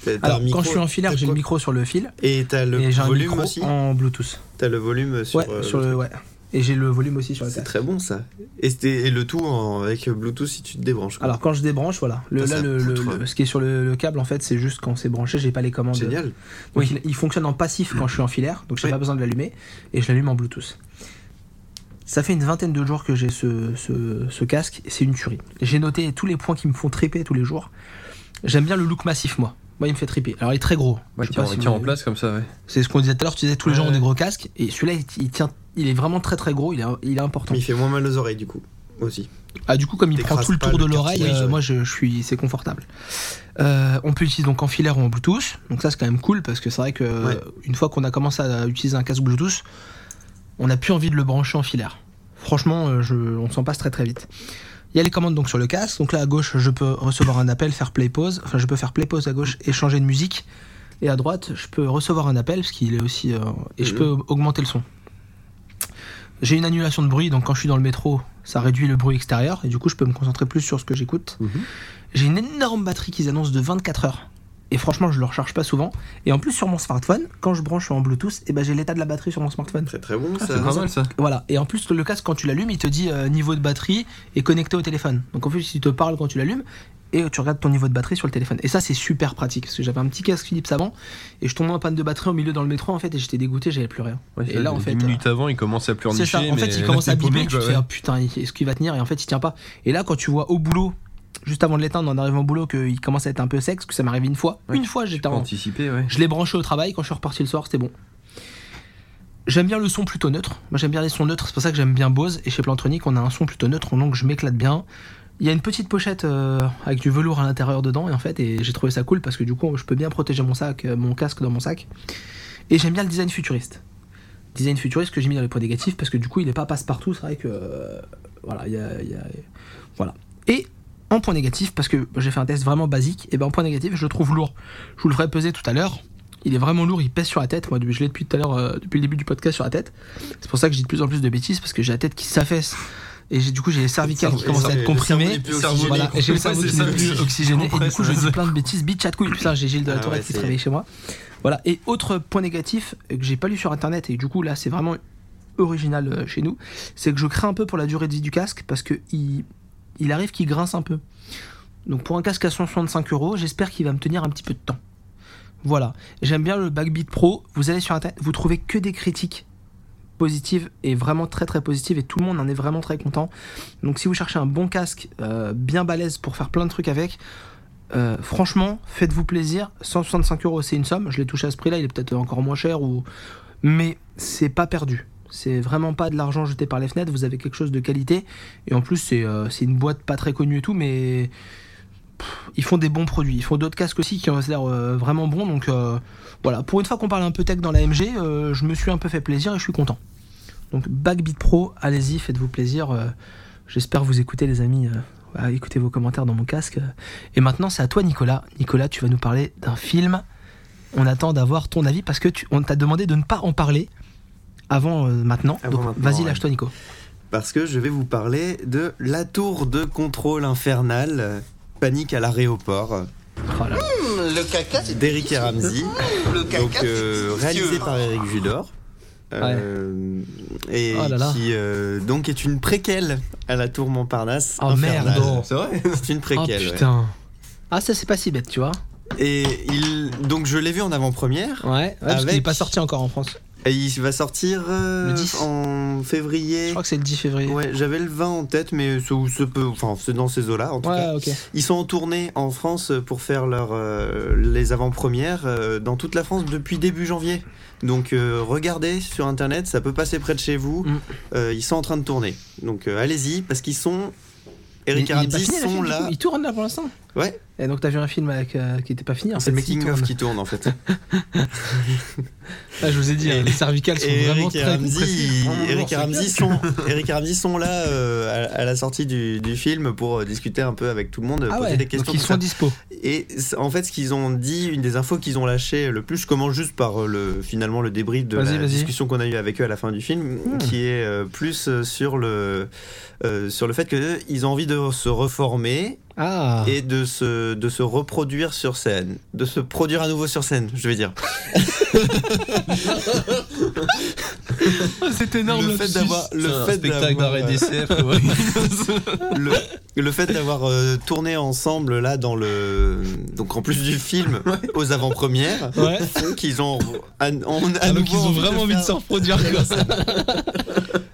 t'as- t'as Alors, un micro- quand je suis en filaire, t'as j'ai le quoi micro sur le fil Et t'as le et j'ai un volume micro aussi. en Bluetooth. T'as le volume sur. ouais, euh, sur le le, truc. ouais. Et j'ai le volume aussi sur le C'est casque. très bon ça. Et, c'était- et le tout en- avec Bluetooth si tu te débranches. quoi. Alors quand je débranche, voilà. Le, Ah, là, ça le, poutre. le- le- ce qui est sur le, le câble, en fait, c'est juste quand c'est branché, j'ai pas les commandes. génial. Donc il, il fonctionne en passif quand je suis en filaire, donc j'ai Oui. pas besoin de l'allumer, et je l'allume en Bluetooth. Ça fait une vingtaine de jours que j'ai ce, ce- ce casque, et c'est une tuerie. J'ai noté tous les points qui me font triper tous les jours. J'aime bien le look massif, moi. Moi, il me fait triper. Alors, il est très gros. Je sais Tiens, pas si tiens vous- en place comme ça, ouais. C'est ce qu'on disait tout à l'heure, tu disais tous les gens ont Ouais. des gros casques, et celui-là, il, il tient, il est vraiment très très gros, il est, il est important. Mais il fait moins mal aux oreilles du coup. Aussi. Ah, du coup, comme il prend T'écrases tout le pas tour de le l'oreille, cartilage, euh, ouais. moi je, je suis, c'est confortable. Euh, on peut l'utiliser donc en filaire ou en Bluetooth, donc ça c'est quand même cool parce que c'est vrai que Ouais. une fois qu'on a commencé à utiliser un casque Bluetooth, on n'a plus envie de le brancher en filaire. Franchement, euh, je, on s'en passe très très vite. Il y a les commandes donc sur le casque, donc là à gauche je peux recevoir un appel, faire play pause, enfin je peux faire play pause à gauche et changer de musique, et à droite je peux recevoir un appel parce qu'il est aussi euh, et je Mhm. peux augmenter le son. J'ai une annulation de bruit, donc quand je suis dans le métro, ça réduit le bruit extérieur et du coup, je peux me concentrer plus sur ce que j'écoute. J'ai une énorme batterie qu'ils annoncent de 24 heures. Et franchement, je ne le recharge pas souvent. Et en plus, sur mon smartphone, quand je branche en Bluetooth, et ben, j'ai l'état de la batterie sur mon smartphone. Très très bon C'est ça. pas mal ça. Voilà. Et en plus, le casque, quand tu l'allumes, il te dit euh, niveau de batterie est connecté au téléphone. Donc en plus, il te parle quand tu l'allumes et tu regardes ton niveau de batterie sur le téléphone. Et ça, c'est super pratique parce que j'avais un petit casque Philips avant et je tombais en panne de batterie au milieu dans le métro en fait et j'étais dégoûté, j'avais plus rien. Ouais, et ça, là, en dix fait. minutes avant, il commence à pleurnicher. C'est ça, en mais fait, il là, commence t'es à biper, paumé, tu te quoi, fais ouais. ah, putain, il- est-ce qu'il va tenir Et en fait, il tient pas. Et là, quand tu vois au boulot juste avant de l'éteindre en arrivant au boulot qu'il commence à être un peu sec, parce que ça m'est arrivé une fois. Ouais, une fois, j'étais en... anticipé, ouais. Je l'ai branché au travail, quand je suis reparti le soir, c'était bon. J'aime bien le son plutôt neutre. Moi, j'aime bien les sons neutres, c'est pour ça que j'aime bien Bose. Et chez Plantronic, on a un son plutôt neutre, donc je m'éclate bien. Il y a une petite pochette euh, avec du velours à l'intérieur dedans, et en fait, et j'ai trouvé ça cool parce que du coup, je peux bien protéger mon sac, euh, mon casque dans mon sac. Et j'aime bien le design futuriste. Design futuriste que j'ai mis dans les points négatifs parce que du coup, il est pas passe-partout. C'est vrai que. euh, voilà, il y a- il y a- Voilà. Et en point négatif, parce que j'ai fait un test vraiment basique, et ben en point négatif, je le trouve lourd. Je vous le ferai peser tout à l'heure. Il est vraiment lourd, il pèse sur la tête. Moi, je l'ai depuis tout à l'heure, euh, depuis le début du podcast sur la tête. C'est pour ça que j'ai de plus en plus de bêtises, parce que j'ai la tête qui s'affaisse. Et j'ai- du coup, j'ai les cervicales qui commencent à être comprimées. Voilà, et j'ai le cerveau qui n'est plus oxygéné. Et du coup, je dis plein de bêtises, bitch à couille. Putain, j'ai Gilles de la Ah Tourette ouais, qui c'est- travaille chez moi. Voilà. Et autre point négatif euh, que j'ai pas lu sur internet, et du coup, là, c'est vraiment original euh, chez nous, c'est que je crains un peu pour la durée de vie du casque parce que il, il arrive qu'il grince un peu. Donc pour un casque à 165 euros, j'espère qu'il va me tenir un petit peu de temps. Voilà. J'aime bien le Backbeat Pro. Vous allez sur internet, vous trouvez que des critiques positives et vraiment très très positives et tout le monde en est vraiment très content. Donc si vous cherchez un bon casque euh, bien balèze pour faire plein de trucs avec, euh, franchement, faites-vous plaisir. 165 euros, c'est une somme. Je l'ai touché à ce prix-là, il est peut-être encore moins cher ou, mais c'est pas perdu. C'est vraiment pas de l'argent jeté par les fenêtres. Vous avez quelque chose de qualité et en plus c'est euh, c'est une boîte pas très connue et tout, mais pff, ils font des bons produits. Ils font d'autres casques aussi qui ont l'air euh, vraiment bons. Donc euh, voilà, pour une fois qu'on parle un peu tech dans la MG, euh, je me suis un peu fait plaisir et je suis content. Donc Backbeat Pro, allez-y, faites-vous plaisir. euh, J'espère vous écouter les amis. euh, voilà, écoutez vos commentaires dans mon casque. Et maintenant c'est à toi Nicolas. Nicolas, tu vas nous parler d'un film. On attend d'avoir ton avis parce que tu, on t'a demandé de ne pas en parler avant euh, maintenant. Avant Donc, maintenant, vas-y, ouais. lâche-toi Nico. parce que je vais vous parler de la tour de contrôle infernale, euh, panique à l'aéroport. euh, Oh Le caca, c'est D'Eric et Ramsey. le donc euh, réalisé par Eric Judor. Euh, Et Oh là là. qui euh, donc est une préquelle à la tour Montparnasse. Oh, merde. infernale. Oh, c'est vrai [laughs] C'est une Oh préquelle. ouais. putain. Ah ça c'est pas si bête, tu vois. Et il donc je l'ai vu en avant-première. Ouais, parce qu'il Avec- est pas sorti encore en France. Et il va sortir euh, Le 10. en Je février. crois que c'est le 10 février. Ouais, Ouais, j'avais le 20 en tête, mais ce, ce peu, enfin, c'est dans ces eaux-là en tout cas. ok. Ils sont en tournée en France pour faire leur, euh, les avant-premières euh, dans toute la France depuis début janvier. Donc euh, regardez sur internet, ça peut passer près de chez vous. Mm. Euh, ils sont en train de tourner. Donc euh, allez-y parce qu'ils sont. Eric et Mais il est pas Ramsey fini, le sont film, du là. coup. Il tourne là pour l'instant. Ouais. Et donc t'as vu un film avec, euh, qui était pas fini en C'est fait. le qui making of tourne. qui tourne en [laughs] fait. Ah, je vous ai dit, Et- hein, les cervicales sont Et vraiment Eric et très Ramsey, compressives. ils- Vraiment, Eric et c'est Ramsey clair. sont, Eric et Ramsey sont là euh, à, à la sortie du, du film pour euh, discuter un peu avec tout le monde, Ah poser ouais, des questions. donc ils tout sont ça. dispo. Et c- en fait, ce qu'ils ont dit, une des infos qu'ils ont lâché le plus, je commence juste par euh, le, finalement le débrief de Vas-y, la vas-y. Hmm. discussion qu'on a eue avec eux à la fin du film, qui est euh, plus euh, sur le, euh, sur le fait qu'ils ont envie de se reformer Ah. et de se, de se reproduire sur scène. De se produire à nouveau sur scène, je vais dire. c'est le fait d'avoir. Le fait d'avoir, euh, le, le fait d'avoir euh, tourné ensemble là dans le donc en plus [laughs] du film aux avant-premières Ouais. font qu'ils ont à, on- à Ah, donc nouveau ils ont envie de vraiment envie de faire- s'en reproduire quoi.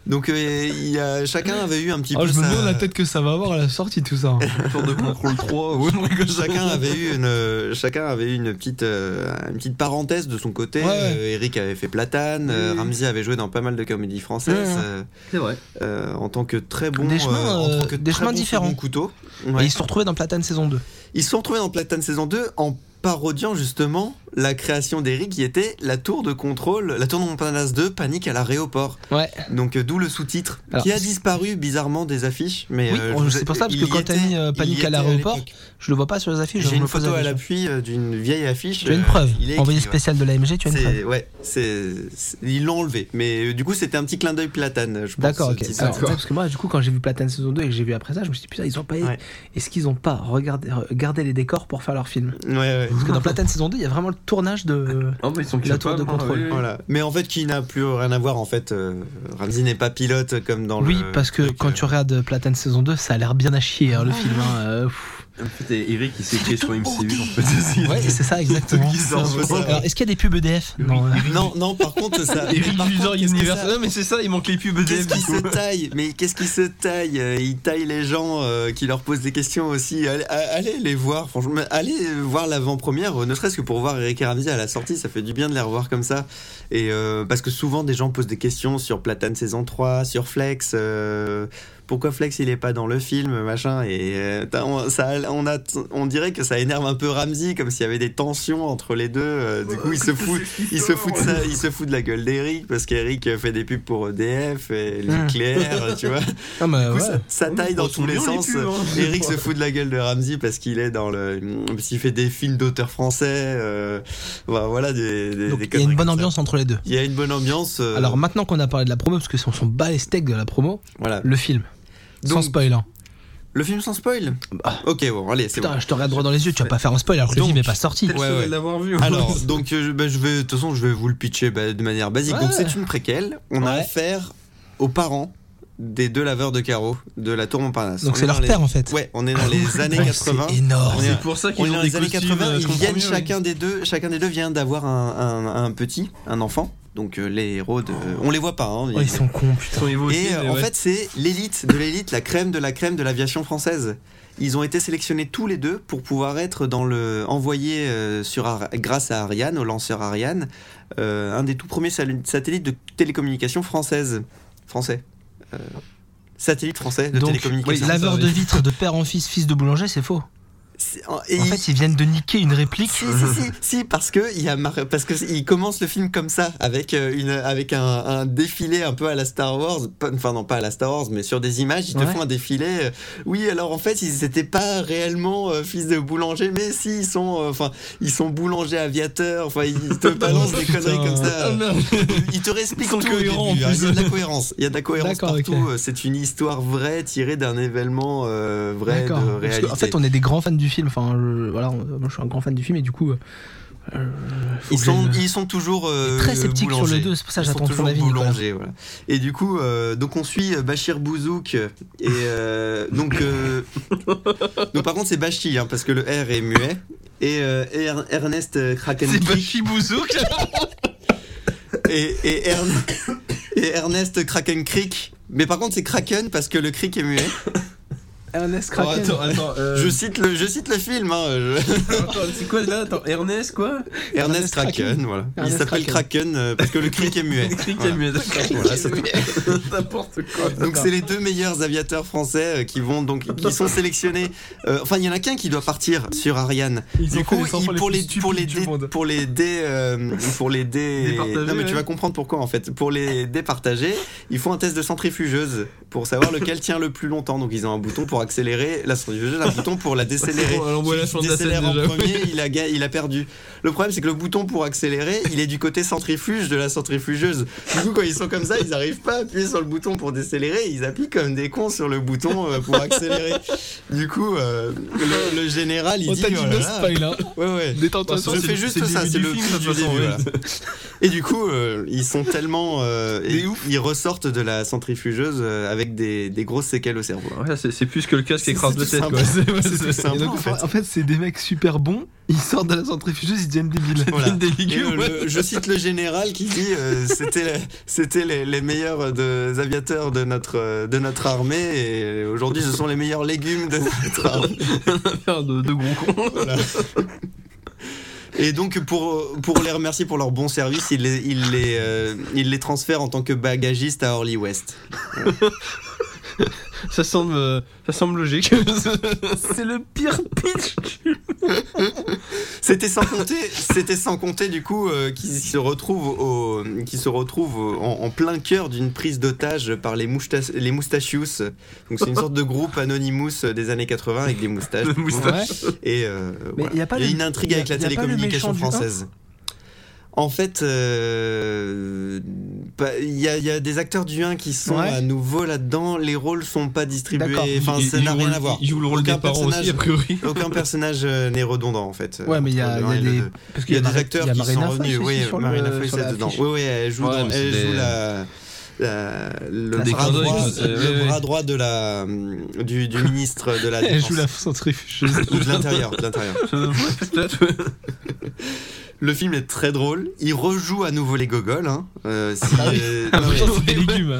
donc euh, il y a- chacun avait eu un petit Oh, peu je me sa- demande la tête que ça va avoir à la sortie tout ça. tour de contrôle 3 [laughs] chacun avait eu une chacun avait eu une petite euh, une petite parenthèse de son côté Ouais, ouais. Mmh. Euh, Eric avait fait Platane euh, Ramsey avait joué dans pas mal de comédies françaises Ouais. euh, C'est vrai. euh, en tant que très bon Mmh. Des chemins, en tant euh, que des très chemins bon différents. second couteau Et Ouais. ils se sont retrouvés dans Platane saison 2. Ils se sont retrouvés dans Platane saison 2 en parodiant justement la création d'Eric qui était la tour de contrôle, la tour de Montparnasse 2, panique à l'aéroport. Ouais. Donc euh, d'où le sous-titre Alors, qui a c'est- disparu bizarrement des affiches. Mais Oui, euh, on- je- c'est pour ça, parce il que y quand était- t'as mis, euh, il y panique à était l'aéroport, l'époque. Je le vois pas sur les affiches. je j'ai me une pose photo à question. l'appui euh, d'une vieille affiche. Tu as une euh, preuve. il est Envoyé écrit, ouais. spécial de l'AMG, tu as une C'est- preuve. ouais, c'est c'est- ils l'ont enlevé, mais euh, du coup c'était un petit clin d'œil platane. je pense, D'accord, euh, ok. qui Alors, sort. ouais, parce que moi, du coup, quand j'ai vu Platane saison 2 et que j'ai vu après ça, je me suis dit, putain, ils ont pas. Ouais. Est-ce qu'ils ont pas regardé, regardé les décors pour faire leur film ouais, ouais. Parce que [laughs] dans Platane saison 2, il y a vraiment le tournage de. Oh, mais ils sont La tour de capables, hein, contrôle. oui, oui. Voilà. Mais en fait, qui n'a plus rien à voir en fait. euh, Ramsey n'est pas pilote comme dans Oui, le. parce que truc, quand euh, [laughs] tu regardes Platane saison 2, ça a l'air bien à chier, hein, le film. hein, euh, pff. En fait, Eric, il s'est créé sur MCU en fait. Ouais, c'est ça, exactement. Alors, est-ce qu'il y a des pubs E EDF non, [laughs] non, non, par contre, ça. Eric par User contre, qu'est-ce que Universe. ça- Non, mais c'est ça, il manque les pubs EDF. Qu'est-ce du qui coup. se taille Mais qu'est-ce qui se taille Euh, Il taille les gens euh, qui leur posent des questions aussi. Allez, a- allez les voir, franchement. Mais Allez voir l'avant-première, euh, ne serait-ce que pour voir Eric Ramsey à la sortie, ça fait du bien de les revoir comme ça. Et euh, parce que souvent des gens posent des questions sur Platane saison 3, sur Flex. euh, pourquoi Flex il est pas dans le film, machin Et euh, t'as- on, ça, on, a, on dirait que ça énerve un peu Ramsey, comme s'il y avait des tensions entre les deux. euh, du coup, il se fout il se fout de ça, il se fout de la gueule d'Eric parce qu'Eric fait des pubs pour EDF et le nucléaire, tu vois. Ah, mais Du coup, [laughs] ouais. ça, ça taille dans tous les sens. Eric se fout de la gueule de Ramsey parce qu'il est dans le, parce qu'il fait des films d'auteurs français. euh, voilà, voilà des, des- Donc, des il y a une conneries bonne comme ça. ambiance entre les deux. Il y a une bonne ambiance. euh, Alors maintenant qu'on a parlé de la promo, parce que si on s'en bat les steaks de la promo, voilà. le film. sans Donc, spoil. hein. Le film sans spoil. Ok, bon, allez, c'est bon. Putain, je te regarde droit dans les yeux, tu vas pas faire un spoil alors que le Donc, film est pas sorti. Ouais, ouais. l'avoir vu. Alors, donc, euh, je, bah, je vais, de toute façon, je vais vous le pitcher bah, de manière basique. Donc, c'est une préquelle. On a Ouais. affaire aux parents des deux laveurs de carreaux de la Tour Montparnasse. Donc On c'est est leur dans les- père en fait. Ouais, on est dans les années Oh, 80. C'est énorme. On est- C'est pour ça on qu'ils est ont dans des les années costumes, 80, euh, je ils comprends viennent mieux, oui. chacun des deux, chacun des deux vient d'avoir un, un- un petit, un enfant. Donc euh, les héros de, on les voit pas. hein, Oh, ils sont cons, putain. Ils sont évoqués, et euh, mais en ouais. fait, c'est l'élite de l'élite, la crème de la crème de l'aviation française. Ils ont été sélectionnés tous les deux pour pouvoir être dans le envoyés euh, sur Ar- grâce à Ariane, au lanceur Ariane, euh, un des tout premiers sal- satellites de télécommunication française, français, Euh, satellite français de Donc, télécommunication. laveur de vitres de père en fils, fils de boulanger, c'est faux. C'est- en- et En ils- fait, ils viennent de niquer une réplique. si, [laughs] si, si, si, parce que il y a mar- parce que il commence le film comme ça avec euh, une avec un, un défilé un peu à la Star Wars, pas- enfin non pas à la Star Wars, mais sur des images ils te Ouais. font un défilé. euh, oui, alors en fait ils n'étaient pas réellement euh, fils de boulanger, mais si ils sont euh, enfin ils sont boulangers aviateurs, enfin ils [laughs] te balancent des conneries Ah, comme ça. Ils te réexpliquent tout. au cohérents, début, en hein. plus. Il y a de la cohérence, il y a de la cohérence D'accord, ok. partout. euh, C'est une histoire vraie tirée d'un événement euh, vrai de D'accord. Parce que, réalité. En fait, on est des grands fans du film. Enfin, je- voilà, on- moi je suis un grand fan du film et du coup. euh, euh, faut Ils que j'aille sont, le- ils sont toujours euh, Très sceptique sur boulangers. le 2, c'est pour ça que Ils sont j'attends ton toujours avis. Nicolas. boulangers, voilà. Et du coup, euh, donc on suit euh, Bachir Bouzouk. euh, Et euh, donc, [laughs] euh, donc, par contre, c'est Bachi, hein, parce que le R est muet. Et, euh, et Er- Ernest euh, C'est pas Krakenkick. Shibouzouk Et, et, Ern- et Ernest Kraken Creek. Mais par contre, c'est Kraken parce que le cric est muet. Ernest Oh, Kraken. Attends, attends. euh, Je cite le, je cite le film. hein, je- attends, C'est quoi là Attends, Ernest quoi Ernest Kraken, voilà. Il Ernest s'appelle Kraken euh, parce que le cric [laughs] est muet. Eric Voilà. Camus, d'accord. Voilà, c'est tout. N'importe quoi. Donc c'est les deux meilleurs aviateurs français euh, qui vont donc qui sont sélectionnés. Euh, enfin, il y en a qu'un qui doit partir sur Ariane. Ils Du ont fait coup, les enfants il- pour les les plus stupides pour les du dé- monde. pour les dé euh, pour les dé [laughs] Départager, non mais tu ouais. vas comprendre pourquoi en fait. Pour les départager, ils font un test de centrifugeuse pour savoir lequel tient le plus longtemps. Donc ils ont un bouton pour accélérer la centrifugeuse, un [laughs] bouton pour la décélérer. bon, alors, voilà, Celui qui je pense à la scène décélère en déjà, oui. premier, il a ga- il a perdu. Le problème c'est que le bouton pour accélérer, il est du côté centrifuge de la centrifugeuse. Du coup, quand ils sont comme ça, ils n'arrivent pas à appuyer sur le bouton pour décélérer. Ils appuient comme des cons sur le bouton euh, pour accélérer. Du coup, euh, le, le général, il dit. oh là là. [laughs] Ouais, ouais. Détends-toi, Je fais juste Bah, ça, c'est le film du début. voilà. [laughs] Et du coup, euh, ils sont tellement. euh, Des ils- ils ressortent de la centrifugeuse euh, avec des, des grosses séquelles au cerveau. Ouais, c'est c'est plus que le casque C'est- écrase c'est de tout tête, simple. quoi. C'est- ouais, [laughs] C'est c'est- tout simple, en fait. En fait, c'est des mecs super bons, ils sortent de la centrifugeuse, ils deviennent débiles. Voilà. Des Et légumes, le- ouais. le- je cite le général qui dit euh, c'était c'était les, les meilleurs de- aviateurs de notre euh, de notre armée et aujourd'hui ce sont les meilleurs légumes de [laughs] notre armée. Affaire de, de gros cons. Et donc pour pour les remercier pour leur bon service, il les il les euh, il les transfère en tant que bagagiste à Orly West. Ça semble, euh, ça semble logique. [laughs] c'est le pire pitch. C'était sans compter, c'était sans compter du coup euh, qu'ils se retrouvent au, qui se retrouvent en, en plein cœur d'une prise d'otage par les moustaches, les moustachius. Donc c'est une sorte de groupe anonymous des années 80 avec des moustaches. Le [laughs] moustache. Et euh, Mais voilà. y a pas il y a le- une intrigue y a- avec la y a pas le méchant télécommunication du française. En fait, euh, bah, il y, a- il y a des acteurs du 1 qui sont Ouais. à nouveau là-dedans. Les rôles sont pas distribués. D'accord. Enfin, Il- ça il n'a joue rien le- à voir. Il joue le rôle Aucun des parents aussi, personnage- a priori. aucun personnage euh, n'est redondant en fait. Ouais, mais il y Entre a, le il y a un et Euh, le des. deux. parce qu'il Il y a Mara- des acteurs il y a qui sont Marina Foïs revenus. aussi Oui, sur le- Marina Foïs sur est la dedans. fiche. Oui, oui, elle joue, Ouais, dans- mais c'est elle des- joue la. la- le, bras droit, le bras droit de la, du, du ministre de la [laughs] Elle Défense. joue la centrifuge. [laughs] Ou de l'intérieur, de l'intérieur. hein. [laughs] Le film est très drôle. Il rejoue à nouveau les gogoles. Hein. Euh, si- euh, non, mais des légumes.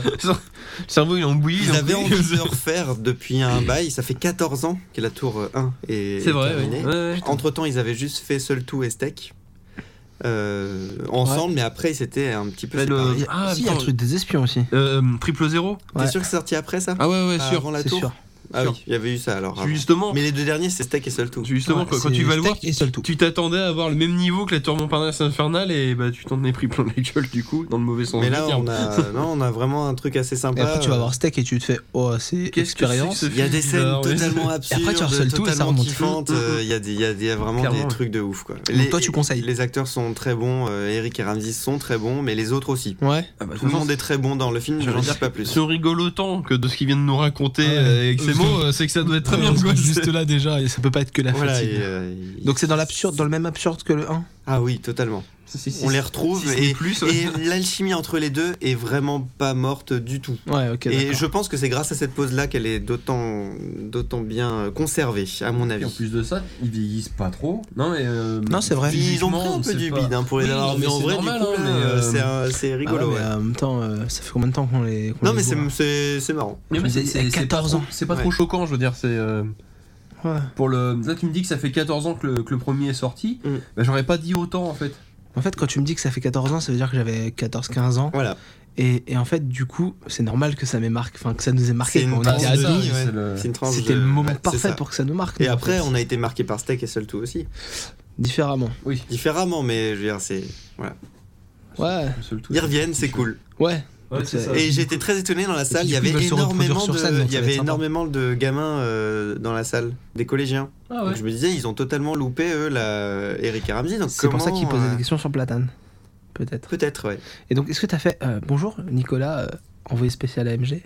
cerveau il est en bouillie. ils avaient envie de le refaire depuis un bail. Ça fait 14 ans que la tour euh, 1 est, C'est vrai, terminée. ouais. Ouais, ouais. Entre temps, ils avaient juste fait Seul Tout et Steak euh, ensemble, mais après, c'était un petit peu. Ouais, le- séparés. Il y a- Ah, si, il y a putain. le truc des espions aussi. Euh, triple zéro T'es ouais. sûr que c'est sorti après ça Ah ouais, ouais, Pas sûr. Avant la C'est tour sûr. Ah sûr. oui, il y avait eu ça alors. avant. Justement, Mais les deux derniers, c'est Steak et Seul Tout. justement Ouais, quand, quand c'est tu vas le voir, steak et seul tout. tu t'attendais à avoir le même niveau que la tour Montparnasse infernale et bah tu t'en es pris plein la gueule du coup, dans le mauvais sens. Mais du là, terme. [laughs] on a, non, on a vraiment un truc assez sympa. Et après, tu vas voir steak et tu te fais oh, Qu'est-ce que c'est c'est que expérience. ce Il y a film des scènes bizarre, ouais. totalement absurdes, après, tu harcèles tout et ça totalement remonte. kiffantes. euh, Il y a, des- il y a des- vraiment Clairement, des ouais. trucs de ouf. Quoi. toi, tu conseilles. Les acteurs sont très bons. euh, Eric et Ramsey sont très bons, mais les autres aussi. Ouais. Ah bah, de Tout toute le façon, monde est très bon dans le film. Je j'allais n'en dire dis pas plus. Si on rigole autant que de ce qu'ils viennent nous raconter Ah euh, avec ces mots, euh, c'est que ça doit être très bien. quoi. Juste là déjà, et ça peut pas être que la Voilà, fatigue. et, euh, il- Donc c'est dans l'absurde, dans le même absurde que le 1. Ah oui, totalement. On les retrouve euh, si ce n'est et, plus, et l'alchimie entre les deux est vraiment pas morte du tout. Ouais, ok. Et je pense que c'est grâce à cette pause-là qu'elle est d'autant d'autant bien conservée, à mon Et en avis. plus de ça, ils vieillissent pas trop. Non, mais. euh, Non, c'est vrai. Ils ont physiquement, pris on un peu sait du pas. bide hein, pour les Oui, avoir non, vus mais en c'est vrai, normal, du coup, hein, mais, mais, euh, euh, c'est un- c'est rigolo. ouais. en même temps, euh, ça fait combien de temps qu'on les. qu'on Non, les hein mais c'est- voit c'est c'est marrant. Non, mais Vous c'est- avez c'est- c'est 14 pas ans. trop- C'est pas Ouais. trop choquant, je veux dire. C'est. euh, Ouais. Pour le... Là, tu me dis que ça fait 14 ans que le, que le premier est sorti. Mm. Bah, j'aurais pas dit autant en fait. En fait, quand tu me dis que ça fait 14 ans, ça veut dire que j'avais 14-15 ans. Voilà. Et, et en fait, du coup, c'est normal que ça m'ait marqué, enfin que ça nous ait marqué C'est une quand on tranche était de ados. vie, ouais. Ah, C'est le- C'est une tranche C'était de- le moment ouais, c'est parfait ça. pour que ça nous marque. Et nous, en après, fait. on a été marqué par Steak et Seul Tout aussi. Différemment. Oui. Différemment, mais je veux dire, c'est. Ouais, Le seul tout. Ils reviennent, c'est cool. ouais. Ouais, c'est ça. Et j'étais très étonné dans la salle, il du y coup, avait ils veulent se reproduire énormément sur scène, donc de, il y ça va avait être sympa. énormément de gamins euh, dans la salle, des collégiens. Ah ouais. Donc je me disais, ils ont totalement loupé, eux, la... Eric et Ramsey. donc C'est pour ça comment, qu'il posait euh, des questions sur Platane. Peut-être. Peut-être, ouais. Et donc, est-ce que t'as fait. euh, bonjour, Nicolas, euh, envoyé spécial AMG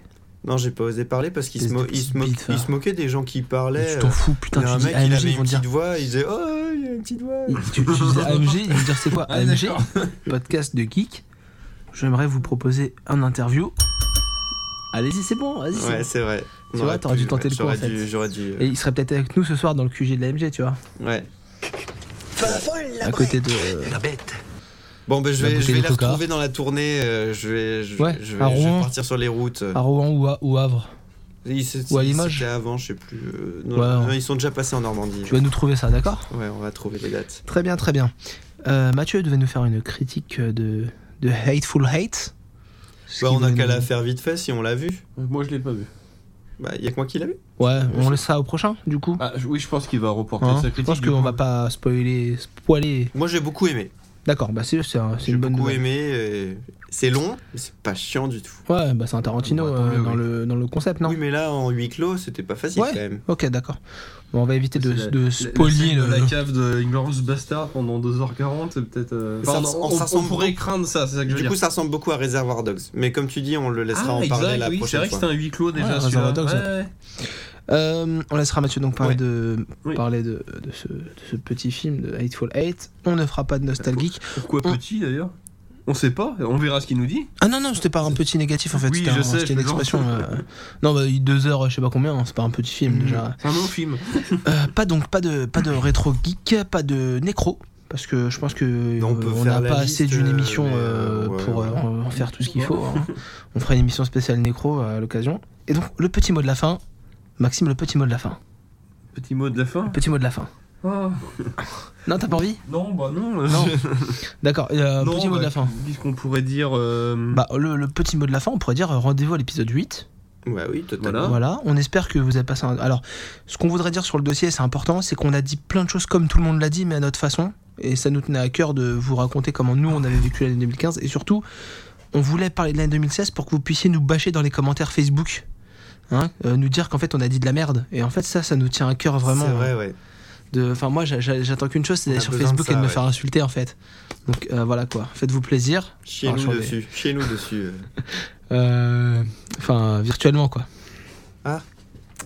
Non, j'ai pas osé parler parce qu'ils se, Espèce mo- de ils se, petite mo- bite, ça. ils se moquaient des gens qui parlaient. Tu t'en euh, fous, Il y putain, a un tu dis mec, il AMG, avait ils une vont dire. petite voix, il disait Oh, il y a une petite voix. Il- Tu, tu dis AMG, ils vont dire c'est quoi Ah, AMG, d'accord. podcast de geek. J'aimerais vous proposer un interview. Allez-y, c'est bon, vas-y. [laughs] c'est Ouais, bon. c'est vrai. Tu On vois, aurait t'aurais pu- dû tenter ouais, le coup, en j'aurais fait. dû- J'aurais dû. Et il serait peut-être avec nous ce soir dans le QG de l'AMG, tu vois. Ouais. À côté de. euh, Bon, ben, je La vais, je bouteille vais de les coca. retrouver dans la tournée. euh, je vais, je, Ouais, je à vais, je vais Rouen. partir sur les routes. euh, à Rouen ou à ou Havre. Ils, se- Ou à ils Limoges. étaient avant, je sais plus. euh, non, Ouais, non, ouais. ils sont déjà passés en Normandie. Tu vas nous trouver ça, d'accord Ouais, on va trouver les dates. Très bien, très bien. Euh, Mathieu devait nous faire une critique de, de Hateful Hate. Ce Bah, qui on a voulait qu'à nous- la faire vite fait si on l'a vu. Moi je l'ai pas vu. Bah, il y a que moi qui l'a vu. Ouais, on laisse ça au prochain, du coup. Ah, je- oui, je pense qu'il va reporter Hein sa je critique. pense du qu'on coup. va pas spoiler. spoiler. Moi, j'ai beaucoup aimé. D'accord, bah c'est c'est un- c'est J'ai une bonne beaucoup nouvelle. aimé. euh, C'est long, mais c'est pas chiant du tout. Ouais, bah c'est un Tarantino Bah, tant mieux, euh, dans, oui. le, dans le concept, non Oui, mais là, en huis clos, c'était pas facile Ouais. quand même. Ok, d'accord. Bon, on va éviter de, C'est la- de la- la spoiler le. scène de la cave de Inglorious Bastard pendant 2h40, c'est peut-être. euh, Ça enfin, res- on, ça on- on ressemble pourrait craindre ça, c'est ça que je veux Du dire. coup, ça ressemble beaucoup à Reservoir Dogs. Mais comme tu dis, on le laissera Ah, en parler la Ah, oui, c'est prochaine vrai que fois. c'est un huis clos déjà. Ouais, celui-là. Reservoir Dogs, Ouais, ouais. ouais. Euh, on laissera Mathieu donc parler, Ouais. de, Oui. parler de, de ce, de ce petit film de Hateful Hate. On ne fera pas de nostalgique. Pourquoi On- petit d'ailleurs On sait pas, on verra ce qu'il nous dit. Ah non, non, c'était pas un petit négatif en fait. Oui, c'était je un- sais, c'était une je plaisante. expression. euh, [laughs] Non, bah, deux heures, je sais pas combien, hein, c'est pas un petit film Mm. déjà. C'est un long film. Euh, pas donc, pas de, pas de rétro geek, pas de nécro. Parce que je pense que on euh, peut on faire n'a la pas liste, assez d'une euh, émission mais, euh, euh, ouais, pour euh, voilà. en faire tout ce qu'il faut. hein. On fera une émission spéciale nécro à l'occasion. Et donc le petit mot de la fin, Maxime, le petit mot de la fin. Petit mot de la fin. Petit mot de la fin. Ah, Non, t'as pas envie non, bah non. euh, Non. D'accord. euh, non, petit mot bah, de la fin. Qu'est-ce qu'on pourrait dire euh, Bah le, le petit mot de la fin, on pourrait dire euh, rendez-vous à l'épisode 8. Ouais, oui, totalement. Voilà. Voilà, on espère que vous avez passé un... Alors, ce qu'on voudrait dire sur le dossier, c'est important, c'est qu'on a dit plein de choses comme tout le monde l'a dit, mais à notre façon. Et ça nous tenait à cœur de vous raconter comment nous, on avait vécu l'année 2015. Et surtout, on voulait parler de l'année 2016 pour que vous puissiez nous bâcher dans les commentaires Facebook. Hein, euh, nous dire qu'en fait on a dit de la merde et en fait ça ça nous tient à cœur vraiment hein, euh, C'est vrai, ouais. de enfin moi j'a- j'a- j'attends qu'une chose c'est On a d'aller sur besoin de Facebook et ça, de me ouais. faire insulter en fait donc euh, voilà quoi faites-vous plaisir Chez Alors, nous sur les- dessus. Chez nous dessus. euh. Euh, Enfin, virtuellement, quoi. Ah.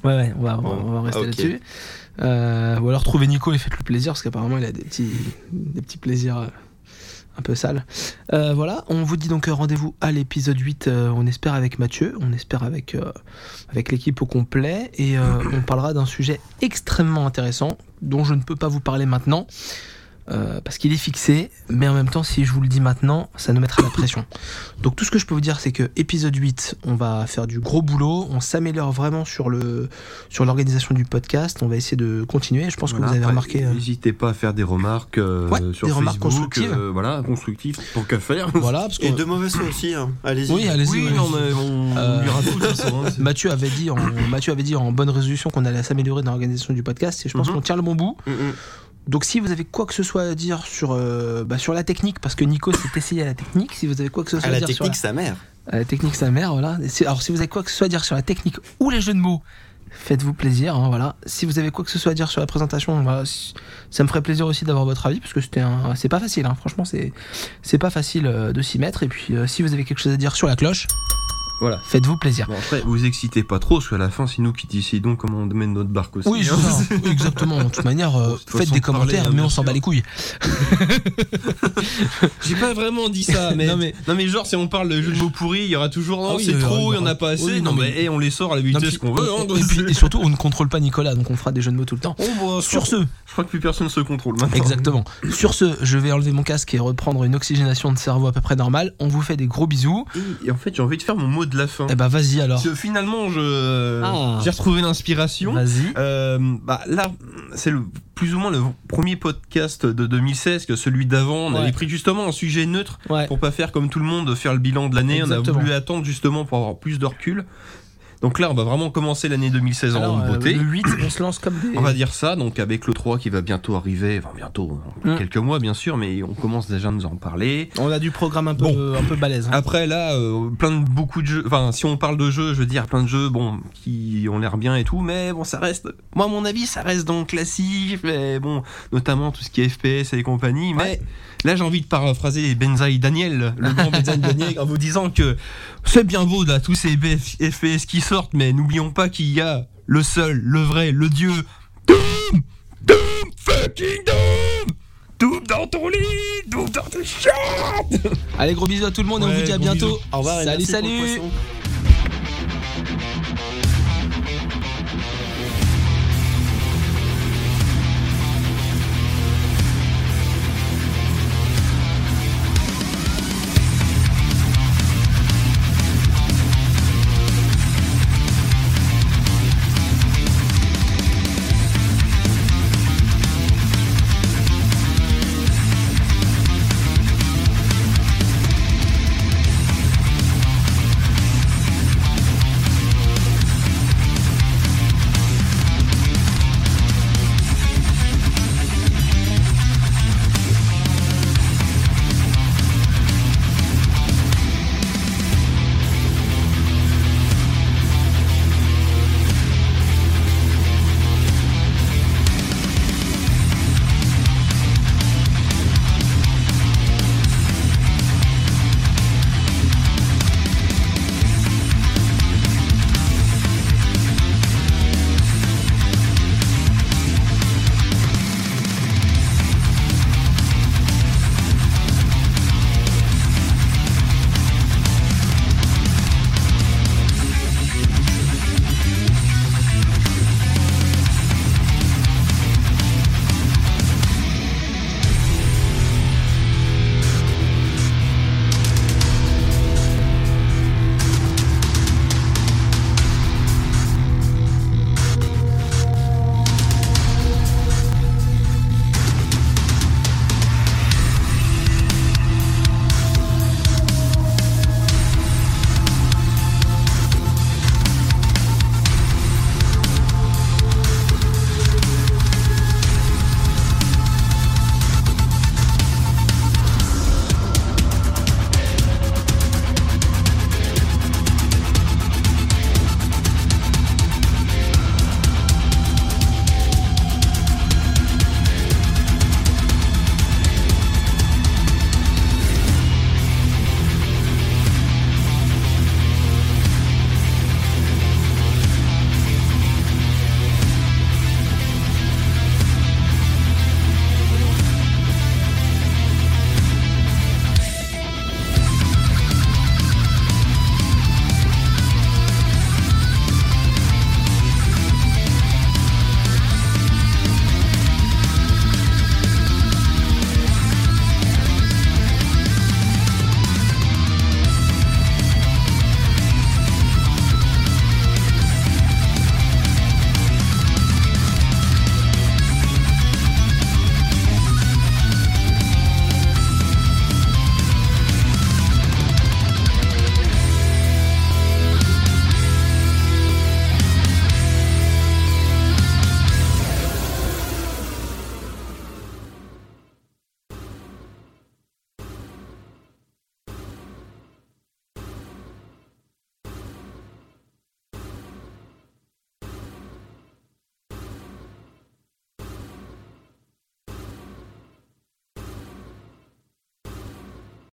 Ouais, ouais, on va, on va- Bon, Ah, on va rester ok. là-dessus. Euh, ou alors trouvez Nico et faites-le plaisir, parce qu'apparemment, il a des petits, des petits plaisirs euh, un peu sale. Euh, voilà, on vous dit donc rendez-vous à l'épisode 8, euh, on espère avec Mathieu, on espère avec, euh, avec l'équipe au complet, et [clears throat] euh, on parlera d'un sujet extrêmement intéressant, dont je ne peux pas vous parler maintenant, euh, parce qu'il est fixé, mais en même temps, si je vous le dis maintenant, ça nous mettra la [clears throat] pression. Donc tout ce que je peux vous dire, c'est que épisode 8, on va faire du gros boulot, on s'améliore vraiment sur le sur l'organisation du podcast, on va essayer de continuer, je pense que Voilà, vous avez après, remarqué... euh, N'hésitez pas à faire des remarques euh, Ouais, sur des Facebook, remarques constructives. euh, voilà, constructives, tant qu'à faire. euh, [laughs] Voilà, parce Et que... de mauvais sons aussi, hein. allez-y. Oui, allez-y. oui, ouais, non, allez-y. mais on, Euh, on lira tout, de toute façon, hein, c'est- [laughs] Mathieu avait dit en, Mathieu avait dit en bonne résolution qu'on allait s'améliorer dans l'organisation du podcast et je pense Mhm. qu'on tient le bon bout. Mm, mm. Donc si vous avez quoi que ce soit à dire sur euh, bah, sur la technique parce que Nico s'est essayé à la technique, si vous avez quoi que ce soit À à, la dire sur technique, sa mère. la, à la technique sa mère voilà. Et si- alors si vous avez quoi que ce soit à dire sur la technique ou les jeux de mots, faites-vous plaisir hein, voilà. Si vous avez quoi que ce soit à dire sur la présentation, voilà, si- ça me ferait plaisir aussi d'avoir votre avis parce que c'était un c'est pas facile hein. franchement c'est c'est pas facile euh, de s'y mettre et puis euh, si vous avez quelque chose à dire sur la cloche, Voilà. faites-vous plaisir. Bon, après, vous excitez pas trop, parce qu'à la fin, c'est nous qui décidons comment on mène notre barque aussi. Oui, hein. c'est ça. exactement. De toute manière, euh, Bon, c'est faites façon des de parler, commentaires, hein, mais bien on s'en sûr. bat les couilles. J'ai pas vraiment dit ça, [laughs] mais... non, mais genre si on parle de jeux de mots pourris, il y aura toujours non, Ah oui, c'est il y aura- trop, il y en a oui, pas assez. non, non mais, mais- eh, on les sort à la Non, vitesse puis- qu'on veut. hein, Oh, et, et puis- et surtout, on ne contrôle pas Nicolas, donc on fera des jeux de mots tout le temps. Sur ce, [laughs] Je crois que plus personne se contrôle maintenant. exactement. Sur ce, je vais enlever mon casque et reprendre une oxygénation de cerveau à peu près normale. On vous fait des gros bisous. Et en fait, j'ai envie de faire mon mot de la fin. Eh bah vas-y alors. Parce que Finalement, je Ah. j'ai retrouvé l'inspiration. Vas-y. Euh, bah, là, c'est le, plus ou moins le premier podcast de 2016 que celui d'avant. On Ouais. avait pris justement un sujet neutre Ouais. pour pas faire comme tout le monde, faire le bilan de l'année. On a Exactement. voulu attendre justement pour avoir plus de recul. Donc là, on va vraiment commencer l'année 2016 Alors, en euh, bonne beauté. le 8, on se lance comme des. On va dire ça, donc avec le 3 qui va bientôt arriver, enfin bientôt, dans Mm. quelques mois bien sûr, mais on commence déjà à nous en parler. On a du programme un peu, un peu balèze. hein. Après là, euh, plein de beaucoup de jeux, enfin si on parle de jeux, je veux dire plein de jeux, bon, qui ont l'air bien et tout, mais bon ça reste, moi à mon avis ça reste dans le classique, mais bon, notamment tout ce qui est FPS et compagnie, mais là j'ai envie de paraphraser Benzaï Daniel, le grand Benzaï Daniel, en vous disant que c'est bien beau là tous ces BF FPS qui sortent, mais n'oublions pas qu'il y a le seul, le vrai, le dieu, Doom Doom fucking Doom Doom dans ton lit Doom dans tes chiottes Allez, gros bisous à tout le monde et on Ouais, vous dit à gros bientôt. bisous. Au revoir. Salut, Merci pour le salut. poisson.